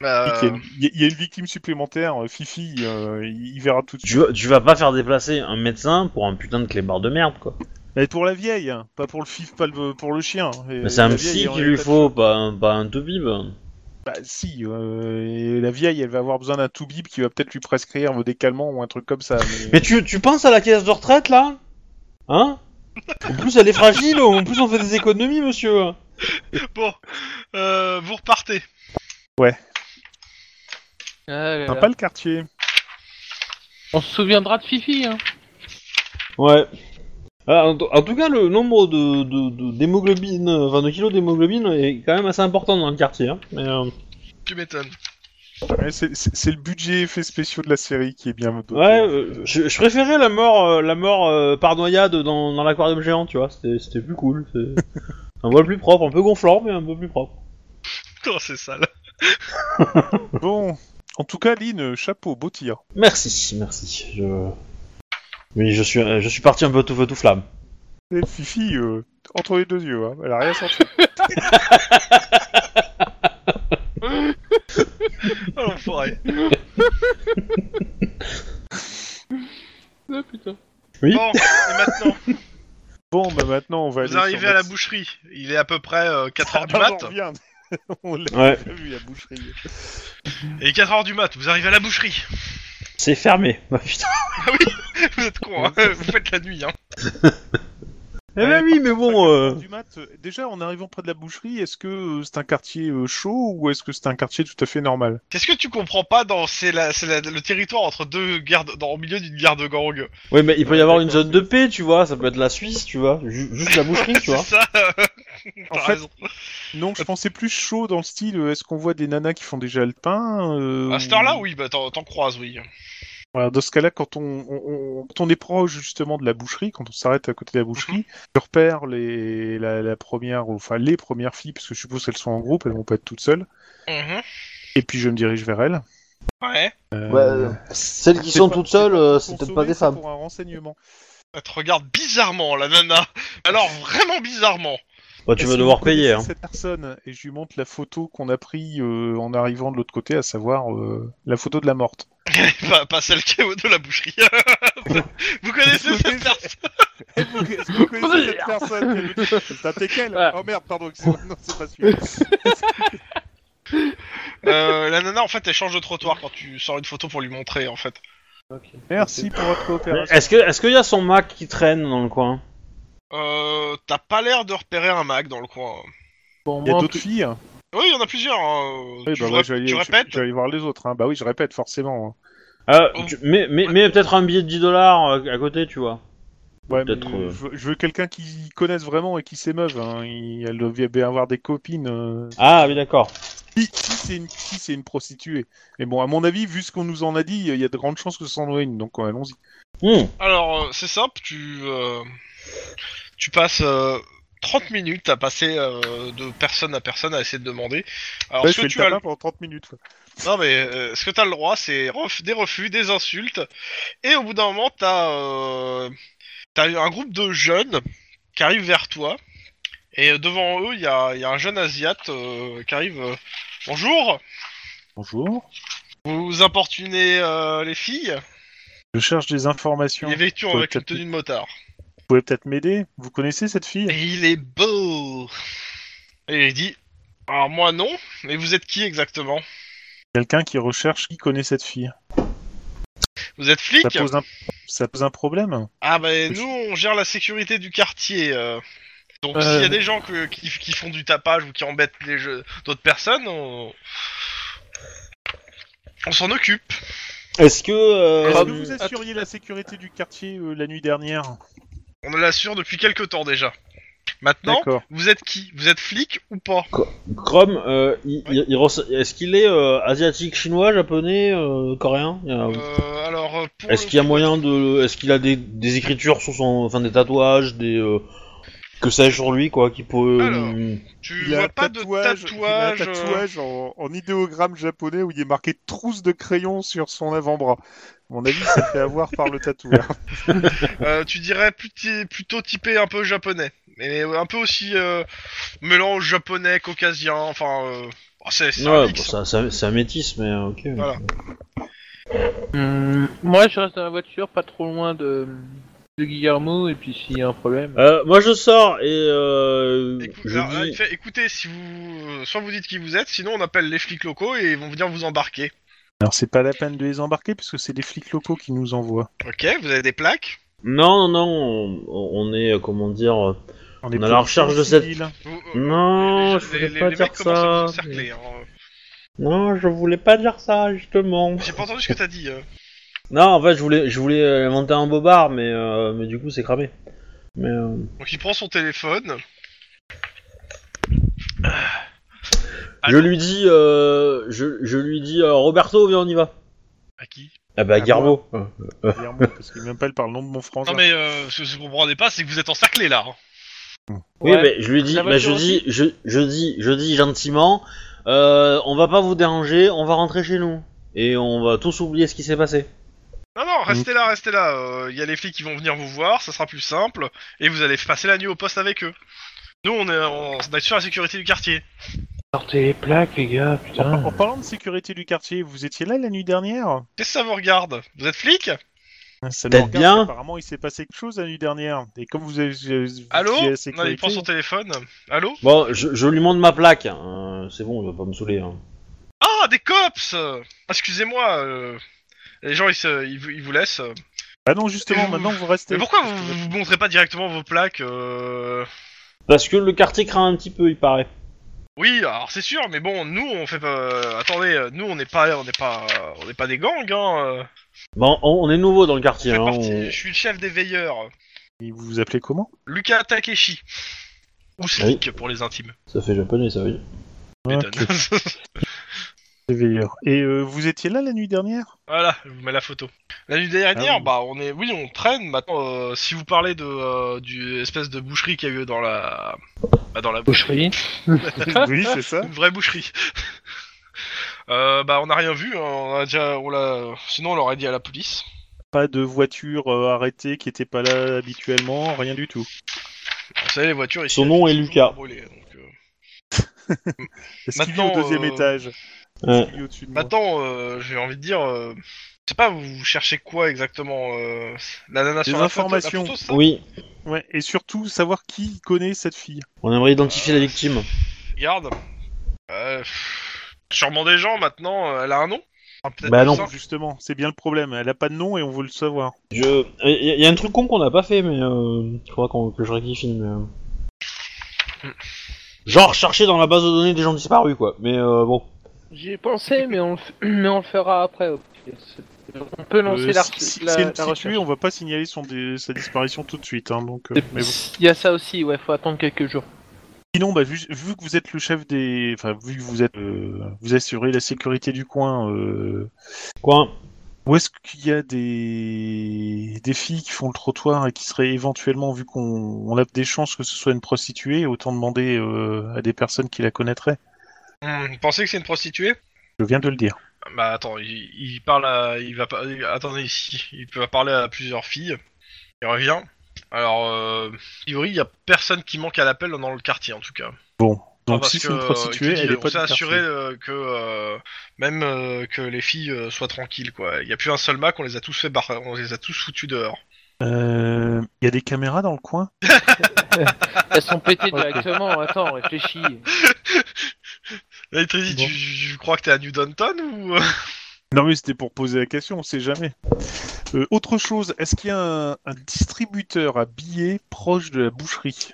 Speaker 2: Bah,
Speaker 3: il, y a une... il y a une victime supplémentaire, euh, Fifi, euh, il il verra tout de suite.
Speaker 1: Tu, vas- tu vas pas faire déplacer un médecin pour un putain de clébard de merde, quoi.
Speaker 3: Mais pour la vieille, hein, pas pour le fif, pas le- pour le chien. Et
Speaker 1: Mais c'est un
Speaker 3: Euh, la
Speaker 1: psy
Speaker 3: vieille, on
Speaker 1: qu'il
Speaker 3: est
Speaker 1: lui
Speaker 3: pas-
Speaker 1: faut, pas un, pas un toubib.
Speaker 3: Bah si, euh, et la vieille, elle va avoir besoin d'un toubib qui va peut-être lui prescrire des calmants ou un truc comme ça.
Speaker 1: Mais tu, tu penses à la caisse de retraite, là Hein En plus, elle est fragile, en plus, on fait des économies, monsieur.
Speaker 2: Bon, euh, vous repartez.
Speaker 4: Ah là là.
Speaker 3: On euh, pas le quartier.
Speaker 4: On se souviendra de Fifi, hein.
Speaker 1: Ouais. Ah, en, t- en tout cas, le nombre de, de, de- d'hémoglobine, euh, enfin de kilos d'hémoglobine est quand même assez important dans le quartier. hein. Mais, euh,
Speaker 2: Tu m'étonnes.
Speaker 3: Ouais, c'est- c'est c'est le budget effets spéciaux de la série qui est bien doté.
Speaker 1: ouais, euh, je, je préférais la mort, euh, la mort euh, par noyade dans, dans l'aquarium géant, tu vois. C'était, c'était plus cool. C'est un voile plus propre, un peu gonflant, mais un peu plus propre.
Speaker 2: Oh, c'est sale.
Speaker 3: Bon, en tout cas, Lynn, euh, chapeau, beau tir.
Speaker 1: Merci, merci. Je... Oui, je suis, euh, je suis parti un peu tout feu tout flamme.
Speaker 3: Et Fifi, euh, entre les deux yeux, hein, elle a rien senti.
Speaker 2: Oh l'enfoiré.
Speaker 4: Ah putain.
Speaker 1: Oui.
Speaker 2: Bon, et maintenant,
Speaker 3: Bon, bah maintenant, on va
Speaker 2: vous
Speaker 3: aller
Speaker 2: arrivez
Speaker 3: sur
Speaker 2: à la
Speaker 3: notre-
Speaker 2: boucherie. Il est à peu près 4h du
Speaker 3: Ah,
Speaker 2: mat.
Speaker 3: j'en reviens. on l'a
Speaker 1: Ouais,
Speaker 3: vu, la boucherie.
Speaker 2: Et 4h du mat, vous arrivez à la boucherie.
Speaker 1: c'est fermé. Bah putain.
Speaker 2: Vous êtes con, hein vous faites la nuit. Hein.
Speaker 1: Eh ben oui, mais bon. euh,
Speaker 3: Du mat, euh, déjà, en arrivant près de la boucherie, est-ce que euh, c'est un quartier euh, chaud ou est-ce que c'est un quartier tout à fait normal
Speaker 2: Qu'est-ce que tu comprends pas dans c'est la, c'est la- le territoire entre deux guerres de- dans, au milieu d'une guerre de gang
Speaker 1: Ouais, mais il peut y avoir une zone de paix, tu vois. Ça peut être la Suisse, tu vois. ju- juste la boucherie, tu
Speaker 2: C'est
Speaker 1: vois.
Speaker 2: ça.
Speaker 3: En
Speaker 2: T'as
Speaker 3: fait,
Speaker 2: raison.
Speaker 3: Non, je pensais plus chaud dans le style. euh, Est-ce qu'on voit des nanas qui font déjà le pain euh,
Speaker 2: à cette heure-là, oui, bah t'en, t'en croises, oui.
Speaker 3: Voilà, dans ce cas-là, quand on, on- on- quand on est proche justement de la boucherie, quand on s'arrête à côté de la boucherie, je repère les, la, la première, enfin les premières filles, parce que je suppose qu'elles sont en groupe, elles vont pas être toutes seules.
Speaker 2: Mhm.
Speaker 3: Et puis je me dirige vers elles.
Speaker 2: Ouais.
Speaker 3: Euh,
Speaker 1: Ouais, euh, celles qui
Speaker 3: c'est
Speaker 1: sont
Speaker 3: pas-
Speaker 1: toutes
Speaker 3: c'est
Speaker 1: seules,
Speaker 3: pas
Speaker 1: euh,
Speaker 3: pour
Speaker 1: c'est peut-être
Speaker 3: consommer,
Speaker 1: pas des
Speaker 3: c'est
Speaker 1: femmes.
Speaker 3: Pour un renseignement.
Speaker 2: Elle te regarde bizarrement, la nana. Alors vraiment bizarrement.
Speaker 1: Bah, tu
Speaker 3: Est-ce
Speaker 1: vas
Speaker 3: que
Speaker 1: devoir
Speaker 3: vous
Speaker 1: payer.
Speaker 3: connaissez
Speaker 1: Hein.
Speaker 3: Cette personne et je lui montre la photo qu'on a prise euh, en arrivant de l'autre côté, à savoir euh, la photo de la morte.
Speaker 2: pas, pas celle qui est au- de la boucherie. vous connaissez cette personne
Speaker 3: Est-ce que vous connaissez cette personne C'est un teckel
Speaker 4: Ouais.
Speaker 3: Oh merde, pardon, excusez-moi. non, c'est pas celui
Speaker 2: Euh, La nana, en fait, elle change de trottoir quand tu sors une photo pour lui montrer, en fait.
Speaker 3: Merci pour votre coopération.
Speaker 1: Est-ce que est-ce qu'il y a son Mac qui traîne dans le coin
Speaker 2: Euh, t'as pas l'air de repérer un mag dans le coin.
Speaker 4: Bon,
Speaker 3: Il y a
Speaker 4: moi, en
Speaker 3: d'autres
Speaker 4: plus-
Speaker 3: filles hein.
Speaker 2: Oui, il y en a plusieurs. hein.
Speaker 3: Oui,
Speaker 2: tu,
Speaker 3: bah,
Speaker 2: ré-
Speaker 3: ouais, je vais aller-
Speaker 2: tu
Speaker 3: je-
Speaker 2: répètes
Speaker 3: je vais aller voir les autres. Hein. Bah oui, je répète, forcément. hein.
Speaker 1: euh,
Speaker 2: Oh.
Speaker 1: tu- Mets, mets, mets peut-être un billet de 10 dollars euh, à côté, tu vois.
Speaker 3: Ouais, mais
Speaker 1: Peut-être,
Speaker 3: je-
Speaker 1: euh,
Speaker 3: je, veux- je veux quelqu'un qui connaisse vraiment et qui s'émeuve. Hein. Il, elle devait bien avoir des copines. euh.
Speaker 1: Ah oui, d'accord.
Speaker 3: Si, si c'est une, si c'est une prostituée. Mais bon, à mon avis, vu ce qu'on nous en a dit, il y a de grandes chances que ce soit une. Donc euh, allons-y.
Speaker 1: Hmm.
Speaker 2: Alors, euh, c'est simple, tu, euh, tu passes euh, 30 minutes à passer euh, de personne à personne à essayer de demander. Alors,
Speaker 3: Là,
Speaker 2: ce
Speaker 3: je
Speaker 2: que
Speaker 3: fais le
Speaker 2: tu as,
Speaker 3: tapin pendant 30 minutes. ouais.
Speaker 2: non, mais, euh, ce que t'as le droit, c'est ref- des refus, des insultes. Et au bout d'un moment, t'as euh, t'as eu un groupe de jeunes qui arrivent vers toi. Et euh, devant eux, il y a, il y a un jeune asiate euh, qui arrive. euh, Bonjour,
Speaker 3: Bonjour.
Speaker 2: vous importunez euh, les filles
Speaker 3: Je cherche des informations.
Speaker 2: Il est vêtu
Speaker 3: Faut
Speaker 2: avec une
Speaker 3: peut-être-
Speaker 2: tenue de motard.
Speaker 3: Vous pouvez peut-être m'aider Vous connaissez cette fille
Speaker 2: Et il est beau Et il dit Alors moi non, mais vous êtes qui exactement
Speaker 3: Quelqu'un qui recherche qui connaît cette fille.
Speaker 2: Vous êtes flic
Speaker 3: Ça pose un, ça pose un problème
Speaker 2: Ah ben nous on gère la sécurité du quartier. euh. Donc
Speaker 4: Euh,
Speaker 2: s'il y a des gens que- qui, qui font du tapage ou qui embêtent les jeux d'autres personnes, on, on s'en occupe.
Speaker 1: Est-ce que euh,
Speaker 3: Est-ce
Speaker 4: Ah,
Speaker 3: que vous
Speaker 4: att-
Speaker 3: assuriez la sécurité du quartier euh, la nuit dernière
Speaker 2: On l'assure depuis quelques temps déjà. Maintenant,
Speaker 3: D'accord.
Speaker 2: vous êtes qui Vous êtes flic ou pas
Speaker 1: Chrome, euh, il- il- il res- est-ce qu'il est euh, asiatique, chinois, japonais, euh, coréen Il y
Speaker 3: Ah
Speaker 1: a-
Speaker 2: Euh, Alors, euh, pour
Speaker 1: Est-ce
Speaker 2: le-
Speaker 1: qu'il y a moyen de, est-ce qu'il a des, des écritures sur son, enfin des tatouages, des euh, que sais-je sur lui quoi, qui peut.
Speaker 2: Alors.
Speaker 1: euh,
Speaker 2: tu
Speaker 3: Il a un
Speaker 2: vois pas
Speaker 3: tatouage,
Speaker 2: de
Speaker 3: il a un
Speaker 2: tatouage euh,
Speaker 3: tatouage en, en idéogramme japonais où il est marqué trousse de crayon sur son avant-bras. À mon avis, ça fait avoir par le tatoueur.
Speaker 2: euh, Tu dirais plutôt, plutôt typé un peu japonais, mais un peu aussi euh, mélange japonais, caucasien, enfin, euh, oh, c'est c'est un
Speaker 1: ouais,
Speaker 2: mix,
Speaker 1: bon, ça, ça, c'est un métis, mais euh, ok.
Speaker 2: Voilà.
Speaker 4: Hum, moi, je reste dans la voiture, pas trop loin de, de Guillermo, et puis s'il y a un problème.
Speaker 1: Euh, moi je sors et euh,
Speaker 2: Écou-
Speaker 1: je
Speaker 2: alors, là,
Speaker 1: dis-
Speaker 2: il fait, écoutez, si vous, euh, soit vous dites qui vous êtes, sinon on appelle les flics locaux et ils vont venir vous embarquer.
Speaker 3: Alors, c'est pas la peine de les embarquer puisque c'est les flics locaux qui nous envoient.
Speaker 2: Ok, vous avez des plaques.
Speaker 1: non non on, on est euh, comment dire. euh,
Speaker 3: est
Speaker 1: On a la recherche de cette-
Speaker 3: civile.
Speaker 2: Vous- euh,
Speaker 1: Non,
Speaker 2: les-
Speaker 1: je
Speaker 2: les-
Speaker 1: voulais
Speaker 2: les-
Speaker 1: pas
Speaker 2: les
Speaker 1: dire
Speaker 2: mecs commencent à vous
Speaker 1: ça.
Speaker 2: encercler, hein.
Speaker 1: Non, je voulais pas dire ça justement.
Speaker 2: J'ai pas entendu ce que t'as dit. euh.
Speaker 1: Non, en fait, je voulais, je voulais euh, inventer un bobard, mais, euh, mais du coup, c'est cramé. Mais, euh,
Speaker 2: Donc il prend son téléphone.
Speaker 1: je lui dis, euh, je, je lui dis, euh, Roberto, viens, on y va.
Speaker 2: À qui
Speaker 1: Ah bah,
Speaker 3: Ah,
Speaker 1: Guillermo.
Speaker 3: Guillermo, parce qu'il même pas le nom de mon frangin.
Speaker 2: Non mais euh, ce ce que vous comprenez pas, c'est que vous êtes encerclés là. hein.
Speaker 1: Oui,
Speaker 4: Ouais.
Speaker 1: mais je lui dis,
Speaker 4: La
Speaker 1: bah, je
Speaker 4: voiture
Speaker 1: dis, je, je dis, je dis gentiment, euh, on va pas vous déranger, on va rentrer chez nous et on va tous oublier ce qui s'est passé.
Speaker 2: Non non, restez
Speaker 3: Mm.
Speaker 2: là, restez là. euh, Il y a les flics qui vont venir vous voir, ça sera plus simple et vous allez passer la nuit au poste avec eux. Nous on est, on on est sur la sécurité du quartier.
Speaker 4: Sortez les plaques, les gars,
Speaker 3: En,
Speaker 4: putain.
Speaker 3: en parlant de sécurité du quartier, vous étiez là la nuit dernière
Speaker 2: Qu'est-ce que ça vous regarde Vous êtes flic
Speaker 3: Ça nous
Speaker 1: Peut-être
Speaker 3: regarde,
Speaker 1: bien.
Speaker 3: Apparemment, il s'est passé quelque chose la nuit dernière. Et comme vous avez. vous
Speaker 2: Allô
Speaker 3: étiez à la
Speaker 2: Non, il
Speaker 3: sécurité-
Speaker 2: prend son téléphone. Allô
Speaker 1: Bon, je, je lui montre ma plaque. hein. Euh, c'est bon, il va pas me saouler. hein.
Speaker 2: Ah, des cops Ah, Excusez-moi, euh, les gens ils, se, ils, vous- ils vous laissent.
Speaker 3: Ah non, justement,
Speaker 2: Et vous-
Speaker 3: maintenant vous restez.
Speaker 2: Mais pourquoi
Speaker 3: Parce
Speaker 2: vous,
Speaker 3: que-
Speaker 2: vous montrez pas directement vos plaques euh,
Speaker 1: Parce que le quartier craint un petit peu, il paraît.
Speaker 2: Oui, alors c'est sûr, mais bon, nous on fait pas. Attendez, euh, nous on n'est pas, on n'est pas, on n'est pas des gangs, hein. euh,
Speaker 1: Bon, on, on est nouveau dans le
Speaker 2: Je
Speaker 1: quartier.
Speaker 2: fais
Speaker 1: hein,
Speaker 2: partie-
Speaker 1: on-
Speaker 2: je suis le chef des veilleurs,
Speaker 3: Et Vous vous appelez comment
Speaker 2: Lucas Takeshi. Ou Slick pour les intimes.
Speaker 1: Ça fait japonais, ça veut dire.
Speaker 3: Ah,
Speaker 2: M'étonne.
Speaker 3: Les veilleurs. Et euh, vous étiez là la nuit dernière
Speaker 2: voilà, je vous mets la photo. La nuit dernière,
Speaker 3: Ah oui.
Speaker 2: bah on est, oui, on traîne. Maintenant, euh, si vous parlez de euh, du espèce de boucherie qu'il y a eu dans la, bah, dans la
Speaker 4: Boucherie.
Speaker 3: Oui, c'est ça.
Speaker 2: Une vraie boucherie. Euh, bah on n'a rien vu, hein, on a déjà, on l'a, sinon on l'aurait dit à la police.
Speaker 3: Pas de voiture euh, arrêtée qui était pas là habituellement, rien du tout.
Speaker 2: Vous savez les voitures ici.
Speaker 1: Son nom
Speaker 2: elles
Speaker 1: est
Speaker 2: sont toujours
Speaker 1: Lucas.
Speaker 2: brûlées, donc, euh.
Speaker 3: Est-ce qu'il vit
Speaker 2: Maintenant,
Speaker 3: au deuxième
Speaker 2: euh,
Speaker 3: étage
Speaker 1: Ouais.
Speaker 3: Est-ce qu'il vit au-dessus de moi
Speaker 2: Maintenant, euh, j'ai envie de dire, euh, je sais pas, vous cherchez quoi exactement euh, La nana
Speaker 3: Des
Speaker 2: sur la photo- la
Speaker 3: informations.
Speaker 2: photo, c'est ça
Speaker 1: Oui,
Speaker 3: Ouais, Et surtout, savoir qui connaît cette fille.
Speaker 1: on aimerait identifier la victime.
Speaker 2: Regarde. Euh, pff, sûrement des gens maintenant. euh, Elle a un nom. Ah, peut-être
Speaker 1: Bah
Speaker 2: plus
Speaker 1: non.
Speaker 2: simple.
Speaker 3: Justement, c'est bien le problème. Elle a pas de nom et on veut le savoir.
Speaker 1: Je, il y, y a un truc con qu'on n'a pas fait, mais euh, je crois qu'on, que je rectifie. Mais... euh. Genre chercher dans la base de données des gens disparus, quoi. Mais euh, bon.
Speaker 4: J'y ai pensé, mais on, le f- mais on le fera après. au pire. C'est- On peut lancer
Speaker 3: Euh,
Speaker 4: la,
Speaker 3: si- si-
Speaker 4: la-
Speaker 3: si elle
Speaker 4: la
Speaker 3: le situe,
Speaker 4: recherche.
Speaker 3: on va pas signaler son dé- sa disparition tout de suite. hein, donc, euh,
Speaker 4: C'est-
Speaker 3: mais bon.
Speaker 4: Il y a ça aussi, ouais, faut attendre quelques jours.
Speaker 3: Sinon, bah, vu, vu que vous êtes le chef des, enfin vu que vous êtes, euh, vous assurez la sécurité du coin, euh,
Speaker 1: Quoi
Speaker 3: où est-ce qu'il y a des des filles qui font le trottoir et qui seraient éventuellement, vu qu'on on a des chances que ce soit une prostituée, autant demander euh, à des personnes qui la connaîtraient.
Speaker 2: Hum, vous pensez que c'est une prostituée
Speaker 3: Je viens de le dire.
Speaker 2: Bah attends, il, il parle à, il va pas, il- attendez ici, il peut parler à plusieurs filles. Il revient. Alors, euh, a priori, il y a personne qui manque à l'appel dans le quartier en tout cas.
Speaker 3: Donc
Speaker 2: parce
Speaker 3: si c'est
Speaker 2: que,
Speaker 3: une
Speaker 2: euh,
Speaker 3: prostituée,
Speaker 2: il te dit,
Speaker 3: elle est
Speaker 2: on
Speaker 3: pas
Speaker 2: s'est
Speaker 3: du
Speaker 2: assuré
Speaker 3: quartier.
Speaker 2: euh, que euh, même euh, que les filles euh, soient tranquilles quoi. Il y a plus un seul mac, on les a tous fait bar... on les a tous foutus dehors.
Speaker 3: Euh, Il y a des caméras dans le coin.
Speaker 4: Elles sont pétées directement, attends, réfléchis.
Speaker 2: Là, il te dit,
Speaker 3: Bon.
Speaker 2: tu, je crois que t'es à New Downton ou euh,
Speaker 3: Non mais c'était pour poser la question, on sait jamais. Euh, autre chose, est-ce qu'il y a un, un distributeur à billets proche de la boucherie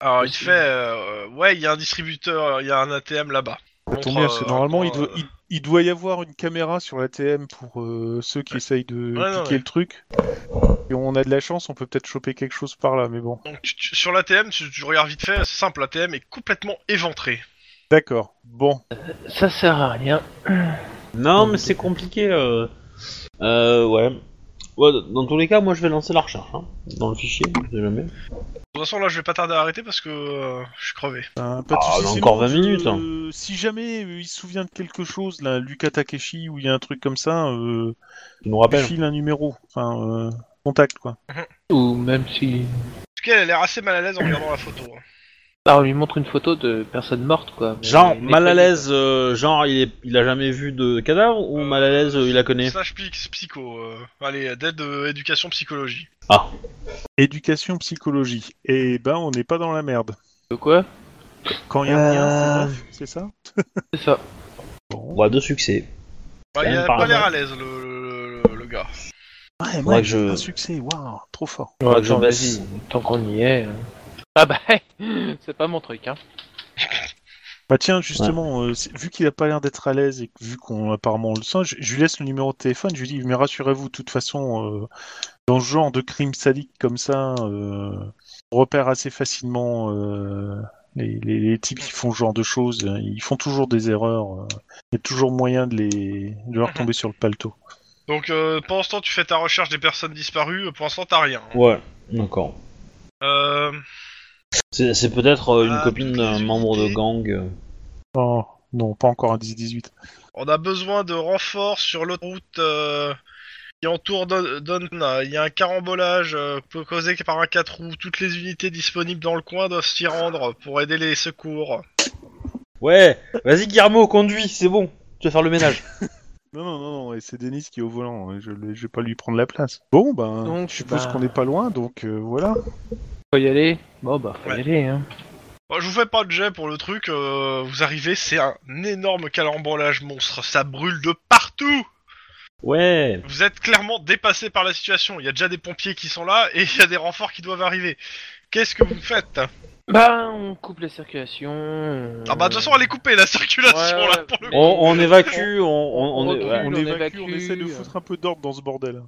Speaker 2: Alors il te fait, euh, ouais, il y a un distributeur, il y a un ATM là-bas.
Speaker 3: Ça tombe bien, parce que normalement, il doit, il, il doit y avoir une caméra sur la TM pour euh, ceux qui essayent de
Speaker 2: Ouais, non,
Speaker 3: piquer
Speaker 2: ouais.
Speaker 3: le truc. Et on a de la chance, on peut peut-être choper quelque chose par là, mais bon.
Speaker 2: Donc, tu- tu- sur l'ATM, tu, tu regardes vite fait, c'est simple, l'ATM est complètement éventrée.
Speaker 3: D'accord. Bon.
Speaker 4: Ça sert à rien.
Speaker 1: Non, mais c'est compliqué. Euh... euh, ouais. Ouais, Dans tous les cas, moi je vais lancer la recherche hein, dans le fichier, je sais jamais.
Speaker 2: De toute façon, là, je vais pas tarder à arrêter parce que euh, je suis crevé.
Speaker 3: Ben, pas de
Speaker 1: Ah,
Speaker 3: soucis,
Speaker 1: on a
Speaker 3: c'est
Speaker 1: encore
Speaker 3: bon,
Speaker 1: 20 minutes, hein.
Speaker 3: euh, si jamais euh, il se souvient de quelque chose, là, Luca Takeshi, ou il y a un truc comme ça, euh,
Speaker 1: Tu nous
Speaker 3: lui
Speaker 1: rappelles
Speaker 3: file un numéro. Enfin, euh, contact, quoi.
Speaker 4: Ou même si.
Speaker 2: En tout cas, elle a l'air assez mal à l'aise en regardant la photo. hein.
Speaker 4: Ah, on lui montre une photo de personne morte, quoi. Mais
Speaker 1: Genre,
Speaker 4: il est
Speaker 1: mal à
Speaker 4: pas-
Speaker 1: l'aise, euh, genre il, est, il a jamais vu de cadavre ou mal à l'aise, euh, il la connaît
Speaker 2: Slash pic- psycho. euh, allez, d'aide euh, éducation psychologie.
Speaker 1: Ah.
Speaker 3: Éducation, psychologie. Et ben, on n'est pas dans la merde.
Speaker 4: De quoi
Speaker 3: Quand il y a un lien,
Speaker 1: Euh.
Speaker 3: c'est neuf, c'est ça
Speaker 4: C'est ça.
Speaker 3: Bon.
Speaker 1: Bah, de succès.
Speaker 2: Bah, il
Speaker 1: Même
Speaker 2: a
Speaker 1: par
Speaker 2: pas l'air
Speaker 1: là.
Speaker 2: à l'aise, le, le- le- le gars.
Speaker 3: Ouais,
Speaker 1: Faudrait que je-
Speaker 3: un succès, waouh, trop fort.
Speaker 1: Faudra que Bah, je
Speaker 4: Attends,
Speaker 1: baisse.
Speaker 4: vas-y, Tant qu'on y est. euh. Ah bah, c'est pas mon truc, hein.
Speaker 3: Bah tiens, justement, euh, c'est- vu qu'il a pas l'air d'être à l'aise et que- vu qu'on apparemment on le sent, je, je lui laisse le numéro de téléphone, je lui dis, mais rassurez-vous, de toute façon, euh, dans ce genre de crime sadique comme ça, euh, on repère assez facilement euh, les, les- les types qui font ce genre de choses, euh, ils font toujours des erreurs, euh, il y a toujours moyen de, les, de leur
Speaker 4: Mhm.
Speaker 3: tomber sur le paletot.
Speaker 2: Donc, euh, pendant ce temps, tu fais ta recherche des personnes disparues. euh, Pour l'instant, t'as rien. hein.
Speaker 1: Ouais, d'accord.
Speaker 2: Euh,
Speaker 1: C'est c'est peut-être euh, une
Speaker 2: Ah,
Speaker 1: copine d'un membre de gang. euh.
Speaker 3: Oh, non, pas encore un 10-18.
Speaker 2: on a besoin de renforts sur l'autoroute euh, qui entoure Don- Donna. Il y a un carambolage euh, causé par un 4 roues. Toutes les unités disponibles dans le coin doivent s'y rendre pour aider les secours.
Speaker 1: Ouais, vas-y Guillermo, conduis, c'est bon. Tu vas faire le ménage.
Speaker 3: Non, non, non, non, et c'est Denis qui est au volant, hein, je ne vais pas lui prendre la place. Bon, ben,
Speaker 4: Donc,
Speaker 3: je suppose
Speaker 4: bah-
Speaker 3: qu'on n'est pas loin, donc euh, voilà.
Speaker 4: Faut y aller Bon, bah, faut y aller, hein.
Speaker 2: Bon, je vous fais pas de jet pour le truc. euh, vous arrivez, c'est un énorme carambolage monstre. Ça brûle de partout.
Speaker 1: Ouais.
Speaker 2: Vous êtes clairement dépassé par la situation. Il y a déjà des pompiers qui sont là et il y a des renforts qui doivent arriver. Qu'est-ce que vous faites
Speaker 4: Bah, on coupe la circulation. euh,
Speaker 2: Ah bah de toute façon elle est coupée la circulation
Speaker 4: Ouais,
Speaker 2: là
Speaker 4: ouais.
Speaker 2: pour le coup.
Speaker 1: On, on évacue, on, on, on, est-
Speaker 4: On recule.
Speaker 1: ouais.
Speaker 3: on
Speaker 4: on
Speaker 3: évacue,
Speaker 4: évacue,
Speaker 3: on essaie de
Speaker 4: euh.
Speaker 3: foutre un peu d'ordre dans ce bordel.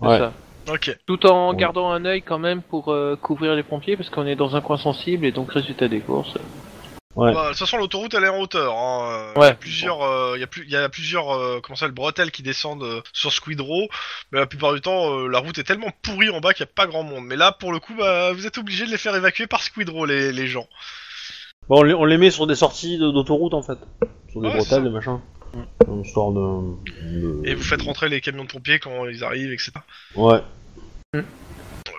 Speaker 4: c'est
Speaker 1: Ouais.
Speaker 4: ça.
Speaker 2: Ok.
Speaker 4: Tout en
Speaker 1: Ouais.
Speaker 4: gardant un œil quand même pour euh, couvrir les pompiers, parce qu'on est dans un coin sensible, et donc résultat des courses. euh.
Speaker 1: Ouais.
Speaker 2: Bah, de toute façon l'autoroute elle est en hauteur. hein. Euh,
Speaker 4: Ouais.
Speaker 2: Il y a plusieurs, euh, il y a plus, il y a plusieurs euh, comment ça, le bretelles qui descendent euh, sur Squid Row. Mais la plupart du temps euh, la route est tellement pourrie en bas qu'il y a pas grand monde. Mais là pour le coup bah, vous êtes obligé de les faire évacuer par Squid Row les, les gens.
Speaker 1: Bon, on les, on les met sur des sorties de- d'autoroute en fait. Sur des
Speaker 2: Ouais, c'est ça.
Speaker 1: bretelles, des machins. Donc, Histoire de. de-
Speaker 2: Et vous faites rentrer les camions de pompiers quand ils arrivent etc.
Speaker 1: Ouais.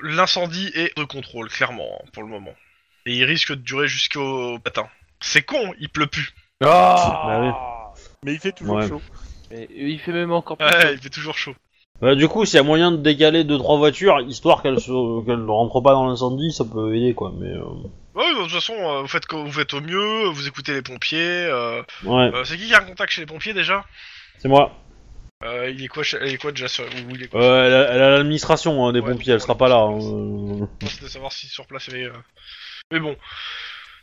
Speaker 2: L'incendie est de contrôle clairement hein, pour le moment. Et il risque de durer jusqu'au matin. C'est con, il pleut plus.
Speaker 1: Ah
Speaker 3: Mais il fait toujours
Speaker 1: Ouais.
Speaker 3: chaud.
Speaker 4: Mais euh, il fait même encore plus.
Speaker 2: Ouais, il fait toujours chaud.
Speaker 1: Bah, du coup, s'il y a moyen de décaler 2-3 voitures, histoire qu'elles se- qu'elles ne rentrent pas dans l'incendie, ça peut aider quoi. Mais. euh,
Speaker 2: Ouais, de toute façon, euh, vous faites, co- vous faites au mieux, vous écoutez les pompiers. euh,
Speaker 1: Ouais,
Speaker 2: euh, c'est qui qui a un contact chez les pompiers déjà
Speaker 1: c'est moi.
Speaker 2: Euh, Il est quoi, chez- il est quoi déjà sur, où il est quoi
Speaker 1: Euh, elle a- elle a l'administration hein, des
Speaker 2: Ouais,
Speaker 1: pompiers, elle sera pas là. hein, euh.
Speaker 2: Non, C'était de savoir si sur place il y avait, euh, Mais bon,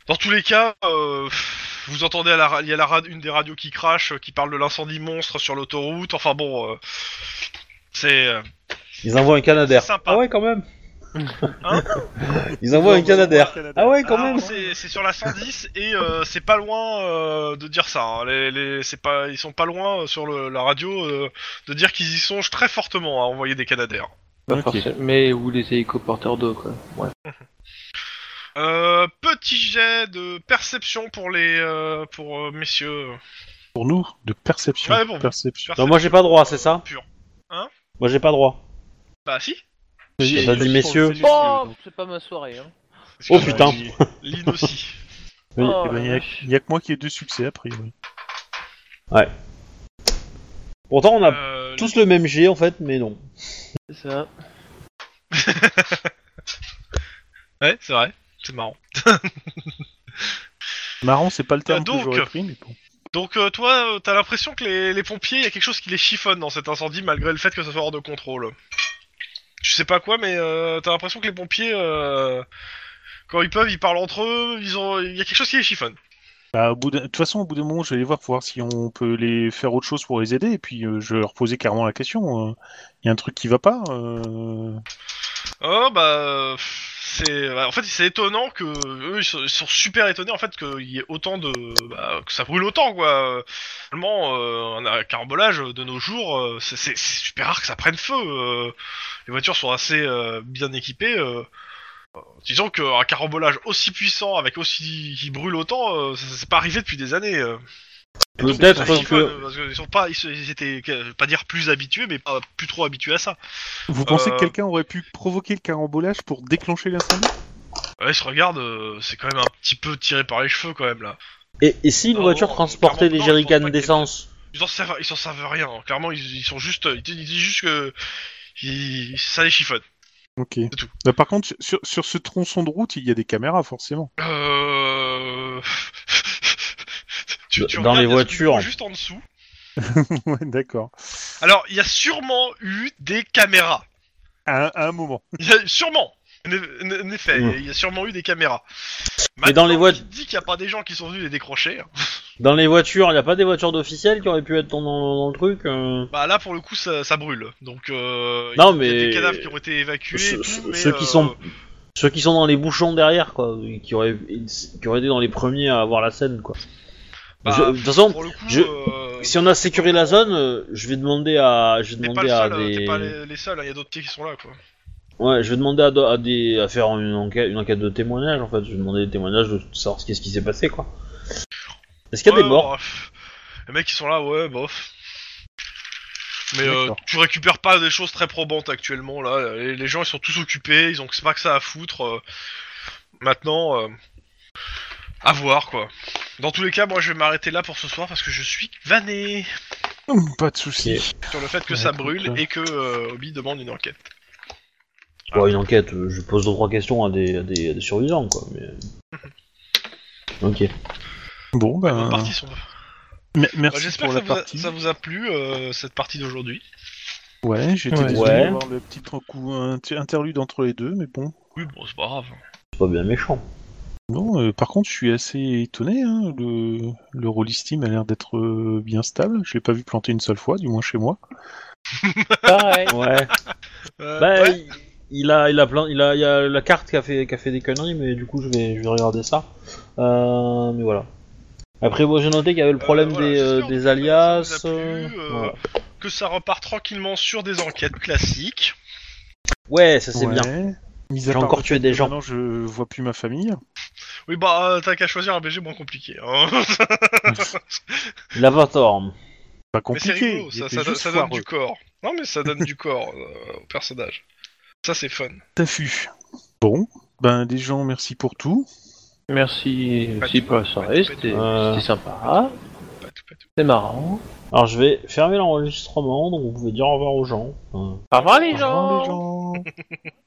Speaker 2: dans tous les cas, euh, pff, vous entendez à la, ra- il y a la ra- une des radios qui crache, euh, qui parle de l'incendie monstre sur l'autoroute. Enfin bon, euh, c'est euh,
Speaker 1: Ils envoient un Canadair.
Speaker 2: C'est sympa.
Speaker 1: Ah ouais, quand même.
Speaker 2: Hein
Speaker 1: Ils envoient un Canadair.
Speaker 3: Canadair.
Speaker 1: Ah ouais, quand
Speaker 2: alors,
Speaker 1: même.
Speaker 2: c'est c'est sur la 110 et euh, c'est pas loin euh, de dire ça. hein. Les, les- c'est pas, ils sont pas loin euh, sur le- la radio euh, de dire qu'ils y songent très fortement hein, à envoyer des Canadaires.
Speaker 4: Pas
Speaker 3: Ok.
Speaker 4: forcément, mais ou les hélicoporteurs d'eau, quoi. Ouais.
Speaker 2: Euh, petit jet de perception pour les euh, pour euh, messieurs.
Speaker 3: Pour nous, de perception.
Speaker 2: Ouais, bon.
Speaker 3: perception.
Speaker 1: Non, Bah, moi j'ai pas droit, c'est ça
Speaker 2: Pur.
Speaker 1: Moi j'ai pas droit.
Speaker 2: Bah si.
Speaker 1: J'ai pas dit messieurs.
Speaker 4: Oh, c'est pas ma soirée, hein.
Speaker 1: Oh, putain.
Speaker 2: Lynn aussi.
Speaker 1: Oui,
Speaker 4: Oh,
Speaker 3: Eh ben, Il
Speaker 4: la
Speaker 3: n'y a,
Speaker 4: vache.
Speaker 3: il y a que moi qui ai deux succès, a priori.
Speaker 1: Pourtant, on a
Speaker 2: Euh,
Speaker 1: Ah, tous le même G en fait, mais non.
Speaker 4: C'est ça.
Speaker 2: Ouais, c'est vrai. C'est marrant.
Speaker 3: Marrant, c'est pas le terme
Speaker 2: Euh,
Speaker 3: que
Speaker 2: donc.
Speaker 3: j'aurais pris, mais bon.
Speaker 2: Donc euh, toi, euh, t'as l'impression que les, les pompiers, il y a quelque chose qui les chiffonne dans cet incendie malgré le fait que ça soit hors de contrôle. Je sais pas quoi, mais euh, t'as l'impression que les pompiers, euh, quand ils peuvent, ils parlent entre eux. Ils ont, il y a quelque chose qui les chiffonne.
Speaker 3: Bah, au bout d'un- de toute façon, au bout d'un moment, je vais les voir pour voir si on peut les faire autre chose pour les aider. Et puis, euh, je vais leur poser carrément la question. euh, Il y a un truc qui va pas euh,
Speaker 2: Oh bah euh, c'est bah, en fait c'est étonnant que eux ils sont, ils sont super étonnés en fait qu'il y ait autant de bah, que ça brûle autant quoi. Normalement euh, on a un carambolage de nos jours euh, c'est- c'est c'est super rare que ça prenne feu. euh. les voitures sont assez euh, bien équipées. euh. Euh, Disons qu'un carambolage aussi puissant avec aussi qui brûle autant euh, ça- ça- c'est pas arrivé depuis des années. euh.
Speaker 1: Peut-être
Speaker 2: Parce qu'ils-
Speaker 1: que.
Speaker 2: euh, parce qu'ils sont pas ils, se- ils étaient euh, pas dire plus habitués mais pas plus trop habitués à ça.
Speaker 3: Vous pensez
Speaker 2: Euh.
Speaker 3: que quelqu'un aurait pu provoquer le carambolage pour déclencher l'incendie
Speaker 2: Ouais, se regarde, euh, c'est quand même un petit peu tiré par les cheveux quand même là.
Speaker 1: Et, et si une
Speaker 2: Ah,
Speaker 1: voiture
Speaker 2: bon,
Speaker 1: transportait des
Speaker 2: clairement, non, ils
Speaker 1: jerrycans
Speaker 2: sont pas
Speaker 1: d'essence
Speaker 2: Ils en savent, ils en savent rien. hein. Clairement, ils, ils sont juste, ils, ils disent juste que ils- ça les chiffonne.
Speaker 3: Ok.
Speaker 2: tout.
Speaker 3: Bah, par contre, sur, sur ce tronçon de route, il y a des caméras, forcément.
Speaker 2: Euh...
Speaker 1: Dans
Speaker 2: regardes,
Speaker 1: les
Speaker 2: il y a ce
Speaker 1: voitures.
Speaker 2: bouton Juste en dessous.
Speaker 3: ouais, d'accord.
Speaker 2: Alors, il y a sûrement eu des caméras.
Speaker 3: À, un- à un moment.
Speaker 2: Il y a sûrement. En eff- En effet,
Speaker 1: Mm.
Speaker 2: il y a sûrement eu des caméras.
Speaker 1: Mais dans les
Speaker 2: Maintenant,
Speaker 1: voit-
Speaker 2: tu te dis qu'il n'y a pas des gens qui sont venus les décrocher.
Speaker 1: Dans les voitures, y a pas des voitures d'officiels qui auraient pu être dans, dans- dans le truc euh
Speaker 2: Bah là, pour le coup, ça, ça brûle. Donc, euh,
Speaker 1: Non,
Speaker 2: il y a
Speaker 1: mais-
Speaker 2: des cadavres qui ont été évacués.
Speaker 1: Ce-
Speaker 2: et tout,
Speaker 1: ce-
Speaker 2: mais,
Speaker 1: ceux qui
Speaker 2: euh,
Speaker 1: sont- Ceux qui sont dans les bouchons derrière, quoi, et qui auraient, qui auraient été dans les premiers à avoir la scène, quoi.
Speaker 2: Bah,
Speaker 1: Je- de toute façon,
Speaker 2: pour le coup,
Speaker 1: je-
Speaker 2: euh,
Speaker 1: si on a sécurisé la zone, euh, je vais demander à, je
Speaker 2: T'es
Speaker 1: vais
Speaker 2: pas,
Speaker 1: demander
Speaker 2: le
Speaker 1: à
Speaker 2: seul, euh,
Speaker 1: des,
Speaker 2: t'es pas les, les seuls, il y a d'autres qui sont là quoi.
Speaker 1: ouais, je vais demander à, do- à des, à faire une enquête, une enquête de témoignage, en fait. Je vais demander des témoignages de savoir ce qu'est-ce qui s'est passé, quoi. Est-ce qu'il y a des
Speaker 2: Ouais,
Speaker 1: morts
Speaker 2: bah, pff, les mecs qui sont là, ouais, bof. Mais euh,
Speaker 3: D'accord.
Speaker 2: tu récupères pas des choses très probantes actuellement là. Les, les gens ils sont tous occupés, ils ont pas que ça à foutre. euh. Maintenant, euh, à voir quoi. Dans tous les cas, moi je vais m'arrêter là pour ce soir parce que je suis vanné
Speaker 3: Hum, Pas de souci.
Speaker 2: sur le fait que
Speaker 3: Ouais,
Speaker 2: ça
Speaker 3: écoute,
Speaker 2: brûle
Speaker 3: euh.
Speaker 2: et que euh, Obi demande une enquête.
Speaker 1: Ouais, une enquête. euh, Je pose deux trois questions à des, à des, à des survivants, quoi. Mais... Ok.
Speaker 3: Bon,
Speaker 2: Bonne
Speaker 3: ben.
Speaker 2: partie, son-
Speaker 3: me-
Speaker 2: Bah,
Speaker 3: merci
Speaker 2: J'espère
Speaker 3: pour
Speaker 2: que
Speaker 3: la
Speaker 2: ça vous, a,
Speaker 3: partie.
Speaker 2: ça vous a plu euh, cette partie d'aujourd'hui.
Speaker 3: Ouais, j'étais
Speaker 4: Ouais.
Speaker 3: désolé
Speaker 1: Ouais.
Speaker 3: d'avoir le petit tro- coup inter- interlude entre les deux, mais bon.
Speaker 2: Oui, bon, c'est pas grave.
Speaker 1: C'est pas bien méchant.
Speaker 3: Non, euh, par contre, je suis assez étonné. hein, Le, le Rollis Team a l'air d'être euh, bien stable. Je l'ai pas vu planter une seule fois, du moins chez moi.
Speaker 4: Pareil.
Speaker 1: Ouais.
Speaker 2: Euh,
Speaker 1: Bah,
Speaker 2: ouais.
Speaker 1: il- il a, il a plein, il a, il y a la carte qui a fait, qui a fait des conneries, mais du coup, je vais, je vais regarder ça. Euh, mais voilà. Après, moi, j'ai noté qu'il y avait le problème
Speaker 2: Euh, voilà,
Speaker 1: des, euh,
Speaker 2: j'espère que
Speaker 1: des
Speaker 2: ça vous a
Speaker 1: alias.
Speaker 2: plu,
Speaker 1: euh,
Speaker 2: euh,
Speaker 1: voilà.
Speaker 2: que ça repart tranquillement sur des enquêtes classiques.
Speaker 1: Ouais, ça c'est
Speaker 3: Ouais.
Speaker 1: bien.
Speaker 3: Mis à
Speaker 1: J'ai
Speaker 3: part
Speaker 1: encore
Speaker 3: le
Speaker 1: tué
Speaker 3: fait
Speaker 1: des
Speaker 3: que
Speaker 1: gens.
Speaker 3: Maintenant, je vois plus ma famille.
Speaker 2: Oui, bah, euh, t'as qu'à choisir un BG moins compliqué. hein.
Speaker 1: Lavatorm.
Speaker 3: Pas
Speaker 2: mais c'est
Speaker 3: compliqué.
Speaker 2: rigolo,
Speaker 3: il
Speaker 2: ça,
Speaker 3: était
Speaker 2: ça, do-
Speaker 3: juste
Speaker 2: ça donne
Speaker 3: foireux.
Speaker 2: du corps. Non, mais ça donne du corps euh, au personnage. Ça, c'est fun.
Speaker 3: Tafu. Bon, ben des gens, merci pour tout.
Speaker 4: Merci, merci pour la soirée, c'était
Speaker 1: Euh.
Speaker 4: c'était sympa,
Speaker 2: Pas tout, pas tout.
Speaker 4: c'était marrant.
Speaker 1: Alors, je vais fermer l'enregistrement, donc vous pouvez dire au revoir aux gens. Euh,
Speaker 4: Au revoir les
Speaker 3: Au revoir,
Speaker 4: gens
Speaker 3: les gens.